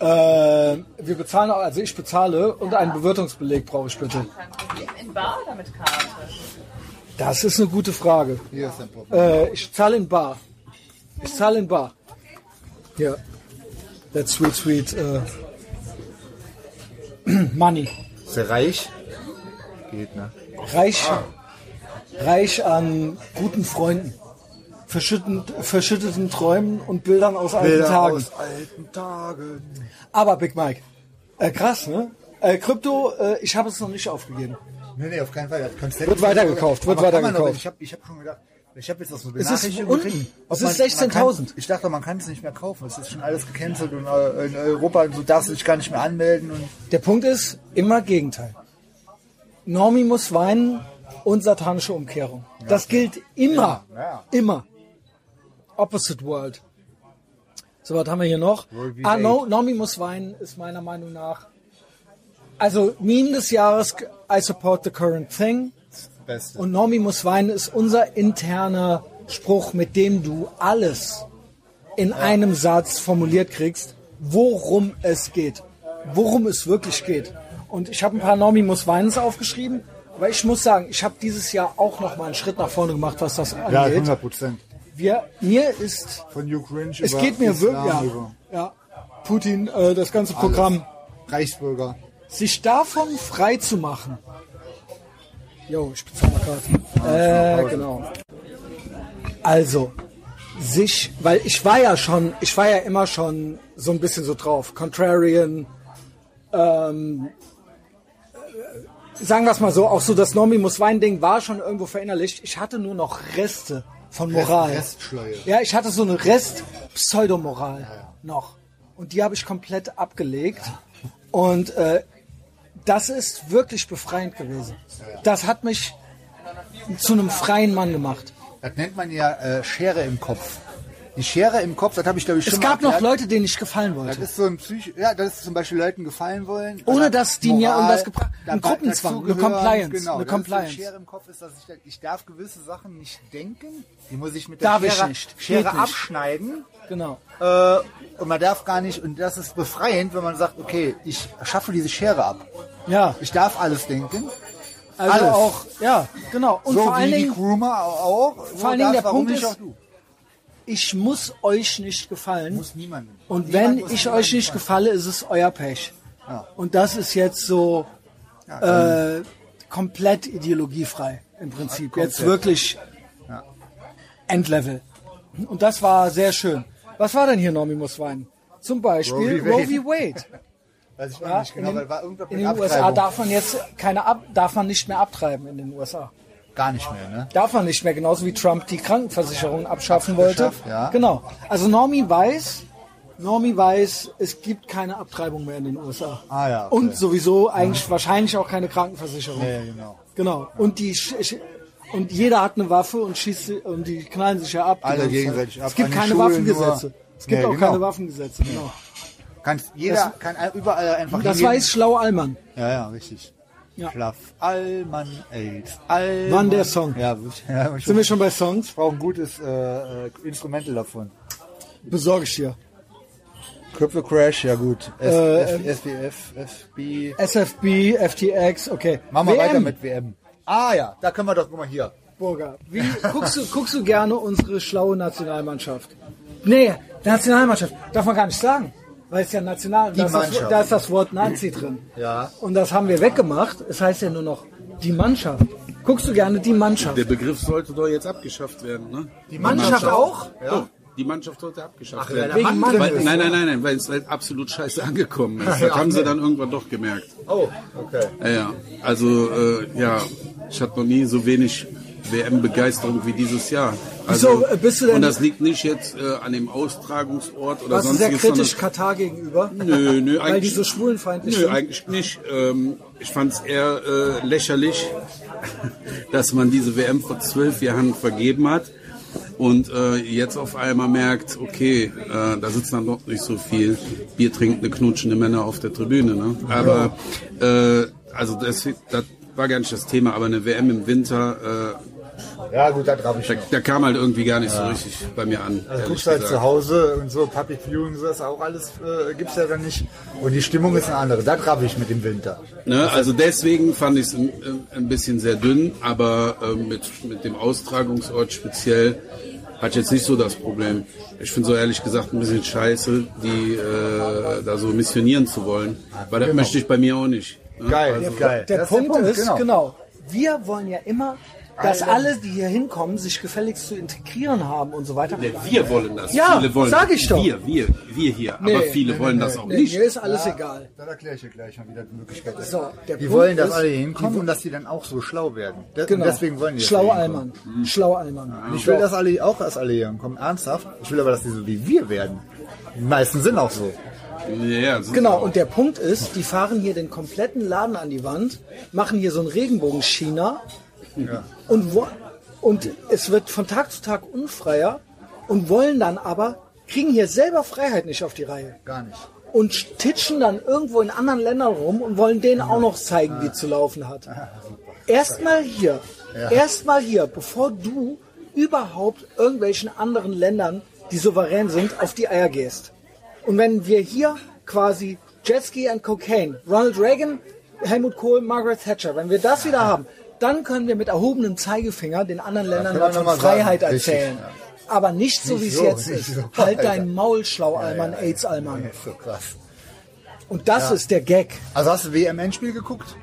B: Äh, wir bezahlen auch, also ich bezahle und einen Bewirtungsbeleg brauche ich bitte.
G: In Bar oder mit Karte?
B: Das ist eine gute Frage.
A: Hier ist dein Problem.
B: Äh, ich zahle in Bar. Ich zahle in Bar. Hier. That's sweet, sweet äh, money.
A: Ist der reich? Geht, ne?
B: Reich, reich an guten Freunden. Verschüttend, verschütteten Träumen und Bildern aus alten
A: Bilder
B: Tagen.
A: aus alten Tagen.
B: Aber Big Mike, äh, krass, ne? Äh, Krypto, äh, ich habe es noch nicht aufgegeben.
A: Nee, nee, auf keinen Fall. Das Konzept
B: Wird weitergekauft, wird
A: Aber kann man
B: weitergekauft.
A: Noch, ich habe ich hab schon gedacht, ich habe jetzt das so
B: Es ist
A: Benachrichtigung
B: unten.
A: ob
B: Es
A: man-
B: ist
A: man
B: 16.000.
A: kann- Ich dachte, man kann es nicht mehr kaufen. Es ist schon alles gecancelt und äh, in Europa und du darfst dich gar nicht mehr anmelden. Und
B: Der Punkt ist, immer Gegenteil. Normi muss weinen und satanische Umkehrung. Das gilt immer.
A: Ja, ja.
B: Immer. Opposite World. So, was haben wir hier noch?
A: World wie
B: Ah, no, Normi muss weinen ist meiner Meinung nach. Also, Meme des Jahres, I support the current thing.
A: Beste.
B: Und Normi muss weinen ist unser interner Spruch, mit dem du alles in einem Satz formuliert kriegst, worum es geht, worum es wirklich geht. Und ich habe ein paar Normi muss weines aufgeschrieben, aber ich muss sagen, ich habe dieses Jahr auch noch mal einen Schritt nach vorne gemacht, was das
A: ja,
B: angeht.
A: 100 Prozent.
B: Wir, mir ist,
A: Von Ukraine
B: es
A: über
B: geht mir
A: Islam
B: wirklich, ja,
A: über
B: ja, Putin, äh, das ganze Programm
A: Reichsbürger.
B: sich davon frei zu machen. Jo, ich bezahle mal Karten. Äh, genau. Also, sich, weil ich war ja schon, ich war ja immer schon so ein bisschen so drauf. Contrarian, ähm, äh, sagen wir es mal so, auch so das Normi muss weinen Ding war schon irgendwo verinnerlicht. Ich hatte nur noch Reste von Moral.
A: Restschleue.
B: Ja, ich hatte so eine Rest-Pseudomoral noch. Und die habe ich komplett abgelegt. Und äh, das ist wirklich befreiend gewesen. Das hat mich zu einem freien Mann gemacht.
A: Das nennt man ja äh, Schere im Kopf. Die Schere im Kopf, das habe ich glaube ich schon
B: Es gab
A: mal
B: noch
A: erklärt.
B: Leute, denen ich gefallen
A: Das
B: wollte.
A: ist so ein Psych ja, das ist zum Beispiel Leuten gefallen wollen.
B: Ohne,
A: Oder
B: dass die mir
A: Moral,
B: irgendwas gebracht- ein
A: dabei-
B: Gruppenzwang, eine
A: dazugehören, Genau,
B: Compliance, eine
A: das ist so
B: Compliance.
A: Schere im Kopf ist, dass ich, ich darf gewisse Sachen nicht denken. Die muss ich mit der
B: Darf ich
A: Schere,
B: nicht. Geht
A: Schere
B: nicht.
A: abschneiden.
B: Genau.
A: Äh, und man darf gar nicht, und das ist befreiend, wenn man sagt, okay, ich schaffe diese Schere ab.
B: Ja,
A: Ich darf alles denken.
B: also
A: alles.
B: auch, ja, genau. Und
A: so
B: vor
A: wie
B: allen
A: die
B: Dingen,
A: Groomer auch. Vor
B: allen Dingen der Punkt ist-
A: auch du.
B: ich muss euch nicht gefallen.
A: Muss niemandem.
B: Und
A: Niemand
B: wenn
A: muss
B: ich
A: niemandem
B: euch nicht
A: gefallen.
B: gefalle, ist es euer Pech.
A: Ja.
B: Und das ist jetzt so äh, komplett ideologiefrei im Prinzip.
A: Ja,
B: Jetzt
A: komplett.
B: wirklich Endlevel. Und das war sehr schön. Was war denn hier Normi muss weinen? Zum
A: Roe
B: Beispiel
A: v.
B: Roe v. Wade.
A: Weiß ich auch
B: Ja,
A: nicht genau,
B: in
A: weil war
B: den,
A: irgendwas
B: in
A: mit
B: den USA
A: Abtreibung.
B: darf man jetzt keine ab, darf man nicht mehr abtreiben in den USA.
A: Gar nicht mehr, ne?
B: Darf man nicht mehr, genauso wie Trump die Krankenversicherung abschaffen wollte.
A: Abgeschafft, ja.
B: Genau. Also Normie weiß, Normie weiß, es gibt keine Abtreibung mehr in den USA.
A: Ah, ja, okay.
B: Und sowieso eigentlich wahrscheinlich auch keine Krankenversicherung.
A: Ja, ja, genau.
B: Genau. Und die sch- sch- und jeder hat eine Waffe und schießt sie- und die knallen sich ja ab. die
A: Alle
B: ganze Zeit.
A: gegenseitig ab.
B: Es gibt
A: An den
B: keine
A: Schulen
B: Waffengesetze.
A: nur.
B: Es gibt
A: Ja,
B: auch
A: genau.
B: keine Waffengesetze. Genau.
A: Kann, jeder kann ein- überall einfach
B: Das
A: hingehen.
B: weiß schlau Allmann.
A: Ja, ja, richtig.
B: Ja.
A: Schlaf. Allmann AIDS. Allmann.
B: Wann der Song?
A: Ja, ich, ja, ich,
B: Sind wir schon bei Songs?
A: ich brauche ein gutes äh, äh, Instrumental davon.
B: Besorge ich dir.
A: Crypto Crash, ja gut. S,
B: Äh,
A: F, SBF, FB.
B: SFB, FTX, okay.
A: Machen wir
B: WM.
A: weiter mit WM. Ah ja, da können wir doch, guck mal hier.
B: Burger. Wie guckst du, guckst du gerne unsere schlaue Nationalmannschaft? Nee, Nationalmannschaft darf man gar nicht sagen, weil es ja national da ist. Das,
A: Mannschaft.
B: da ist das Wort Nazi drin.
A: Ja.
B: Und das haben wir weggemacht. Es heißt ja nur noch die Mannschaft. Guckst du gerne die Mannschaft?
E: Der Begriff sollte doch jetzt abgeschafft werden, ne?
B: Die Mannschaft auch?
E: Oh, die Mannschaft sollte abgeschafft
A: Ach, weil
E: werden.
A: der Mann
E: Weil,
A: drin ist,
E: nein, nein, nein, nein, weil es halt absolut scheiße angekommen ist. Das haben sie dann irgendwann doch gemerkt.
A: Oh, okay.
E: Ja, ja. also äh, ja, ich hatte noch nie so wenig WM-Begeisterung wie dieses Jahr. Also,
B: Wieso, äh, bist du denn-
E: Und das liegt nicht jetzt äh, an dem Austragungsort oder
B: Warst du
E: sonst
B: sehr
E: sondern-
B: kritisch Katar gegenüber?
E: Nö, nö,
B: Weil die
E: eigentlich,
B: so schwulenfeindlich
E: nö,
B: sind?
E: eigentlich nicht. Ähm, ich fand es eher äh, lächerlich, dass man diese WM vor zwölf Jahren vergeben hat und äh, jetzt auf einmal merkt, okay, äh, da sitzen dann doch nicht so viel Bier trinkende, knutschende Männer auf der Tribüne. Ne? Aber äh, also das, das war gar nicht das Thema, aber eine WM im Winter,
A: Ja gut, da drauf ich
E: äh, da,
A: noch.
E: da kam halt irgendwie gar nicht so richtig bei mir an.
A: Also
E: ehrlich
A: guckst halt
E: gesagt.
A: zu Hause und so, Public Viewing, so ist auch alles, äh, gibt's ja dann nicht. Und die Stimmung ist eine andere. Da drauf ich mit dem Winter.
E: Ne, also deswegen fand ich es ein, ein bisschen sehr dünn, aber ähm, mit, mit dem Austragungsort speziell hatte ich jetzt nicht so das Problem. Ich finde so ehrlich gesagt ein bisschen scheiße, die äh, da so missionieren zu wollen, weil das möchte ich bei mir auch nicht. Ne?
A: Geil, geil.
B: Der
A: Also, Das
B: Punkt, ist, genau. wir wollen ja immer, dass alle, die hier hinkommen, sich gefälligst zu integrieren haben und so weiter.
E: Nee, ne, Wir wollen das.
B: Ja,
E: viele wollen
B: sag ich doch.
E: Wir, wir, wir hier.
B: Nee,
E: aber viele wollen das auch nicht.
B: Mir ist alles egal.
A: Dann erkläre ich dir gleich mal, wie das die Möglichkeit ist.
B: So, der
A: die
B: Punkt
A: wollen, dass
B: ist-
A: alle hier hinkommen und dass die dann auch so schlau werden. De
B: Genau.
A: und deswegen wollen die dass
B: Schlauer
A: die hinkommen.
B: Allmann. Schlauer Allmann.
A: Ich will, dass alle auch dass alle hier hinkommen. Ernsthaft. Ich will aber, dass die so wie wir werden. Die meisten sind auch so.
E: Ja, ja, sind
B: Genau,
E: auch.
B: und der Punkt ist, die fahren hier den kompletten Laden an die Wand, machen hier so einen Regenbogen-China und, wo, und es wird von Tag zu Tag unfreier und wollen dann aber, kriegen hier selber Freiheit nicht auf die Reihe
A: Gar nicht.
B: und titschen dann irgendwo in anderen Ländern rum und wollen denen auch noch zeigen, wie es zu laufen hat.
A: Ah,
B: Erstmal hier, erstmal hier, bevor du überhaupt irgendwelchen anderen Ländern, die souverän sind, auf die Eier gehst. Und wenn wir hier quasi Jetski and Cocaine, Ronald Reagan, Helmut Kohl, Margaret Thatcher, wenn wir das wieder haben, dann können wir mit erhobenem Zeigefinger den anderen
A: können
B: Ländern
A: wir
B: was von
A: noch mal sagen.
B: Freiheit
A: Richtig,
B: erzählen. Aber nicht so, wie
A: Nicht
B: es
A: so,
B: jetzt
A: nicht
B: ist.
A: so,
B: Halt
A: Alter.
B: dein Maul, Schlau-Allmann, AIDS-Allmann.
A: ist so krass.
B: Und das ist der Gag.
A: Also hast du WM-Endspiel geguckt?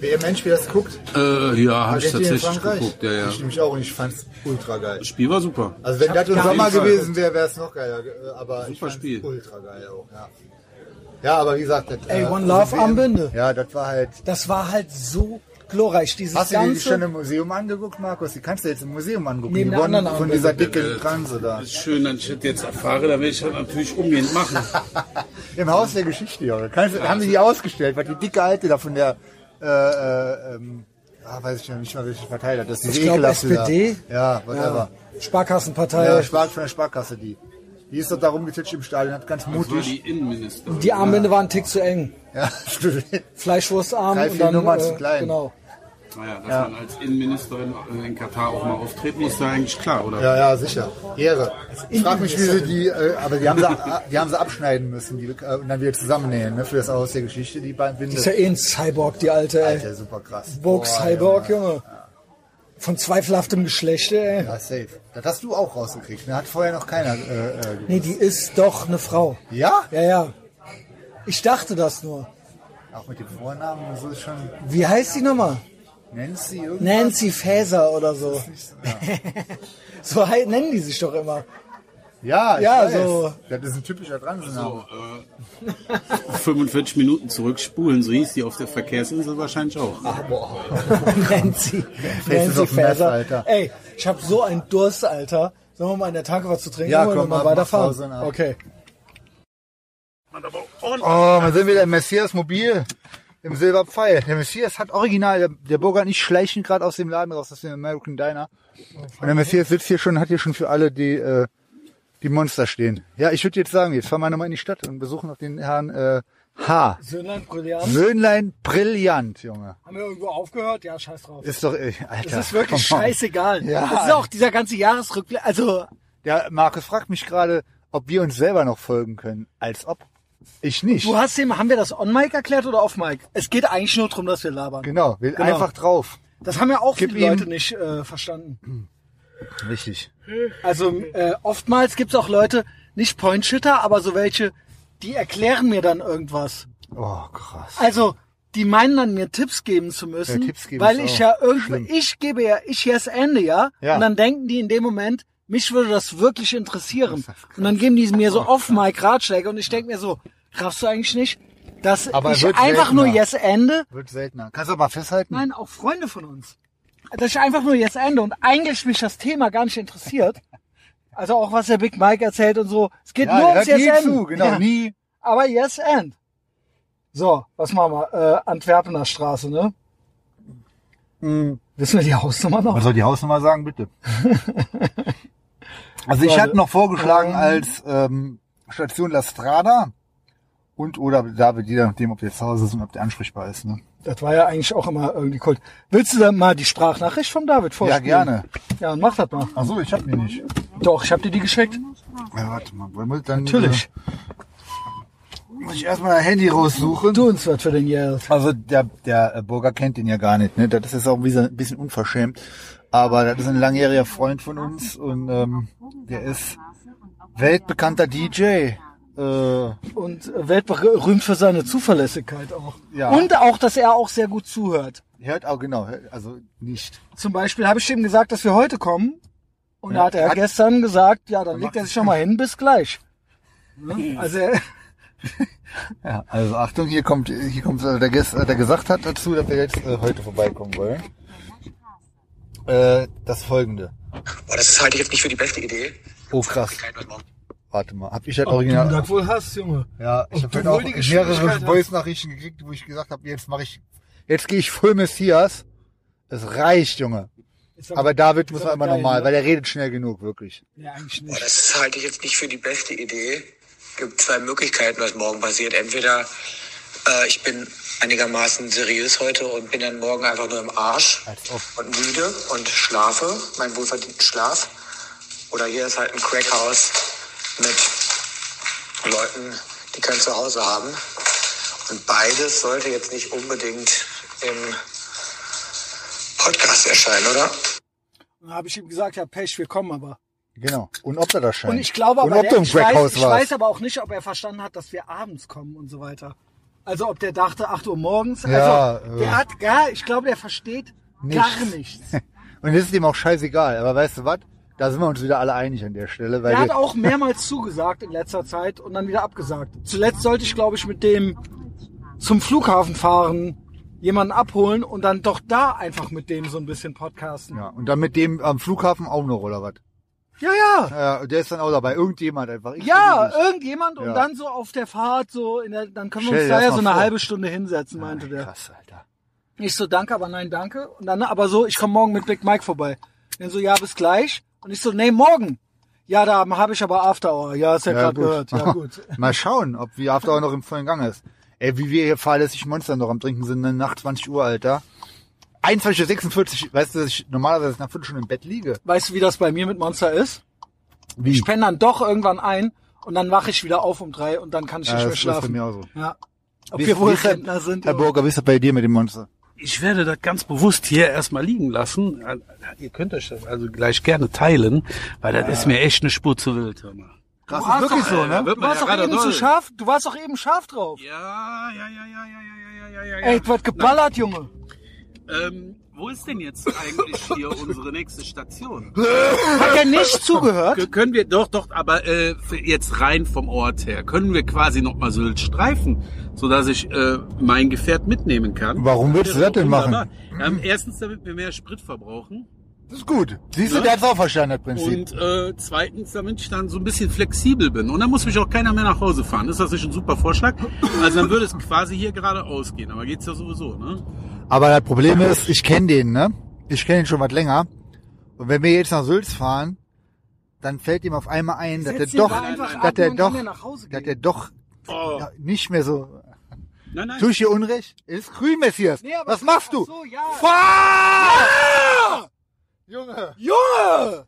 A: WM-Endspiel hast du geguckt?
E: äh, ja, habe ich
A: Argentinien,
E: tatsächlich geguckt. Ja, ja.
A: Ich nämlich auch und ich fand's ultra geil.
E: Das Spiel war super.
A: Also wenn das im
E: gar
A: Sommer
E: nicht
A: gewesen wäre, wäre es noch geiler. äh, Aber ich
E: Super
A: fand's
E: Spiel.
A: ultra geil auch, ja. Ja, aber wie gesagt, das,
B: Ey,
A: äh,
B: One
A: also
B: Love
A: WM
B: Armbinde.
A: Ja, das war halt.
B: Das war halt so glorreich. Dieses
A: Hast du dir die schon
B: ganze.
A: im Museum angeguckt, Markus? Die kannst du jetzt im Museum angucken. die
B: Neben der
A: wurden
B: anderen
A: von dieser
B: Armbinde.
A: dicken Transe da.
E: Das ist schön, dass ich das jetzt erfahre, dann werde ich das natürlich umgehend machen.
A: Im Haus der Geschichte, Junge. Kannst, du- haben
E: also-
A: die die ausgestellt, weil die dicke Alte da von der, äh, äh, ähm, ah, weiß ich noch nicht mal, welche Partei das ist. Diese
B: Ich glaub,
A: ekelhafte
B: SPD?
A: Da. Ja, whatever.
B: Sparkassenpartei.
A: Ja, Spar von der Sparkasse, die. Die ist doch da rumgetitscht im Stadion, hat ganz
E: Das war die
A: mutig.
E: Innenministerin. ne?
B: die Armbinde waren einen Tick zu eng.
A: Ja, stimmt.
B: Fleischwurstarm.
A: Drei,
B: und
A: vier
B: dann,
A: Nummern
B: äh,
A: zu klein.
B: Genau.
E: Naja, dass man als Innenministerin in Katar auch mal auftreten muss, ist ja eigentlich klar, oder?
A: Ja, ja, sicher. Ehre. Ich frag mich, wie sie die, äh, aber die haben sie, die haben sie abschneiden müssen die, äh, und dann wieder zusammennähen, ne, für das Haus der Geschichte, die beiden Winde.
B: Ist ja eh ein Cyborg, die alte. ey.
A: Alter, super krass.
B: Vogue
A: Boah,
B: Cyborg, Junge. Von zweifelhaftem Geschlecht, ey.
A: Ja, safe. Das hast du auch rausgekriegt. Ne? Hat vorher noch keiner. Äh, äh,
B: Nee, die ist doch eine Frau.
A: ja?
B: Ja, ja. Ich dachte das nur.
A: Auch mit dem Vornamen. Das ist schon
B: Wie heißt die nochmal?
A: Nancy irgendwie.
B: Nancy Faeser oder so. so hei- nennen die sich doch immer.
A: Ja, ich
H: Ja,
A: weiß.
H: so.
A: Das ist ein typischer Transname.
E: 45 Minuten zurückspulen, so hieß die auf der Verkehrsinsel wahrscheinlich auch.
H: Nancy.
A: is of
H: Nancy
A: Meth,
H: Faeser.
A: Alter.
H: Ey, ich habe so einen Durst, Alter. Sollen wir mal in der Tanke was zu trinken
A: Ja,
H: holen
A: komm,
H: und mal
A: mach- mach
H: weiterfahren?
A: Pause und ab.
H: okay.
D: Man aber auch
A: Oh, wir sind wieder im Messias Mobil. Im Silberpfeil. Der Messias hat original, der, der Burger nicht schleichend gerade aus dem Laden raus, aus dem American Diner. Und der Messias sitzt hier schon, hat hier schon für alle die, äh, die Monster stehen. Ja, ich würde jetzt sagen, jetzt fahren wir nochmal in die Stadt und besuchen noch den Herrn äh, H.
H: Söhnlein, Brillant.
A: Söhnlein brillant, Junge.
H: Haben wir irgendwo aufgehört? Ja, scheiß drauf.
A: Ist doch, äh, Alter.
B: Das ist wirklich
A: come on.
B: scheißegal.
A: Ja.
B: Das ist auch dieser ganze Jahresrückblick. Also,
A: Der Markus fragt mich gerade, ob wir uns selber noch folgen können. Als ob. Ich nicht.
B: du hast dem, haben wir das on-mic erklärt oder off-mic? Es geht eigentlich nur darum, dass wir labern.
A: Genau, will einfach drauf.
B: Das haben ja auch
A: Gib
B: viele
A: ihm-
B: Leute nicht äh, verstanden.
A: Richtig.
B: Also äh, oftmals gibt es auch Leute, nicht Pointshitter, aber so welche, die erklären mir dann irgendwas.
A: Oh, krass.
B: Also die meinen dann mir Tipps geben zu müssen,
A: Ja, Tipps geben
B: weil
A: ist
B: ich
A: auch
B: ja irgendwie,
A: schlimm.
B: ich gebe ja, ich hier das Ende, ja?
A: Ja.
B: Und dann denken die in dem Moment, mich würde das wirklich interessieren. und dann geben die mir so off mic Ratschläge und ich denke mir so, raffst du eigentlich nicht, dass
A: Aber
B: ich
A: wird
B: einfach nur
A: seltener.
B: yes ende?
A: Wird seltener. Kannst du mal festhalten?
B: Nein, auch Freunde von uns. Dass ich einfach nur jetzt ende und eigentlich mich das Thema gar nicht interessiert. Also auch was der Big Mike erzählt und so. Es geht
A: ja,
B: nur
A: der
B: ums
A: hört nie
B: Yes End.
A: zu, genau,
B: Ja.
A: nie.
B: Aber Yes End. So, was machen wir? Äh, Antwerpener Straße, ne?
A: Mhm.
B: Wissen wir die Hausnummer
A: Was
B: noch?
A: soll die Hausnummer sagen, bitte? also ich hatte noch vorgeschlagen als ähm, Station La Strada und oder David, je nachdem, ob der zu Hause ist und ob der ansprechbar ist. Ne?
B: Das war ja eigentlich auch immer irgendwie cool. Willst du dann mal die Sprachnachricht vom David
A: Ja,
B: vorstellen?
A: gerne.
B: Ja, dann mach das mal.
A: Ach so, ich hab die nicht.
B: Doch, ich hab dir die geschickt.
A: Ja, warte mal, wollen wir dann,
B: Natürlich.
A: Äh, muss ich erstmal ein Handy raussuchen.
B: Du uns was für den Yelp.
A: Also der, der äh, Burger kennt ihn ja gar nicht, ne? Das ist auch ein bisschen- ein bisschen unverschämt. Aber das ist ein langjähriger Freund von uns und ähm, der ist weltbekannter DJ. Äh,
B: Und äh, weltberühmt für seine Zuverlässigkeit auch.
A: Ja.
B: Und auch, dass er auch sehr gut zuhört.
A: hört auch genau, hört- also nicht.
B: Zum Beispiel habe ich ihm gesagt, dass wir heute kommen. Und da hat er
A: Hat-
B: gestern gesagt, ja, dann legt er sich schon mal hin, bis gleich.
A: Hm.
B: Ne? Also er,
A: Ja, also Achtung, hier kommt, hier kommt, äh, der, Gäst, äh, der gesagt hat dazu, dass wir jetzt äh, heute vorbeikommen wollen. Äh, das folgende.
I: Oh, das halte ich jetzt nicht für die beste Idee.
A: Oh krass,
I: Kein Leute morgen.
A: warte mal, hab ich halt
H: Du
A: original.
H: das wohl hast, Junge.
A: Ja, ich habe
H: du
A: heute
H: wohl
A: auch
H: die Geschwindigkeit
A: mehrere
H: hast.
A: Voice-Nachrichten gekriegt, wo ich gesagt habe, jetzt mache ich, jetzt gehe ich voll Messias. Es reicht, Junge.
H: Ist
A: Aber David muss man immer
H: geil,
A: normal,
H: ne?
A: weil der redet schnell genug, wirklich.
H: Nee, eigentlich
I: Oh,
H: nicht.
I: das halte ich jetzt nicht für die beste Idee. gibt zwei Möglichkeiten, was morgen passiert. Entweder äh, ich bin einigermaßen seriös heute und bin dann morgen einfach nur im Arsch
A: Als ob.
I: und müde und schlafe, meinen wohlverdienten Schlaf. Oder hier ist halt ein Crackhaus mit Leuten, die kein Zuhause haben. Und beides sollte jetzt nicht unbedingt im Podcast erscheinen, oder?
H: Dann habe ich ihm gesagt, ja, Pech, wir kommen aber.
A: Genau. Und ob der das scheint.
B: und ich glaube
A: Und
B: aber,
A: ob
B: der,
A: du im
B: ich, weiß,
A: Crackhaus
B: ich
A: warst.
B: weiß aber auch nicht, ob er verstanden hat, dass wir abends kommen und so weiter. Also ob der dachte, 8 Uhr morgens.
A: Ja,
B: also,
A: äh.
B: der hat gar, ich glaube, der versteht gar nichts.
A: Und es ist ihm auch scheißegal. Aber weißt du was? Da sind wir uns wieder alle einig an der Stelle, weil
B: Er hat
A: wir-
B: auch mehrmals zugesagt in letzter Zeit und dann wieder abgesagt. Zuletzt sollte ich, glaube ich, mit dem zum Flughafen fahren, jemanden abholen und dann doch da einfach mit dem so ein bisschen podcasten.
A: ja, und dann mit dem am Flughafen auch noch, oder was?
B: Ja, ja.
A: Ja, der ist dann auch dabei. Irgendjemand einfach. Ich
B: Ja,
A: bin ich.
B: irgendjemand und
A: Ja.
B: dann so auf der Fahrt, so in der, dann können wir
A: Stell
B: uns
A: dir
B: da
A: das
B: ja
A: mal
B: so eine
A: vor.
B: halbe Stunde hinsetzen, meinte der.
A: Krass, Alter.
B: Ich so, danke, aber nein, danke. Und dann, aber so, ich komme morgen mit Big Mike vorbei. Dann so, ja, bis gleich. Und ich so, nee, morgen. Ja, da habe ich aber After Hour. Ja, hast ja, gerade gehört. Ja, gut.
A: Mal schauen, ob die After auch noch im vollen Gang ist. Ey, wie wir hier fahrlässig Monster noch am Trinken sind, ne? nach 20 Uhr, Alter. 21.46 Uhr, weißt du, dass ich normalerweise nach 5 Stunden im Bett liege? Hm.
B: Weißt du, wie das bei mir mit Monster ist?
A: Wie?
B: Ich penne dann doch irgendwann ein und dann wache ich wieder auf um drei und dann kann ich
A: Ja,
B: nicht
A: das
B: mehr
A: ist bei
B: schlafen.
A: mir auch so.
B: Ja. Ob
A: Wie-
B: wir wohl
A: wie ist das-
B: Rentner sind.
A: Herr
B: aber-
A: Burger, wie ist das bei dir mit dem Monster?
E: Ich werde das ganz bewusst hier erstmal liegen lassen. Ihr könnt euch das also gleich gerne teilen, weil das ist mir echt eine Spur zu wild. hör mal.
A: Krass,
B: warst doch,
E: Da wird
B: Du warst
E: man ja
B: doch
E: gerade
B: eben zu
E: doll.
B: scharf, du warst doch eben scharf drauf.
E: Ja, ja, ja, ja, ja, ja, ja, ja, ja, ja, ja.
B: Ey, es wird geballert, Junge.
E: Ähm, wo ist denn jetzt eigentlich hier unsere nächste Station?
J: Hat er nicht zugehört?
E: K- Können wir doch, doch, aber äh, für- jetzt rein vom Ort her können wir quasi nochmal Sylt streifen, so dass ich äh, mein Gefährt mitnehmen kann.
A: Warum willst du das denn
E: Wunderbar.
A: machen?
E: Ähm, erstens, damit wir mehr Sprit verbrauchen.
A: Das ist gut. Siehst du,
E: Ne?
A: der hat's auch verstanden, das Prinzip.
E: Und äh, zweitens, damit ich dann so ein bisschen flexibel bin. Und dann muss mich auch keiner mehr nach Hause fahren. Ist das nicht ein super Vorschlag? Also dann würde es quasi hier gerade ausgehen. Aber geht's ja sowieso, ne?
A: Aber das Problem ist, ich kenne den, ne? Ich kenne ihn schon was länger. Und wenn wir jetzt nach Sülz fahren, dann fällt ihm auf einmal ein, dass er
B: Setz ihn da
A: doch,
B: einfach ab
A: dass er
B: und dann
A: doch,
B: kann er nach Hause
A: dass
B: gehen.
A: er doch
E: Oh.
A: ja, nicht mehr so.
E: Nein, nein.
A: Tue ich dir Unrecht? Ist grün, Messias.
B: Nee, aber-
A: was machst du?
B: Ach So, ja.
A: Fahr! Junge,
B: Junge!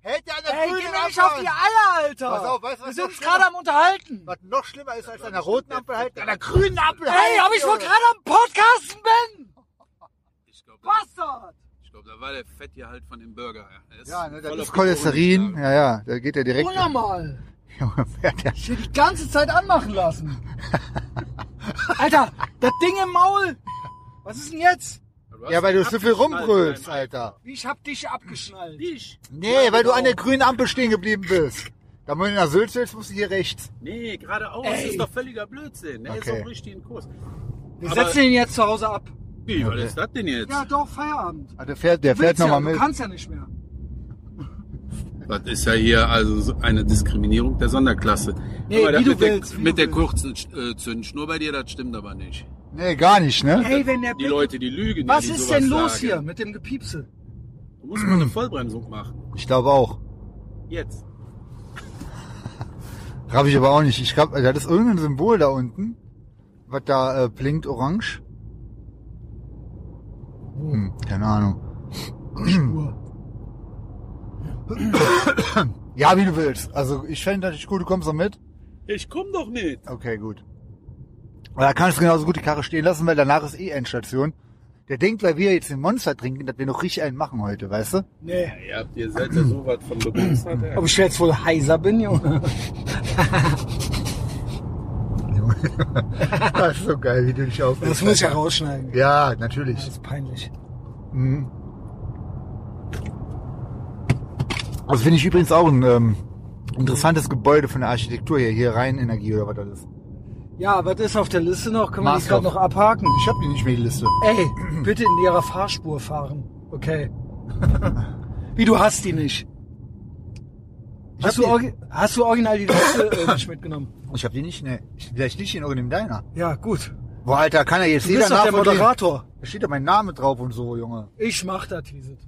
A: hält der an der
B: Ey,
A: grünen
B: geh doch nicht
A: Ampel
B: auf
A: an.
B: die Alle, Alter!
A: Pass auf, weißt du,
B: Wir
A: was
B: sind
A: noch
B: uns
A: schlimmer-
B: gerade am Unterhalten.
A: Was noch schlimmer ist als an der roten Ampel halten, an der grünen Ampel
B: Ey, ob ich wohl
A: Junge.
B: gerade am Podcasten bin?
E: Ich glaube,
B: Bastard!
E: glaub, da war der Fett hier halt von dem Burger. Er ist
A: Ja, ne, das
E: voller
A: ist Cholesterin.
E: Piccolis.
A: Ja, ja, da geht er direkt.
B: Oder mal!
A: Junge, wer der
B: Ich will die ganze Zeit anmachen lassen. Alter, das Ding im Maul! Was ist denn jetzt?
E: Du hast
A: Ja, weil du
E: ihn
A: so viel
E: abgeschnallt,
A: rumbrüllst,
E: dein
A: Alter.
B: Ich hab dich abgeschnallt.
E: Dich?
A: Nee, weil du
B: genau.
A: an der grünen Ampel stehen geblieben bist. Da wenn du nach Sylt willst, musst du hier rechts.
E: Nee, geradeaus. Ist doch völliger Blödsinn. Der ist
A: Okay.
E: auf richtigen Kurs.
B: Wir
E: Aber-
B: setzen ihn jetzt zu Hause ab.
E: Wie, was ist das denn jetzt?
B: Ja, doch, Feierabend.
A: Ah, der fährt, der fährt
B: Willst ja,
A: nochmal
B: du
A: mit.
B: kannst ja nicht mehr.
E: Das ist ja hier also so eine Diskriminierung der Sonderklasse.
B: Nee,
E: das
B: wie du
E: mit der,
B: willst, wie
E: mit
B: du
E: der kurzen äh, Zündschnur bei dir, das stimmt aber nicht.
A: Nee, gar nicht, ne?
B: Ey, wenn der
E: Die Leute, die lügen. die-
B: Was
E: die
B: ist
E: sowas
B: denn los
E: sagen.
B: hier mit dem Gepiepse?
E: Du musst mal eine Vollbremsung machen.
A: Ich glaube auch.
E: Jetzt.
A: Hab ich aber auch nicht. Ich glaube, das ist irgendein Symbol da unten, was da äh, blinkt orange. Hm, keine Ahnung. ja, wie du willst. Also ich fände natürlich cool, du kommst doch mit.
E: Ich komm doch mit.
A: Okay, gut. Aber da kannst du genauso gut die Karre stehen lassen, weil danach ist eh Endstation. Der denkt, weil wir jetzt den Monster trinken, dass wir noch richtig einen machen heute, weißt du?
B: Nee.
E: Ihr habt ihr seid ja sowas von begeistert. ey.
B: Ob ich jetzt wohl heiser bin, Junge?
A: Das ist so geil, wie du dich aufregst.
B: Das muss ich ja rausschneiden.
A: Ja, natürlich.
B: Das ist peinlich.
A: Das Also finde ich übrigens auch ein ähm, interessantes Gebäude von der Architektur hier. Hier Rheinenergie oder was das ist.
B: Ja, was ist auf der Liste noch? Können wir das
A: Maßstoff.
B: gerade noch abhaken?
A: Ich habe die nicht mehr die Liste.
B: Ey, bitte in ihrer Fahrspur fahren. Okay. Wie, du hast die nicht?
A: hab
B: Hast du,
A: die-
B: orgi- hast du original die Liste äh, nicht mitgenommen?
A: Ich habe die nicht, ne. Ich- Vielleicht nicht in irgendeinem deiner.
B: Ja, gut.
A: Boah, Alter, kann er jetzt
B: Du bist doch der
A: nachvollziehen?
B: Moderator.
A: Da steht doch mein Name drauf und so, Junge.
B: Ich mach das, Hieset.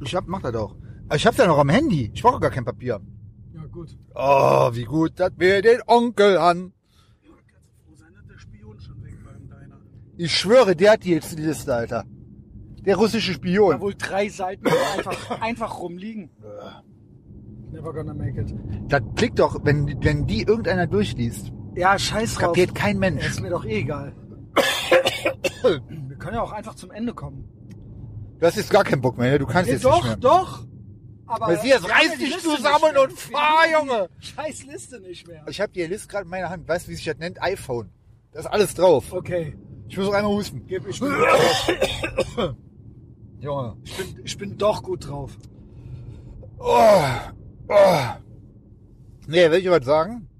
A: Ich hab, mach das auch. Aber ich hab's ja noch am Handy. Ich brauche gar kein Papier.
B: Ja, gut.
A: Oh, wie gut, dass wir den Onkel haben. Ich schwöre, der hat die jetzt die Liste, Alter. Der russische
B: Da
A: Spion.
B: wohl drei Seiten einfach, einfach rumliegen. Never gonna make it.
A: Das klickt doch, wenn, wenn die irgendeiner durchliest.
B: Ja, scheiß drauf.
A: Kapiert kein Mensch.
B: Ist mir doch eh egal. Wir können ja auch einfach zum Ende kommen.
A: Du hast jetzt gar keinen Bock mehr, ne? Du kannst
B: Ja,
A: jetzt
B: doch,
A: nicht mehr.
B: doch. Aber
A: Messias,
B: Wir haben ja
A: reiß
B: die
A: dich
B: Liste nicht
A: zusammen
B: mehr.
A: und
B: Wir haben ja
A: fahr,
B: die
A: Junge.
B: Scheiß Liste nicht mehr.
A: Ich habe die Liste gerade in meiner Hand. Weißt du, wie sich das nennt? iPhone. Da ist alles drauf.
B: Okay,
A: Ich muss auch einmal husten.
B: gib ich bin,
A: Junge.
B: ich bin, ich bin doch gut drauf.
A: Oh, oh. Nee, will ich was sagen?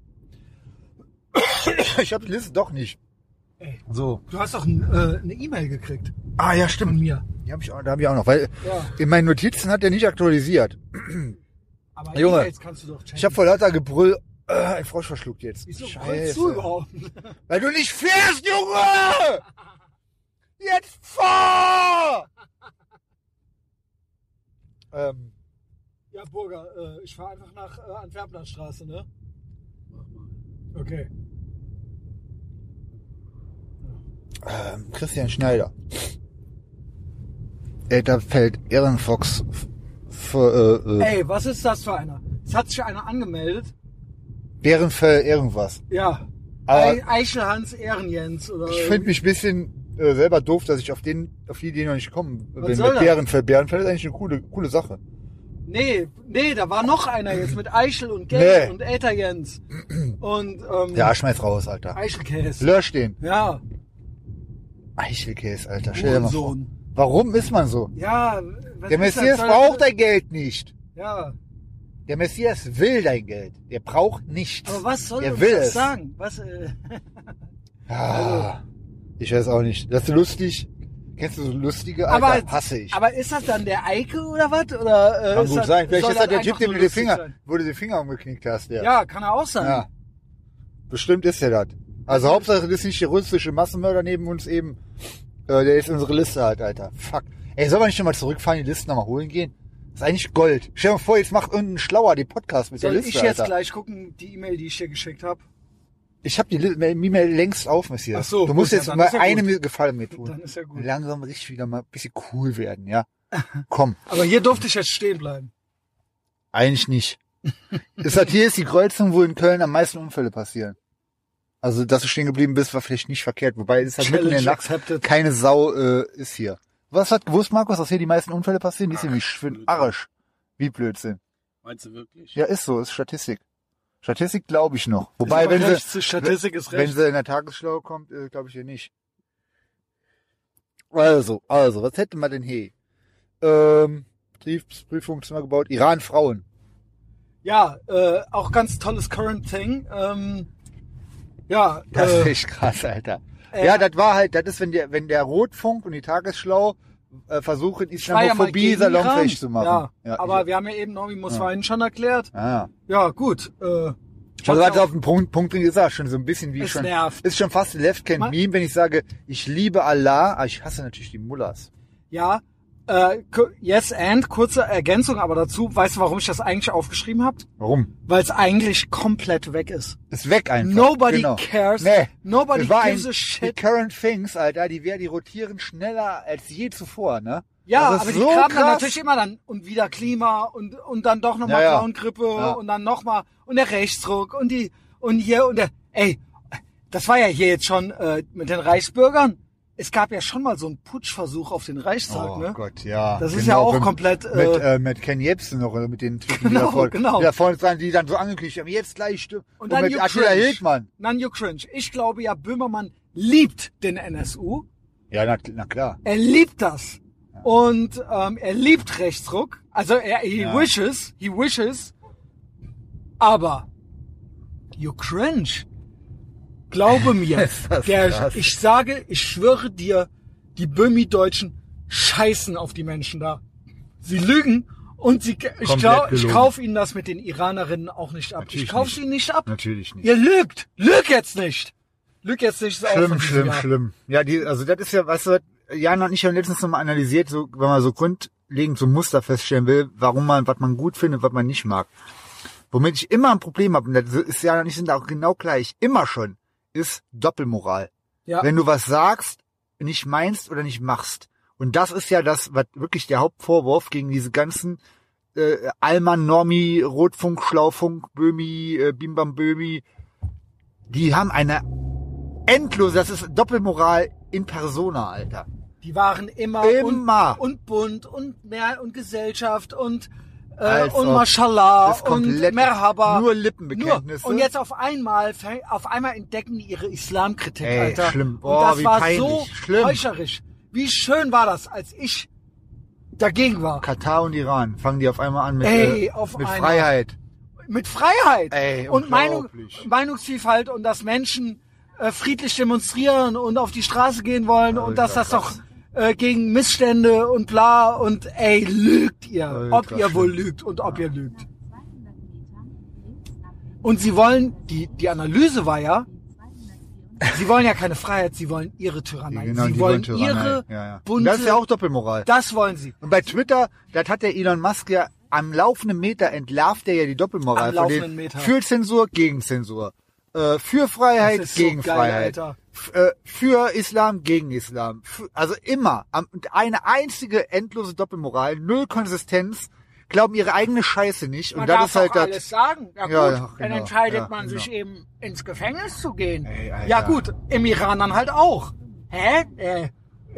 A: Ich habe die Liste doch nicht. So.
B: Du hast doch ein, äh, eine E-Mail gekriegt
A: Ah ja,
B: von
A: stimmt.
B: mir.
A: Die hab ich auch, da habe ich auch noch, weil
B: Ja.
A: in meinen Notizen hat er nicht aktualisiert.
B: Aber
A: Ah, Junge,
B: E-Mails kannst du doch checken.
A: Ich habe vor lauter Gebrüll äh, ein Frosch verschluckt jetzt.
B: Wieso rollst du überhaupt?
A: Weil du nicht fährst, Junge! Jetzt fahr! ähm,
B: Ja, Burger, äh, ich fahre einfach nach äh, Antwerpener Straße, ne? Okay.
A: ähm, Christian Schneider. Elterfeld Ehrenfox. f- für, äh, äh,
B: Ey, was ist das für einer? Es hat sich einer angemeldet.
A: Bärenfell irgendwas.
B: Ja.
A: Aber-
B: Ei- Eichelhans Ehrenjens oder.
A: Ich finde mich ein bisschen äh, selber doof, dass ich auf den, auf die Idee noch nicht gekommen bin.
B: Was
A: Mit
B: soll das?
A: Bärenfell. Bärenfell ist eigentlich eine coole, coole Sache.
B: Nee, nee, da war noch einer jetzt mit Eichel und
A: Nee.
B: Geld und Äther Jens. Und ähm,
A: Ja, schmeiß raus, Alter.
B: Eichelkäse.
A: Lösch den.
B: Ja,
A: Eichelkäse, Alter. Stell dir mal vor.
B: Hurensohn.
A: Warum ist man so?
B: Ja, was
A: Der
B: ist halt das?
A: Messias
B: Soll-
A: braucht dein Geld nicht.
B: Ja,
A: Der Messias will dein Geld. Der braucht nichts.
B: aber was soll
A: er
B: uns
A: will
B: das
A: es.
B: sagen? Was, äh,
A: Ah, ich weiß auch nicht. Das ist lustig. Kennst du so lustige? Alter,
B: aber,
A: hasse ich.
B: aber ist das dann der Eike oder was? Oder, äh,
A: Kann
B: ist
A: gut
B: das,
A: sein. Vielleicht
B: soll
A: ist das
B: das
A: der
B: einfach
A: Typ, dem
B: nur
A: du den
B: lustig
A: Finger,
B: sein?
A: wo du den Finger umgeknickt hast. Ja.
B: Ja, kann er auch sein.
A: Ja. Bestimmt ist er das. Also Hauptsache, das ist nicht der russische Massenmörder neben uns eben. Äh, der ist unsere Liste halt, Alter. Fuck. Ey, soll man nicht nochmal zurückfahren, die Listen nochmal holen gehen? Das ist eigentlich Gold. Stell dir mal vor, jetzt macht irgendein Schlauer den Podcast mit
B: Soll
A: der Liste,
B: ich jetzt
A: Alter.
B: gleich gucken, die E-Mail, die ich dir geschickt habe?
A: Ich habe die Li- E-Mail längst auf, Messias.
B: Ach so,
A: du musst
B: gut,
A: jetzt
B: ja, dann
A: mal
B: ist ja
A: eine
B: gut.
A: mir Gefallen mir tun.
B: Dann ist ja gut.
A: Langsam richtig wieder mal ein bisschen cool werden, ja. Komm,
B: Aber hier durfte ich jetzt stehen bleiben.
A: eigentlich nicht. ist das hier ist die Kreuzung, wo in Köln am meisten Unfälle passieren. Also, dass du stehen geblieben bist, war vielleicht nicht verkehrt. Wobei, es ist halt mitten in der
B: Challenge
A: Nacht.
B: accepted.
A: Keine Sau äh, ist hier. Was hat gewusst, Markus, dass hier die meisten Unfälle passieren? Die ist nämlich für den Arsch. Wie Blödsinn.
E: Meinst du wirklich?
A: Ja, ist so, ist Statistik. Statistik glaube ich noch. Wobei,
B: aber
A: wenn
B: recht,
A: sie,
B: Statistik ist
A: wenn
B: recht.
A: sie in der Tagesschlau kommt, äh, glaube ich hier nicht. Also, also, was hätten wir denn hier? Ähm, Betriebsprüfung zum gebaut. Iran Frauen.
B: Ja, äh, auch ganz tolles Current Thing. Ähm, ja,
A: Das ist
B: äh,
A: echt krass, Alter.
B: äh,
A: ja, das war halt, das ist, wenn der, wenn der Rotfunk und die Tagesschlau äh, versuchen,
B: ich war ja mal
A: Islamophobie
B: gegen
A: salonfähig
B: Iran.
A: zu machen.
B: Ja,
A: Ja,
B: aber
A: ich,
B: wir haben ja eben Normi Moswein schon erklärt.
A: ah.
B: Ja, gut. Äh,
A: Also warte, auf den Punkt, Punkt bringen ist er schon so ein bisschen wie
B: Es
A: schon.
B: nervt.
A: Ist schon fast ein Left Hand
B: Ma-
A: Meme, wenn ich sage, ich liebe Allah, aber ich hasse natürlich die Mullahs.
B: ja, äh, ku- yes and, kurze Ergänzung aber dazu. Weißt du, warum ich das eigentlich aufgeschrieben habe?
A: Warum?
B: Weil es eigentlich komplett weg ist.
A: Ist weg einfach.
B: Nobody
A: genau.
B: cares.
A: Nee.
B: Nobody
A: Es war ein-
B: gives a shit.
A: Die Current Things, Alter, die, wär- die rotieren schneller als je zuvor, ne?
B: Ja,
A: Das ist
B: aber die
A: so
B: kramen dann
A: krass.
B: natürlich immer dann und wieder Klima und und dann doch nochmal
A: Ja, ja.
B: Frauengrippe
A: Ja.
B: und dann nochmal und der Rechtsdruck und die und hier und der ey, das war ja hier jetzt schon äh, mit den Reichsbürgern. Es gab ja schon mal so einen Putschversuch auf den Reichstag,
A: Oh
B: ne?
A: Gott, ja. Genau,
B: Das ist ja auch komplett,
A: Mit,
B: äh,
A: äh, mit Ken Jebsen noch, oder mit den Typen, die,
B: Genau,
A: da vorne,
B: genau.
A: die da vorne dran, die dann so angekündigt haben, jetzt gleich stimmt.
B: Und dann
A: mit
B: Jupp
A: Attila
B: Cringe.
A: Hildmann.
B: Nan you cringe. Ich glaube ja, Böhmermann liebt den NSU.
A: Ja, na, na klar.
B: Er liebt das. Und ähm, er liebt Rechtsruck. Also er he
A: Ja.
B: wishes, he wishes. Aber you cringe. Glaube mir,
A: Ist das
B: der,
A: krass.
B: ich sage, ich schwöre dir, die Böhmi-Deutschen scheißen auf die Menschen da. Sie lügen und sie, ich,
A: Komplett
B: glaub, ich
A: gelogen.
B: kaufe ihnen das mit den Iranerinnen auch nicht ab.
A: Natürlich
B: ich kaufe
A: nicht.
B: sie nicht ab.
A: Natürlich nicht.
B: Ihr lügt! Lüg jetzt nicht! Lüg jetzt nicht! ist auch
A: Schlimm,
B: von diesem
A: schlimm,
B: Jahr.
A: schlimm. Ja, die, also das ist ja, weißt du, was Jan und ich haben letztens nochmal analysiert, so, wenn man so grundlegend so Muster feststellen will, warum man, was man gut findet, was man nicht mag. Womit ich immer ein Problem habe, und das ist Jan und ich sind da auch genau gleich, immer schon, ist Doppelmoral.
B: Ja.
A: Wenn du was sagst, nicht meinst oder nicht machst. Und das ist ja das, was wirklich der Hauptvorwurf gegen diese ganzen äh, Alman, Normi, Rotfunk, Schlaufunk, Böhmi, äh, Bimbam Böhmi, die haben eine endlose, das ist Doppelmoral in Persona, Alter.
B: Die waren immer,
A: Immer.
B: Und, und bunt und mehr und Gesellschaft und äh,
A: Als
B: und
A: ob.
B: Mashallah
A: Also, Das ist komplett-
B: und Merhaba.
A: nur Lippenbekenntnisse.
B: Nur. Und jetzt auf einmal fäng- auf einmal entdecken die ihre Islamkritik,
A: Ey,
B: Alter.
A: schlimm.
B: und
A: Boah,
B: das
A: wie
B: war
A: peinlich.
B: so
A: Schlimm.
B: heuchlerisch. Wie schön war das, als ich dagegen war.
A: Katar und Iran fangen die auf einmal an mit,
B: Ey,
A: äh,
B: auf
A: mit
B: einmal.
A: Freiheit.
B: Mit Freiheit
A: Ey,
B: und Meinung,
A: unglaublich.
B: Meinungsvielfalt und dass Menschen äh, friedlich demonstrieren und auf die Straße gehen wollen und dass
A: Ultra
B: das doch
A: krass.
B: äh, gegen Missstände und bla und ey, lügt ihr.
A: Ultra
B: ob ihr wohl
A: schlimm.
B: lügt und ob ihr lügt. Und sie wollen, die, die Analyse war ja, sie wollen ja keine Freiheit, sie wollen ihre Tyrannei.
A: Genau,
B: sie
A: die
B: wollen
A: Tyrannei.
B: ihre
A: ja, ja. Und
B: bunte...
A: Das ist ja auch Doppelmoral.
B: das wollen sie.
A: Und bei Twitter, das hat der Elon Musk ja am laufenden Meter entlarvt er ja die Doppelmoral
B: Am
A: von
B: laufenden
A: den
B: Meter.
A: für Zensur, gegen Zensur, äh, für Freiheit,
B: Das ist so
A: gegen
B: geil,
A: Freiheit,
B: Alter.
A: F- äh, für Islam, gegen Islam. F- also immer am, und eine einzige endlose Doppelmoral, null Konsistenz, glauben ihre eigene Scheiße nicht und
B: Man
A: das
B: darf
A: ist halt
B: doch
A: das.
B: alles sagen.
A: Ja,
B: Ja,
A: ja,
B: gut, dann
A: genau,
B: entscheidet
A: ja,
B: man
A: genau.
B: sich eben ins Gefängnis zu gehen.
A: Ey, Alter.
B: ja gut, im Iran dann halt auch. Hä? Äh,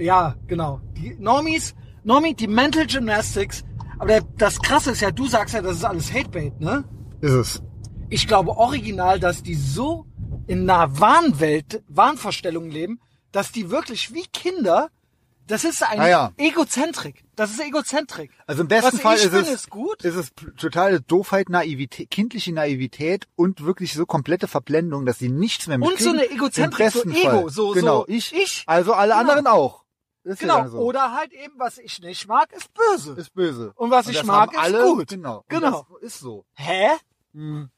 B: ja, genau. Die Normies, Normie, die Mental Gymnastics. Aber der, das Krasse ist ja, du sagst ja, das ist alles Hatebait, ne?
A: Ist es.
B: Ich glaube original, dass die so in einer Wahnwelt, Wahnvorstellung leben, dass die wirklich wie Kinder Das ist eigentlich
A: Ah, ja.
B: Egozentrik. Das ist Egozentrik.
A: Also im besten
B: Was
A: Fall
B: ich
A: ist,
B: finde,
A: es,
B: ist gut.
A: ist es p- totale Doofheit, Naivität, kindliche Naivität und wirklich so komplette Verblendung, dass sie nichts mehr
B: Und so
A: mitkriegen.
B: eine
A: Im
B: Egozentrik, so
A: besten
B: Ego,
A: Fall.
B: so,
A: genau,
B: so
A: ich,
B: ich.
A: Also alle
B: Genau.
A: anderen auch. Ist ja
B: Genau.
A: dann so.
B: Oder halt eben, was ich nicht mag, ist böse.
A: ist böse.
B: Und was ich
A: das
B: mag,
A: haben
B: ist
A: alle,
B: gut.
A: Genau.
B: Genau.
A: Und das ist so.
B: Hä?
A: Hm.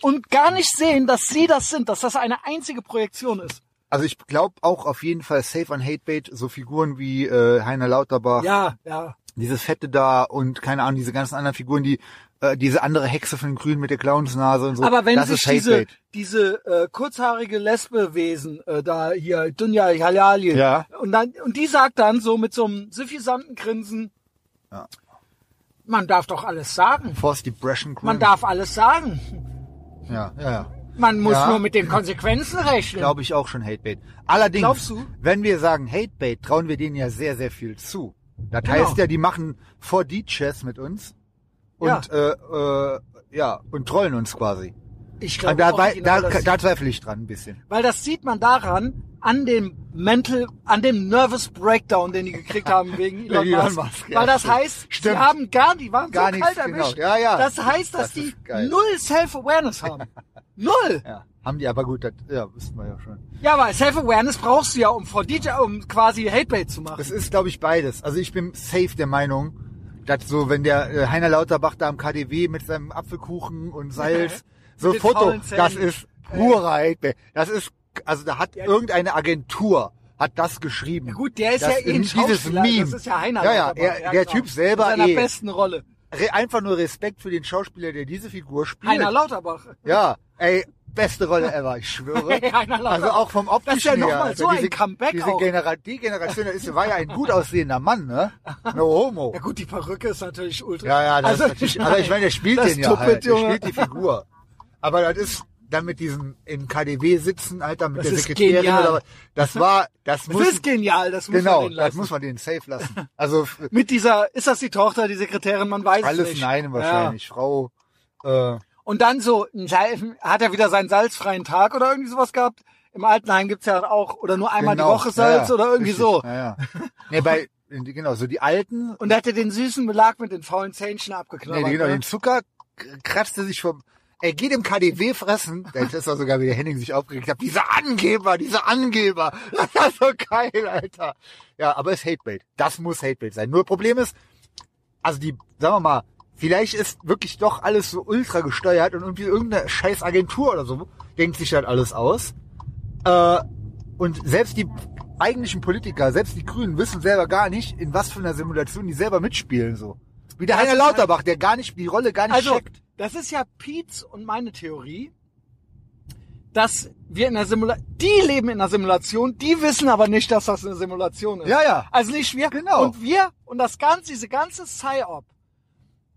B: Und gar nicht sehen, dass sie das sind, dass das eine einzige Projektion ist.
A: Also ich glaube auch auf jeden Fall safe an Hatebait, so Figuren wie äh, Heiner Lauterbach,
B: Ja, ja.
A: dieses Fette da und keine Ahnung, diese ganzen anderen Figuren, die äh, diese andere Hexe von den Grünen mit der Clownsnase und so.
B: Aber wenn
A: das
B: sich
A: ist
B: diese,
A: Hatebait.
B: diese äh, kurzhaarige Lesbe-Wesen äh, da hier, Dunja Halali,
A: Ja.
B: und, dann, und die sagt dann so mit so einem suffisanten Grinsen, man darf doch alles sagen.
A: Force Depression Queen.
B: Man darf alles sagen.
A: Ja, ja, ja.
B: Man muss
A: Ja.
B: nur mit den Konsequenzen rechnen.
A: Glaube ich auch schon Hatebait. Allerdings,
B: Glaubst du?
A: wenn wir sagen Hatebait, trauen wir denen ja sehr, sehr viel zu. Das
B: Genau.
A: heißt ja, die machen 4D-Chess mit uns und
B: Ja.
A: äh, äh, ja und trollen uns quasi.
B: ich
A: Und
B: glaube
A: da, da,
B: original,
A: da,
B: dass-
A: da zweifle ich dran ein bisschen.
B: Weil das sieht man daran, an dem Mental, an dem Nervous Breakdown, den die gekriegt haben wegen Elon,
A: Elon
B: Musk.
A: Musk, ja,
B: Weil das
A: stimmt.
B: heißt,
A: Stimmt.
B: die haben gar, die waren
A: Gar
B: so
A: nichts,
B: kalt erwischt.
A: genau. Ja, ja.
B: Das heißt, dass
A: Das
B: die
A: ist geil.
B: null Self-Awareness haben. null!
A: Ja, haben die aber gut, das ja, wissen wir ja schon.
B: Ja, weil Self-Awareness brauchst du ja, um vor DJ, um quasi Hatebait zu machen.
A: Es ist, glaube ich, beides. Also ich bin safe der Meinung, dass so, wenn der äh, Heiner Lauterbach da am KDW mit seinem Apfelkuchen und Salz, so
B: den
A: Foto,
B: faulen Zähnen.
A: das ist pure Hatebait. Das ist, also da hat irgendeine Agentur hat das geschrieben.
B: Ja gut, der ist
A: das
B: ja eh ein
A: in dieses
B: Schauspieler.
A: Meme.
B: Das ist ja Heiner.
A: Ja, ja,
B: Lauterbach.
A: er, der
B: genau.
A: Typ selber
B: In seiner
A: eh.
B: besten Rolle.
A: Re einfach nur Respekt für den Schauspieler, der diese Figur spielt.
B: Heiner Lauterbach.
A: Ja, ey, beste Rolle ever, ich schwöre.
B: Hey, Heiner Lauterbach.
A: also auch vom
B: Das
A: optischen
B: ist ja noch
A: her.
B: mal
A: also
B: so ein Comeback
A: diese
B: auch.
A: Genera die Generation, da ist, war ja ein gut aussehender Mann, ne? No homo.
B: Ja gut, die Perücke ist natürlich ultra. Also,
A: Ja, ja, das ist natürlich, aber ich meine, der spielt
B: das
A: den ja
B: Tuppet,
A: halt, der
B: Junge.
A: spielt die Figur. Aber das ist dann mit diesem in KDW sitzen, Alter, mit
B: Das
A: der
B: ist
A: Sekretärin
B: genial.
A: oder was. Das war, das,
B: das
A: muss,
B: ist genial, das muss man
A: genau,
B: denen
A: das
B: lassen.
A: muss man den safe lassen. Also f-
B: mit dieser, ist das die Tochter, die Sekretärin, man weiß es
A: alles
B: nicht.
A: nein wahrscheinlich, Frau, äh,
B: Ja. Und dann so, ein Sal- hat er wieder seinen salzfreien Tag oder irgendwie sowas gehabt? Im Altenheim gibt's ja auch, oder nur einmal
A: Genau,
B: die Woche Salz
A: ja, ja,
B: oder irgendwie
A: richtig,
B: so.
A: Ja, ja. Nee, bei, genau, so die alten,
B: Und da hat er den süßen Belag mit den faulen Zähnchen abgeknabbert.
A: nee, genau,
B: ne?
A: den Zucker k- kratzte sich vom, er geht im KDW fressen, das ist doch sogar, wie der Henning sich aufgeregt hat, diese Angeber, diese Angeber, das ist so geil, Alter. Ja, aber es ist Hatebait, das muss Hatebait sein. Nur Problem ist, also die, sagen wir mal, vielleicht ist wirklich doch alles so ultra gesteuert und irgendwie irgendeine scheiß Agentur oder so denkt sich halt alles aus. Äh, und selbst die eigentlichen Politiker, selbst die Grünen wissen selber gar nicht, in was für einer Simulation die selber mitspielen so. Wie der Heiner Lauterbach, der gar nicht die Rolle gar nicht
B: also,
A: checkt.
B: das ist ja Piet's und meine Theorie, dass wir in der Simulation, die leben in einer Simulation, die wissen aber nicht, dass das eine Simulation ist.
A: Ja, ja.
B: Also nicht wir.
A: Genau.
B: Und wir und das ganze, diese ganze Psy-Op,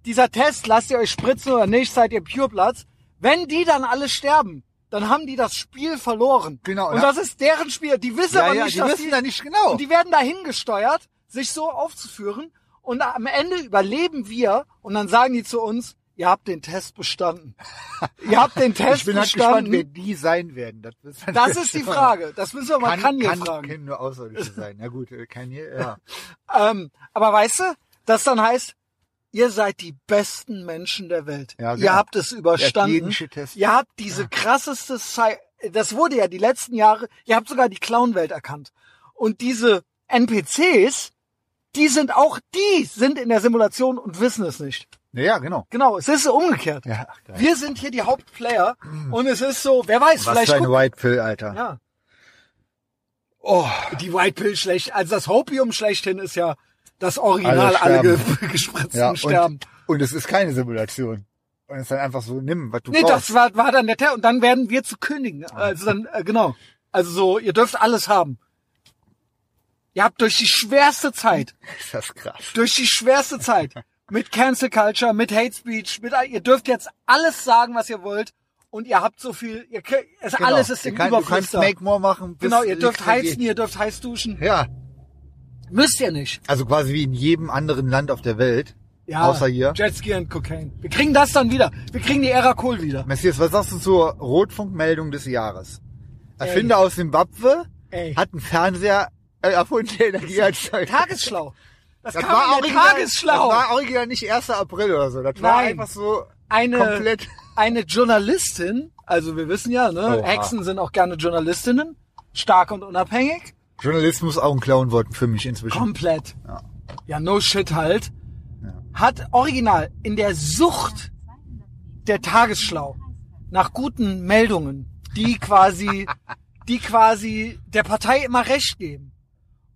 B: dieser Test, lasst ihr euch spritzen oder nicht, seid ihr Pureplatz, wenn die dann alle sterben, dann haben die das Spiel verloren.
A: Genau,
B: Und
A: ja.
B: das ist deren Spiel. Die wissen aber nicht,
A: die
B: dass
A: wissen da nicht genau.
B: und die werden dahin gesteuert, sich so aufzuführen. Und am Ende überleben wir und dann sagen die zu uns, ihr habt den Test bestanden. ihr habt den Test
A: ich bin halt gespannt,
B: bestanden.
A: wer die sein werden. Das, wissen wir
B: das
A: nicht.
B: ist die Frage. Das müssen wir mal
A: Kann, kann,
B: Kanye
A: kann,
B: fragen.
A: nur Außerirdische sein. Na gut, äh, kann hier, ja.
B: Ähm, aber weißt du, das dann heißt, ihr seid die besten Menschen der Welt.
A: Ja, genau.
B: Ihr habt es überstanden.
A: jeden Shit-Test.
B: Ihr habt diese krasseste Sci das wurde ja die letzten Jahre, ihr habt sogar die Clown-Welt erkannt. Und diese NPCs, die sind auch, die sind in der Simulation und wissen es nicht.
A: Naja, genau.
B: Genau, es ist umgekehrt.
A: Ja, ach, geil.
B: Wir sind hier die Hauptplayer und es ist so, wer weiß,
A: Was
B: vielleicht
A: für ein
B: guckt-
A: White Pill, Alter.
B: ja. Oh, die White Pill schlecht. Also das Hopium schlechthin ist ja das Original,
A: Alle
B: alle, ge
A: sterben.
B: gespritzten
A: Ja,
B: sterben.
A: und, und es ist keine Simulation. Und es ist dann einfach so, nimm, was du
B: Nee,
A: brauchst.
B: das war, war dann der Ter und dann werden wir zu Königen.
A: Ah.
B: Also dann, äh, genau. Also so, ihr dürft alles haben. Ihr habt durch die schwerste Zeit,
A: ist das krass.
B: durch die schwerste Zeit, mit Cancel Culture, mit Hate Speech, mit, all- ihr dürft jetzt alles sagen, was ihr wollt und ihr habt so viel, ihr, kö- es,
A: Genau.
B: alles ist
A: du,
B: im
A: kann, du kannst
B: Überfluss da.
A: Make More machen. bis
B: Genau, ihr dürft
A: liquidiert.
B: heizen, ihr dürft heiß duschen.
A: Ja,
B: Müsst ihr nicht.
A: also quasi wie in jedem anderen Land auf der Welt. Außer hier.
B: Jetski und Cocaine. Wir kriegen das dann wieder. Wir kriegen die Ära Kohl wieder.
A: Messias, was sagst du zur Rotfunkmeldung des Jahres? Erfinder aus Simbabwe
B: Ey.
A: hat einen Fernseher äh, erfundene Energieerzeugung.
B: Tagesschlau. Das,
A: Das
B: kam
A: war,
B: in der
A: original, das
B: Tagesschlau.
A: war original nicht 1. April oder so. Das war
B: Nein.
A: einfach so
B: eine,
A: komplett.
B: eine Journalistin, also wir wissen ja, ne,
A: Oha.
B: Hexen sind auch gerne Journalistinnen, stark und unabhängig.
A: Journalismus auch ein Clownwort für mich inzwischen.
B: Komplett. Ja, no shit halt. Hat original in der Sucht der Tagesschlau nach guten Meldungen, die quasi, die quasi der Partei immer Recht geben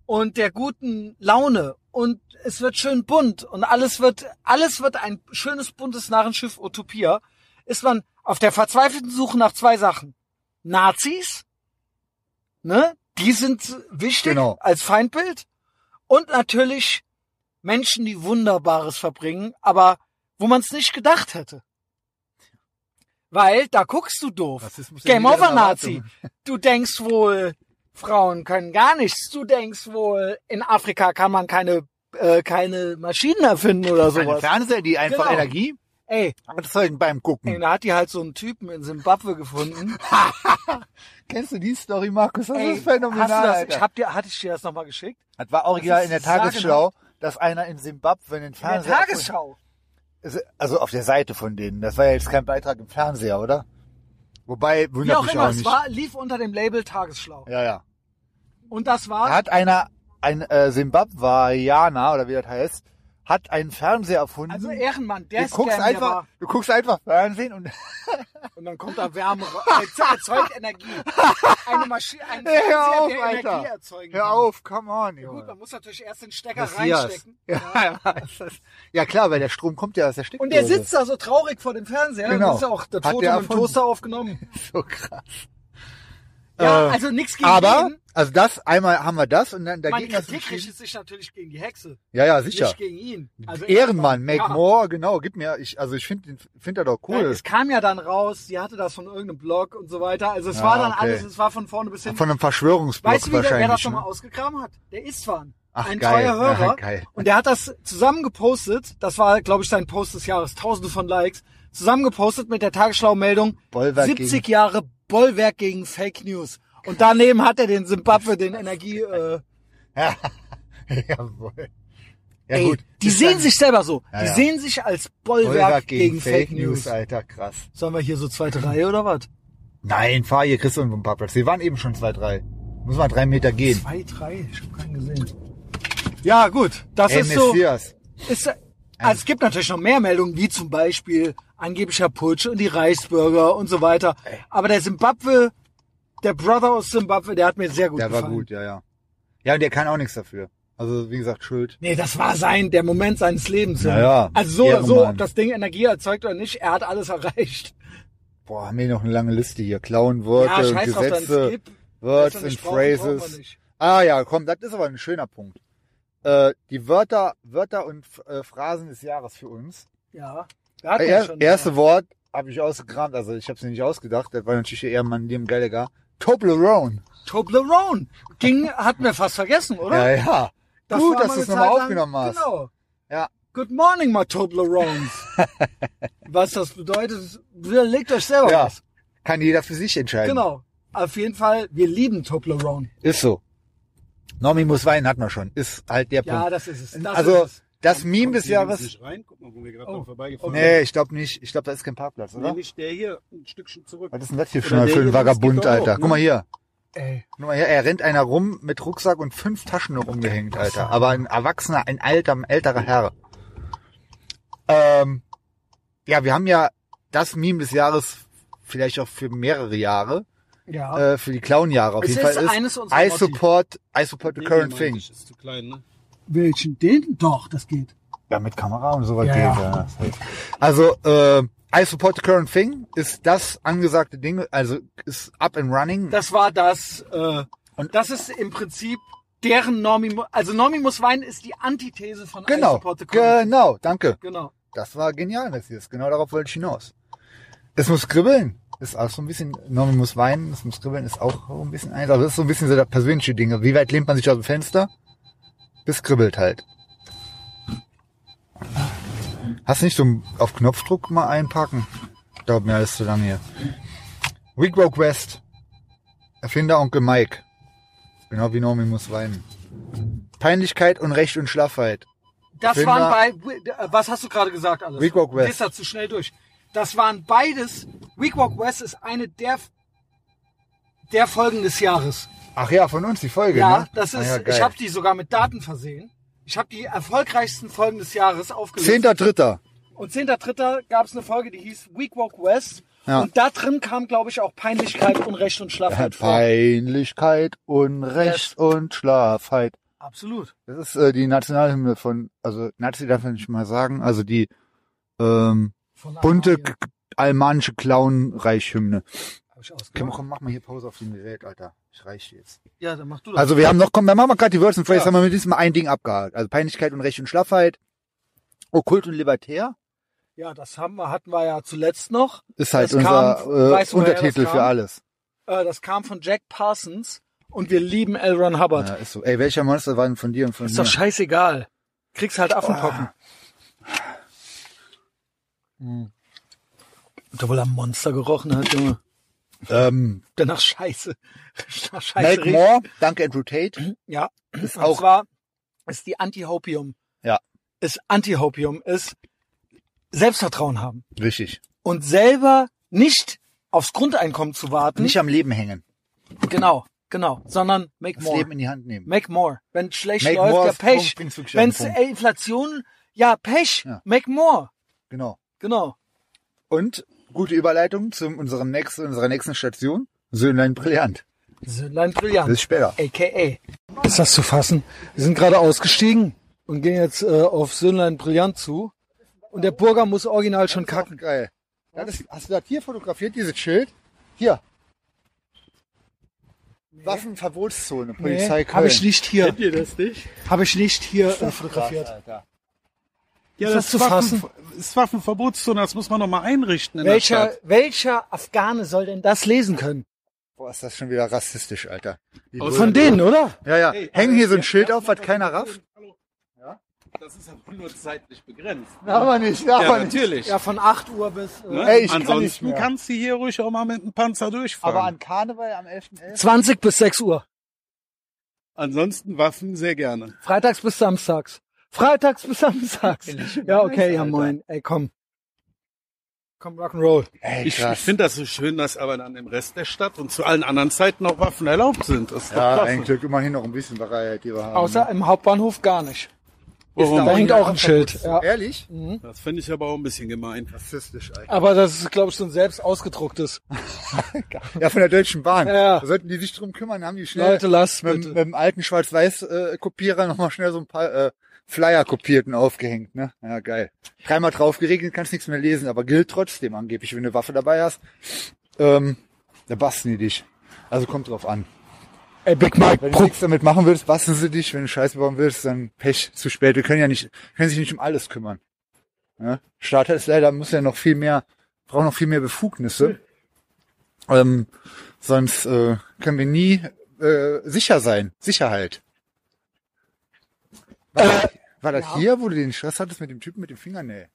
B: und der guten Laune und es wird schön bunt und alles wird, alles wird ein schönes buntes Narrenschiff Utopia, ist man auf der verzweifelten Suche nach zwei Sachen. Nazis, ne? Die sind wichtig
A: Genau.
B: als Feindbild und natürlich Menschen, die Wunderbares verbringen, aber wo man es nicht gedacht hätte. Weil da guckst du doof.
A: Rassismus
B: Game
A: in jeder
B: over Nazi.
A: Erwartung.
B: Du denkst wohl, Frauen können gar nichts. Du denkst wohl, in Afrika kann man keine, äh, keine Maschinen erfinden oder
A: Ein
B: sowas.
A: Fernseher, die einfach
B: Genau.
A: Energie
B: Ey,
A: erzeugen beim Gucken.
B: ey, da hat die halt so einen Typen in Simbabwe gefunden.
A: Kennst du die Story, Markus? Das
B: Ey,
A: ist phänomenal.
B: hast du das,
A: Alter.
B: ich hab dir, hatte ich dir das nochmal geschickt?
A: das war original
B: das
A: in der
B: ist sagenhaft.
A: Tagesschau, dass einer in Simbabwe einen
B: In der
A: Fernseher.
B: Tagesschau.
A: Also auf der Seite von denen. Das war ja jetzt kein Beitrag im Fernseher, oder? Wobei,
B: Wie
A: wundert
B: auch
A: mich
B: immer,
A: auch
B: es
A: nicht.
B: war, lief unter dem Label Tagesschau.
A: ja, ja.
B: Und das
A: Da
B: war,
A: hat einer, ein äh, Simbabweaner, oder wie das heißt, hat einen Fernseher erfunden.
B: also Ehrenmann, der
A: du
B: Scam,
A: guckst,
B: der
A: einfach,
B: war.
A: du guckst einfach Fernsehen und
B: Und dann kommt da Wärme, ra- erzeugt Energie. Eine Maschine, ein
A: Hey,
B: Fernseher,
A: hör auf,
B: der Energie
A: Alter.
B: erzeugen
A: Hör
B: kann.
A: auf, come on,
B: Gut,
A: Junge.
B: man muss natürlich erst den Stecker
A: Messias.
B: reinstecken.
A: Ja, ja, ist das- ja, klar, weil der Strom kommt ja aus der Steckdose.
B: Und der sitzt da so traurig vor dem Fernseher.
A: Genau.
B: Das ist ja auch das
A: Hat
B: Foto mit
A: der
B: dem
A: erfunden.
B: Toaster aufgenommen.
A: So krass.
B: Ja,
A: Äh,
B: also nichts gegen
A: Aber,
B: ihn.
A: also das, einmal haben wir das und dann
B: Meine
A: dagegen hast du
B: Kritik
A: geschrieben-
B: richtet sich natürlich gegen die Hexe,
A: Ja, ja, sicher.
B: nicht gegen ihn. Also
A: Ehrenmann, make
B: ja.
A: more, genau, gib mir, ich, also ich finde find das doch
B: Nein,
A: cool.
B: Es kam ja dann raus, sie hatte das von irgendeinem Blog und so weiter. Also es
A: Ja,
B: war dann
A: okay.
B: alles, es war von vorne bis hinten.
A: Von einem Verschwörungsblock
B: weißt du, wie der, wer das
A: wahrscheinlich.
B: schon mal
A: ne?
B: ausgegraben hat? Der Istvan.
A: Ach,
B: ein
A: geil.
B: treuer Hörer.
A: Ja, geil.
B: Und der hat das zusammengepostet. Das war, glaube ich, sein Post des Jahres. Tausende von Likes. Zusammengepostet mit der Tagesschau-Meldung.
A: Bollwerk
B: 70
A: gegen-
B: Jahre Bollwerk gegen Fake News. Und daneben hat er den Simbabwe, den Energie... Äh,
A: Jawohl. Ja,
B: ey,
A: gut.
B: die
A: Ist
B: sehen
A: dann
B: sich selber so.
A: Ja,
B: die
A: ja.
B: sehen sich als Bollwerk,
A: Bollwerk
B: gegen, Fake, News.
A: Alter, krass.
B: Sollen wir hier so zweite Reihe oder was?
A: Nein, fahr hier, kriegst du einen Parkplatz. Wir waren eben schon zwei, drei. Muss mal drei Meter gehen.
B: Zwei, drei? Ich habe keinen gesehen. Ja, gut. Das
A: Ey,
B: ist so...
A: Messias.
B: ist, also es gibt natürlich noch mehr Meldungen, wie zum Beispiel angeblicher Putsch und die Reichsbürger und so weiter. Aber der Simbabwe, der Brother aus Simbabwe, der hat mir sehr gut
A: Der
B: gefallen.
A: war gut, ja, ja. Ja, und der kann auch nichts dafür. Also, wie gesagt, Schuld.
B: Nee, das war sein, der Moment seines Lebens.
A: Ja, ja.
B: Also so oder so,
A: Ehrenmann.
B: ob das Ding Energie erzeugt oder nicht, er hat alles erreicht.
A: Boah, haben wir noch eine lange Liste hier. Klauen, Worte,
B: ja, scheiß drauf, dann
A: Gesetze,
B: skip.
A: Words
B: Dass wir
A: and
B: nicht brauchen, brauchen wir
A: Phrases.
B: nicht.
A: Ah ja, komm, das ist aber ein schöner Punkt. Äh, die Wörter, Wörter und äh, Phrasen des Jahres für uns.
B: Ja, da hat
A: Äh,
B: man
A: er,
B: schon.
A: erste Wort habe ich ausgekramt, also ich habe es nicht ausgedacht, das war natürlich eher mein Liam Gallagher. Toblerone.
B: Toblerone. Ging, hatten wir fast vergessen,
A: Ja,
B: oder?
A: ja. Gut,
B: war
A: dass
B: mal
A: du es
B: eine
A: nochmal
B: Zeit lang-
A: aufgenommen hast.
B: Genau.
A: Ja.
B: Good morning, my Toblerones. was das bedeutet, überlegt euch selber
A: Ja,
B: was.
A: kann jeder für sich entscheiden.
B: Genau. Auf jeden Fall, wir lieben Toblerone.
A: Ist so. Normi muss weinen, hat man schon. Ist halt der
B: Ja,
A: Punkt.
B: das ist es. Das
A: also,
B: ist es.
A: das Meme des
E: Kommt hier links
A: Jahres.
E: Nicht rein? Guck mal, wo wir gerade
B: Oh,
E: dran vorbeigefahren sind.
A: Nee, ich glaube nicht. Ich glaube, da ist kein Parkplatz, oder?
E: Nee, nicht der hier, ein Stückchen zurück.
A: Was ist denn das hier
E: Oder
A: für ein
E: der
A: für ein
E: hier,
A: Vagabund,
E: das geht doch
A: Alter?
E: auch,
A: Guck mal hier.
B: ne? Ey,
A: Guck mal hier. Er rennt einer rum mit Rucksack und fünf Taschen noch umgehängt, Alter. Aber ein erwachsener, ein alter, ein älterer Herr. Ähm, ja, wir haben ja das Meme des Jahres vielleicht auch für mehrere Jahre,
B: ja.
A: äh, für die Clown-Jahre auf
B: Es
A: jeden
B: ist
A: Fall ist.
B: eines unserer
A: I
B: Motti.
A: support, I support the
E: Nee,
A: current
E: meinte
A: thing.
E: ich, Ist zu klein, ne?
B: Welchen den? Doch, das geht.
A: Ja, mit Kamera und sowas
B: Ja,
A: geht.
B: ja.
A: Ja. Also, äh, I support the current thing ist das angesagte Ding, also ist up and running.
B: Das war das, äh,
A: Und-
B: das ist im Prinzip deren Normi, mu- also Normi muss weinen ist die Antithese von I
A: genau,
B: Support the Community.
A: genau, danke.
B: Genau.
A: Das war genial, das hier ist. Genau darauf wollte ich hinaus. Es muss kribbeln. Ist auch so ein bisschen, Norman muss weinen, es muss kribbeln, ist auch ein bisschen eins. Aber das ist so ein bisschen so das persönliche Ding. Wie weit lehnt man sich aus dem Fenster? Bis kribbelt halt. Hast du nicht so ein- auf Knopfdruck mal einpacken? Dauert mir alles zu lange hier. Week Rock West. Erfinder Onkel Mike. Genau wie Naomi muss weinen. Peinlichkeit und Recht und Schlaffheit.
B: Das
A: Film
B: waren
A: war-
B: bei Wi- äh, was hast du gerade gesagt alles?
A: Week Walk West.
B: Ist da zu schnell durch. Das waren beides. Week Walk West ist eine der der Folgen des Jahres.
A: Ach ja, von uns die Folge,
B: Ja,
A: ne?
B: das
A: Ah
B: ist.
A: ja,
B: ich
A: geil.
B: habe die sogar mit Daten versehen. Ich habe die erfolgreichsten Folgen des Jahres aufgelistet.
A: Zehnter Dritter.
B: Und 10.3. gab es eine Folge, die hieß Week Walk West.
A: Ja.
B: Und da drin kam, glaube ich, auch Peinlichkeit, Unrecht und Schlaffheit vor.
A: Peinlichkeit, Unrecht und Schlafheit.
B: Absolut.
A: Das ist äh, die Nationalhymne von, also Nazi darf man nicht mal sagen, also die ähm,
B: Von
A: bunte
B: Arabien
A: k- almanische Clown-Reichhymne.
B: hab ich
A: Okay,
B: ausgemacht.
A: komm, mach mal hier Pause auf dem Gerät, Alter. Ich reich dir jetzt.
B: Ja, dann mach du das.
A: Also wir haben noch, komm, wir machen mal gerade die Words and Phrases,
B: Ja.
A: haben wir mit diesem ein Ding abgehakt. Also Peinlichkeit und Recht und Schlaffheit. Okkult und Libertär
B: ja, das haben wir, hatten wir ja zuletzt noch.
A: ist halt
B: Das kam-
A: unser äh,
B: weißt du, woher das
A: Untertitel
B: kam?
A: für alles.
B: Äh, das kam von Jack Parsons und wir lieben L. Ron Hubbard.
A: Ja, ist so. Ey, welcher Monster war denn von dir und von
B: Ist
A: mir?
B: doch scheißegal. Kriegst halt
A: Ah.
B: Affenpocken.
A: Hm.
B: Und obwohl er Monster gerochen hat, Junge.
A: ähm,
B: Danach scheiße. Danach scheiße
A: Mike
B: riecht.
A: Moore, danke Andrew Tate.
B: Ja, ist und
A: auch-
B: zwar ist die Anti-Hopium.
A: Ja.
B: Ist Anti-Hopium ist Selbstvertrauen haben
A: Richtig.
B: und selber nicht aufs Grundeinkommen zu warten.
A: Nicht am Leben hängen.
B: genau, genau, sondern make
A: Das
B: more.
A: Leben in die Hand nehmen.
B: Make more. Wenn schlecht
A: Make
B: läuft,
A: more
B: ja
A: ist- bringt's
B: Pech.
A: wirklich auf den
B: Wenn es
A: Punkt.
B: Inflation, ja Pech.
A: Ja.
B: Make more.
A: Genau.
B: Genau.
A: Und gute Überleitung zu unserem nächsten, unserer nächsten Station. Söhnlein Brillant.
B: Söhnlein
A: Bis
B: Brillant,
A: später.
B: a.k.a. Ist das zu fassen? Wir sind gerade ausgestiegen und gehen jetzt äh, auf Söhnlein Brillant zu. Und der Burger muss original schon kacken.
A: Geil. Ja, das, hast du das hier fotografiert, dieses Schild? Hier. Waffenverbotszone, Polizei Köln.
B: Habe ich nicht hier.
E: Ihr das nicht?
B: Habe ich nicht hier äh, fotografiert.
A: Alter.
E: Ja,
B: Ist das
E: das,
B: zu
E: Waffen,
B: fassen?
E: ist Waffenverbotszone, das muss man noch mal einrichten in der
B: Welcher,
E: Stadt.
B: welcher Afghane soll denn das lesen können?
A: Boah, ist das schon wieder rassistisch, Alter. Die
E: Aus-
B: Von denen, oder?
A: Ja, ja. Hängen hier so ein Schild auf, was keiner rafft?
E: Das ist aber nur zeitlich begrenzt. ne?
A: Darf man nicht, darf
E: Ja,
A: man nicht.
E: natürlich.
B: Ja, von 8 Uhr bis äh,
E: Ne?
A: Ey, ich kann nicht
E: Ansonsten
A: mehr.
E: kannst du hier ruhig auch mal mit dem Panzer durchfahren.
A: Aber an Karneval am 11.11.
B: 20 bis 6 Uhr.
E: Ansonsten Waffen sehr gerne.
B: Freitags bis samstags. Freitags bis samstags. Ja, okay, ja moin. Ey, komm. Komm, Rock'n'Roll.
A: Ey,
E: Ich, ich finde das so schön, dass aber dann im Rest der Stadt und zu allen anderen Zeiten auch Waffen erlaubt sind. Das ist
A: ja,
E: doch
A: ein
E: klasse.
A: Glück, immerhin noch ein bisschen Freiheit, die wir haben.
B: Außer im Hauptbahnhof gar nicht.
E: Warum?
B: Da hängt auch ein Schild. Ja. Mhm.
A: Ehrlich?
E: Das finde ich aber auch ein bisschen gemein.
A: Rassistisch, Alter.
B: Aber das ist, glaube ich, so ein selbst ausgedrucktes.
A: Ja, von der Deutschen Bahn.
B: Ja.
A: Da sollten die sich drum kümmern, haben die schnell
B: Leute, lasst
A: mit,
B: bitte.
A: mit dem alten Schwarz-Weiß-Kopierer nochmal schnell so ein paar äh, Flyer kopiert und aufgehängt. Ne? Ja, geil. Dreimal drauf geregelt, kannst nichts mehr lesen, aber gilt trotzdem angeblich, wenn du eine Waffe dabei hast. Ähm, da basteln die dich. Also kommt drauf an.
B: Ey, Big Mike,
A: Wenn du nichts damit machen willst, basteln sie dich. Wenn du Scheiße bauen willst, dann Pech, zu spät. Wir können ja nicht, können sich nicht um alles kümmern. Ne? Starter ist leider, muss ja noch viel mehr, braucht noch viel mehr Befugnisse. Ähm, sonst äh, können wir nie äh, sicher sein. Sicherheit. War,
B: Äh,
A: das- war das hier, wo du den Stress hattest mit dem Typen mit dem Fingernägel?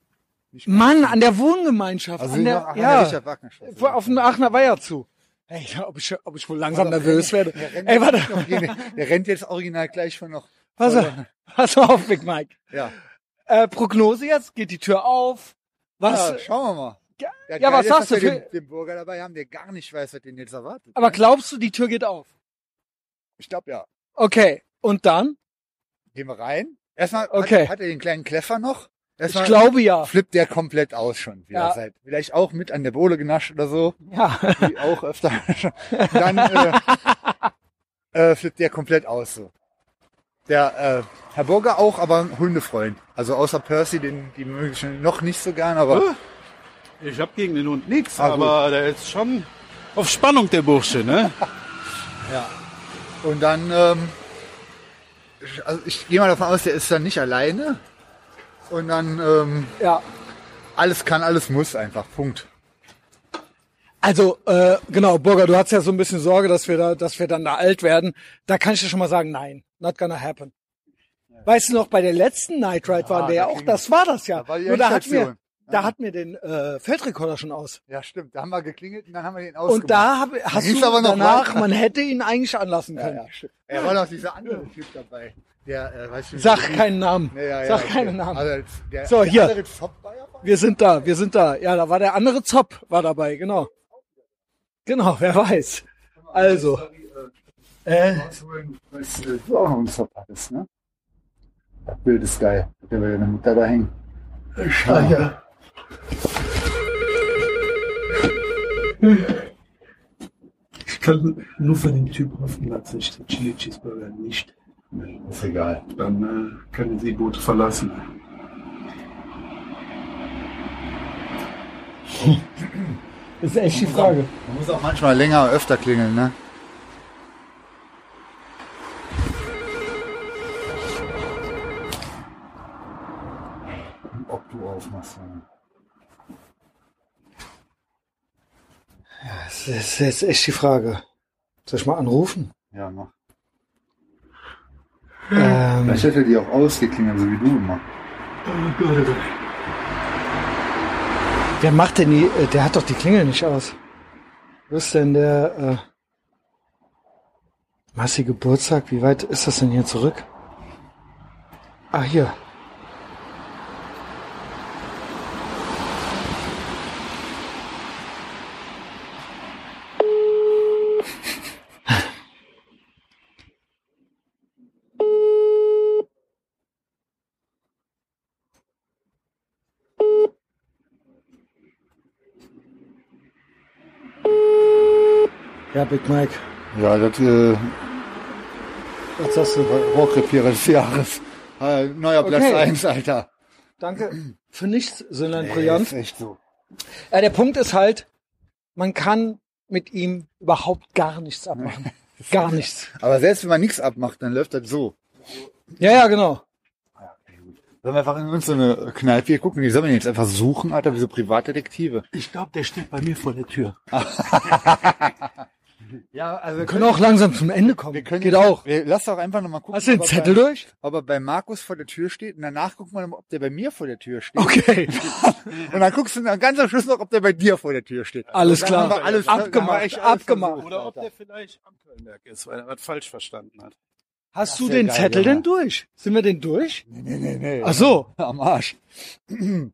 B: Mann, an der Wohngemeinschaft.
A: Also
B: an
A: hier
B: der,
A: noch- ach, an der
B: ja,
A: Richard Wagner Straße.
B: vor- auf dem Aachener Weiher zu. Ey, ja, ob ich, ob ich wohl langsam nervös werde.
A: Der rennt,
B: Ey,
A: jetzt noch
B: warte,
A: gegen- der rennt jetzt original gleich von noch.
B: pass auf, pass auf, Big Mike.
A: Ja.
B: Äh, Prognose jetzt, geht die Tür auf. Was?
A: Ja, schauen wir mal. Ah, Ja,
B: ja,
A: geil
B: was
A: ist,
B: sagst
A: dass
B: du
A: wir
B: für-
A: Den, den Burger dabei haben, der gar nicht weiß, was den jetzt erwartet. ne?
B: aber glaubst du, die Tür geht auf?
A: ich glaube ja.
B: Okay, und dann?
A: Gehen wir rein. Erstmal
B: Okay.
A: hat, hat er den kleinen Kleffer noch.
B: Ich
A: Erstmal
B: glaube ja.
A: flippt der komplett aus schon wieder.
B: Ja.
A: Seit, vielleicht auch mit an der Bohle genascht oder so.
B: Ja.
A: Wie auch öfter. schon. Dann äh, äh, flippt der komplett aus so. Der äh, Herr Burger auch, aber ein Hundefreund. Also außer Percy, den die möglichen noch nicht so gern, aber.
E: Ich habe gegen den Hund nichts,
A: Ah, gut.
E: aber der ist schon auf Spannung, der Bursche, ne?
A: Und dann, ähm, ich- also ich gehe mal davon aus, der ist dann nicht alleine. Und dann, ähm,
B: Ja.
A: alles kann, alles muss einfach. Punkt.
B: Also, äh, genau, Burger, du hast ja so ein bisschen Sorge, dass wir da, dass wir dann da alt werden. Da kann ich dir schon mal sagen, nein, not gonna happen. Weißt du noch, bei der letzten Night Ride waren wir ja auch, das war das ja.
A: Da war die
B: Nur da hatten wir,
A: Endstation.
B: Da hat mir den äh, Feldrekorder schon aus.
A: Ja, stimmt. Da haben wir geklingelt und dann haben wir den ausgemacht.
B: Und da hab, hast
A: hieß
B: du
A: aber noch
B: danach,
A: weiter.
B: man hätte ihn eigentlich anlassen
A: ja,
B: können.
A: ja, stimmt. Er war noch dieser andere Typ dabei. Der, äh, weißt du,
B: Sag keinen Namen.
A: Ja, ja, ja,
B: Sag
A: okay.
B: keinen Namen.
A: Also, der,
B: So,
A: der
B: hier.
A: andere Zopp war ja
B: Wir sind da, wir sind da. Ja, da war der andere Zopp war dabei, genau. Genau, wer weiß. Also, äh,
A: Weißt du, du auch noch einen Zopp hattest, ne? Wildes Geil. Der will deine Mutter da hängen. Scheiße.
E: Ich kann nur von dem Typ hoffen, dass ich den Chili Cheeseburger nicht.
A: Ist egal.
E: Dann äh, können Sie Boote verlassen.
B: das ist echt die Frage.
A: Man muss auch manchmal länger öfter klingeln, ne? Ob du aufmachst. Ja.
B: Das ist jetzt echt die Frage. Soll ich mal anrufen?
A: Ja, mach.
B: Ähm,
A: Vielleicht hätte die auch ausgeklingelt, so wie du immer.
B: der macht denn die, äh, der hat doch die Klingel nicht aus. Wo ist denn der, äh, Massi Geburtstag? Wie weit ist das denn hier zurück? Ah, hier. Ja, Big Mike.
A: Ja, das äh,
B: Was sagst du?
A: Rohrkrepierer des Jahres. Äh, neuer
B: Okay.
A: Platz 1, Alter.
B: Danke für nichts, sondern
A: Ey,
B: brillant.
A: ist echt so.
B: Ja, der Punkt ist halt, man kann mit ihm überhaupt gar nichts abmachen. Gar nichts.
A: Aber selbst wenn man nichts abmacht, dann läuft das so.
B: Ja, ja, genau.
A: Sollen wir einfach in uns so eine Kneipe hier gucken? Die sollen wir jetzt einfach suchen, Alter, wie so Privatdetektive.
E: Ich glaube, der steht bei mir vor der Tür.
A: Ja, also
B: Wir können auch langsam zum Ende kommen.
A: Wir können
B: Geht
A: jetzt-
B: auch.
A: Wir, lass doch einfach nochmal gucken,
B: Hast du den
A: ob, er
B: Zettel
A: bei,
B: durch?
A: ob er bei Markus vor der Tür steht und danach gucken wir nochmal, ob der bei mir vor der Tür steht.
B: Okay.
A: Und dann guckst du dann ganz am Schluss noch, ob der bei dir vor der Tür steht. Also,
B: Alles
A: Dann haben
B: klar.
A: wir alles- dann haben wir echt alles
B: abgemacht. Abgemacht.
A: versucht.
K: Oder ob der vielleicht am Kölnberg ist, weil er was falsch verstanden hat.
B: Hast du
A: wär
B: den
A: geil,
B: Zettel
A: Junge.
B: denn durch? Sind wir denn durch?
A: Nee, nee, nee.
B: Ach so.
A: Am Arsch. Wir sind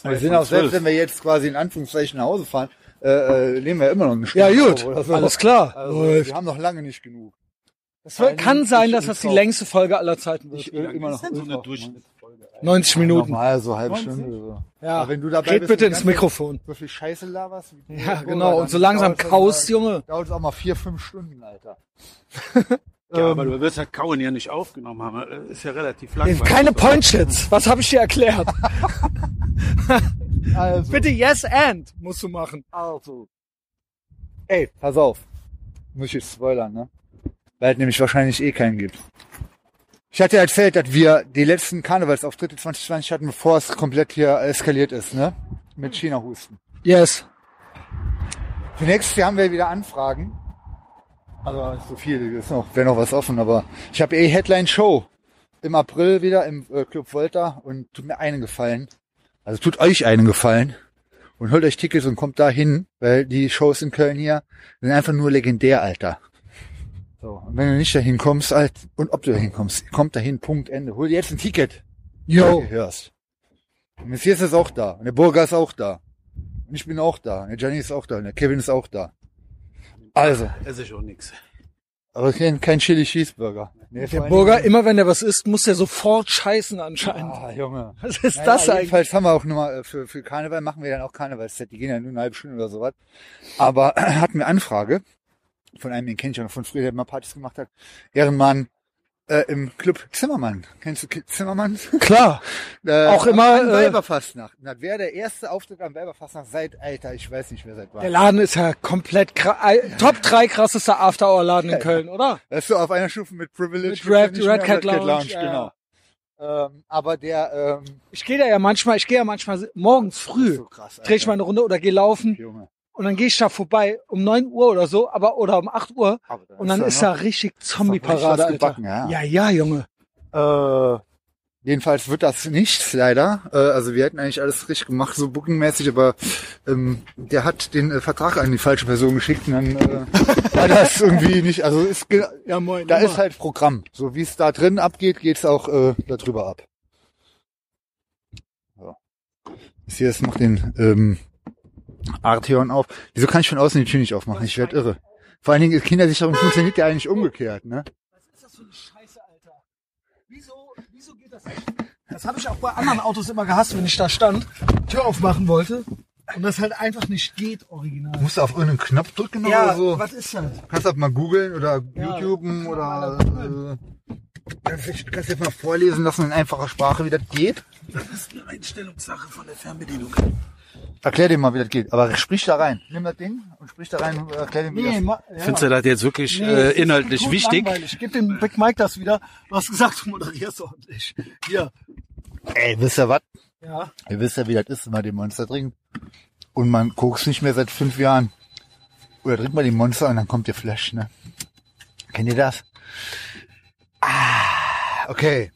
K: von
A: auch selbst,
K: zwölf.
A: wenn wir jetzt quasi in Anführungszeichen nach Hause fahren, äh, äh, nehmen wir immer noch eine
B: Ja,
A: Stunde.
B: gut.
A: Oder so.
B: Alles klar.
A: Also,
B: Läuft.
A: Wir haben noch lange nicht genug.
B: Es kann sein, dass das die
A: ich-
B: längste Folge aller Zeiten wird.
A: Ich will immer noch
K: So eine
A: Ultra-
K: Durchschnittsfolge.
B: 90 Minuten.
A: Normal, so halbe Stunde. oder So.
B: Ja.
A: Aber wenn du dabei
B: Red
A: bist,
B: bitte
A: die
B: ins
A: ganze-
B: Mikrofon.
A: So viel Scheiße laberst. wie du
B: Ja,
A: jetzt,
B: genau.
A: dann
B: Und so langsam
A: dauert's
B: kaust,
A: dann-
B: Junge.
A: Dauert es auch mal vier, fünf Stunden, Alter.
E: Ähm,
K: Ja, aber du wirst halt Kauen ja nicht aufgenommen haben.
E: Äh,
K: Das Ist ja relativ langweilig.
B: Keine Pointshits. Was habe ich dir erklärt?
A: Also,
B: Bitte Yes and musst du machen.
A: also. Ey, pass auf. Muss ich jetzt spoilern, ne? Weil es nämlich wahrscheinlich eh keinen gibt. Ich hatte ja erzählt, dass wir die letzten Karnevalsauftritte 2020 hatten, bevor es komplett hier eskaliert ist, ne? Mit China-Husten.
B: Yes.
A: Für nächstes Jahr haben wir wieder Anfragen. Also nicht so viel, ist noch, wäre noch was offen, aber ich habe eh Headline Show im April wieder im äh, Club Volta und tut mir einen Gefallen. Also tut euch einen Gefallen und holt euch Tickets und kommt da hin, weil die Shows in Köln hier sind einfach nur legendär, Alter. So, und wenn du nicht dahin kommst, Alter, und ob du dahin kommst, kommt dahin, Punkt, Ende. Hol dir jetzt ein Ticket.
B: Yo.
A: Wenn du hörst. Und Messias ist auch da. Und der Burger ist auch da. Und ich bin auch da. Und der Gianni ist auch da. Und der Kevin ist auch da. Also,
K: Esse ich auch nix.
A: aber kein, kein Chili Cheeseburger. Nee,
B: Der Burger, immer wenn der was isst, muss der sofort scheißen anscheinend.
A: Ah, Junge.
B: Was ist
A: Naja,
B: das eigentlich?
A: jedenfalls haben wir auch nochmal äh, für, für Karneval, machen wir dann auch Karnevalszeit. Die gehen ja nur eine halbe Stunde oder sowas. Aber hatten wir Anfrage von einem, den kenn ich ja noch von früher, der mal Partys gemacht hat. Ehrenmann äh, im Club Zimmermann. Kennst du Ki- Zimmermann?
B: Klar.
A: Äh,
B: Auch immer,
A: An
B: äh,
A: Weiberfastnacht. Und Das wäre der erste Auftritt am Weiberfastnacht seit, Alter, ich weiß nicht mehr seit
B: Der
A: wann.
B: Laden ist ja komplett kra- äh, Top 3 krassester After-Hour-Laden in Köln, oder?
A: Das ist so auf einer Stufe mit Privilege.
B: Mit
A: gibt's ja
B: Red-
A: nicht mehr
B: Red Cat Lounge, ja.
A: genau. Ähm, aber der, ähm,
B: Ich gehe da ja manchmal, ich gehe ja manchmal morgens früh,
A: so krass,
B: drehe ich mal eine Runde oder gehe laufen
A: Junge.
B: und dann gehe ich da vorbei um 9 Uhr oder so, aber oder um 8 Uhr
A: Aber dann
B: und dann
A: da
B: ist
A: noch-
B: da richtig
A: richtig was
B: Zombie-Parade, Alter.
A: gebacken, ja.
B: ja, ja, Junge.
A: Äh, Jedenfalls wird das nichts, leider. Äh, also wir hätten eigentlich alles richtig gemacht, so bookingmäßig, aber ähm, der hat den äh, Vertrag an die falsche Person geschickt und dann äh, war das irgendwie nicht. Also ist ge-
B: Ja, moin.
A: da ist halt Programm. So wie es da drin abgeht, geht's auch äh, darüber ab. So. Jetzt hier ist noch den ähm, Arteon auf. Wieso kann ich von außen die Tür nicht aufmachen? Ich werde irre. Vor allen Dingen Kindersicherung funktioniert ja eigentlich umgekehrt, ne?
B: Was ist das für eine Scheiße, Alter? Wieso, wieso geht das nicht? Das habe ich auch bei anderen Autos immer gehasst, wenn ich da stand, Tür aufmachen wollte und das halt einfach nicht geht, original.
A: Musst du auf irgendeinen Knopf drücken
B: Ja,
A: oder so?
B: was ist das?
A: Kannst du mal googeln oder
B: Ja,
A: YouTuben
B: kannst du
A: oder
B: mal
A: äh, kannst du- kannst du jetzt mal vorlesen lassen in einfacher Sprache, wie das geht?
E: Das ist eine Einstellungssache von der Fernbedienung.
A: Erklär dir mal, wie das geht. Aber sprich da rein. Nimm das Ding und sprich da rein und erklär dem, wie das
B: ma- ja.
E: Findest du das jetzt wirklich
B: Nee,
E: äh,
B: es ist
E: inhaltlich
B: tot
E: wichtig?
B: Langweilig. Gib dem Big Mike das wieder. Du hast gesagt, du moderierst ordentlich. Hier.
A: Ey, wisst ihr was?
B: Ja.
A: Ihr wisst ja, wie das ist, wenn man den Monster trinkt. Und man guckt nicht mehr seit fünf Jahren. Oder trinkt man den Monster und dann kommt der Flash, ne? Kennt ihr das? Ah, okay.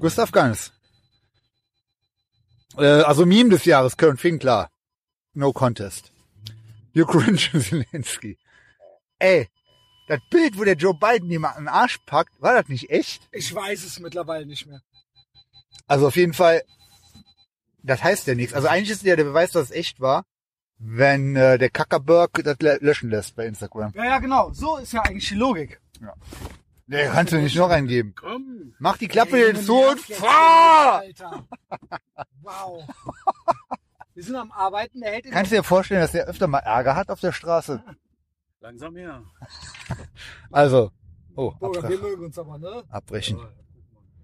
A: Gustav Ganz. Äh, also Meme des Jahres, Köln Finkler. No contest. Ukraine Zelensky. Ey, das Bild, wo der Joe Biden jemanden in den Arsch packt, war das nicht echt?
B: Ich weiß es mittlerweile nicht mehr.
A: Also auf jeden Fall, das heißt ja nichts. Also eigentlich ist ja der Beweis, dass es echt war, wenn äh, der Kackerberg das lö- löschen lässt bei Instagram.
B: Ja, ja, genau. So ist ja eigentlich die Logik.
A: Nee, kannst du nicht noch eingeben.
E: Komm.
A: Mach die Klappe jetzt zu und fahr!
B: Alter. Wow. Wir sind am Arbeiten. Der hält den
A: Kannst du dir vorstellen, dass der öfter mal Ärger hat auf der Straße?
E: Langsam her.
A: Also, oh,
B: Burger. Wir
A: abbrechen.
B: mögen uns aber, ne?
A: abbrechen.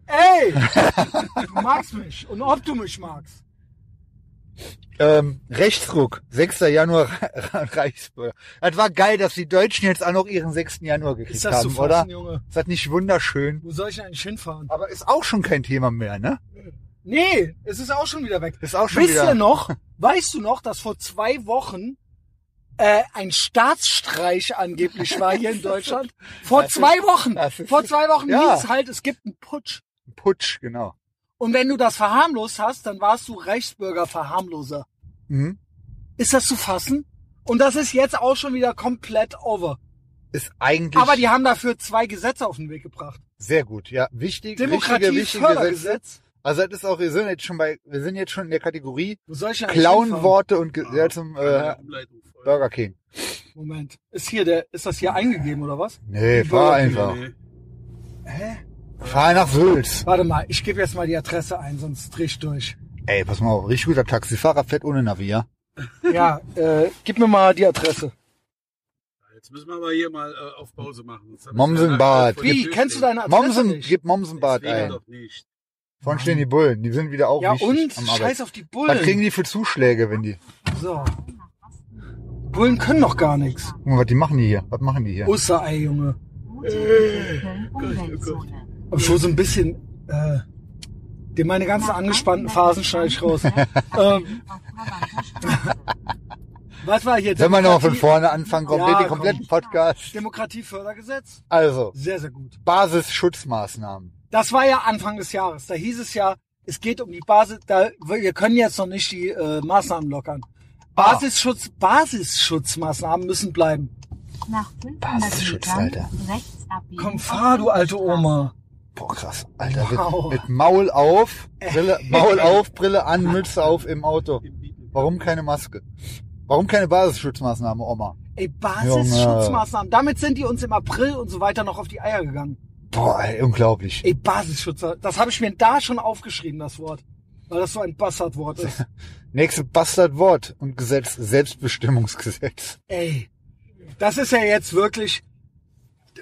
B: Ey! Du magst mich. Und ob du mich magst.
A: Ähm, Rechtsruck, 6. Januar Reichsbürger. Das war geil, dass die Deutschen jetzt auch noch ihren 6. Januar gekriegt
B: Ist das zu
A: haben,
B: fassen,
A: oder?
B: Junge?
A: Ist das nicht wunderschön?
B: Wo soll ich denn eigentlich hinfahren?
A: Aber ist auch schon kein Thema mehr, ne?
B: Nee, es ist auch schon wieder weg.
A: Ist auch schon
B: Wisst
A: wieder-
B: ihr noch, weißt du noch, dass vor zwei Wochen äh, ein Staatsstreich angeblich war hier in Deutschland? Vor
A: Das ist-
B: zwei Wochen.
A: das ist-
B: Vor zwei Wochen
A: Ja.
B: hieß es halt, es gibt einen Putsch.
A: Putsch, genau.
B: Und wenn du das verharmlost hast, dann warst du Rechtsbürger-Verharmloser.
A: Mhm.
B: Ist das zu fassen? Und das ist jetzt auch schon wieder komplett over.
A: Ist eigentlich...
B: Aber die haben dafür zwei Gesetze auf den Weg gebracht.
A: Sehr gut, ja. Wichtig, wichtige, wichtige Gesetze.
B: Demokratiefördergesetz.
A: Also das ist auch, wir sind jetzt schon bei, wir sind jetzt schon in der Kategorie
B: Wo soll ich denn eigentlich hinfahren?
A: Clown-Worte und Ge ja, zum äh,
E: Umleitung folgen.
A: Burger King.
B: Moment. Ist hier der, ist das hier eingegeben oder was?
A: Nee,
B: Die
A: fahr
B: Burger
A: einfach.
E: Nee.
A: Fahr nach Sülz.
B: Warte mal, ich gebe jetzt mal die Adresse ein, sonst dreh ich durch.
A: Ey, pass mal auf, richtig guter Taxifahrer fährt ohne Navi, ja?
B: Ja, äh, gib mir mal die Adresse.
E: Jetzt müssen wir aber hier mal äh, auf Pause machen. Jetzt hat
A: Mommsenbad.
E: das einer
B: Wie,
E: vor der Tür
B: kennst du
E: stehen.
B: deine Adresse
A: Mommsen,
B: nicht?
A: gib Mommsenbad
E: Deswegen
A: ein.
E: doch nicht.
A: Vorne stehen die Bullen, die sind wieder auch
B: Ja
A: wichtig
B: und?
A: am Arbeiten.
B: Scheiß auf die
A: Was kriegen
B: Bullen.
A: die für Zuschläge, wenn die...
B: So. Bullen können noch gar nichts.
A: Guck mal, was die machen die hier? Was machen die hier?
B: Osterei, Junge.
L: Mhm.
C: Umweltzone.
B: Aber schon so ein bisschen, äh, dir meine ganzen angespannten Phasen schneide ich raus. ähm, was war hier?
A: Sollen wir nochmal von
B: Demokratie-
A: vorne anfangen, komplett
B: Ja,
A: den kompletten Podcast?
B: Demokratiefördergesetz?
A: Also,
B: Sehr, sehr gut.
A: Basisschutzmaßnahmen.
B: Das war ja Anfang des Jahres. Da hieß es ja, es geht um die Basis. Da, wir können jetzt noch nicht die äh, Maßnahmen lockern. Basisschutz, Basisschutzmaßnahmen müssen bleiben.
L: Nach 500
A: Basisschutz,
L: Metern
A: Alter.
L: rechts abbiegen.
B: Ähm. Komm, fahr, du alte Oma.
A: Boah, krass. Alter, mit-
B: Wow.
A: mit Maul auf, Brille, Maul auf, Brille an, Mütze auf im Auto. Warum keine Maske? Warum keine Basisschutzmaßnahme, Oma?
B: Ey, Basisschutzmaßnahmen. Damit sind die uns im April und so weiter noch auf die Eier gegangen.
A: Boah, ey, unglaublich.
B: Ey, Basisschutz, das habe ich mir da schon aufgeschrieben, das Wort. Weil das so ein Bastardwort ist.
A: Nächste Bastardwort und Gesetz, Selbstbestimmungsgesetz.
B: Ey, das ist ja jetzt wirklich...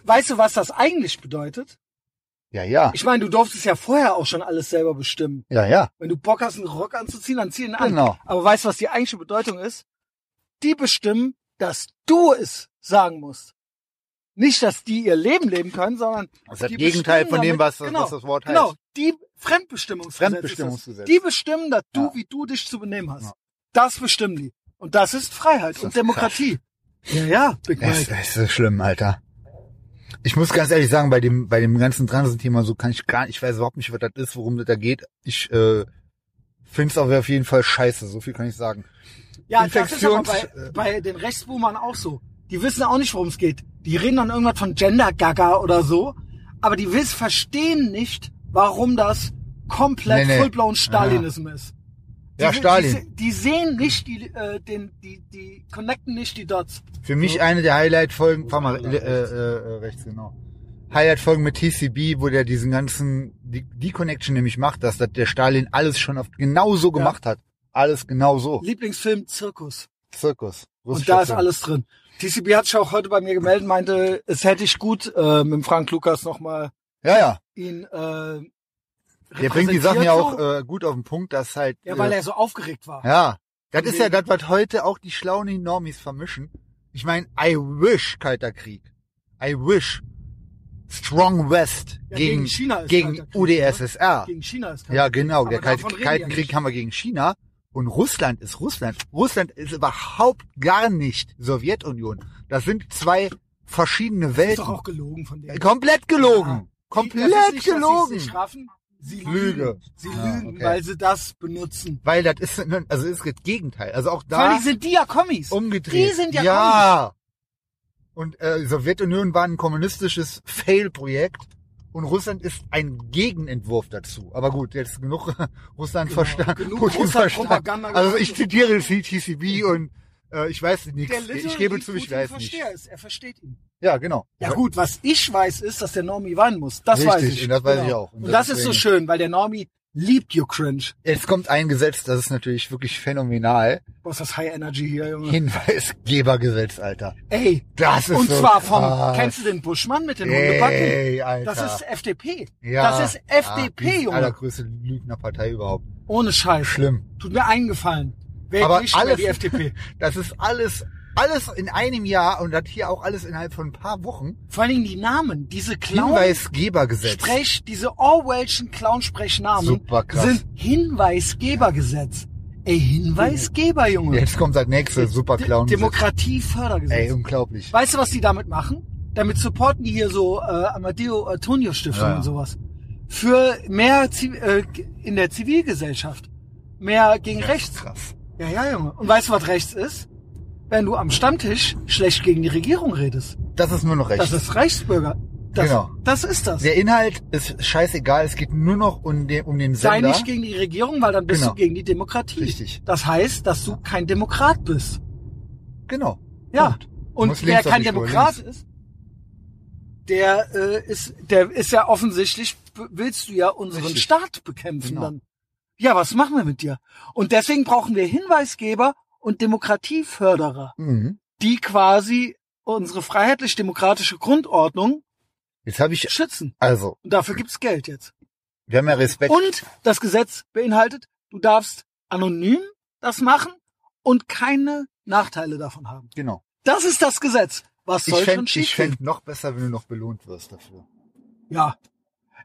B: Weißt du, was das eigentlich bedeutet?
A: Ja, ja.
B: Ich meine, du durftest ja vorher auch schon alles selber bestimmen.
A: Ja, ja.
B: Wenn du Bock hast, einen Rock anzuziehen, dann zieh ihn an.
A: Genau.
B: Aber weißt du, was die eigentliche Bedeutung ist? Die bestimmen, dass du es sagen musst. Nicht, dass die ihr Leben leben können, sondern
A: Das ist das
B: die
A: Gegenteil
B: bestimmen
A: von dem,
B: damit-
A: was das- was das Wort
B: genau,
A: heißt.
B: die Fremdbestimmungsgesetz.
A: Fremdbestimmungsgesetz.
B: Ist das. Die bestimmen, dass du,
A: Ja.
B: wie du dich zu benehmen hast.
A: Ja.
B: Das bestimmen die. Und das ist Freiheit
A: Ist
B: und
A: das
B: Demokratie. Ja, ja, Big
A: Das,
B: Mike.
A: das ist so schlimm, Alter. Ich muss ganz ehrlich sagen, bei dem, bei dem ganzen Transen-Thema so kann ich gar nicht, ich weiß überhaupt nicht, was das ist, worum das da geht. Ich äh, finde es aber auf jeden Fall scheiße, so viel kann ich sagen.
B: Ja, das ist aber
A: Infektions-
B: bei, bei den Rechtsboomern auch so. Die wissen auch nicht, worum es geht. Die reden dann irgendwas von Gender-Gaga oder so, aber die wissen, verstehen nicht, warum das komplett
A: Nee, nee.
B: fullblown Stalinism ist. Die,
A: Ja,
B: se-
A: Stalin.
B: Die, se- die sehen nicht, die, äh, den, die, die connecten nicht die Dots.
A: Für mich eine der Highlight-Folgen, fahr mal äh, äh, äh, rechts, genau. Highlight-Folgen mit TCB, wo der diesen ganzen, die, die Connection nämlich macht, dass das der Stalin alles schon auf, genau so gemacht hat. Alles genau so.
B: Lieblingsfilm Zirkus.
A: Zirkus.
B: Und
A: Russischer
B: da ist
A: Film.
B: alles drin. TCB hat sich auch heute bei mir gemeldet, meinte, es hätte ich gut äh, mit dem Frank Lukas nochmal
A: Ja, ja.
B: ihn äh,
A: Der bringt die Sachen ja auch
B: repräsentiert so.
A: äh, gut auf den Punkt, dass halt.
B: Ja, weil
A: äh,
B: er so aufgeregt war.
A: Ja, das ist ja das, was heute auch die schlauen Normis vermischen. Ich meine, I wish Kalter Krieg. I wish Strong West
B: Ja,
A: gegen,
B: gegen China ist
A: gegen
B: Kalter Krieg, ne?
A: UdSSR.
B: Gegen China ist
A: Ja, genau.
B: Aber
A: Der Kalte,
B: davon reden
A: Kalten
B: die ja
A: Krieg
B: nicht.
A: haben wir gegen China. Und Russland ist Russland. Russland ist überhaupt gar nicht Sowjetunion. Das sind zwei verschiedene
B: Ist
A: Welten.
B: doch auch gelogen von denen.
A: Komplett gelogen. Komplett
B: das ist nicht, dass
A: gelogen.
B: Sie, es nicht raffen. sie
A: Lüge.
B: lügen. Sie
A: Ja,
B: lügen,
A: okay.
B: weil sie das benutzen.
A: Weil das ist, also ist das Gegenteil. Also auch da.
B: Vor allem sind die ja Kommis.
A: umgedreht.
B: Die sind ja
A: ja. Und äh, Sowjetunion war ein kommunistisches Fail-Projekt und Russland ist ein Gegenentwurf dazu. Aber gut, jetzt genug Russland verstanden.
B: Genau. genug
A: Putin
B: Russland
A: verstanden.
B: Propaganda
A: Also ich
B: gemacht.
A: zitiere jetzt die TCB und äh, ich weiß nichts.
B: Der
A: Ich
B: literally
A: gebe zu, ich
B: Putin
A: weiß nicht.
B: Versteher Ist. Er versteht ihn.
A: Ja, genau.
B: Ja gut, was ich weiß ist, dass der Normie weinen muss. Das
A: Richtig,
B: weiß ich. Genau.
A: und das weiß ich auch.
B: Und,
A: Und
B: das
A: deswegen-
B: ist so schön, weil der Normie liebt you cringe.
A: Jetzt kommt ein Gesetz, das ist natürlich wirklich phänomenal.
B: Boah, ist das High Energy hier, Junge.
A: Hinweisgebergesetz, Alter.
B: Ey,
A: Das ist
B: und
A: so
B: zwar vom,
A: krass.
B: kennst du den Buschmann mit den
A: Ey,
B: Hundebacken?
A: Alter.
B: Das ist FDP.
A: Ja.
B: Das ist
A: ja,
B: FDP,
A: die ist die
B: Junge.
A: Allergrößte Lügnerpartei überhaupt.
B: Ohne Scheiß.
A: Schlimm.
B: Tut mir eingefallen. Wer
A: Aber
B: nicht mehr
A: alles-
B: die FDP.
A: Das ist alles, alles in einem Jahr und das hier auch alles innerhalb von ein paar Wochen.
B: Vor allen Dingen die Namen, diese Clown
A: Hinweisgebergesetz.
B: Sprech, diese Orwellschen Clownsprechnamen
A: Super krass.
B: sind Hinweisgebergesetz. Ey, Hinweisgeber, Junge.
A: Jetzt kommt das nächste super clown
B: Demokratiefördergesetz.
A: Ey, unglaublich.
B: Weißt du, was die damit machen? Damit supporten die hier so äh, Amadeo Antonio Stiftung
A: Ja, ja.
B: und sowas. Für mehr Ziv äh, in der Zivilgesellschaft. Mehr gegen rechts.
A: Krass.
B: Ja, ja, Junge. Und weißt du, was rechts ist? Wenn du am Stammtisch schlecht gegen die Regierung redest.
A: Das ist nur noch recht.
B: Das ist Reichsbürger. Das,
A: Genau.
B: das ist das.
A: Der Inhalt ist scheißegal. Es geht nur noch um den, um den
B: Sei
A: Sender.
B: nicht gegen die Regierung, weil dann bist
A: Genau.
B: du gegen die Demokratie.
A: Richtig.
B: Das heißt, dass du kein Demokrat bist.
A: genau.
B: Ja.
A: Muss
B: Und wer
A: links auf
B: kein
A: die Spur,
B: Demokrat ist, der äh, ist, der ist ja offensichtlich b- willst du ja unseren
A: Richtig.
B: Staat bekämpfen
A: Genau.
B: dann. Ja, was machen wir mit dir? Und deswegen brauchen wir Hinweisgeber und Demokratieförderer,
A: Mhm.
B: die quasi unsere freiheitlich-demokratische Grundordnung
A: Jetzt habe ich,
B: schützen.
A: also,
B: Und dafür gibt's Geld jetzt.
A: wir haben ja Respekt.
B: Und das Gesetz beinhaltet, du darfst anonym das machen und keine Nachteile davon haben.
A: genau.
B: Das ist das Gesetz. Was
A: Ich
B: soll schon
A: fänd, ich
B: schiefgehen?
A: fänd noch besser, wenn du noch belohnt wirst dafür.
B: Ja.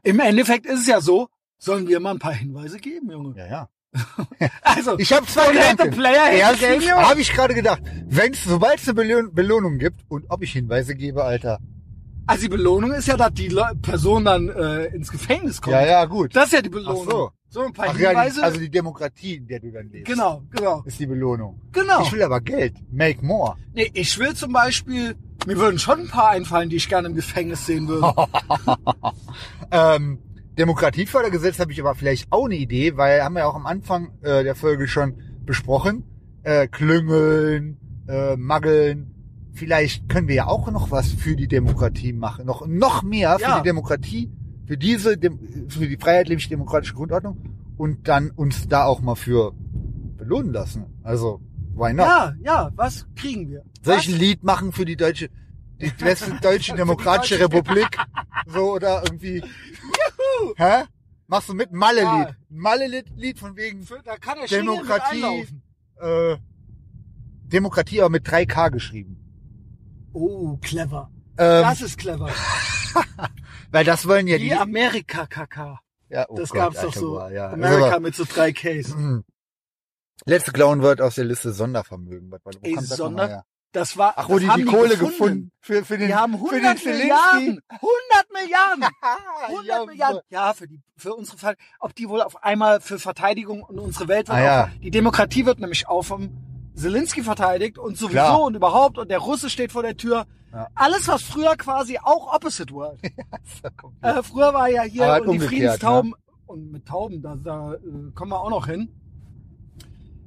B: Im Endeffekt ist es ja so, sollen wir mal ein paar Hinweise geben, Junge.
A: Ja, ja.
B: Also,
A: Ich habe zwei
B: Don't let the
A: Gedanken.
B: player hate the
A: Erstens
B: game, Junge.
A: habe ich gerade gedacht, wenn's, sobald es eine Belohnung, Belohnung gibt und ob ich Hinweise gebe, Alter.
B: also die Belohnung ist ja, dass die Le Person dann äh, ins Gefängnis kommt.
A: Ja, ja, gut.
B: Das ist ja die Belohnung.
A: Ach so.
B: ein paar
A: Ach ja,
B: Hinweise.
A: die, also die Demokratie, in der du dann lebst.
B: genau, genau,
A: Ist die Belohnung.
B: genau.
A: Ich will aber Geld. Make more.
B: nee, ich will zum Beispiel, mir würden schon ein paar einfallen, die ich gerne im Gefängnis sehen würde.
A: Ähm, Demokratiefördergesetz habe ich aber vielleicht auch eine Idee, weil haben wir ja auch am Anfang äh, der Folge schon besprochen. Äh, klüngeln, äh, maggeln. Vielleicht können wir ja auch noch was für die Demokratie machen. Noch, noch mehr für
B: Ja.
A: die Demokratie, für diese, Dem für die freiheitlich demokratische Grundordnung und dann uns da auch mal für belohnen lassen. Also, why not?
B: Ja, ja, was kriegen wir?
A: Soll
B: was?
A: ich ein Lied machen für die deutsche, die beste deutsche demokratische Republik? So, oder irgendwie. Hä? Machst du mit? Malle-Lied.
B: Ja.
A: Malle-Lied von wegen
B: Für- Da kann der Schlingel mit
A: Demokratie.
B: einlaufen.
A: Äh, Demokratie, aber mit 3K geschrieben.
B: Oh, clever.
A: Ähm,
B: das ist clever.
A: weil das wollen ja die.
B: Die Amerika-KK.
A: ja, oh
B: das
A: Gott,
B: gab's doch
A: Alter,
B: so.
A: boah, Ja.
B: Amerika
A: Also,
B: mit so drei Ks.
A: mh. Letzte Clownwort aus der Liste Sondervermögen. Was, war- wo
B: Ey,
A: kommt das
B: Sonder-
A: nochmal her?
B: Das war,
A: Ach, wo
B: das
A: die
B: haben
A: die Kohle
B: gefunden.
A: gefunden. Für, für den,
B: Die haben
A: für den
B: 100
A: Zelensky.
B: Milliarden. 100 Milliarden. 100
A: Jawohl.
B: Milliarden. Ja, für die, für unsere, Ver ob die wohl auf einmal für Verteidigung und unsere Welt wird
A: Ah, ja.
B: auch, die Demokratie wird nämlich auch vom Zelensky verteidigt und sowieso
A: Klar.
B: und überhaupt und der Russe steht vor der Tür.
A: Ja.
B: Alles, was früher quasi auch Opposite World. Äh, früher war ja hier
A: Aber halt
B: und die
A: umgekehrt,
B: Friedenstauben und mit Tauben, da, da äh, kommen wir auch noch hin.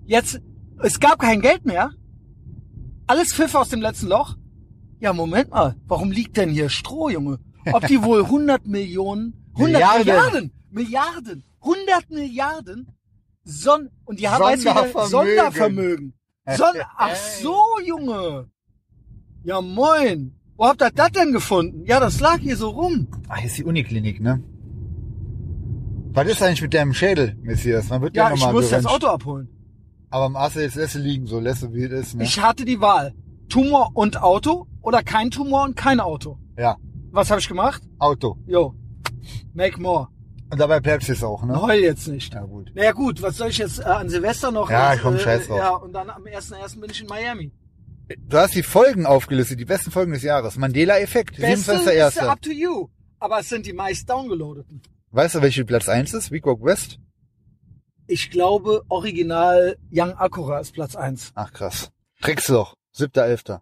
B: Jetzt, es gab kein Geld mehr. Alles Pfiff aus dem letzten Loch. Ja, Moment mal, warum liegt denn hier Stroh, Junge? Ob die wohl 100 Millionen, 100 Milliarden,
A: Milliarden.
B: Milliarden, 100 Milliarden Son und die haben weißt du, wieder
A: Sondervermögen.
B: Sondervermögen. Son Ach so, Junge. Ja, moin. Wo habt ihr das denn gefunden? Ja, das lag hier so rum.
A: Ach, hier ist die Uniklinik, ne? Was ist eigentlich mit deinem Schädel, Messias? Man wird ja,
B: Ja, ich
A: nochmal
B: muss das
A: geröntgt.
B: Auto abholen.
A: Aber am Arsch lässt es liegen, so lässt es wie es ist, ne?
B: Ich hatte die Wahl. Tumor und Auto oder kein Tumor und kein Auto.
A: ja,
B: Was habe ich gemacht?
A: Auto.
B: Jo. Make more.
A: Und dabei bleibt es auch, ne?
B: Heul jetzt nicht.
A: Ja, gut.
B: Naja gut, was soll ich jetzt äh, an Silvester noch?
A: Ja,
B: jetzt,
A: komm,
B: äh,
A: scheiß drauf.
B: Ja, und dann am 1.1. bin ich in Miami.
A: Du hast die Folgen aufgelistet, die besten Folgen des Jahres. Mandela-Effekt,
B: Beste ist
A: 27.1.
B: up to you. Aber es sind die meist downgeloadeten.
A: Weißt du, welche Platz 1 ist? Week Walk West?
B: Ich glaube, original Young Acura ist Platz 1.
A: Ach, krass. Drecksloch, 7.11.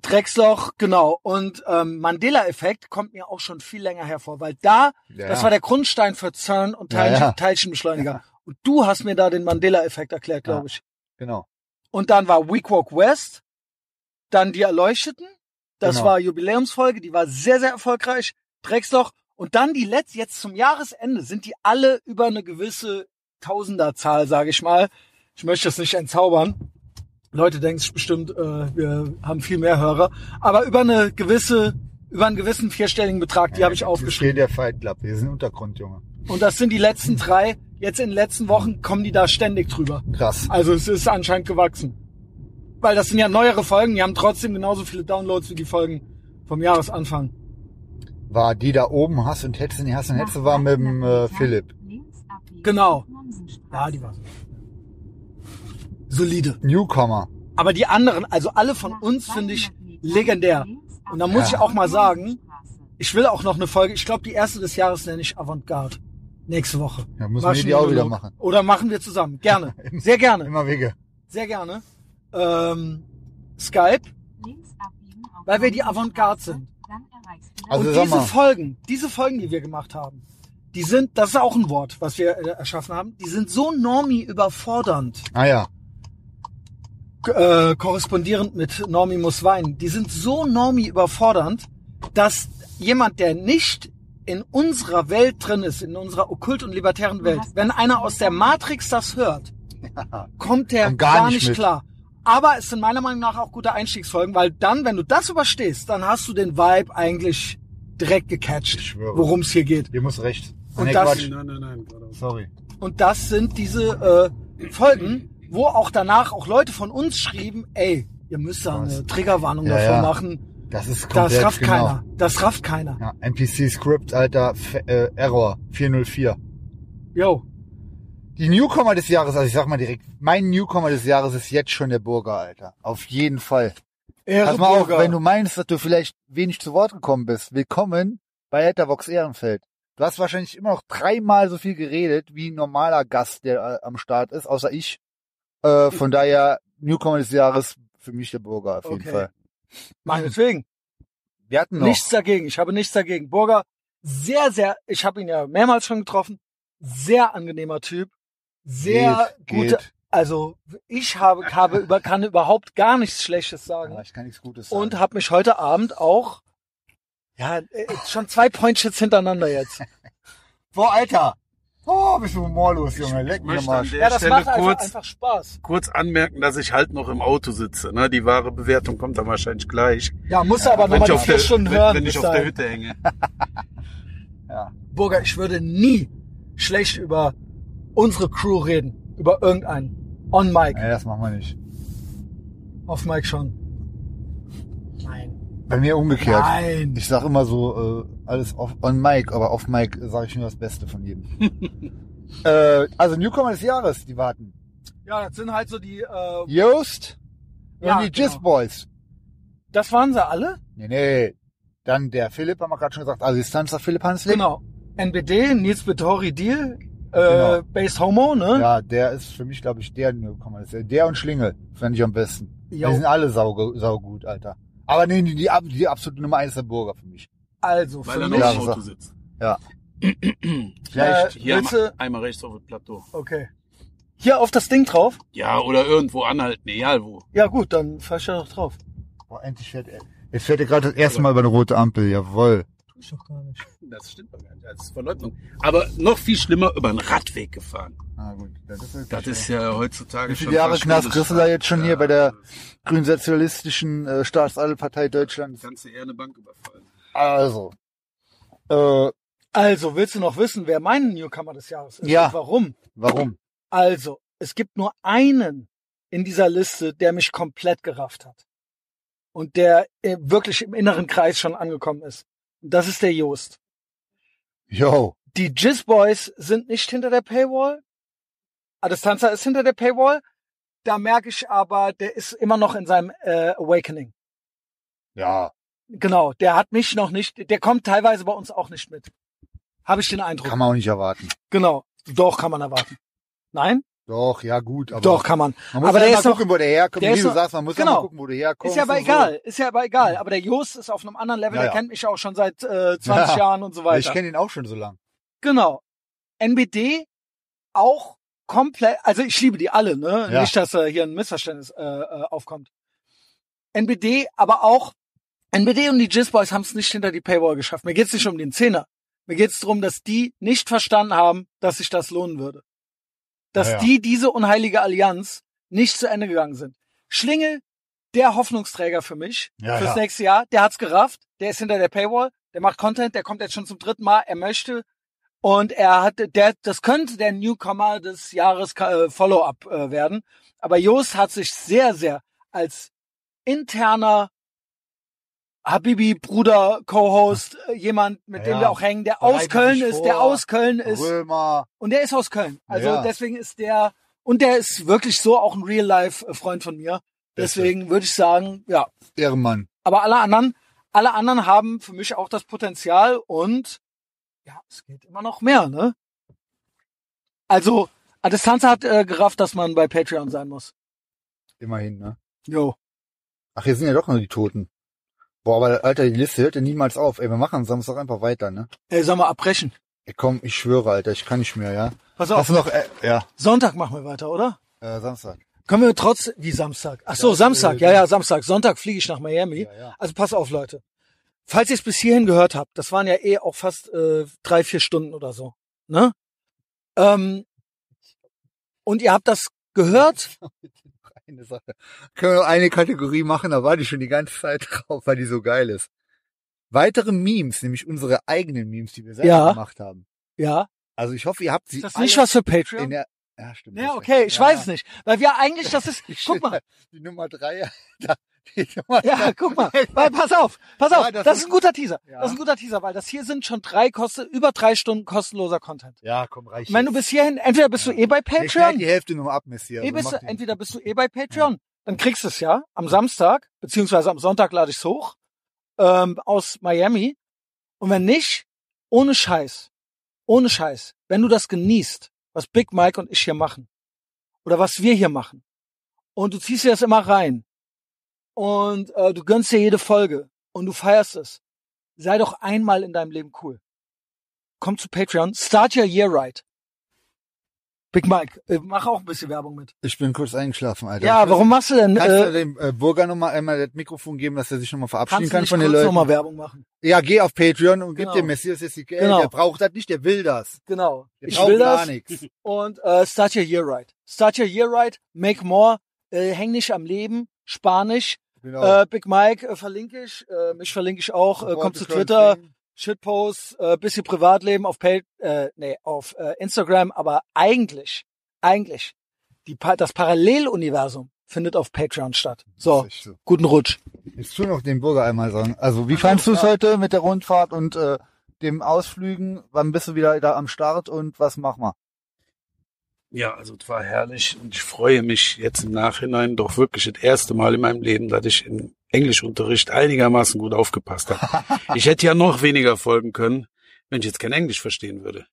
B: Drecksloch, genau. Und ähm, Mandela-Effekt kommt mir auch schon viel länger hervor, weil da,
A: Ja,
B: das
A: ja.
B: war der Grundstein für CERN und
A: Ja,
B: Teilchen,
A: ja.
B: Teilchenbeschleuniger. Und du hast mir da den Mandela-Effekt erklärt,
A: Ja.
B: glaube ich.
A: Genau.
B: Und dann war We Walk West, dann die Erleuchteten. Das
A: Genau.
B: war Jubiläumsfolge, die war sehr, sehr erfolgreich. Drecksloch. Und dann die letzte, jetzt zum Jahresende, sind die alle über eine gewisse Tausenderzahl, sage ich mal. Ich möchte es nicht entzaubern. Leute denken sich bestimmt, äh, wir haben viel mehr Hörer. Aber über eine gewisse, über einen gewissen vierstelligen Betrag, die habe ich aufgeschrieben.
A: Hier der Fight Club. Wir sind Untergrund, Junge.
B: Und das sind die letzten drei. Jetzt in den letzten Wochen kommen die da ständig drüber.
A: Krass.
B: Also es ist anscheinend gewachsen. Weil das sind ja neuere Folgen, die haben trotzdem genauso viele Downloads wie die Folgen vom Jahresanfang.
A: War die da oben, Hass und Hetze, die Hass und Hetze war mit dem äh, Philipp.
B: Genau. Ja,
L: Ja,
B: die war solide.
A: Newcomer.
B: Aber die anderen, also alle von uns, finde ich legendär. Und da muss
A: Ja.
B: ich auch mal sagen, ich will auch noch eine Folge, ich glaube die erste des Jahres nenne ich Avantgarde. Nächste Woche.
A: Ja, müssen wir die auch wieder machen.
B: Oder machen wir zusammen. Gerne. Sehr gerne.
A: Immer Wege.
B: Sehr gerne. Ähm, Skype.
L: Weil wir die Avantgarde sind.
A: Also
B: und
A: sag
B: diese
A: mal.
B: Folgen, diese Folgen, die wir gemacht haben, die sind, das ist auch ein Wort, was wir äh, erschaffen haben, die sind so normi überfordernd,
A: Ah ja.
B: k- äh, korrespondierend mit Normi muss weinen, die sind so normi überfordernd, dass jemand, der nicht in unserer Welt drin ist, in unserer okkult und libertären Welt, wenn einer aus der Matrix das hört, kommt der
A: Kommt
B: gar,
A: gar nicht
B: nicht
A: mit.
B: klar. Aber es sind meiner Meinung nach auch gute Einstiegsfolgen, weil dann, wenn du das überstehst, dann hast du den Vibe eigentlich direkt
A: Ich
B: gecatcht,
A: schwöre.
B: worum es hier geht.
A: Ihr muss recht.
B: Und
A: nee,
B: das-
A: Quatsch.
E: Nein, nein, nein. geradeaus.
A: Sorry.
B: Und das sind diese äh, Folgen, wo auch danach auch Leute von uns schrieben, ey, ihr müsst da eine
A: Was?
B: Triggerwarnung
A: Ja,
B: davon
A: ja.
B: machen.
A: Das ist komplett
B: Das rafft
A: genau.
B: keiner. Das rafft keiner.
A: Ja, NPC-Script, Alter, F äh, Error 404.
B: Yo.
A: Die Newcomer des Jahres, also ich sag mal direkt, mein Newcomer des Jahres ist jetzt schon der Burger, Alter. Auf jeden Fall. Pass mal auf, wenn du meinst, dass du vielleicht wenig zu Wort gekommen bist, willkommen bei Ethervox Ehrenfeld. Du hast wahrscheinlich immer noch dreimal so viel geredet wie ein normaler Gast, der äh, am Start ist, außer ich. Äh, von daher, Newcomer des Jahres, für mich der Burger auf jeden
B: Okay.
A: Fall.
B: Meinetwegen.
A: Wir hatten noch.
B: Nichts dagegen. Ich habe nichts dagegen. Burger, sehr, sehr, ich habe ihn ja mehrmals schon getroffen. Sehr angenehmer Typ. Sehr
A: Geht,
B: gute.
A: geht.
B: Also ich habe, habe über, kann überhaupt gar nichts Schlechtes sagen.
A: Ja, ich kann nichts Gutes sagen.
B: und habe mich heute Abend auch ja äh, schon zwei Pointshits hintereinander jetzt.
A: Boah, Alter. Oh, bist du humorlos, Junge. Leck mir
E: möchte
A: mal.
E: an der-
B: Ja, das
E: Stelle
B: macht also
E: kurz-
B: einfach Spaß.
E: Kurz anmerken, dass ich halt noch im Auto sitze. Ne? Die wahre Bewertung kommt dann wahrscheinlich gleich.
B: Ja, muss aber
E: Wenn
B: nochmal
E: ich,
B: die
E: auf
B: vier
E: der,
B: Stunden
E: wenn,
B: hören.
E: wenn
B: bis
E: ich auf der
B: dahin.
E: Hütte hänge.
B: Burger, ich würde nie schlecht über unsere Crew reden, über irgendeinen. On Mike,
A: Nee, das machen wir nicht.
B: off Mike schon. Nein.
A: Bei mir umgekehrt.
B: Nein.
A: Ich sag immer so, äh, alles off, on Mike, aber auf Mike sage ich nur das Beste von jedem. äh, also Newcomer des Jahres, die warten.
B: Ja, das sind halt so die äh,
A: Joost und
B: Ja,
A: die
B: genau.
A: Jizz Boys.
B: Das waren sie alle?
A: Nee, nee. Dann der Philipp, haben wir gerade schon gesagt, Assistanz auf Philipp Hanslick.
B: Genau. NBD, Nils Betori Deal, äh,
A: Genau.
B: Based Homo, ne?
A: Ja, der ist für mich, glaube ich, der, ne, komm mal, das ist- der und Schlingel fände ich am besten.
B: Jo.
A: Die sind alle sauge- saugut, Alter. Aber nee, die, die, ab- die absolute Nummer eins ist der Burger für mich.
B: Also,
E: Weil
B: für
E: er
B: mich.
E: noch
A: Ja,
E: im Auto
A: sag-
E: sitzt.
A: Ja. Äh,
B: Vielleicht-
E: Hier
B: willst du-
E: einmal, einmal rechts auf das Plateau.
B: Okay. Hier auf das Ding drauf?
E: Ja, oder irgendwo anhalten, egal wo.
B: Ja, gut, dann fahr ich da doch drauf.
A: Boah, endlich fährt er. Jetzt fährt er gerade das erste Mal über eine rote Ampel, jawoll.
H: Ich doch gar nicht.
E: Das stimmt doch gar nicht. Das ist Verleugnung. Aber noch viel schlimmer über einen Radweg gefahren.
A: Ah, gut. Das ist,
E: Das ist ja heutzutage
A: Wie
E: schon.
A: viele Jahre
E: fast
A: Knast
E: schwedisch.
A: kriegst du da jetzt schon hier bei der
E: das
A: grünsozialistischen äh, Staatsadelpartei Deutschlands?
E: Ganze eher eine Bank überfallen.
A: Also. Äh,
B: Also, willst du noch wissen, wer mein Newcomer des Jahres ist?
A: Ja.
B: Und warum?
A: warum?
B: Also, es gibt nur einen in dieser Liste, der mich komplett gerafft hat. Und der äh, wirklich im inneren Kreis schon angekommen ist. Und das ist der Joost.
A: Yo.
B: Die Jizz Boys sind nicht hinter der Paywall. Adestanza ist hinter der Paywall. Da merke ich aber, der ist immer noch in seinem äh, Awakening.
A: Ja.
B: Genau, der hat mich noch nicht, der kommt teilweise bei uns auch nicht mit. Habe ich den Eindruck.
A: Kann man auch nicht erwarten.
B: Genau. Doch, kann man erwarten. Nein?
A: Doch, ja gut, aber
B: Doch, kann man.
A: man muss
B: aber
A: ja
B: der
A: immer
B: ist noch-
A: gucken, wo der herkommt.
B: der
A: Wie
B: ist
A: du
B: noch-
A: sagst, man muss
B: genau.
A: immer gucken, wo der herkommt.
B: Ist ja aber
A: und so. Mhm.
B: egal, ist ja aber egal. Aber der Jost ist auf einem anderen Level,
A: Ja,
B: der
A: ja.
B: kennt mich auch schon seit äh, 20
A: Ja.
B: Jahren und so
A: Weil Ich
B: weiter.
A: kenne ihn auch schon so lang.
B: Genau. NBD auch komplett, also ich liebe die alle, ne?
A: Ja.
B: Nicht, dass äh, hier ein Missverständnis äh, äh, aufkommt. NBD, aber auch NBD und die Jizz Boys haben es nicht hinter die Paywall geschafft. Mir geht's nicht um den Zehner. Mir geht's darum, dass die nicht verstanden haben, dass sich das lohnen würde. Dass
A: Ja, ja.
B: die diese unheilige Allianz nicht zu Ende gegangen sind. Schlingel, der Hoffnungsträger für mich
A: Ja,
B: fürs
A: ja.
B: nächste Jahr, der hat's gerafft, der ist hinter der Paywall, der macht Content, der kommt jetzt schon zum dritten Mal, er möchte und er hat, der, das könnte der Newcomer des Jahres äh, Follow-up äh, werden. Aber Joost hat sich sehr, sehr als interner Habibi, Bruder, Co-Host, äh, jemand, mit dem
A: Ja,
B: wir auch hängen, der
A: bereitet
B: aus Köln
A: sich
B: ist, der
A: vor.
B: aus Köln ist.
A: Römer.
B: Und der ist aus Köln. Also
A: Ja.
B: deswegen ist der, und der ist wirklich so auch ein Real-Life-Freund von mir.
A: Beste.
B: Deswegen würde ich sagen, ja.
A: Ehrenmann.
B: Aber alle anderen, alle anderen haben für mich auch das Potenzial und ja, es geht immer noch mehr, ne? Also, Adestanza hat äh, gerafft, dass man bei Patreon sein muss.
A: Immerhin, ne?
B: Jo.
A: Ach, hier sind ja doch nur die Toten. Boah, aber Alter, die Liste hört ja niemals auf. Ey, wir machen am Samstag einfach weiter, ne?
B: Ey, sollen wir abbrechen?
A: Ey, komm, ich schwöre, Alter, ich kann nicht mehr, ja? Hast
B: Pass
A: du
B: auf,
A: noch, äh, ja,
B: Sonntag machen wir weiter, oder?
A: äh, Samstag.
B: Können wir trotz wie Samstag? Ach so, Samstag. Ja, ja, Samstag. Sonntag fliege ich nach Miami.
A: Ja, ja.
B: Also pass auf, Leute. Falls ihr es bis hierhin gehört habt, das waren ja eh auch fast äh, drei, vier Stunden oder so. Ne? Ähm, und ihr habt das gehört?
A: Eine Sache. Können wir noch eine Kategorie machen, da war die schon die ganze Zeit drauf, weil die so geil ist. Weitere Memes, nämlich unsere eigenen Memes, die wir selber
B: Ja.
A: gemacht haben.
B: Ja.
A: Also ich hoffe, ihr habt sie
B: Ist das
A: alle
B: nicht was für
A: in
B: Patreon?
A: der... Ja, stimmt.
B: Ja, okay, ich weiß es nicht. Weil wir eigentlich, das ist, guck mal,
A: Die Nummer drei, Alter. Die Nummer
B: Ja, guck mal. Weil, pass auf, pass auf.
A: Ja,
B: das,
A: das
B: ist
A: ist-
B: ein guter Teaser.
A: Ja.
B: Das ist ein guter Teaser, weil das hier sind schon drei Koste, über drei Stunden kostenloser Content.
A: Ja, komm, reicht.
B: Ich meine, du bist hierhin, entweder bist du eh bei
A: Wir schneiden
B: Patreon,
A: die Hälfte nur ab, Messias.
B: eh
A: Also
B: bist du,
A: macht die-
B: entweder bist du eh bei Patreon, dann kriegst du es ja am Samstag, beziehungsweise am Sonntag lade ich es hoch, ähm, aus Miami. Und wenn nicht, ohne Scheiß, ohne Scheiß, wenn du das genießt, was Big Mike und ich hier machen, oder was wir hier machen, und du ziehst dir das immer rein, und äh, du gönnst dir jede Folge, und du feierst es, sei doch einmal in deinem Leben cool. Komm zu Patreon, start your year right. Big Mike, äh, mach auch ein bisschen Werbung mit.
A: Ich bin kurz eingeschlafen, Alter.
B: Ja,
A: Ich
B: warum machst du denn?
A: weiß- Kannst du
B: Äh,
A: dem äh, Burger nochmal einmal das Mikrofon geben, dass er sich nochmal verabschieden
B: kannst du
A: kann
B: nicht
A: von den
B: kurz
A: Leuten?
B: nochmal Werbung machen?
A: Ja, geh auf Patreon und
B: Genau.
A: gib dem Messias jetzt die Geld.
B: Genau.
A: Der braucht das nicht, der will das.
B: Genau.
A: Der
B: ich
A: braucht
B: will
A: gar
B: das.
A: nichts.
B: Und äh, start your year right. Start your year right. Make more. Äh, häng nicht am Leben. Spanisch.
A: Genau.
B: Äh, Big Mike äh, verlinke ich. Äh, mich verlinke ich auch. Äh, kommt zu
A: Supporte
B: Twitter.
A: Currency.
B: Shitposts, äh, bisschen Privatleben auf Pay, äh, nee, auf äh, Instagram, aber eigentlich, eigentlich, die pa das Paralleluniversum findet auf Patreon statt. So,
A: Ist so.
B: guten Rutsch.
A: Jetzt tu noch den Burger einmal sagen. Also, wie fandst du es heute mit der Rundfahrt und äh, dem Ausflügen? Wann bist du wieder da am Start und was machen wir?
E: Ja, also es war herrlich und ich freue mich jetzt im Nachhinein doch wirklich das erste Mal in meinem Leben, dass ich in Englischunterricht einigermaßen gut aufgepasst habe. ich hätte ja noch weniger folgen können, wenn ich jetzt kein Englisch verstehen würde.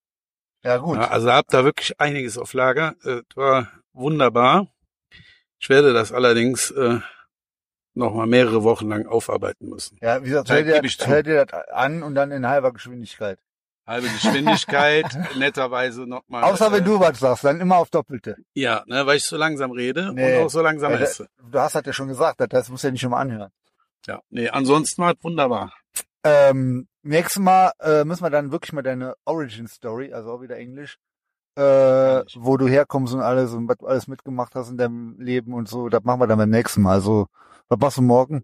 A: Ja, gut.
E: Ja, also hab da wirklich einiges auf Lager. Äh, war wunderbar. Ich werde das allerdings äh, noch mal mehrere Wochen lang aufarbeiten müssen.
A: Ja, wie gesagt,
E: Da
A: hör dir,
E: geb ich
A: das-
E: zu.
A: hör dir das an und dann in halber Geschwindigkeit.
E: Halbe Geschwindigkeit, netterweise nochmal.
A: Außer wenn
E: äh,
A: du was sagst, dann immer auf Doppelte.
E: Ja, ne, weil ich so langsam rede
A: Nee.
E: und auch so langsam
B: Äh,
A: Weil da-
E: esse.
A: Du hast das ja schon gesagt, das- das muss ja nicht immer anhören.
E: Ja, nee, ansonsten war es wunderbar.
A: Ähm, nächstes Mal äh, müssen wir dann wirklich mal deine Origin Story, also auch wieder Englisch, äh, wo du herkommst und alles und was du alles mitgemacht hast in deinem Leben und so, das machen wir dann beim nächsten Mal. Also, was machst du morgen?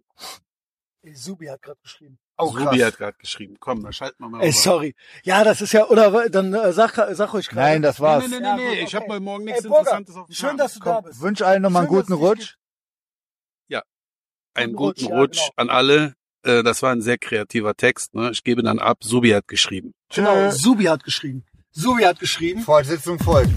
B: Subi hat gerade geschrieben.
A: Oh,
E: Ruby
A: krass.
E: hat gerade geschrieben. Komm, dann schalten wir mal
B: Ey,
E: rüber.
B: sorry. Ja, das ist ja, oder dann äh, sag, sag ruhig gerade.
A: Nein, das war's.
E: Nee, nee, nee,
B: Ja,
E: nee,
B: gut,
E: ich habe
B: okay.
E: mal morgen nichts
B: Ey, Burger,
E: Interessantes auf dem
B: Schön,
E: Schirm.
B: dass du da
A: Komm,
B: bist.
A: wünsch allen nochmal einen
B: Schön, dass
A: guten
B: es dich
A: Rutsch.
E: Einen
B: Rutsch,
E: guten
B: ja,
E: Rutsch
B: genau.
E: an alle. Äh, Das war ein sehr kreativer Text. Ne? Ich gebe dann ab. Subi hat geschrieben.
B: Genau,
A: Tschö.
B: Subi hat geschrieben. Subi hat geschrieben.
A: Fortsetzung folgt.